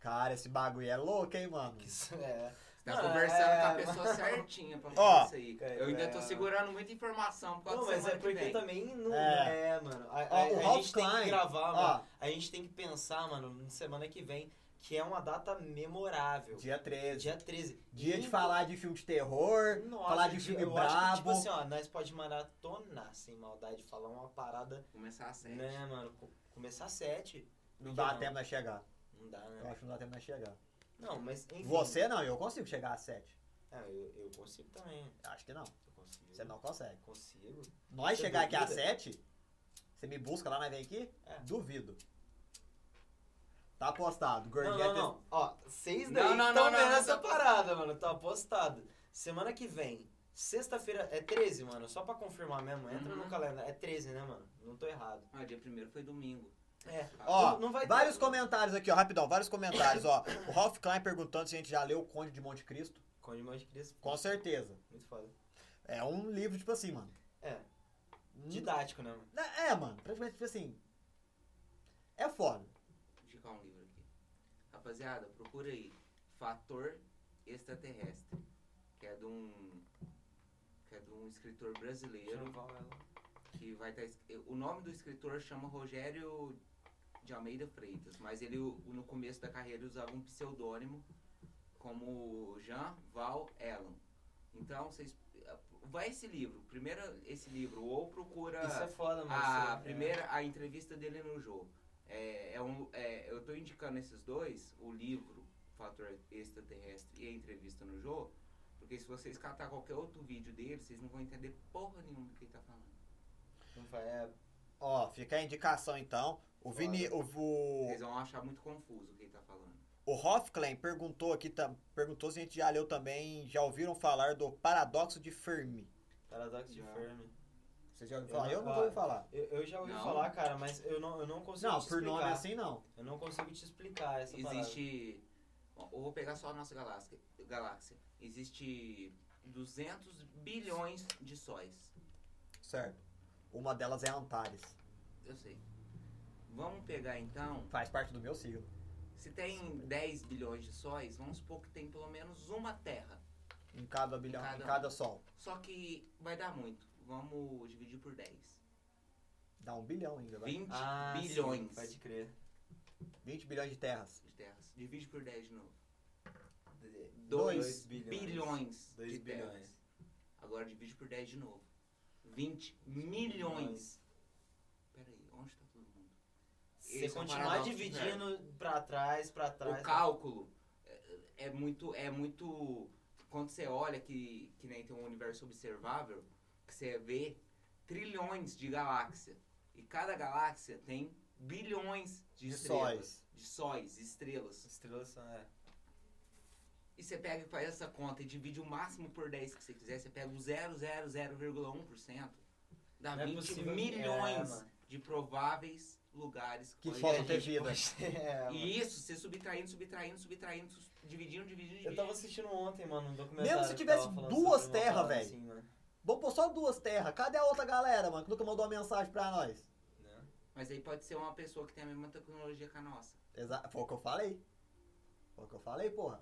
Speaker 1: Cara, esse bagulho é louco, hein, mano?
Speaker 3: Que isso é.
Speaker 2: Você tá
Speaker 3: Não,
Speaker 2: conversando
Speaker 3: é,
Speaker 2: com a pessoa certinha pra falar
Speaker 1: Ó,
Speaker 2: isso aí.
Speaker 3: cara,
Speaker 2: Eu ainda tô
Speaker 3: é.
Speaker 2: segurando muita informação por causa
Speaker 3: Não,
Speaker 2: da
Speaker 3: mas é
Speaker 2: semana que
Speaker 3: porque
Speaker 2: vem.
Speaker 3: também não
Speaker 1: É.
Speaker 3: é, mano.
Speaker 1: Ó,
Speaker 3: A, a-
Speaker 1: o
Speaker 3: a
Speaker 1: Ralph
Speaker 3: gente tem
Speaker 1: Klein,
Speaker 3: que gravar, mano.
Speaker 1: Ó,
Speaker 3: A gente tem que pensar, mano, na semana que vem, que é uma data memorável.
Speaker 1: dia 13.
Speaker 3: Dia 13.
Speaker 1: Dia
Speaker 3: E-
Speaker 1: de falar de filme de terror.
Speaker 3: Nossa,
Speaker 1: falar de
Speaker 3: eu
Speaker 1: filme
Speaker 3: acho que,
Speaker 1: brabo.
Speaker 3: tipo assim, ó, nós pode maratonar sem maldade, falar uma parada,
Speaker 2: Começar a série.
Speaker 3: né, mano? co- Começar às sete.
Speaker 1: Não
Speaker 3: Que
Speaker 1: dá
Speaker 3: não.
Speaker 1: tempo de chegar.
Speaker 3: Não dá,
Speaker 1: Eu
Speaker 3: né?
Speaker 1: acho que não dá tempo de chegar.
Speaker 3: Não, mas enfim.
Speaker 1: Você não, eu consigo chegar às 7.
Speaker 3: Ah, eu, eu consigo também.
Speaker 1: Acho que não.
Speaker 3: Eu consigo.
Speaker 1: Você é não consegue.
Speaker 3: Consigo.
Speaker 1: Nós
Speaker 3: Você
Speaker 1: chegar aqui às
Speaker 3: duvida?
Speaker 1: 7, você me busca lá, nós vem aqui?
Speaker 3: É.
Speaker 1: Duvido. Tá apostado.
Speaker 3: Não,
Speaker 1: Gordinho
Speaker 3: não,
Speaker 1: é
Speaker 3: não. Ó, vocês
Speaker 2: Não,
Speaker 3: daí
Speaker 2: não,
Speaker 3: estão
Speaker 2: não, não,
Speaker 3: vendo
Speaker 2: não,
Speaker 3: essa
Speaker 2: não.
Speaker 3: parada, mano. Tá apostado. Semana que vem, sexta-feira, é 13, mano. Só pra confirmar mesmo, entra
Speaker 2: Uhum.
Speaker 3: no calendário. É 13, né, mano? Não tô errado.
Speaker 2: Ah, dia primeiro foi domingo. Tá,
Speaker 3: É.
Speaker 1: Ó,
Speaker 3: não, não vai ter- um-
Speaker 1: Vários comentários aqui, ó, rapidão, vários comentários, ó. O Ralph Klein perguntando se a gente já leu O Conde de Monte Cristo.
Speaker 3: Conde de Monte Cristo.
Speaker 1: Com certeza.
Speaker 3: Muito foda.
Speaker 1: É um livro, tipo assim, mano.
Speaker 3: É.
Speaker 1: Hum,
Speaker 3: Didático, né, mano?
Speaker 1: É, mano, praticamente, tipo assim. É foda.
Speaker 2: Vou indicar um livro aqui. Rapaziada, procura aí. Fator Extraterrestre. Que é de um. Que é de um escritor brasileiro. Que vai estar. O nome do escritor chama Rogério de Almeida Freitas. Mas ele, o- no começo da carreira, usava um pseudônimo como Jean Val Allen. Então, vocês. Vai esse livro. Primeiro esse livro. Ou procura.
Speaker 3: Isso é foda, mano. Isso
Speaker 2: A
Speaker 3: é-
Speaker 2: primeira, a entrevista dele no jogo. É, é um, é, eu tô indicando esses dois, o livro Fator Extraterrestre e a entrevista no jogo, porque se vocês catar qualquer outro vídeo dele, vocês não vão entender porra nenhuma do que ele tá falando.
Speaker 3: Não vai- é,
Speaker 1: Ó, fica a indicação então. O Vini, o, o,
Speaker 2: Vocês vão achar muito confuso o que ele tá falando.
Speaker 1: o Hoffklein perguntou aqui, tam- perguntou se a gente já leu também, já ouviram falar do paradoxo de Fermi.
Speaker 3: Paradoxo de
Speaker 2: Não.
Speaker 3: Fermi.
Speaker 1: Vocês já ouviram
Speaker 3: Eu
Speaker 1: falar? Eu
Speaker 3: não-
Speaker 1: não vou falar.
Speaker 3: Eu, eu já ouvi
Speaker 2: Não.
Speaker 3: falar, cara, mas eu não, eu não consigo
Speaker 1: Não,
Speaker 3: te
Speaker 1: por
Speaker 3: explicar.
Speaker 1: nome assim não.
Speaker 3: Eu não consigo te explicar essa parada.
Speaker 2: Existe. Bom, eu vou pegar só a nossa galáxia. galáxia. Existe 200 bilhões de sóis.
Speaker 1: Certo. Uma delas é Antares.
Speaker 2: Eu sei. Vamos pegar então
Speaker 1: Faz parte do meu signo.
Speaker 2: Se tem 10 bilhões de sóis, vamos supor que tem pelo menos uma Terra.
Speaker 1: Em cada bilhão,
Speaker 2: cada
Speaker 1: em
Speaker 2: um.
Speaker 1: cada sol.
Speaker 2: Só que vai dar muito. Vamos dividir por 10.
Speaker 1: Dá um bilhão ainda, vai.
Speaker 2: 20
Speaker 3: Ah, sim,
Speaker 2: bilhões
Speaker 3: pode crer.
Speaker 1: 20 bilhões de terras.
Speaker 2: de terras. Divide por 10 de novo.
Speaker 1: Dois
Speaker 2: 2 bilhões,
Speaker 3: Dois
Speaker 2: de
Speaker 3: bilhões.
Speaker 2: terras. Agora divide por 10 de novo. 20 milhões. Peraí, onde está todo mundo?
Speaker 3: Se
Speaker 2: Esse é um
Speaker 3: continuar
Speaker 2: paradoxo,
Speaker 3: dividindo pra trás, pra trás.
Speaker 2: o cálculo é, é muito é muito quando você olha que que nem tem um universo observável que você vê trilhões de galáxias e cada galáxia tem bilhões de,
Speaker 1: De
Speaker 2: estrelas
Speaker 1: sóis.
Speaker 2: de sóis estrelas
Speaker 3: Estrelas são, é.
Speaker 2: e você pega e faz essa conta e divide o máximo por 10 que você quiser você pega o 0,001% dá
Speaker 3: Não é
Speaker 2: 20
Speaker 3: possível que-
Speaker 2: milhões
Speaker 3: é, mano.
Speaker 2: de prováveis lugares
Speaker 1: Que
Speaker 2: onde
Speaker 1: falta
Speaker 2: a
Speaker 1: ter
Speaker 2: gente
Speaker 1: vida.
Speaker 2: pode-
Speaker 3: É, mano.
Speaker 2: E isso, você subtraindo, subtraindo, subtraindo, sus- dividindo, dividindo,
Speaker 3: Eu
Speaker 2: dividindo.
Speaker 3: tava assistindo ontem, mano, um documentário.
Speaker 1: Mesmo se
Speaker 3: que tava
Speaker 1: tivesse
Speaker 3: falando
Speaker 1: duas
Speaker 3: sobre uma
Speaker 1: terras,
Speaker 3: parada
Speaker 1: velho.
Speaker 3: assim, mano.
Speaker 1: Vamos pôr só duas terras. Cadê a outra galera, mano? Que nunca mandou uma mensagem pra nós.
Speaker 3: Né?
Speaker 2: Mas aí pode ser uma pessoa que tem a mesma tecnologia que a nossa.
Speaker 1: Exa Foi o que eu falei. Foi o que eu falei, porra.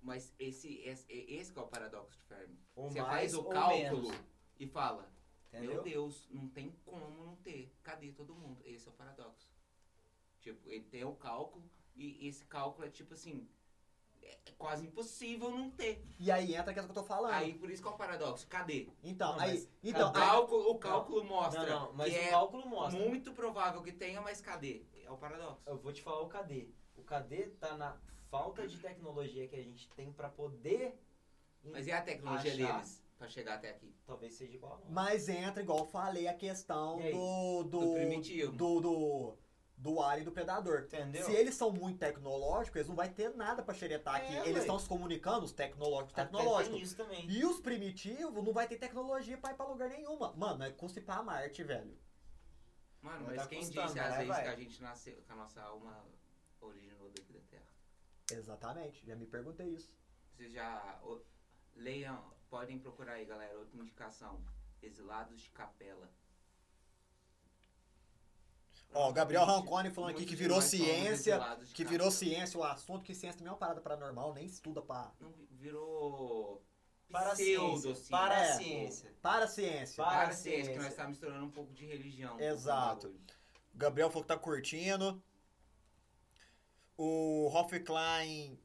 Speaker 2: Mas esse, esse, esse que é o paradoxo de Fermi.
Speaker 3: Ou
Speaker 2: você
Speaker 3: mais
Speaker 2: faz o
Speaker 3: ou
Speaker 2: cálculo
Speaker 3: menos,
Speaker 2: e fala,
Speaker 3: entendeu?
Speaker 2: meu Deus, não tem como não ter. Cadê todo mundo? Esse é o paradoxo. Tipo, ele tem o cálculo e esse cálculo é tipo assim, é quase impossível não ter.
Speaker 1: E aí entra aquilo que eu tô falando.
Speaker 2: Aí por isso que é o paradoxo. Cadê?
Speaker 1: então,
Speaker 3: Não,
Speaker 1: aí.
Speaker 3: mas-
Speaker 1: Então,
Speaker 2: o
Speaker 1: aí-
Speaker 2: cálculo, o cálculo mostra
Speaker 3: Não, não, mas
Speaker 2: que
Speaker 3: o
Speaker 2: é
Speaker 3: cálculo mostra.
Speaker 2: muito provável que tenha, mas cadê? É o paradoxo.
Speaker 3: Eu vou te falar o cadê. O cadê tá na falta de tecnologia que a gente tem pra poder.
Speaker 2: Mas é- e a tecnologia
Speaker 3: Achar.
Speaker 2: deles pra chegar até aqui?
Speaker 3: Talvez seja igual a nós.
Speaker 1: Mas entra, igual eu falei, a questão
Speaker 3: E aí?
Speaker 1: do. Do,
Speaker 2: Do primitivo.
Speaker 1: Do, do, do alien e do predador.
Speaker 3: Entendeu?
Speaker 1: Se
Speaker 2: é
Speaker 1: eles são muito tecnológicos, eles não vai ter nada pra xeretar
Speaker 3: É,
Speaker 1: aqui.
Speaker 3: ué.
Speaker 1: Eles estão se comunicando, os tecnológicos,
Speaker 3: Até
Speaker 1: tecnológicos.
Speaker 3: tem isso também.
Speaker 1: E os primitivos não vai ter tecnologia pra ir pra lugar nenhuma. Mano, é custa ir pra Marte, velho.
Speaker 2: Mano,
Speaker 3: Vai
Speaker 2: mas
Speaker 3: tá
Speaker 2: quem
Speaker 3: custando,
Speaker 2: disse
Speaker 3: mas
Speaker 2: às
Speaker 3: vai,
Speaker 2: vezes
Speaker 3: vai.
Speaker 2: que a gente nasceu, que a nossa alma originou daqui da Terra?
Speaker 1: Exatamente, já me perguntei isso.
Speaker 2: Vocês já. o- Leiam, podem procurar aí, galera, outra indicação. Exilados de Capela.
Speaker 1: Ó, o Gabriel
Speaker 2: Gente,
Speaker 1: Rancone falando aqui
Speaker 2: muitos
Speaker 1: que
Speaker 2: de
Speaker 1: virou
Speaker 2: nós somos
Speaker 1: ciência,
Speaker 2: exilados de
Speaker 1: Que virou
Speaker 2: Capela.
Speaker 1: ciência o assunto, que ciência também é uma parada paranormal, nem estuda pra.
Speaker 2: Não, vi- virou.
Speaker 3: Para a ciência.
Speaker 2: pseudociência.
Speaker 3: Para a
Speaker 1: É.
Speaker 3: ciência.
Speaker 1: Para a ciência.
Speaker 3: Para
Speaker 2: Para a
Speaker 3: a
Speaker 2: ciência, que
Speaker 3: ciência.
Speaker 2: nós estamos misturando um pouco de religião.
Speaker 1: Exato. Gabriel falou que tá curtindo. O Hoff Klein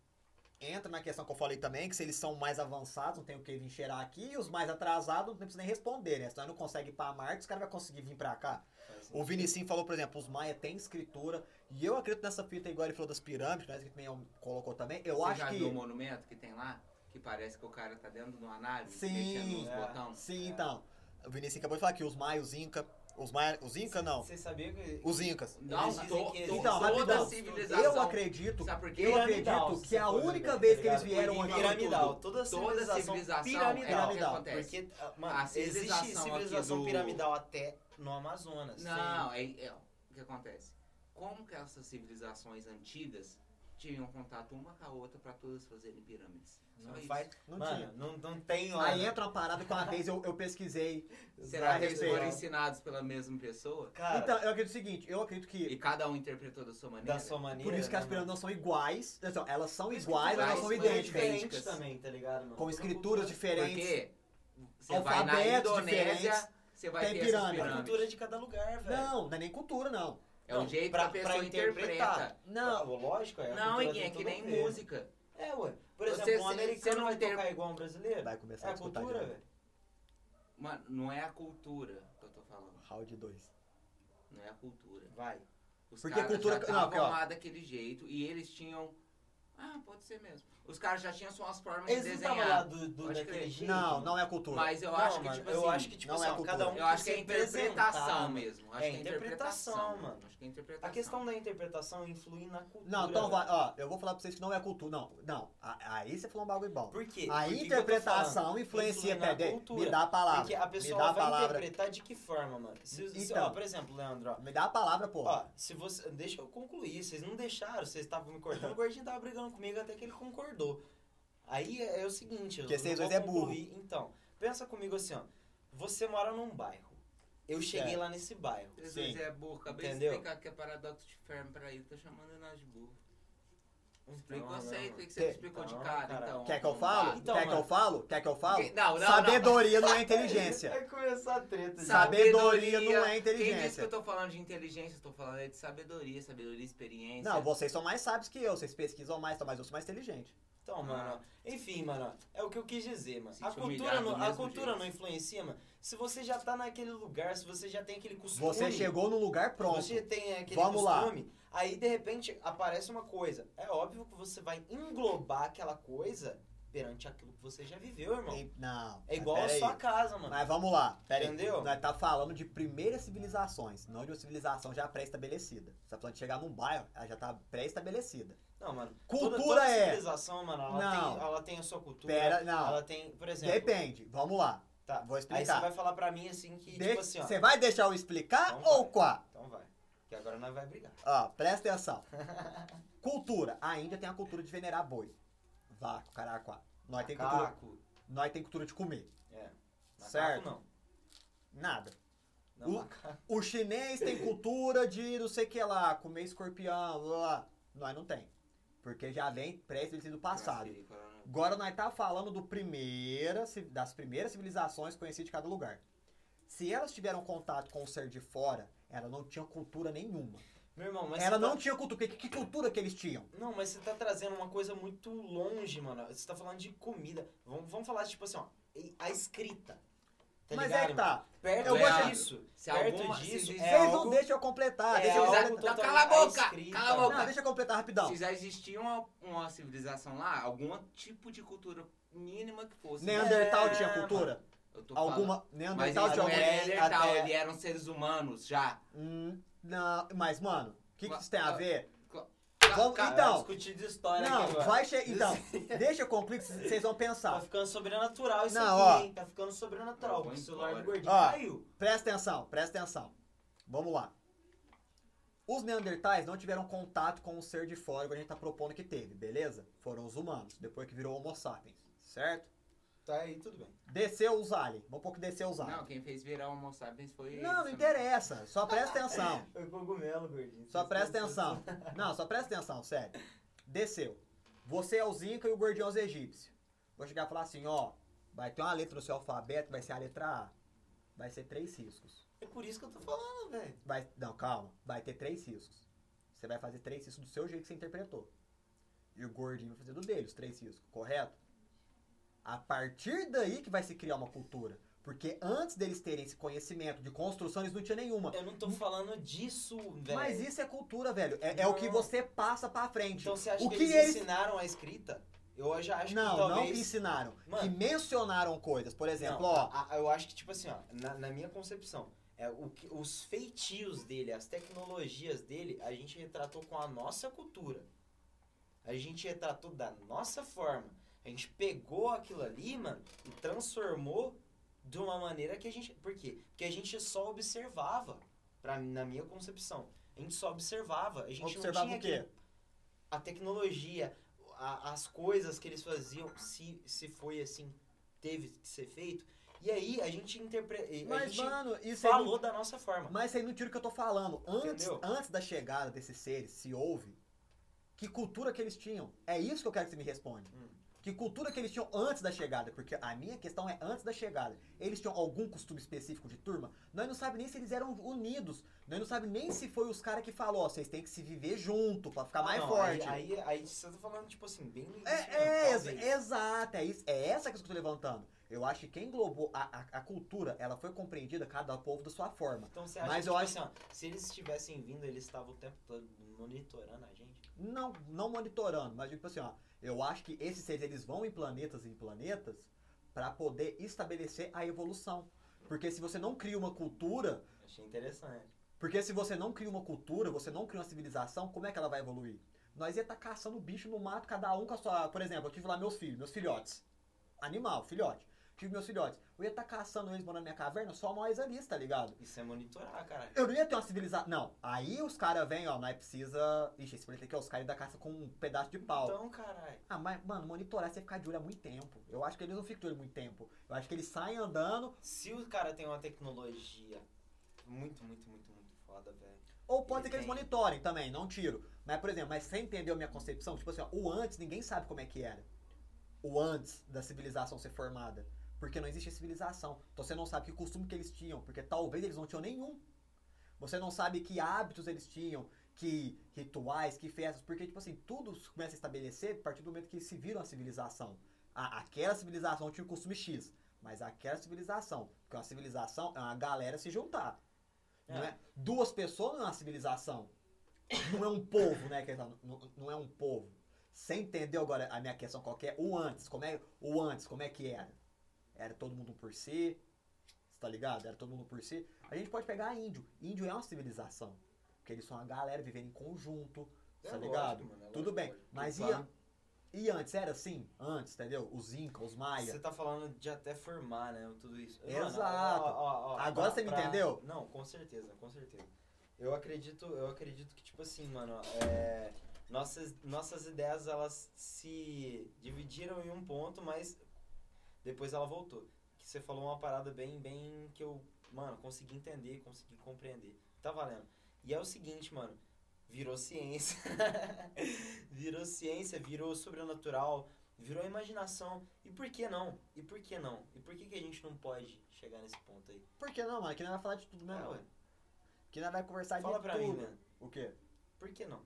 Speaker 1: entra na questão que eu falei também, que se eles são mais avançados, não tem o que vir cheirar aqui, e os mais atrasados não precisa nem responder, né? Se nós não consegue ir pra Marte, os caras vão conseguir vir pra cá.
Speaker 3: Faz
Speaker 1: O Vinicim falou, por exemplo, os Maia têm escritura, e eu acredito nessa fita aí, igual ele falou das pirâmides, né, que também colocou também. Eu
Speaker 2: Você
Speaker 1: acho
Speaker 2: já
Speaker 1: que.
Speaker 2: viu o monumento que tem lá? Que parece que o cara tá dentro de uma nave,
Speaker 1: Sim.
Speaker 2: mexendo nos
Speaker 3: É.
Speaker 2: botões.
Speaker 1: Sim,
Speaker 3: É.
Speaker 1: então. O Vinícius acabou de falar aqui, os maios, os Inca. Os maia, os Inca não.
Speaker 3: Você sabia que.
Speaker 1: Os Incas.
Speaker 2: Não,
Speaker 3: Eles dizem que
Speaker 2: to- to-
Speaker 3: eles-
Speaker 1: Então,
Speaker 2: toda a
Speaker 1: rapidão.
Speaker 2: civilização.
Speaker 1: Eu acredito,
Speaker 2: Sabe por quê?
Speaker 1: eu
Speaker 3: Piramidal,
Speaker 1: acredito que
Speaker 3: essa
Speaker 1: a
Speaker 3: coisa,
Speaker 1: única
Speaker 3: tá
Speaker 1: vez que eles
Speaker 3: ligado?
Speaker 1: vieram aqui.
Speaker 3: Piramidal. Toda
Speaker 2: Toda
Speaker 3: civilização,
Speaker 2: civilização é o que
Speaker 3: piramidal.
Speaker 2: acontece.
Speaker 3: porque, ah, mano,
Speaker 2: A civilização
Speaker 3: existe
Speaker 2: aqui
Speaker 3: civilização
Speaker 2: do-
Speaker 3: piramidal até no Amazonas.
Speaker 2: Não, é, é o que acontece. Como que essas civilizações antigas tinham contato uma com a outra pra todas fazerem pirâmides? Só
Speaker 3: Não
Speaker 2: isso.
Speaker 3: faz-
Speaker 1: Não
Speaker 3: Mano,
Speaker 1: tinha.
Speaker 3: não, não tem hora.
Speaker 1: Aí é entra uma parada que uma vez eu, eu pesquisei.
Speaker 2: Será que eles
Speaker 1: respeito.
Speaker 2: foram ensinados pela mesma pessoa?
Speaker 3: Cara,
Speaker 1: Então, eu acredito o seguinte, eu acredito
Speaker 2: E
Speaker 1: que.
Speaker 2: cada um interpretou da sua maneira?
Speaker 3: da sua maneira.
Speaker 1: Por isso que as
Speaker 3: né,
Speaker 1: pirâmides não são iguais. Então, elas são
Speaker 3: Mas
Speaker 1: iguais, mas não
Speaker 2: culturais,
Speaker 1: são
Speaker 2: mas
Speaker 3: mano? É
Speaker 1: idênticas.
Speaker 2: diferentes.
Speaker 3: diferente também, tá ligado, mano?
Speaker 1: Com escrituras diferentes.
Speaker 2: Porque você vai na
Speaker 1: Alfabetos
Speaker 2: Indonésia,
Speaker 1: diferentes.
Speaker 2: você vai
Speaker 1: Tem
Speaker 2: ter
Speaker 1: pirâmide.
Speaker 2: essas
Speaker 3: é A cultura
Speaker 2: pirâmides.
Speaker 3: de cada lugar, velho.
Speaker 1: Não, não é nem cultura, não.
Speaker 2: É o
Speaker 3: Não,
Speaker 2: jeito
Speaker 3: pra-
Speaker 2: que a pessoa
Speaker 3: pra interpretar.
Speaker 2: interpreta.
Speaker 1: Não.
Speaker 3: Pô, lógico, é. a
Speaker 2: Não,
Speaker 3: cultura
Speaker 2: Iguinho, é
Speaker 3: tem
Speaker 2: que
Speaker 3: tudo a
Speaker 2: nem
Speaker 3: ver.
Speaker 2: música.
Speaker 3: É, ué. Por
Speaker 2: Você-
Speaker 3: exemplo, um
Speaker 2: você- você
Speaker 3: americano
Speaker 2: não
Speaker 3: vai
Speaker 2: tem-
Speaker 3: tocar igual um brasileiro.
Speaker 1: Vai
Speaker 3: É
Speaker 1: começar a
Speaker 3: a
Speaker 1: disputar
Speaker 3: cultura,
Speaker 1: de novo.
Speaker 3: velho.
Speaker 2: Mano, não é a cultura que eu tô falando.
Speaker 1: Round 2.
Speaker 2: Não é a cultura.
Speaker 3: Vai.
Speaker 2: Os
Speaker 1: Porque
Speaker 2: caras
Speaker 1: cultura-
Speaker 2: já
Speaker 1: não,
Speaker 2: estavam
Speaker 1: porque, ó.
Speaker 2: lá daquele jeito e eles tinham. Ah, pode ser mesmo. Os caras já tinham suas formas de
Speaker 3: Eles não estavam lá
Speaker 2: desenhar.
Speaker 3: do, do
Speaker 2: Pode
Speaker 3: daquele
Speaker 2: crer.
Speaker 3: jeito.
Speaker 1: Não,
Speaker 3: mano.
Speaker 1: não é cultura.
Speaker 2: Mas eu
Speaker 3: Não,
Speaker 2: acho que,
Speaker 3: mano,
Speaker 2: tipo
Speaker 3: eu
Speaker 2: assim.
Speaker 3: acho que, tipo
Speaker 1: não é
Speaker 3: assim, ó,
Speaker 1: cultura.
Speaker 3: cada um
Speaker 2: eu acho que
Speaker 3: se
Speaker 2: é interpretação
Speaker 3: apresentar,
Speaker 2: mesmo. Acho
Speaker 3: É
Speaker 2: que é interpretação,
Speaker 3: interpretação, mano.
Speaker 2: Acho que é interpretação.
Speaker 3: A questão da interpretação influi na cultura.
Speaker 1: Não, então vai,
Speaker 3: velho.
Speaker 1: ó, eu vou falar pra vocês que não é cultura, não. Não, a- aí você falou um bagulho bom.
Speaker 3: Por
Speaker 1: A
Speaker 3: quê? Por que que eu tô falando?
Speaker 1: interpretação influencia,
Speaker 3: Influi na
Speaker 1: peraí,
Speaker 3: cultura.
Speaker 1: me dá a palavra.
Speaker 3: Porque a
Speaker 1: me dá
Speaker 3: pessoa
Speaker 1: a
Speaker 3: vai
Speaker 1: palavra.
Speaker 3: interpretar de que forma, mano? Se, se,
Speaker 1: Então.
Speaker 3: ó, por exemplo, Leandro, ó,
Speaker 1: Me dá a palavra, porra.
Speaker 3: Ó, se você. Deixa eu concluir. Vocês não deixaram, vocês estavam me cortando. O gordinho tava brigando comigo até que ele concordou. Aí é, é o seguinte, eu
Speaker 1: Porque
Speaker 3: não
Speaker 1: vocês
Speaker 3: vou
Speaker 1: dois é burro.
Speaker 3: concluir. Então, pensa comigo assim, ó. Você mora num bairro. Eu cheguei
Speaker 1: Certo.
Speaker 3: lá nesse bairro.
Speaker 2: Jesus
Speaker 1: Sim.
Speaker 2: é burro. Acabei
Speaker 3: Entendeu?
Speaker 2: de explicar que é paradoxo de Fermi pra ele. Tá chamando nós de burro. Explica
Speaker 3: Então,
Speaker 2: você aí, o
Speaker 3: né,
Speaker 2: que que você
Speaker 1: Quer-
Speaker 2: explicou de
Speaker 3: Então,
Speaker 2: cara,
Speaker 3: cara.
Speaker 2: então.
Speaker 1: Quer que eu
Speaker 2: Não
Speaker 1: falo?
Speaker 2: dá.
Speaker 3: Então,
Speaker 1: Quer que
Speaker 3: mano.
Speaker 1: eu falo? Quer que eu falo?
Speaker 2: Que- Não, não, não.
Speaker 1: Sabedoria não é
Speaker 3: mano?
Speaker 1: inteligência.
Speaker 3: Vai começar a treta.
Speaker 1: Sabe-
Speaker 3: Sabe?
Speaker 1: Sabedoria não é
Speaker 2: Quem disse que
Speaker 1: inteligência.
Speaker 2: eu tô falando de inteligência, eu tô falando é de sabedoria, sabedoria, experiência.
Speaker 1: Não, vocês são mais sábios que eu, vocês pesquisam mais, então, mas eu sou mais inteligente.
Speaker 3: Então, mano. ó, Enfim, mano. ó, É o que eu quis dizer, mano.
Speaker 2: Se
Speaker 3: A
Speaker 2: te humilhar
Speaker 3: cultura,
Speaker 2: do
Speaker 3: não, a
Speaker 2: mesmo
Speaker 3: cultura
Speaker 2: jeito.
Speaker 3: não influencia, mano. Se você já tá naquele lugar, se você já tem aquele costume.
Speaker 1: Você chegou num lugar pronto.
Speaker 3: Você tem aquele
Speaker 1: Vamos lá.
Speaker 3: costume, aí de repente aparece uma coisa. É óbvio que você vai englobar aquela coisa perante aquilo que você já viveu, irmão.
Speaker 1: E- Não.
Speaker 3: É igual a
Speaker 1: peraí.
Speaker 3: sua casa, mano.
Speaker 1: Mas vamos lá, peraí.
Speaker 3: Entendeu?
Speaker 1: Nós tá falando de primeiras civilizações, não de uma civilização já pré-estabelecida. Você tá falando de chegar num bairro, ela já tá pré-estabelecida.
Speaker 3: Não, mano.
Speaker 1: Cultura
Speaker 3: toda, toda
Speaker 1: é.
Speaker 3: civilização, mano, ela,
Speaker 1: Não.
Speaker 3: Tem, ela tem a sua cultura.
Speaker 1: Pera, não.
Speaker 3: Ela tá tem, por exemplo.
Speaker 1: Depende, vamos lá.
Speaker 3: Tá.
Speaker 1: Vou
Speaker 3: Aí você
Speaker 1: explicar.
Speaker 3: vai falar pra mim assim que,
Speaker 1: Deixa-
Speaker 3: tipo assim, ó.
Speaker 1: Você vai deixar eu explicar
Speaker 3: Então
Speaker 1: ou
Speaker 3: vai.
Speaker 1: quá?
Speaker 3: Então vai. Que agora nós vai brigar.
Speaker 1: Ó, presta atenção. Cultura. A Índia tem a cultura de venerar boi. Vaca, caraca. Nós tem cultura,
Speaker 3: Macaco.
Speaker 1: nós tem cultura de comer.
Speaker 3: É. Macaco
Speaker 1: Certo.
Speaker 3: Não.
Speaker 1: Nada.
Speaker 3: Não,
Speaker 1: O-
Speaker 3: macaco.
Speaker 1: O chinês tem cultura de não sei o que lá, comer escorpião, blá, blá. Nós não tem. Porque já vem pré-estabelecido do passado.
Speaker 2: Nasci, corona-
Speaker 1: Agora nós tá falando do primeira, ci- das primeiras civilizações conhecidas de cada lugar. Se elas tiveram contato com o ser de fora, elas não tinham cultura nenhuma.
Speaker 3: Meu irmão, mas
Speaker 1: Ela
Speaker 3: você tá-
Speaker 1: não tinha cultura. Que, que cultura que eles tinham?
Speaker 3: Não, mas você tá trazendo uma coisa muito longe, mano. Você tá falando de comida. Vamos, vamos falar, tipo assim, ó. e- A escrita. Tá
Speaker 1: Mas
Speaker 3: ligado,
Speaker 1: é que tá.
Speaker 3: irmão? Perto
Speaker 1: Eu vou-
Speaker 3: disso.
Speaker 2: Se
Speaker 3: perto
Speaker 2: alguma,
Speaker 3: disso,
Speaker 2: se,
Speaker 3: é
Speaker 1: Vocês não
Speaker 3: algo-
Speaker 1: deixam eu completar.
Speaker 3: é
Speaker 1: deixa eu
Speaker 3: algo
Speaker 1: completar.
Speaker 3: totalmente
Speaker 2: Cala a boca!
Speaker 3: escrita.
Speaker 2: Cala a boca!
Speaker 1: Não, deixa eu completar rapidão.
Speaker 2: se já existia uma, uma civilização lá, algum tipo de cultura mínima que fosse. né?
Speaker 1: Neandertal
Speaker 3: É,
Speaker 1: tinha cultura?
Speaker 2: Eu tô falando.
Speaker 1: Alguma.
Speaker 2: Mas
Speaker 1: Neandertal
Speaker 2: eles
Speaker 1: tinha
Speaker 2: não
Speaker 1: alguma.
Speaker 2: eram Neandertal, é-
Speaker 1: até-
Speaker 2: eles eram seres humanos já.
Speaker 1: Hum, não, mas, mano, o que, que isso tem a
Speaker 2: Claro.
Speaker 1: ver?
Speaker 2: Ca-
Speaker 1: Vamos-
Speaker 2: ca-
Speaker 1: Então.
Speaker 3: Discutir de história aqui
Speaker 1: Não,
Speaker 3: agora.
Speaker 1: vai chegar. Então, deixa eu concluir que vocês vão
Speaker 3: Tá
Speaker 1: pensar.
Speaker 3: ficando sobrenatural isso
Speaker 1: Não,
Speaker 3: aqui,
Speaker 1: ó.
Speaker 3: hein? Tá ficando
Speaker 2: Eu
Speaker 3: sobrenatural.
Speaker 2: vou
Speaker 3: O
Speaker 2: embora.
Speaker 3: celular do gordinho
Speaker 1: Ó.
Speaker 3: caiu.
Speaker 1: Presta atenção, presta atenção. Vamos lá. Os Neandertais não tiveram contato com o ser de fora que a gente tá propondo que teve, beleza? Foram os humanos, depois que virou Homo sapiens, certo?
Speaker 3: Tá aí, tudo bem.
Speaker 1: Desceu os aliens. Vamos pouco descer os
Speaker 2: Não,
Speaker 1: aliens.
Speaker 2: quem fez virar Homo sapiens foi
Speaker 1: Não, não
Speaker 2: eles.
Speaker 1: interessa. Só presta atenção.
Speaker 3: Foi cogumelo, gordinho.
Speaker 1: Só
Speaker 3: Vocês
Speaker 1: presta
Speaker 3: estão-
Speaker 1: atenção. Não, só presta atenção, sério. Desceu. Você é os Inca e o Guardião é os egípcios. Vou chegar e falar assim, ó. Vai ter uma letra no seu alfabeto, vai ser a letra A. Vai ser três riscos.
Speaker 3: É por isso que eu tô falando, velho.
Speaker 1: Vai, não, calma. Vai ter três riscos. Você vai fazer três riscos do seu jeito que você interpretou. E o gordinho vai fazer do dele, os três riscos, correto? A partir daí que vai se criar uma cultura. Porque antes deles terem esse conhecimento de construção, eles não tinham nenhuma.
Speaker 3: Eu não tô falando disso, velho.
Speaker 1: Mas isso é cultura, velho. É, é o que
Speaker 3: Não.
Speaker 1: você passa pra frente.
Speaker 3: Então você acha
Speaker 1: o
Speaker 3: que,
Speaker 1: que
Speaker 3: eles,
Speaker 1: eles-
Speaker 3: ensinaram a escrita? Eu já acho
Speaker 1: não,
Speaker 3: que
Speaker 1: não que
Speaker 3: talvez...
Speaker 1: ensinaram.
Speaker 3: Mano.
Speaker 1: que mencionaram coisas. Por exemplo,
Speaker 3: Não,
Speaker 1: ó.
Speaker 3: a- a- eu acho que, tipo assim, ó, na, na minha concepção, é, o que- os feitios dele, as tecnologias dele, a gente retratou com a nossa cultura. A gente retratou da nossa forma. A gente pegou aquilo ali, mano, e transformou de uma maneira que a gente. Por quê? Porque a gente só observava, pra, na minha concepção. A gente só observava. A gente
Speaker 1: Observava
Speaker 3: não tinha
Speaker 1: o quê?
Speaker 3: aquele- A tecnologia, a- as coisas que eles faziam, se, se foi assim, teve que ser feito. E aí a gente interpreta. A
Speaker 1: Mas,
Speaker 3: gente
Speaker 1: mano, isso é aí
Speaker 3: falou da nossa
Speaker 1: não,
Speaker 3: forma.
Speaker 1: Mas isso aí não tira o que eu tô falando. Antes,
Speaker 3: Entendeu?
Speaker 1: antes da chegada desses seres, se houve, que cultura que eles tinham? É isso que eu quero que você me responda.
Speaker 3: Hum.
Speaker 1: Que cultura que eles tinham antes da chegada? Porque a minha questão é antes da chegada. Eles tinham algum costume específico de turma? Nós não sabemos nem se eles eram unidos. Nós não sabemos nem se foi os caras que falou, ó, vocês têm que se viver junto pra ficar Tá mais
Speaker 3: Não,
Speaker 1: forte.
Speaker 3: Aí, aí, aí você tá falando, tipo assim, bem. no início, mano,
Speaker 1: É, é, ex-
Speaker 3: talvez.
Speaker 1: exato, é, isso, é essa que eu estou levantando. Eu acho que quem englobou a, a, a cultura, ela foi compreendida cada povo da sua forma.
Speaker 3: Então você acha
Speaker 1: Mas
Speaker 3: que,
Speaker 1: eu
Speaker 3: tipo
Speaker 1: acho-
Speaker 3: assim, ó, se eles estivessem vindo, eles estavam o tempo todo monitorando a gente?
Speaker 1: Não, não monitorando, mas tipo assim, ó, eu acho que esses seres eles vão em planetas e em planetas para poder estabelecer a evolução. Porque se você não cria uma cultura,
Speaker 3: Achei interessante.
Speaker 1: porque se você não cria uma cultura, você não cria uma civilização, como é que ela vai evoluir? Nós ia estar caçando bicho no mato, cada um com a sua. Por exemplo, eu tive lá meus filhos, meus filhotes. Animal, filhote. Tive meus filhotes. Eu ia estar caçando eles, morando na minha caverna, só nós ali, tá ligado?
Speaker 3: Isso é monitorar, caralho.
Speaker 1: Eu não ia ter uma civilização. Não. Aí os caras vêm, ó, nós precisa. Ixi, esse planeta aqui, ó, os caras da caça com um pedaço de pau.
Speaker 3: Então, caralho.
Speaker 1: Ah, mas, mano, monitorar, você ficar de olho há muito tempo. Eu acho que eles não ficam de olho há muito tempo. Eu acho que eles saem andando,
Speaker 3: Se o cara tem uma tecnologia muito, muito, muito, muito foda, velho.
Speaker 1: ou pode ser
Speaker 3: Ele
Speaker 1: que eles
Speaker 3: tem.
Speaker 1: monitorem também, não tiro. Mas, por exemplo, mas você entendeu a minha concepção? Tipo assim, ó, o antes, ninguém sabe como é que era. O antes da civilização ser formada. Porque não existe civilização. Então você não sabe que costume que eles tinham, porque talvez eles não tinham nenhum. Você não sabe que hábitos eles tinham, que rituais, que festas, porque, tipo assim, tudo começa a estabelecer a partir do momento que se viram a civilização. A, aquela civilização tinha o costume X, mas aquela civilização, porque uma civilização é uma galera se juntar. Não é? Duas pessoas não é uma civilização. Não é um povo, né? que eles falam, Não, não é um povo. Você entendeu agora a minha questão qual que é? O antes, como é, o antes, como é que era? Era todo mundo por si, você tá ligado? Era todo mundo por si. A gente pode pegar índio. Índio é uma civilização. Porque eles são uma galera vivendo em conjunto, tá ligado?
Speaker 3: mano, é
Speaker 1: Tudo
Speaker 3: lógico,
Speaker 1: bem.
Speaker 3: lógico.
Speaker 1: Mas e,
Speaker 2: Claro.
Speaker 1: an- e antes? Era assim? Antes, entendeu? Os Incas, os Maia.
Speaker 3: Você tá falando de até formar, né? Tudo isso.
Speaker 1: Exato.
Speaker 3: ó, ó, ó,
Speaker 1: Agora
Speaker 3: pra-
Speaker 1: você me
Speaker 3: pra-
Speaker 1: entendeu?
Speaker 3: Não, com certeza, com certeza. Eu acredito, eu acredito que, tipo assim, mano, é, nossas, nossas ideias, elas se dividiram em um ponto, mas depois ela voltou. Que você falou uma parada bem, bem que eu, mano, consegui entender, consegui compreender. Tá valendo. E é o seguinte, mano, virou ciência. virou ciência, virou sobrenatural, virou imaginação. E por que não? E por que não? E por que, que a gente não pode chegar nesse ponto aí?
Speaker 1: Por que não, mano? Que nós vai falar de tudo mesmo,
Speaker 3: Ah,
Speaker 1: mano. Que nós vai conversar
Speaker 3: Fala
Speaker 1: de
Speaker 3: pra mim, né?
Speaker 1: tudo.
Speaker 3: mano.
Speaker 1: O quê?
Speaker 3: Por que não?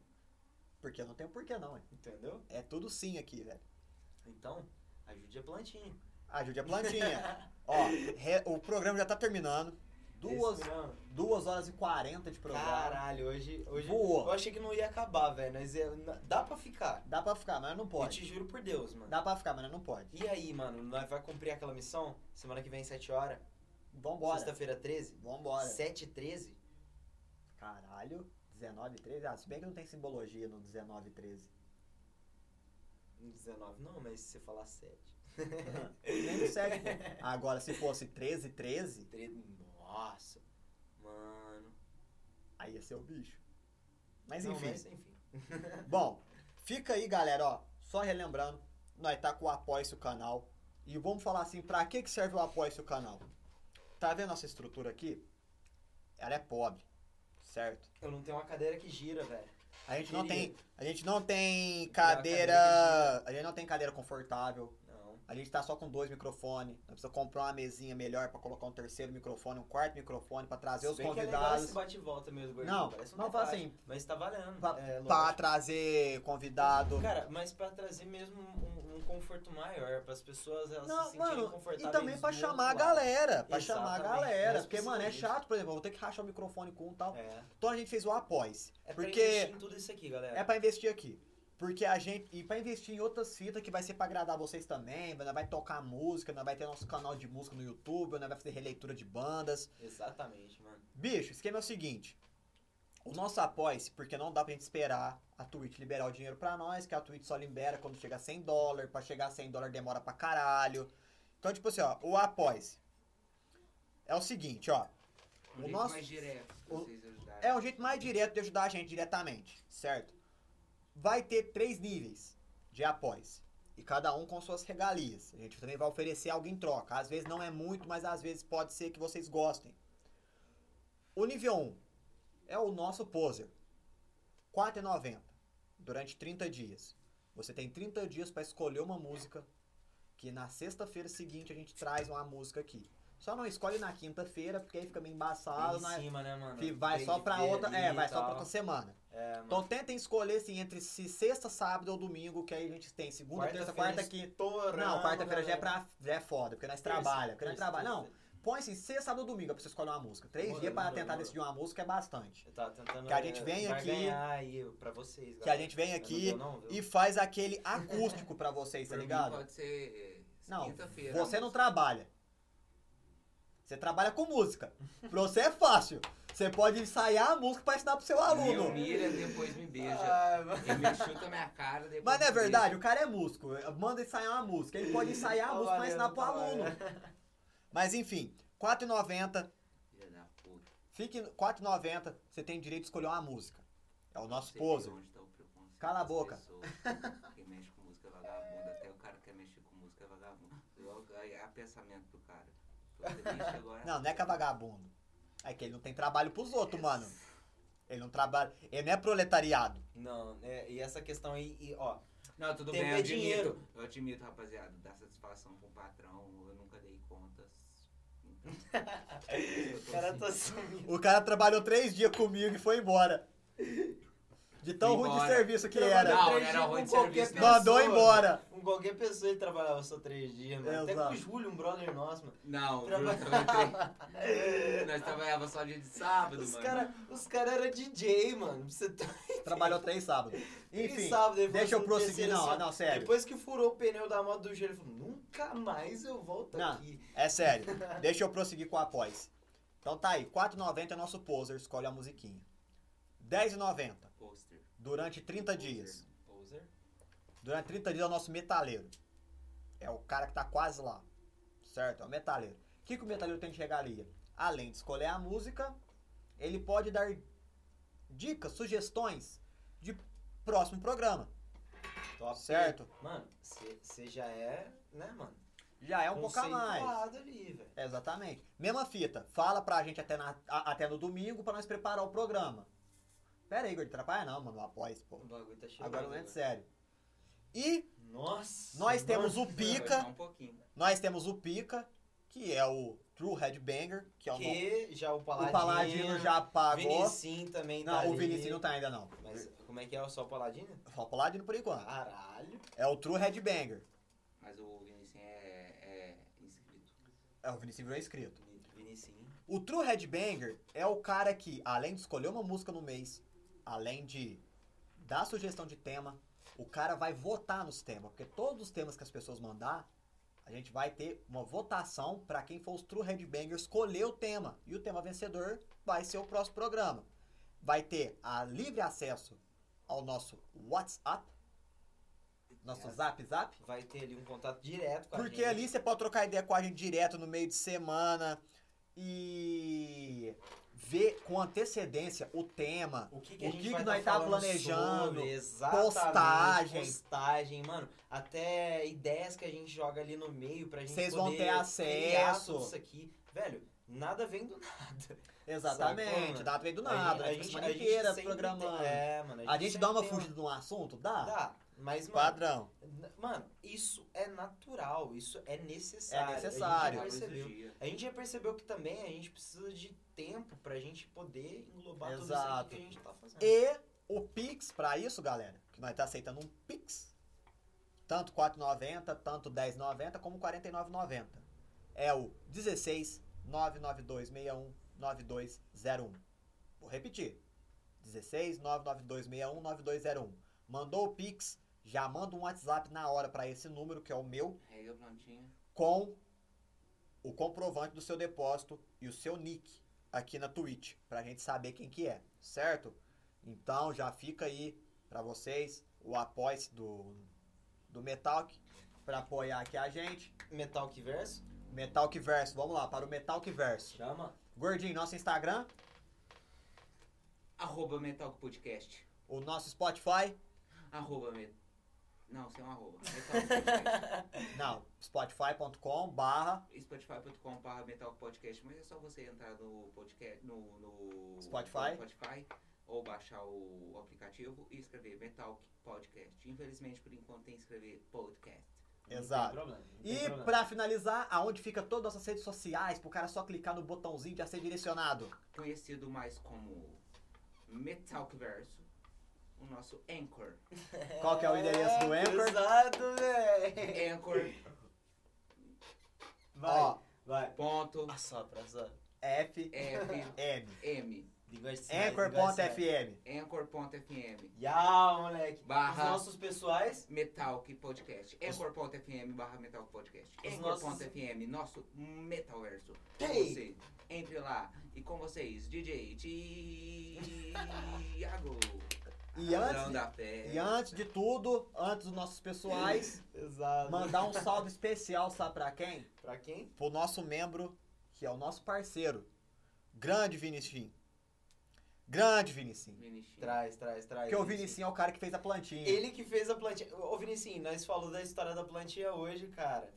Speaker 1: Porque não tem por que não, hein?
Speaker 3: Entendeu?
Speaker 1: É tudo sim aqui, velho.
Speaker 3: Então, ajude a plantinha.
Speaker 1: Ajude a plantinha. Ó, re- o programa já tá terminando. Duas,
Speaker 3: Esse ano.
Speaker 1: duas horas e quarenta de programa.
Speaker 3: Caralho, hoje. hoje
Speaker 1: Voou.
Speaker 3: eu achei que não ia acabar, velho. Mas é- na- dá pra ficar.
Speaker 1: Dá pra ficar, mas não
Speaker 3: Eu
Speaker 1: pode.
Speaker 3: te juro por Deus, mano.
Speaker 1: Dá pra ficar, mas não pode.
Speaker 3: E aí, mano, nós vai cumprir aquela missão? Semana que vem, 7 horas?
Speaker 1: Vambora.
Speaker 3: Sexta-feira 13?
Speaker 1: Vambora.
Speaker 3: 7 e 13?
Speaker 1: Caralho. 19 e 13? Ah, se bem que não tem simbologia no 19 e 13.
Speaker 3: 19 não, mas se você falar 7.
Speaker 1: Nem no 7. pô. Agora, se fosse 13 e 13,
Speaker 3: 13. Nossa. Mano.
Speaker 1: aí ia ser o bicho. Mas
Speaker 3: Não,
Speaker 1: enfim.
Speaker 3: mas enfim.
Speaker 1: Bom, fica aí, galera, ó. Só relembrando, nós tá com o Apoia-se o canal. E vamos falar assim, pra que que serve o Apoia-se o canal? Tá vendo nossa estrutura aqui? Ela é pobre, certo?
Speaker 3: Eu não tenho uma cadeira que gira, velho.
Speaker 1: A gente não
Speaker 3: Queria.
Speaker 1: tem, a gente não tem
Speaker 3: Tem uma cadeira
Speaker 1: cadeira, a gente não tem cadeira confortável.
Speaker 3: Não.
Speaker 1: A gente tá só com dois microfones. Nós precisa comprar uma mesinha melhor pra colocar um terceiro microfone, um quarto microfone pra trazer os
Speaker 3: Se bem que é legal
Speaker 1: convidados.
Speaker 3: esse bate e volta mesmo, gordinho.
Speaker 1: Não,
Speaker 3: parece um
Speaker 1: não fala
Speaker 3: debate,
Speaker 1: assim,
Speaker 3: Mas tá valendo.
Speaker 1: Pra-
Speaker 3: é, lógico.
Speaker 1: pra trazer convidado.
Speaker 3: Cara, mas pra trazer mesmo um, um conforto maior, pras pessoas elas
Speaker 1: Não,
Speaker 3: se sentirem
Speaker 1: mano,
Speaker 3: confortáveis.
Speaker 1: E também pra
Speaker 3: do
Speaker 1: chamar a
Speaker 3: outro lado.
Speaker 1: galera. Pra chamar a
Speaker 3: Exatamente, né?
Speaker 1: galera.
Speaker 3: nós
Speaker 1: Porque, mano, é
Speaker 3: precisamos
Speaker 1: chato, por exemplo, eu vou ter que rachar o microfone com um tal.
Speaker 3: É.
Speaker 1: Então a gente fez o após.
Speaker 3: É pra investir né?
Speaker 1: porque
Speaker 3: em tudo isso aqui, galera.
Speaker 1: é pra investir aqui. Porque a gente. E pra investir em outras fitas que vai ser pra agradar vocês também. Nós vai tocar música, nós vai ter nosso canal de música no YouTube, nós vai fazer releitura de bandas.
Speaker 3: Exatamente, mano.
Speaker 1: Bicho, o esquema é o seguinte. O nosso após, porque não dá pra gente esperar a Twitch liberar o dinheiro pra nós, que a Twitch só libera quando chega a 100 dólares, pra chegar a 100 dólares demora pra caralho. Então, tipo assim, ó, o após é o seguinte, ó.
Speaker 2: Um
Speaker 1: O
Speaker 2: jeito
Speaker 1: nosso-
Speaker 2: mais direto pra
Speaker 1: o-
Speaker 2: vocês ajudarem.
Speaker 1: É o jeito mais direto de ajudar a gente diretamente, certo? Vai ter três níveis de após. E cada um com suas regalias. A gente também vai oferecer algo em troca. Às vezes não é muito, mas às vezes pode ser que vocês gostem. O nível 1 é o nosso poser. R$ 4,90 durante 30 dias. Você tem 30 dias para escolher uma música que na sexta-feira seguinte a gente traz uma música aqui. Só não escolhe na quinta-feira, porque aí fica meio embaçado.
Speaker 3: Em
Speaker 1: né?
Speaker 3: cima, né, mano?
Speaker 1: Que vai
Speaker 3: Tem
Speaker 1: só
Speaker 3: que
Speaker 1: pra
Speaker 3: ver
Speaker 1: outra.
Speaker 3: ali
Speaker 1: É,
Speaker 3: e
Speaker 1: vai só pra
Speaker 3: tal.
Speaker 1: outra semana.
Speaker 3: É, mano.
Speaker 1: Então tentem escolher assim, entre se sexta, sábado ou domingo, que aí a gente tem segunda, terça,
Speaker 3: Quarta-feira
Speaker 1: quarta, quinta.
Speaker 3: Estourando,
Speaker 1: Não, quarta-feira já é,
Speaker 3: galera.
Speaker 1: pra, já é foda, porque nós
Speaker 3: Terça,
Speaker 1: trabalha, porque nós
Speaker 3: terça,
Speaker 1: trabalha. Não,
Speaker 3: terça.
Speaker 1: põe assim, sexta, sábado ou domingo é pra você escolher uma música. Três
Speaker 3: Demorou,
Speaker 1: dias pra
Speaker 3: demorou,
Speaker 1: tentar
Speaker 3: demorou.
Speaker 1: decidir uma música é bastante.
Speaker 3: Eu tava tentando.
Speaker 1: Que a gente
Speaker 3: eh,
Speaker 1: vem aqui-
Speaker 3: barganhar aí pra vocês,
Speaker 1: Que a gente vem aqui e faz aquele acústico pra vocês, tá
Speaker 2: Por mim,
Speaker 1: ligado?
Speaker 2: Pode ser eh, né,
Speaker 1: Não,
Speaker 2: quinta-feira.
Speaker 1: Você não
Speaker 2: almoço.
Speaker 1: trabalha. Você trabalha com música. Pra você é fácil. Você pode ensaiar a música pra ensinar pro seu
Speaker 2: Me
Speaker 1: tá aluno.
Speaker 2: humilha, depois me beija.
Speaker 3: Ah, mano.
Speaker 2: Ele me chuta minha cara, depois
Speaker 1: Mas não é
Speaker 2: me beija.
Speaker 1: verdade, o cara é músico. Manda ensaiar uma música. Ele pode ensaiar a
Speaker 3: Tá
Speaker 1: música pra
Speaker 3: valendo,
Speaker 1: ensinar pro
Speaker 3: tá
Speaker 1: aluno. Mas enfim, R$ 4,90.
Speaker 2: Filha da puta.
Speaker 1: Fique R$ 4,90. Você tem direito de escolher uma música. É o nosso
Speaker 2: Você
Speaker 1: poser.
Speaker 2: vê onde tá o preconceito
Speaker 1: Cala a
Speaker 2: das
Speaker 1: boca.
Speaker 2: pessoas. Quem mexe com música é vagabundo. Até o cara que quer mexer com música é vagabundo. Logo, aí, É o pensamento do cara. Tô triste agora.
Speaker 1: Não, não é que é vagabundo. É que ele não tem trabalho pros outros, mano. Ele não trabalha. Ele não é proletariado.
Speaker 3: Não, né, e essa questão aí, e, ó,
Speaker 2: Não, tudo
Speaker 3: Tem
Speaker 2: bem,
Speaker 3: que
Speaker 2: eu
Speaker 3: ter
Speaker 2: admito.
Speaker 3: dinheiro.
Speaker 2: Eu admito, rapaziada, dar satisfação pro patrão, eu nunca dei contas. Então, eu
Speaker 3: o
Speaker 2: tô
Speaker 3: cara
Speaker 2: assim.
Speaker 3: tá sumindo.
Speaker 1: O cara trabalhou três dias comigo e foi embora. De tão
Speaker 2: Foi
Speaker 1: ruim de
Speaker 2: embora.
Speaker 1: serviço que
Speaker 2: Não,
Speaker 1: era.
Speaker 2: não era ruim de serviço, não.
Speaker 1: Mandou embora.
Speaker 3: Com qualquer pessoa ele trabalhava só três dias, mano. Até com
Speaker 1: Exato.
Speaker 3: o Júlio, um brother nosso, mano.
Speaker 2: Não,
Speaker 3: Traba-
Speaker 2: Bruno, eu entrei- nós trabalhava só dia de sábado,
Speaker 3: Os
Speaker 2: mano.
Speaker 3: caras os cara eram DJ, mano. Você tá
Speaker 1: Trabalhou três sábados.
Speaker 3: ele
Speaker 1: Enfim,
Speaker 3: sabe, depois
Speaker 1: deixa eu
Speaker 3: no dia
Speaker 1: prosseguir.
Speaker 3: seguinte,
Speaker 1: Não,
Speaker 3: assim,
Speaker 1: não, sério.
Speaker 3: Depois que furou o pneu da moto do Júlio, ele falou, nunca mais eu volto
Speaker 1: Não.
Speaker 3: aqui.
Speaker 1: É sério. Deixa eu prosseguir com a pós. Então tá aí, 4,90 é nosso poser, escolhe a musiquinha. 10,90
Speaker 2: Poster.
Speaker 1: durante 30
Speaker 2: poster,
Speaker 1: dias.
Speaker 2: Poser.
Speaker 1: Durante 30 dias é o nosso metaleiro. É o cara que tá quase lá. Certo? É o metaleiro. O que, que o metaleiro tem de regalia? Além de escolher a música, ele pode dar dicas, sugestões de próximo programa,
Speaker 3: Top.
Speaker 1: certo?
Speaker 3: Mano, você já é, né, mano?
Speaker 1: Já é um pouco a mais.
Speaker 3: Conceituado ali, velho.
Speaker 1: Exatamente. Mesma fita, fala pra gente até, na- a- até no domingo pra nós preparar o programa. Pera aí, Igor, atrapalha não, mano, após,
Speaker 3: O
Speaker 1: pô.
Speaker 3: bagulho tá cheio.
Speaker 1: Agora não é sério. E
Speaker 3: Nossa.
Speaker 1: nós temos o
Speaker 2: Vai
Speaker 1: Pica,
Speaker 2: demorar um pouquinho.
Speaker 1: nós temos o Pica, que é o True Headbanger, que é o, nome-
Speaker 3: Que já o Paladino.
Speaker 1: o Paladino já pagou.
Speaker 3: Vinicim também tá
Speaker 1: Não, o
Speaker 3: ali.
Speaker 1: Vinicius não tá ainda não.
Speaker 3: Mas como é que é? Só o Paladino?
Speaker 1: Só o Paladino por enquanto.
Speaker 3: Caralho.
Speaker 1: É o True Headbanger.
Speaker 2: Mas o Vinicius é, é inscrito.
Speaker 1: É, o Vinicius virou inscrito.
Speaker 3: Vinicim.
Speaker 1: O True Headbanger é o cara que, além de escolher uma música no mês, além de dar sugestão de tema, o cara vai votar nos temas. Porque todos os temas que as pessoas mandar, a gente vai ter uma votação pra quem for os True Headbanger escolher o tema. E o tema vencedor vai ser o próximo programa. Vai ter a livre acesso ao nosso WhatsApp, nosso
Speaker 3: É.
Speaker 1: Zap Zap.
Speaker 3: Vai ter ali um contato direto com a
Speaker 1: Porque
Speaker 3: gente.
Speaker 1: ali você pode trocar ideia com a gente direto no meio de semana e ver com antecedência o tema.
Speaker 3: O que, que a
Speaker 1: O
Speaker 3: gente
Speaker 1: que
Speaker 3: vai
Speaker 1: que nós
Speaker 3: tá
Speaker 1: tá
Speaker 3: falando
Speaker 1: planejando,
Speaker 3: sobre, exatamente,
Speaker 1: postagem.
Speaker 3: postagem, mano, até ideias que a gente joga ali no meio pra gente
Speaker 1: Vocês
Speaker 3: poder
Speaker 1: vão ter
Speaker 3: criar
Speaker 1: acesso.
Speaker 3: tudo isso aqui. Velho, nada vem do nada. Sacou,
Speaker 1: Exatamente,
Speaker 3: mano?
Speaker 1: dá trem do nada, né? a gente, semana inteira
Speaker 3: sempre
Speaker 1: programando.
Speaker 3: tem- é, mano,
Speaker 1: a gente dá uma
Speaker 3: sempre tem
Speaker 1: fugida de um assunto?
Speaker 3: uma-
Speaker 1: Dá.
Speaker 3: Dá, mas, mano,
Speaker 1: Padrão.
Speaker 3: n- mano, isso é natural, isso é necessário.
Speaker 1: É necessário.
Speaker 3: A
Speaker 2: Talvez
Speaker 3: gente
Speaker 2: o
Speaker 3: já percebeu.
Speaker 2: dia.
Speaker 3: A gente já percebeu que também a gente precisa de tempo pra gente poder englobar tudo isso
Speaker 1: Exato.
Speaker 3: aqui que a gente tá fazendo.
Speaker 1: E o Pix, pra isso, galera, que nós tá aceitando um Pix. Tanto 4,90, tanto 10,90, como 49,90. É o 16 99261 9201. Vou repetir. 16 99261 9201. Mandou o Pix, já manda um WhatsApp na hora pra esse número, que é o meu,
Speaker 2: Rega a plantinha.
Speaker 1: com o comprovante do seu depósito e o seu nick aqui na Twitch, pra gente saber quem que é, certo? Então já fica aí pra vocês o apoio do do Metalk pra apoiar aqui a gente.
Speaker 3: Metal que verso?
Speaker 1: Metalk Verso, vamos lá, para o Metalk Verso.
Speaker 3: Chama.
Speaker 1: Gordinho, nosso Instagram,
Speaker 2: Arroba Metal Podcast.
Speaker 1: o nosso Spotify.
Speaker 2: Arroba Metal. Não, sem um arroba. Metal Podcast.
Speaker 1: Não, spotify.com barra
Speaker 2: Spotify.com.br Metal Podcast. Mas é só você entrar no podcast. No, no
Speaker 1: Spotify.
Speaker 2: no Spotify ou baixar o aplicativo e escrever Metal Podcast. Infelizmente, por enquanto, tem que escrever podcast.
Speaker 1: Exato.
Speaker 3: Não tem problema, não tem
Speaker 1: E
Speaker 3: problema.
Speaker 1: pra finalizar, aonde fica todas as nossas redes sociais, pro cara só clicar no botãozinho já ser direcionado.
Speaker 2: Conhecido mais como Metalverso. O nosso Anchor.
Speaker 1: Qual que é o endereço do Anchor?
Speaker 3: Exato, velho.
Speaker 2: Anchor.
Speaker 3: Vai,
Speaker 1: Ó,
Speaker 3: vai.
Speaker 2: ponto.
Speaker 3: Assopra, assopra.
Speaker 1: FM.
Speaker 2: F. M.
Speaker 3: Língua de sinais, língua de sinais.
Speaker 1: Anchor.fm.
Speaker 2: Anchor.fm.
Speaker 3: Ya, moleque.
Speaker 2: Barra.
Speaker 3: Os nossos pessoais.
Speaker 2: Metal que podcast. Anchor.fm barra Metal Podcast.
Speaker 3: Os nossos-
Speaker 2: Anchor.fm, nosso Metalverso. Com
Speaker 3: Ei.
Speaker 2: você. Entre lá. E com vocês, DJ Tiago.
Speaker 1: E
Speaker 2: Adão
Speaker 1: antes,
Speaker 2: da fé.
Speaker 1: e antes de tudo, antes dos nossos pessoais,
Speaker 3: Exato.
Speaker 1: mandar um salve especial, sabe pra quem?
Speaker 3: Pra quem?
Speaker 1: Pro nosso membro, que é o nosso parceiro. Grande Vinicim. Grande Vinicim.
Speaker 2: Vinichinho.
Speaker 3: Traz, traz, traz.
Speaker 1: Porque o
Speaker 3: Vinicim.
Speaker 1: Vinicim é o cara que fez a plantinha.
Speaker 3: Ele que fez a plantinha. Ô, Vinicinho, nós falamos da história da plantinha hoje, cara.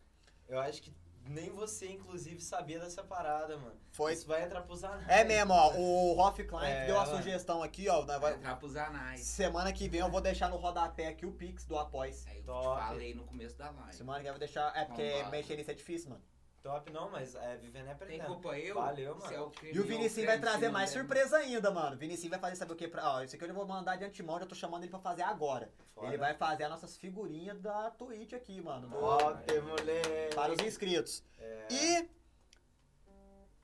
Speaker 3: Eu acho que nem você, inclusive, sabia dessa parada, mano.
Speaker 1: Foi.
Speaker 3: Isso vai entrar pros anais.
Speaker 1: É mesmo, ó. O Hoff Klein
Speaker 3: É,
Speaker 1: deu a
Speaker 3: mano.
Speaker 1: sugestão aqui, ó. nós
Speaker 2: Vai
Speaker 1: vai-
Speaker 2: entrar pros anais.
Speaker 1: Semana que vem eu vou deixar no rodapé aqui o Pix do Após.
Speaker 2: Aí eu te
Speaker 3: Top.
Speaker 2: falei no começo da live.
Speaker 1: Semana que vem eu vou deixar. É porque
Speaker 2: Vambora.
Speaker 1: mexer nisso é difícil, mano.
Speaker 3: Top não, mas é vivendo é
Speaker 2: Tem
Speaker 3: aprendendo.
Speaker 2: culpa eu?
Speaker 3: Valeu, mano.
Speaker 2: Se é o crime,
Speaker 1: E o
Speaker 2: eu,
Speaker 1: Vinicim
Speaker 2: creme,
Speaker 1: vai
Speaker 2: se
Speaker 1: trazer
Speaker 2: não
Speaker 1: mais
Speaker 2: é-
Speaker 1: surpresa ainda, mano. O Vinicim vai fazer saber o que pra. Ó, isso aqui eu já vou mandar de antemão, já tô chamando ele pra fazer agora.
Speaker 3: Foda.
Speaker 1: Ele vai fazer as nossas figurinhas da Twitch aqui, mano. do-
Speaker 3: Top, moleque.
Speaker 1: para os inscritos. E.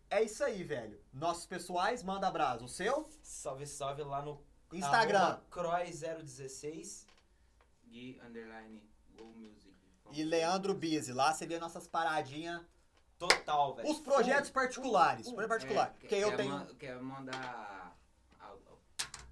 Speaker 1: É isso aí, velho. Nossos pessoais, manda abraço. O seu?
Speaker 3: Salve, salve lá no
Speaker 1: Instagram.
Speaker 3: Croy016.
Speaker 2: Gui, underline, go music. Vamos.
Speaker 1: E Leandro Bizzi. Lá você vê nossas paradinhas.
Speaker 3: Total, velho.
Speaker 1: Os projetos particulares.
Speaker 3: um.
Speaker 1: Projeto particular.
Speaker 2: É,
Speaker 1: Porque eu
Speaker 2: quer
Speaker 1: tenho.
Speaker 2: ma- Quer mandar... ah, ah,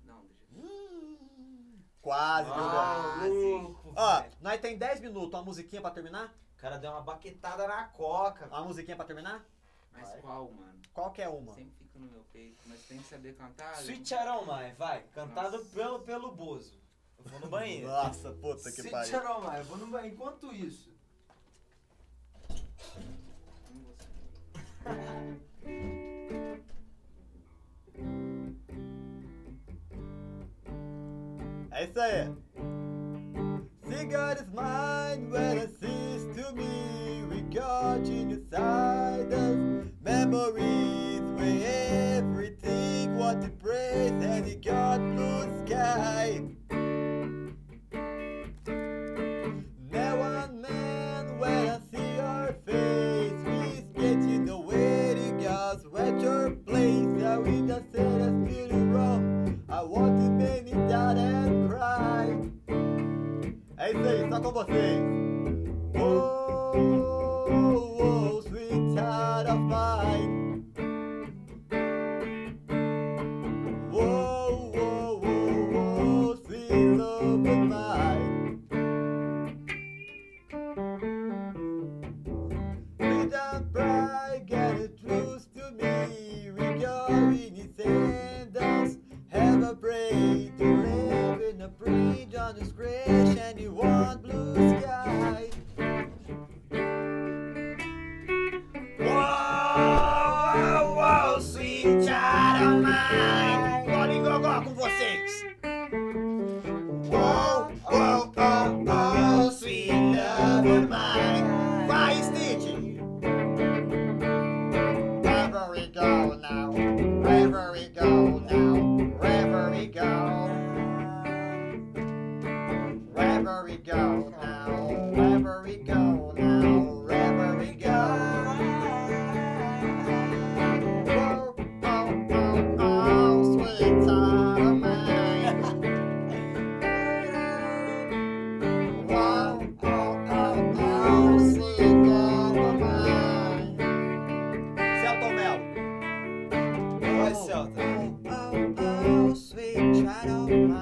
Speaker 2: Não, deixa eu...
Speaker 1: Hum, Quase, viu, velho?
Speaker 2: Ah,
Speaker 3: Maluco,
Speaker 1: Ó,
Speaker 3: velho.
Speaker 1: nós tem 10 minutos. Uma musiquinha pra terminar?
Speaker 3: O cara deu uma baquetada na coca.
Speaker 1: Uma musiquinha pra terminar?
Speaker 2: Mas
Speaker 3: Vai.
Speaker 2: qual qual, mano.
Speaker 1: Qualquer uma.
Speaker 2: Sempre fica no meu peito, mas tem que saber cantar.
Speaker 1: Ah.
Speaker 3: Sweet Sharon Mai, vai. Cantado
Speaker 2: Nossa.
Speaker 3: pelo, pelo Bozo. Eu vou no banheiro.
Speaker 1: Nossa, puta que
Speaker 4: Se
Speaker 1: pariu.
Speaker 4: tirar mais, vou no banheiro. Enquanto isso,
Speaker 2: Como você.
Speaker 1: É isso aí. See God is mine when it sees to me. We got inside us memories where everything was embraced and he got blue sky. Now one man when I see your face, he's getting the waiting us at your place. Now we just say that's feeling wrong. I want to make me down and cry. É isso aí, só com vocês. Oh, oh, sweetheart of mine. Oh, oh, oh, oh, sweet love of mine. With a pride, get a truth to me. We go in his hand, us have a break to live in a bridge on this crash and you want blue sky. Uou, uou, uou, sweet child of mine. Glória e gogó com vocês. Uou, uou, uou, uou, sweet love of mine. Vai, Stitch. Wherever we go now, wherever we go now, wherever we go, wherever we go now, wherever we go now, wherever we go. Oh, oh, oh, oh, sweet time of mine. Oh, oh, oh, oh, sweet time of mine. Celton Mello.
Speaker 3: Vai, Celta.
Speaker 1: Oh, oh, oh, sweet child of mine.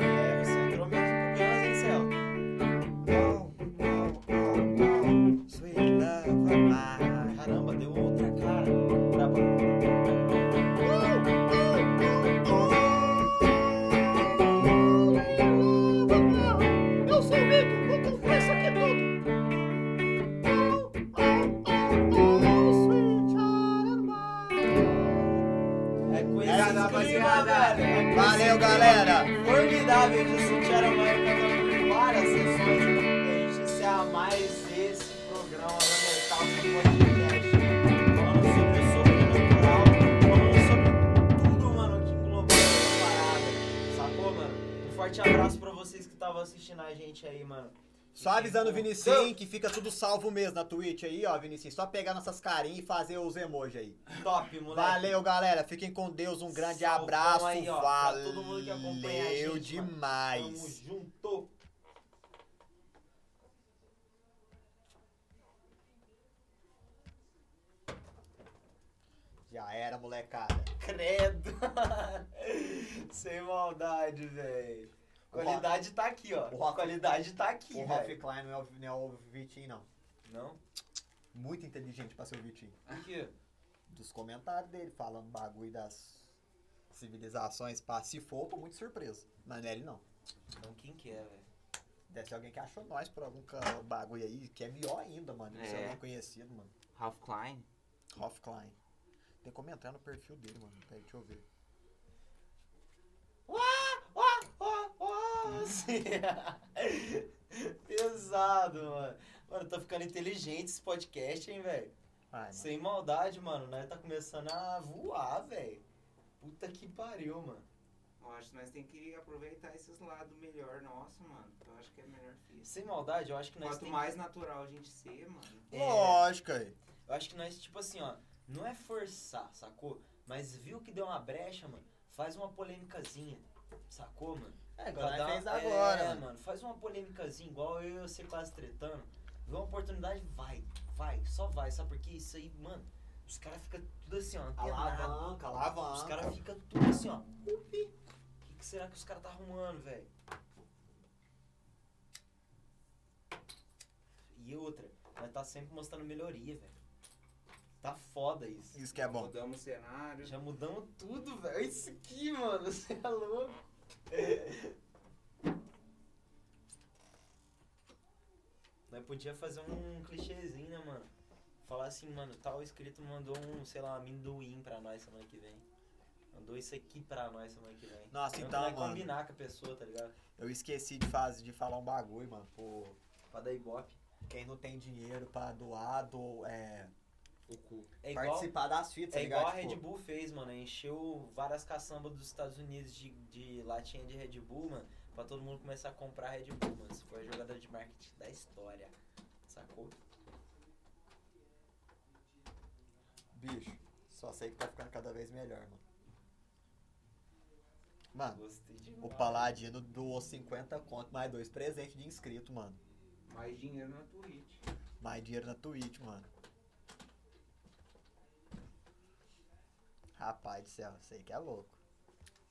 Speaker 3: É, você entrou mesmo pro Guns, hein, Celta?
Speaker 1: Oh, oh, oh, oh, sweet love of mine.
Speaker 3: Caramba, deu outra cara. Braba.
Speaker 1: Eu sou o Vitor, vou confessar aqui tudo. Oh, oh, oh, sweet child of mine.
Speaker 3: É com
Speaker 1: É,
Speaker 3: esse clima,
Speaker 4: rapaziada.
Speaker 3: velho.
Speaker 1: Valeu, galera.
Speaker 3: Formidável de Sweet Sharon Mai cantando por várias sessões. E a gente encerra "Ah, mais esse programa da Metal com Podcast. Falando sobre o sobrenatural. Falando sobre tudo, mano, que engloba essa parada. Sacou, mano? Um forte abraço pra vocês que estavam assistindo a gente aí, mano.
Speaker 1: Só avisando o
Speaker 3: Então,
Speaker 1: Vinicius que fica tudo salvo mesmo na Twitch aí, ó, Vinicius. Só pegar nossas carinhas e fazer os emojis aí.
Speaker 3: Top, moleque.
Speaker 1: Valeu, galera. Fiquem com Deus. Um grande
Speaker 3: Salvão
Speaker 1: abraço.
Speaker 3: aí, ó, pra
Speaker 1: Valeu
Speaker 3: todo mundo que acompanha a gente, mano.
Speaker 1: demais.
Speaker 3: Tamo junto.
Speaker 1: Já era, molecada.
Speaker 3: Credo! Sem maldade, velho. Qualidade tá aqui, ó.
Speaker 1: O Rafa-
Speaker 3: Qualidade tá aqui,
Speaker 1: O Ralph
Speaker 3: velho.
Speaker 1: Klein não é, o, não é o Vitinho, não.
Speaker 3: Não?
Speaker 1: Muito inteligente pra ser o Vitinho.
Speaker 3: Por quê?
Speaker 1: Dos comentários dele, falando bagulho das civilizações. Pá. Se for, eu tô muito surpreso. Mas não é ele, não.
Speaker 3: Então quem que é, velho?
Speaker 1: Deve ser alguém que achou nós por algum ca- bagulho aí, que é pior ainda, mano. Isso é
Speaker 2: É.
Speaker 1: alguém conhecido, mano.
Speaker 2: Ralph Klein?
Speaker 1: Ralph Klein. Tem como entrar no perfil dele, mano. Peraí, deixa eu ver.
Speaker 3: Ó, ó, assim. Pesado, mano. Mano, tá ficando inteligente esse podcast, hein, velho?
Speaker 1: Ai, mano.
Speaker 3: Sem maldade, mano. Nós tá começando a voar, velho. Puta que pariu, mano.
Speaker 2: Eu acho que nós temos que aproveitar esses lados melhor nosso, mano. Eu acho que é melhor que isso.
Speaker 3: Sem maldade, eu acho que nós
Speaker 2: Quanto
Speaker 3: tem
Speaker 2: mais natural a gente ser, mano.
Speaker 3: É.
Speaker 1: Lógico, aí.
Speaker 3: Eu acho que nós, tipo assim, ó, não é forçar, sacou? Mas viu que deu uma brecha, mano, faz uma polêmicazinha, sacou, mano?
Speaker 1: É,
Speaker 3: Pra
Speaker 1: agora
Speaker 3: dar-
Speaker 1: fez agora,
Speaker 3: é,
Speaker 1: mano.
Speaker 3: faz uma polêmicazinha, igual eu e você quase tretando. Vê uma oportunidade, vai, vai, só vai, sabe por quê? Isso aí, mano, os caras ficam tudo assim, ó, antenado.
Speaker 1: Alavanca, alavanca.
Speaker 3: Os caras ficam tudo assim, ó, upi. O que, que será que os caras tá arrumando, velho? E outra, nós tá sempre mostrando melhoria, velho. Tá foda isso.
Speaker 1: Isso que é bom.
Speaker 2: Mudamos o cenário.
Speaker 3: Já mudamos tudo, velho. Isso aqui, mano. Você é louco. Nós podia fazer um clichêzinho, né, mano? Falar assim, mano, tal escrito mandou um, sei lá, um amendoim pra nós semana que vem. Mandou isso aqui pra nós semana que vem.
Speaker 1: Nossa,
Speaker 3: Não
Speaker 1: então,
Speaker 3: vai
Speaker 1: mano.
Speaker 3: combinar com a pessoa, tá ligado?
Speaker 1: Eu esqueci de, faz, de falar um bagulho, mano. Pô,
Speaker 3: Pra dar ibope.
Speaker 1: quem não tem dinheiro pra doar, do, é,
Speaker 2: O cu.
Speaker 3: É igual,
Speaker 1: participar das fitas, tá
Speaker 3: é igual
Speaker 1: ligado?
Speaker 3: a
Speaker 1: Tipo,
Speaker 3: Red Bull fez, mano. Encheu várias caçambas dos Estados Unidos de, de latinha de Red Bull, mano. Pra todo mundo começar a comprar Red Bull, mano. Isso foi a jogada de marketing da história. Sacou?
Speaker 1: Bicho, só sei que tá ficando cada vez melhor, mano. Mano,
Speaker 3: Gostei
Speaker 1: o
Speaker 3: demais.
Speaker 1: Paladino doou 50 conto, mais dois presentes de inscrito, mano.
Speaker 2: Mais dinheiro na Twitch.
Speaker 1: Mais dinheiro na Twitch, mano. Rapaz do céu, sei que é louco.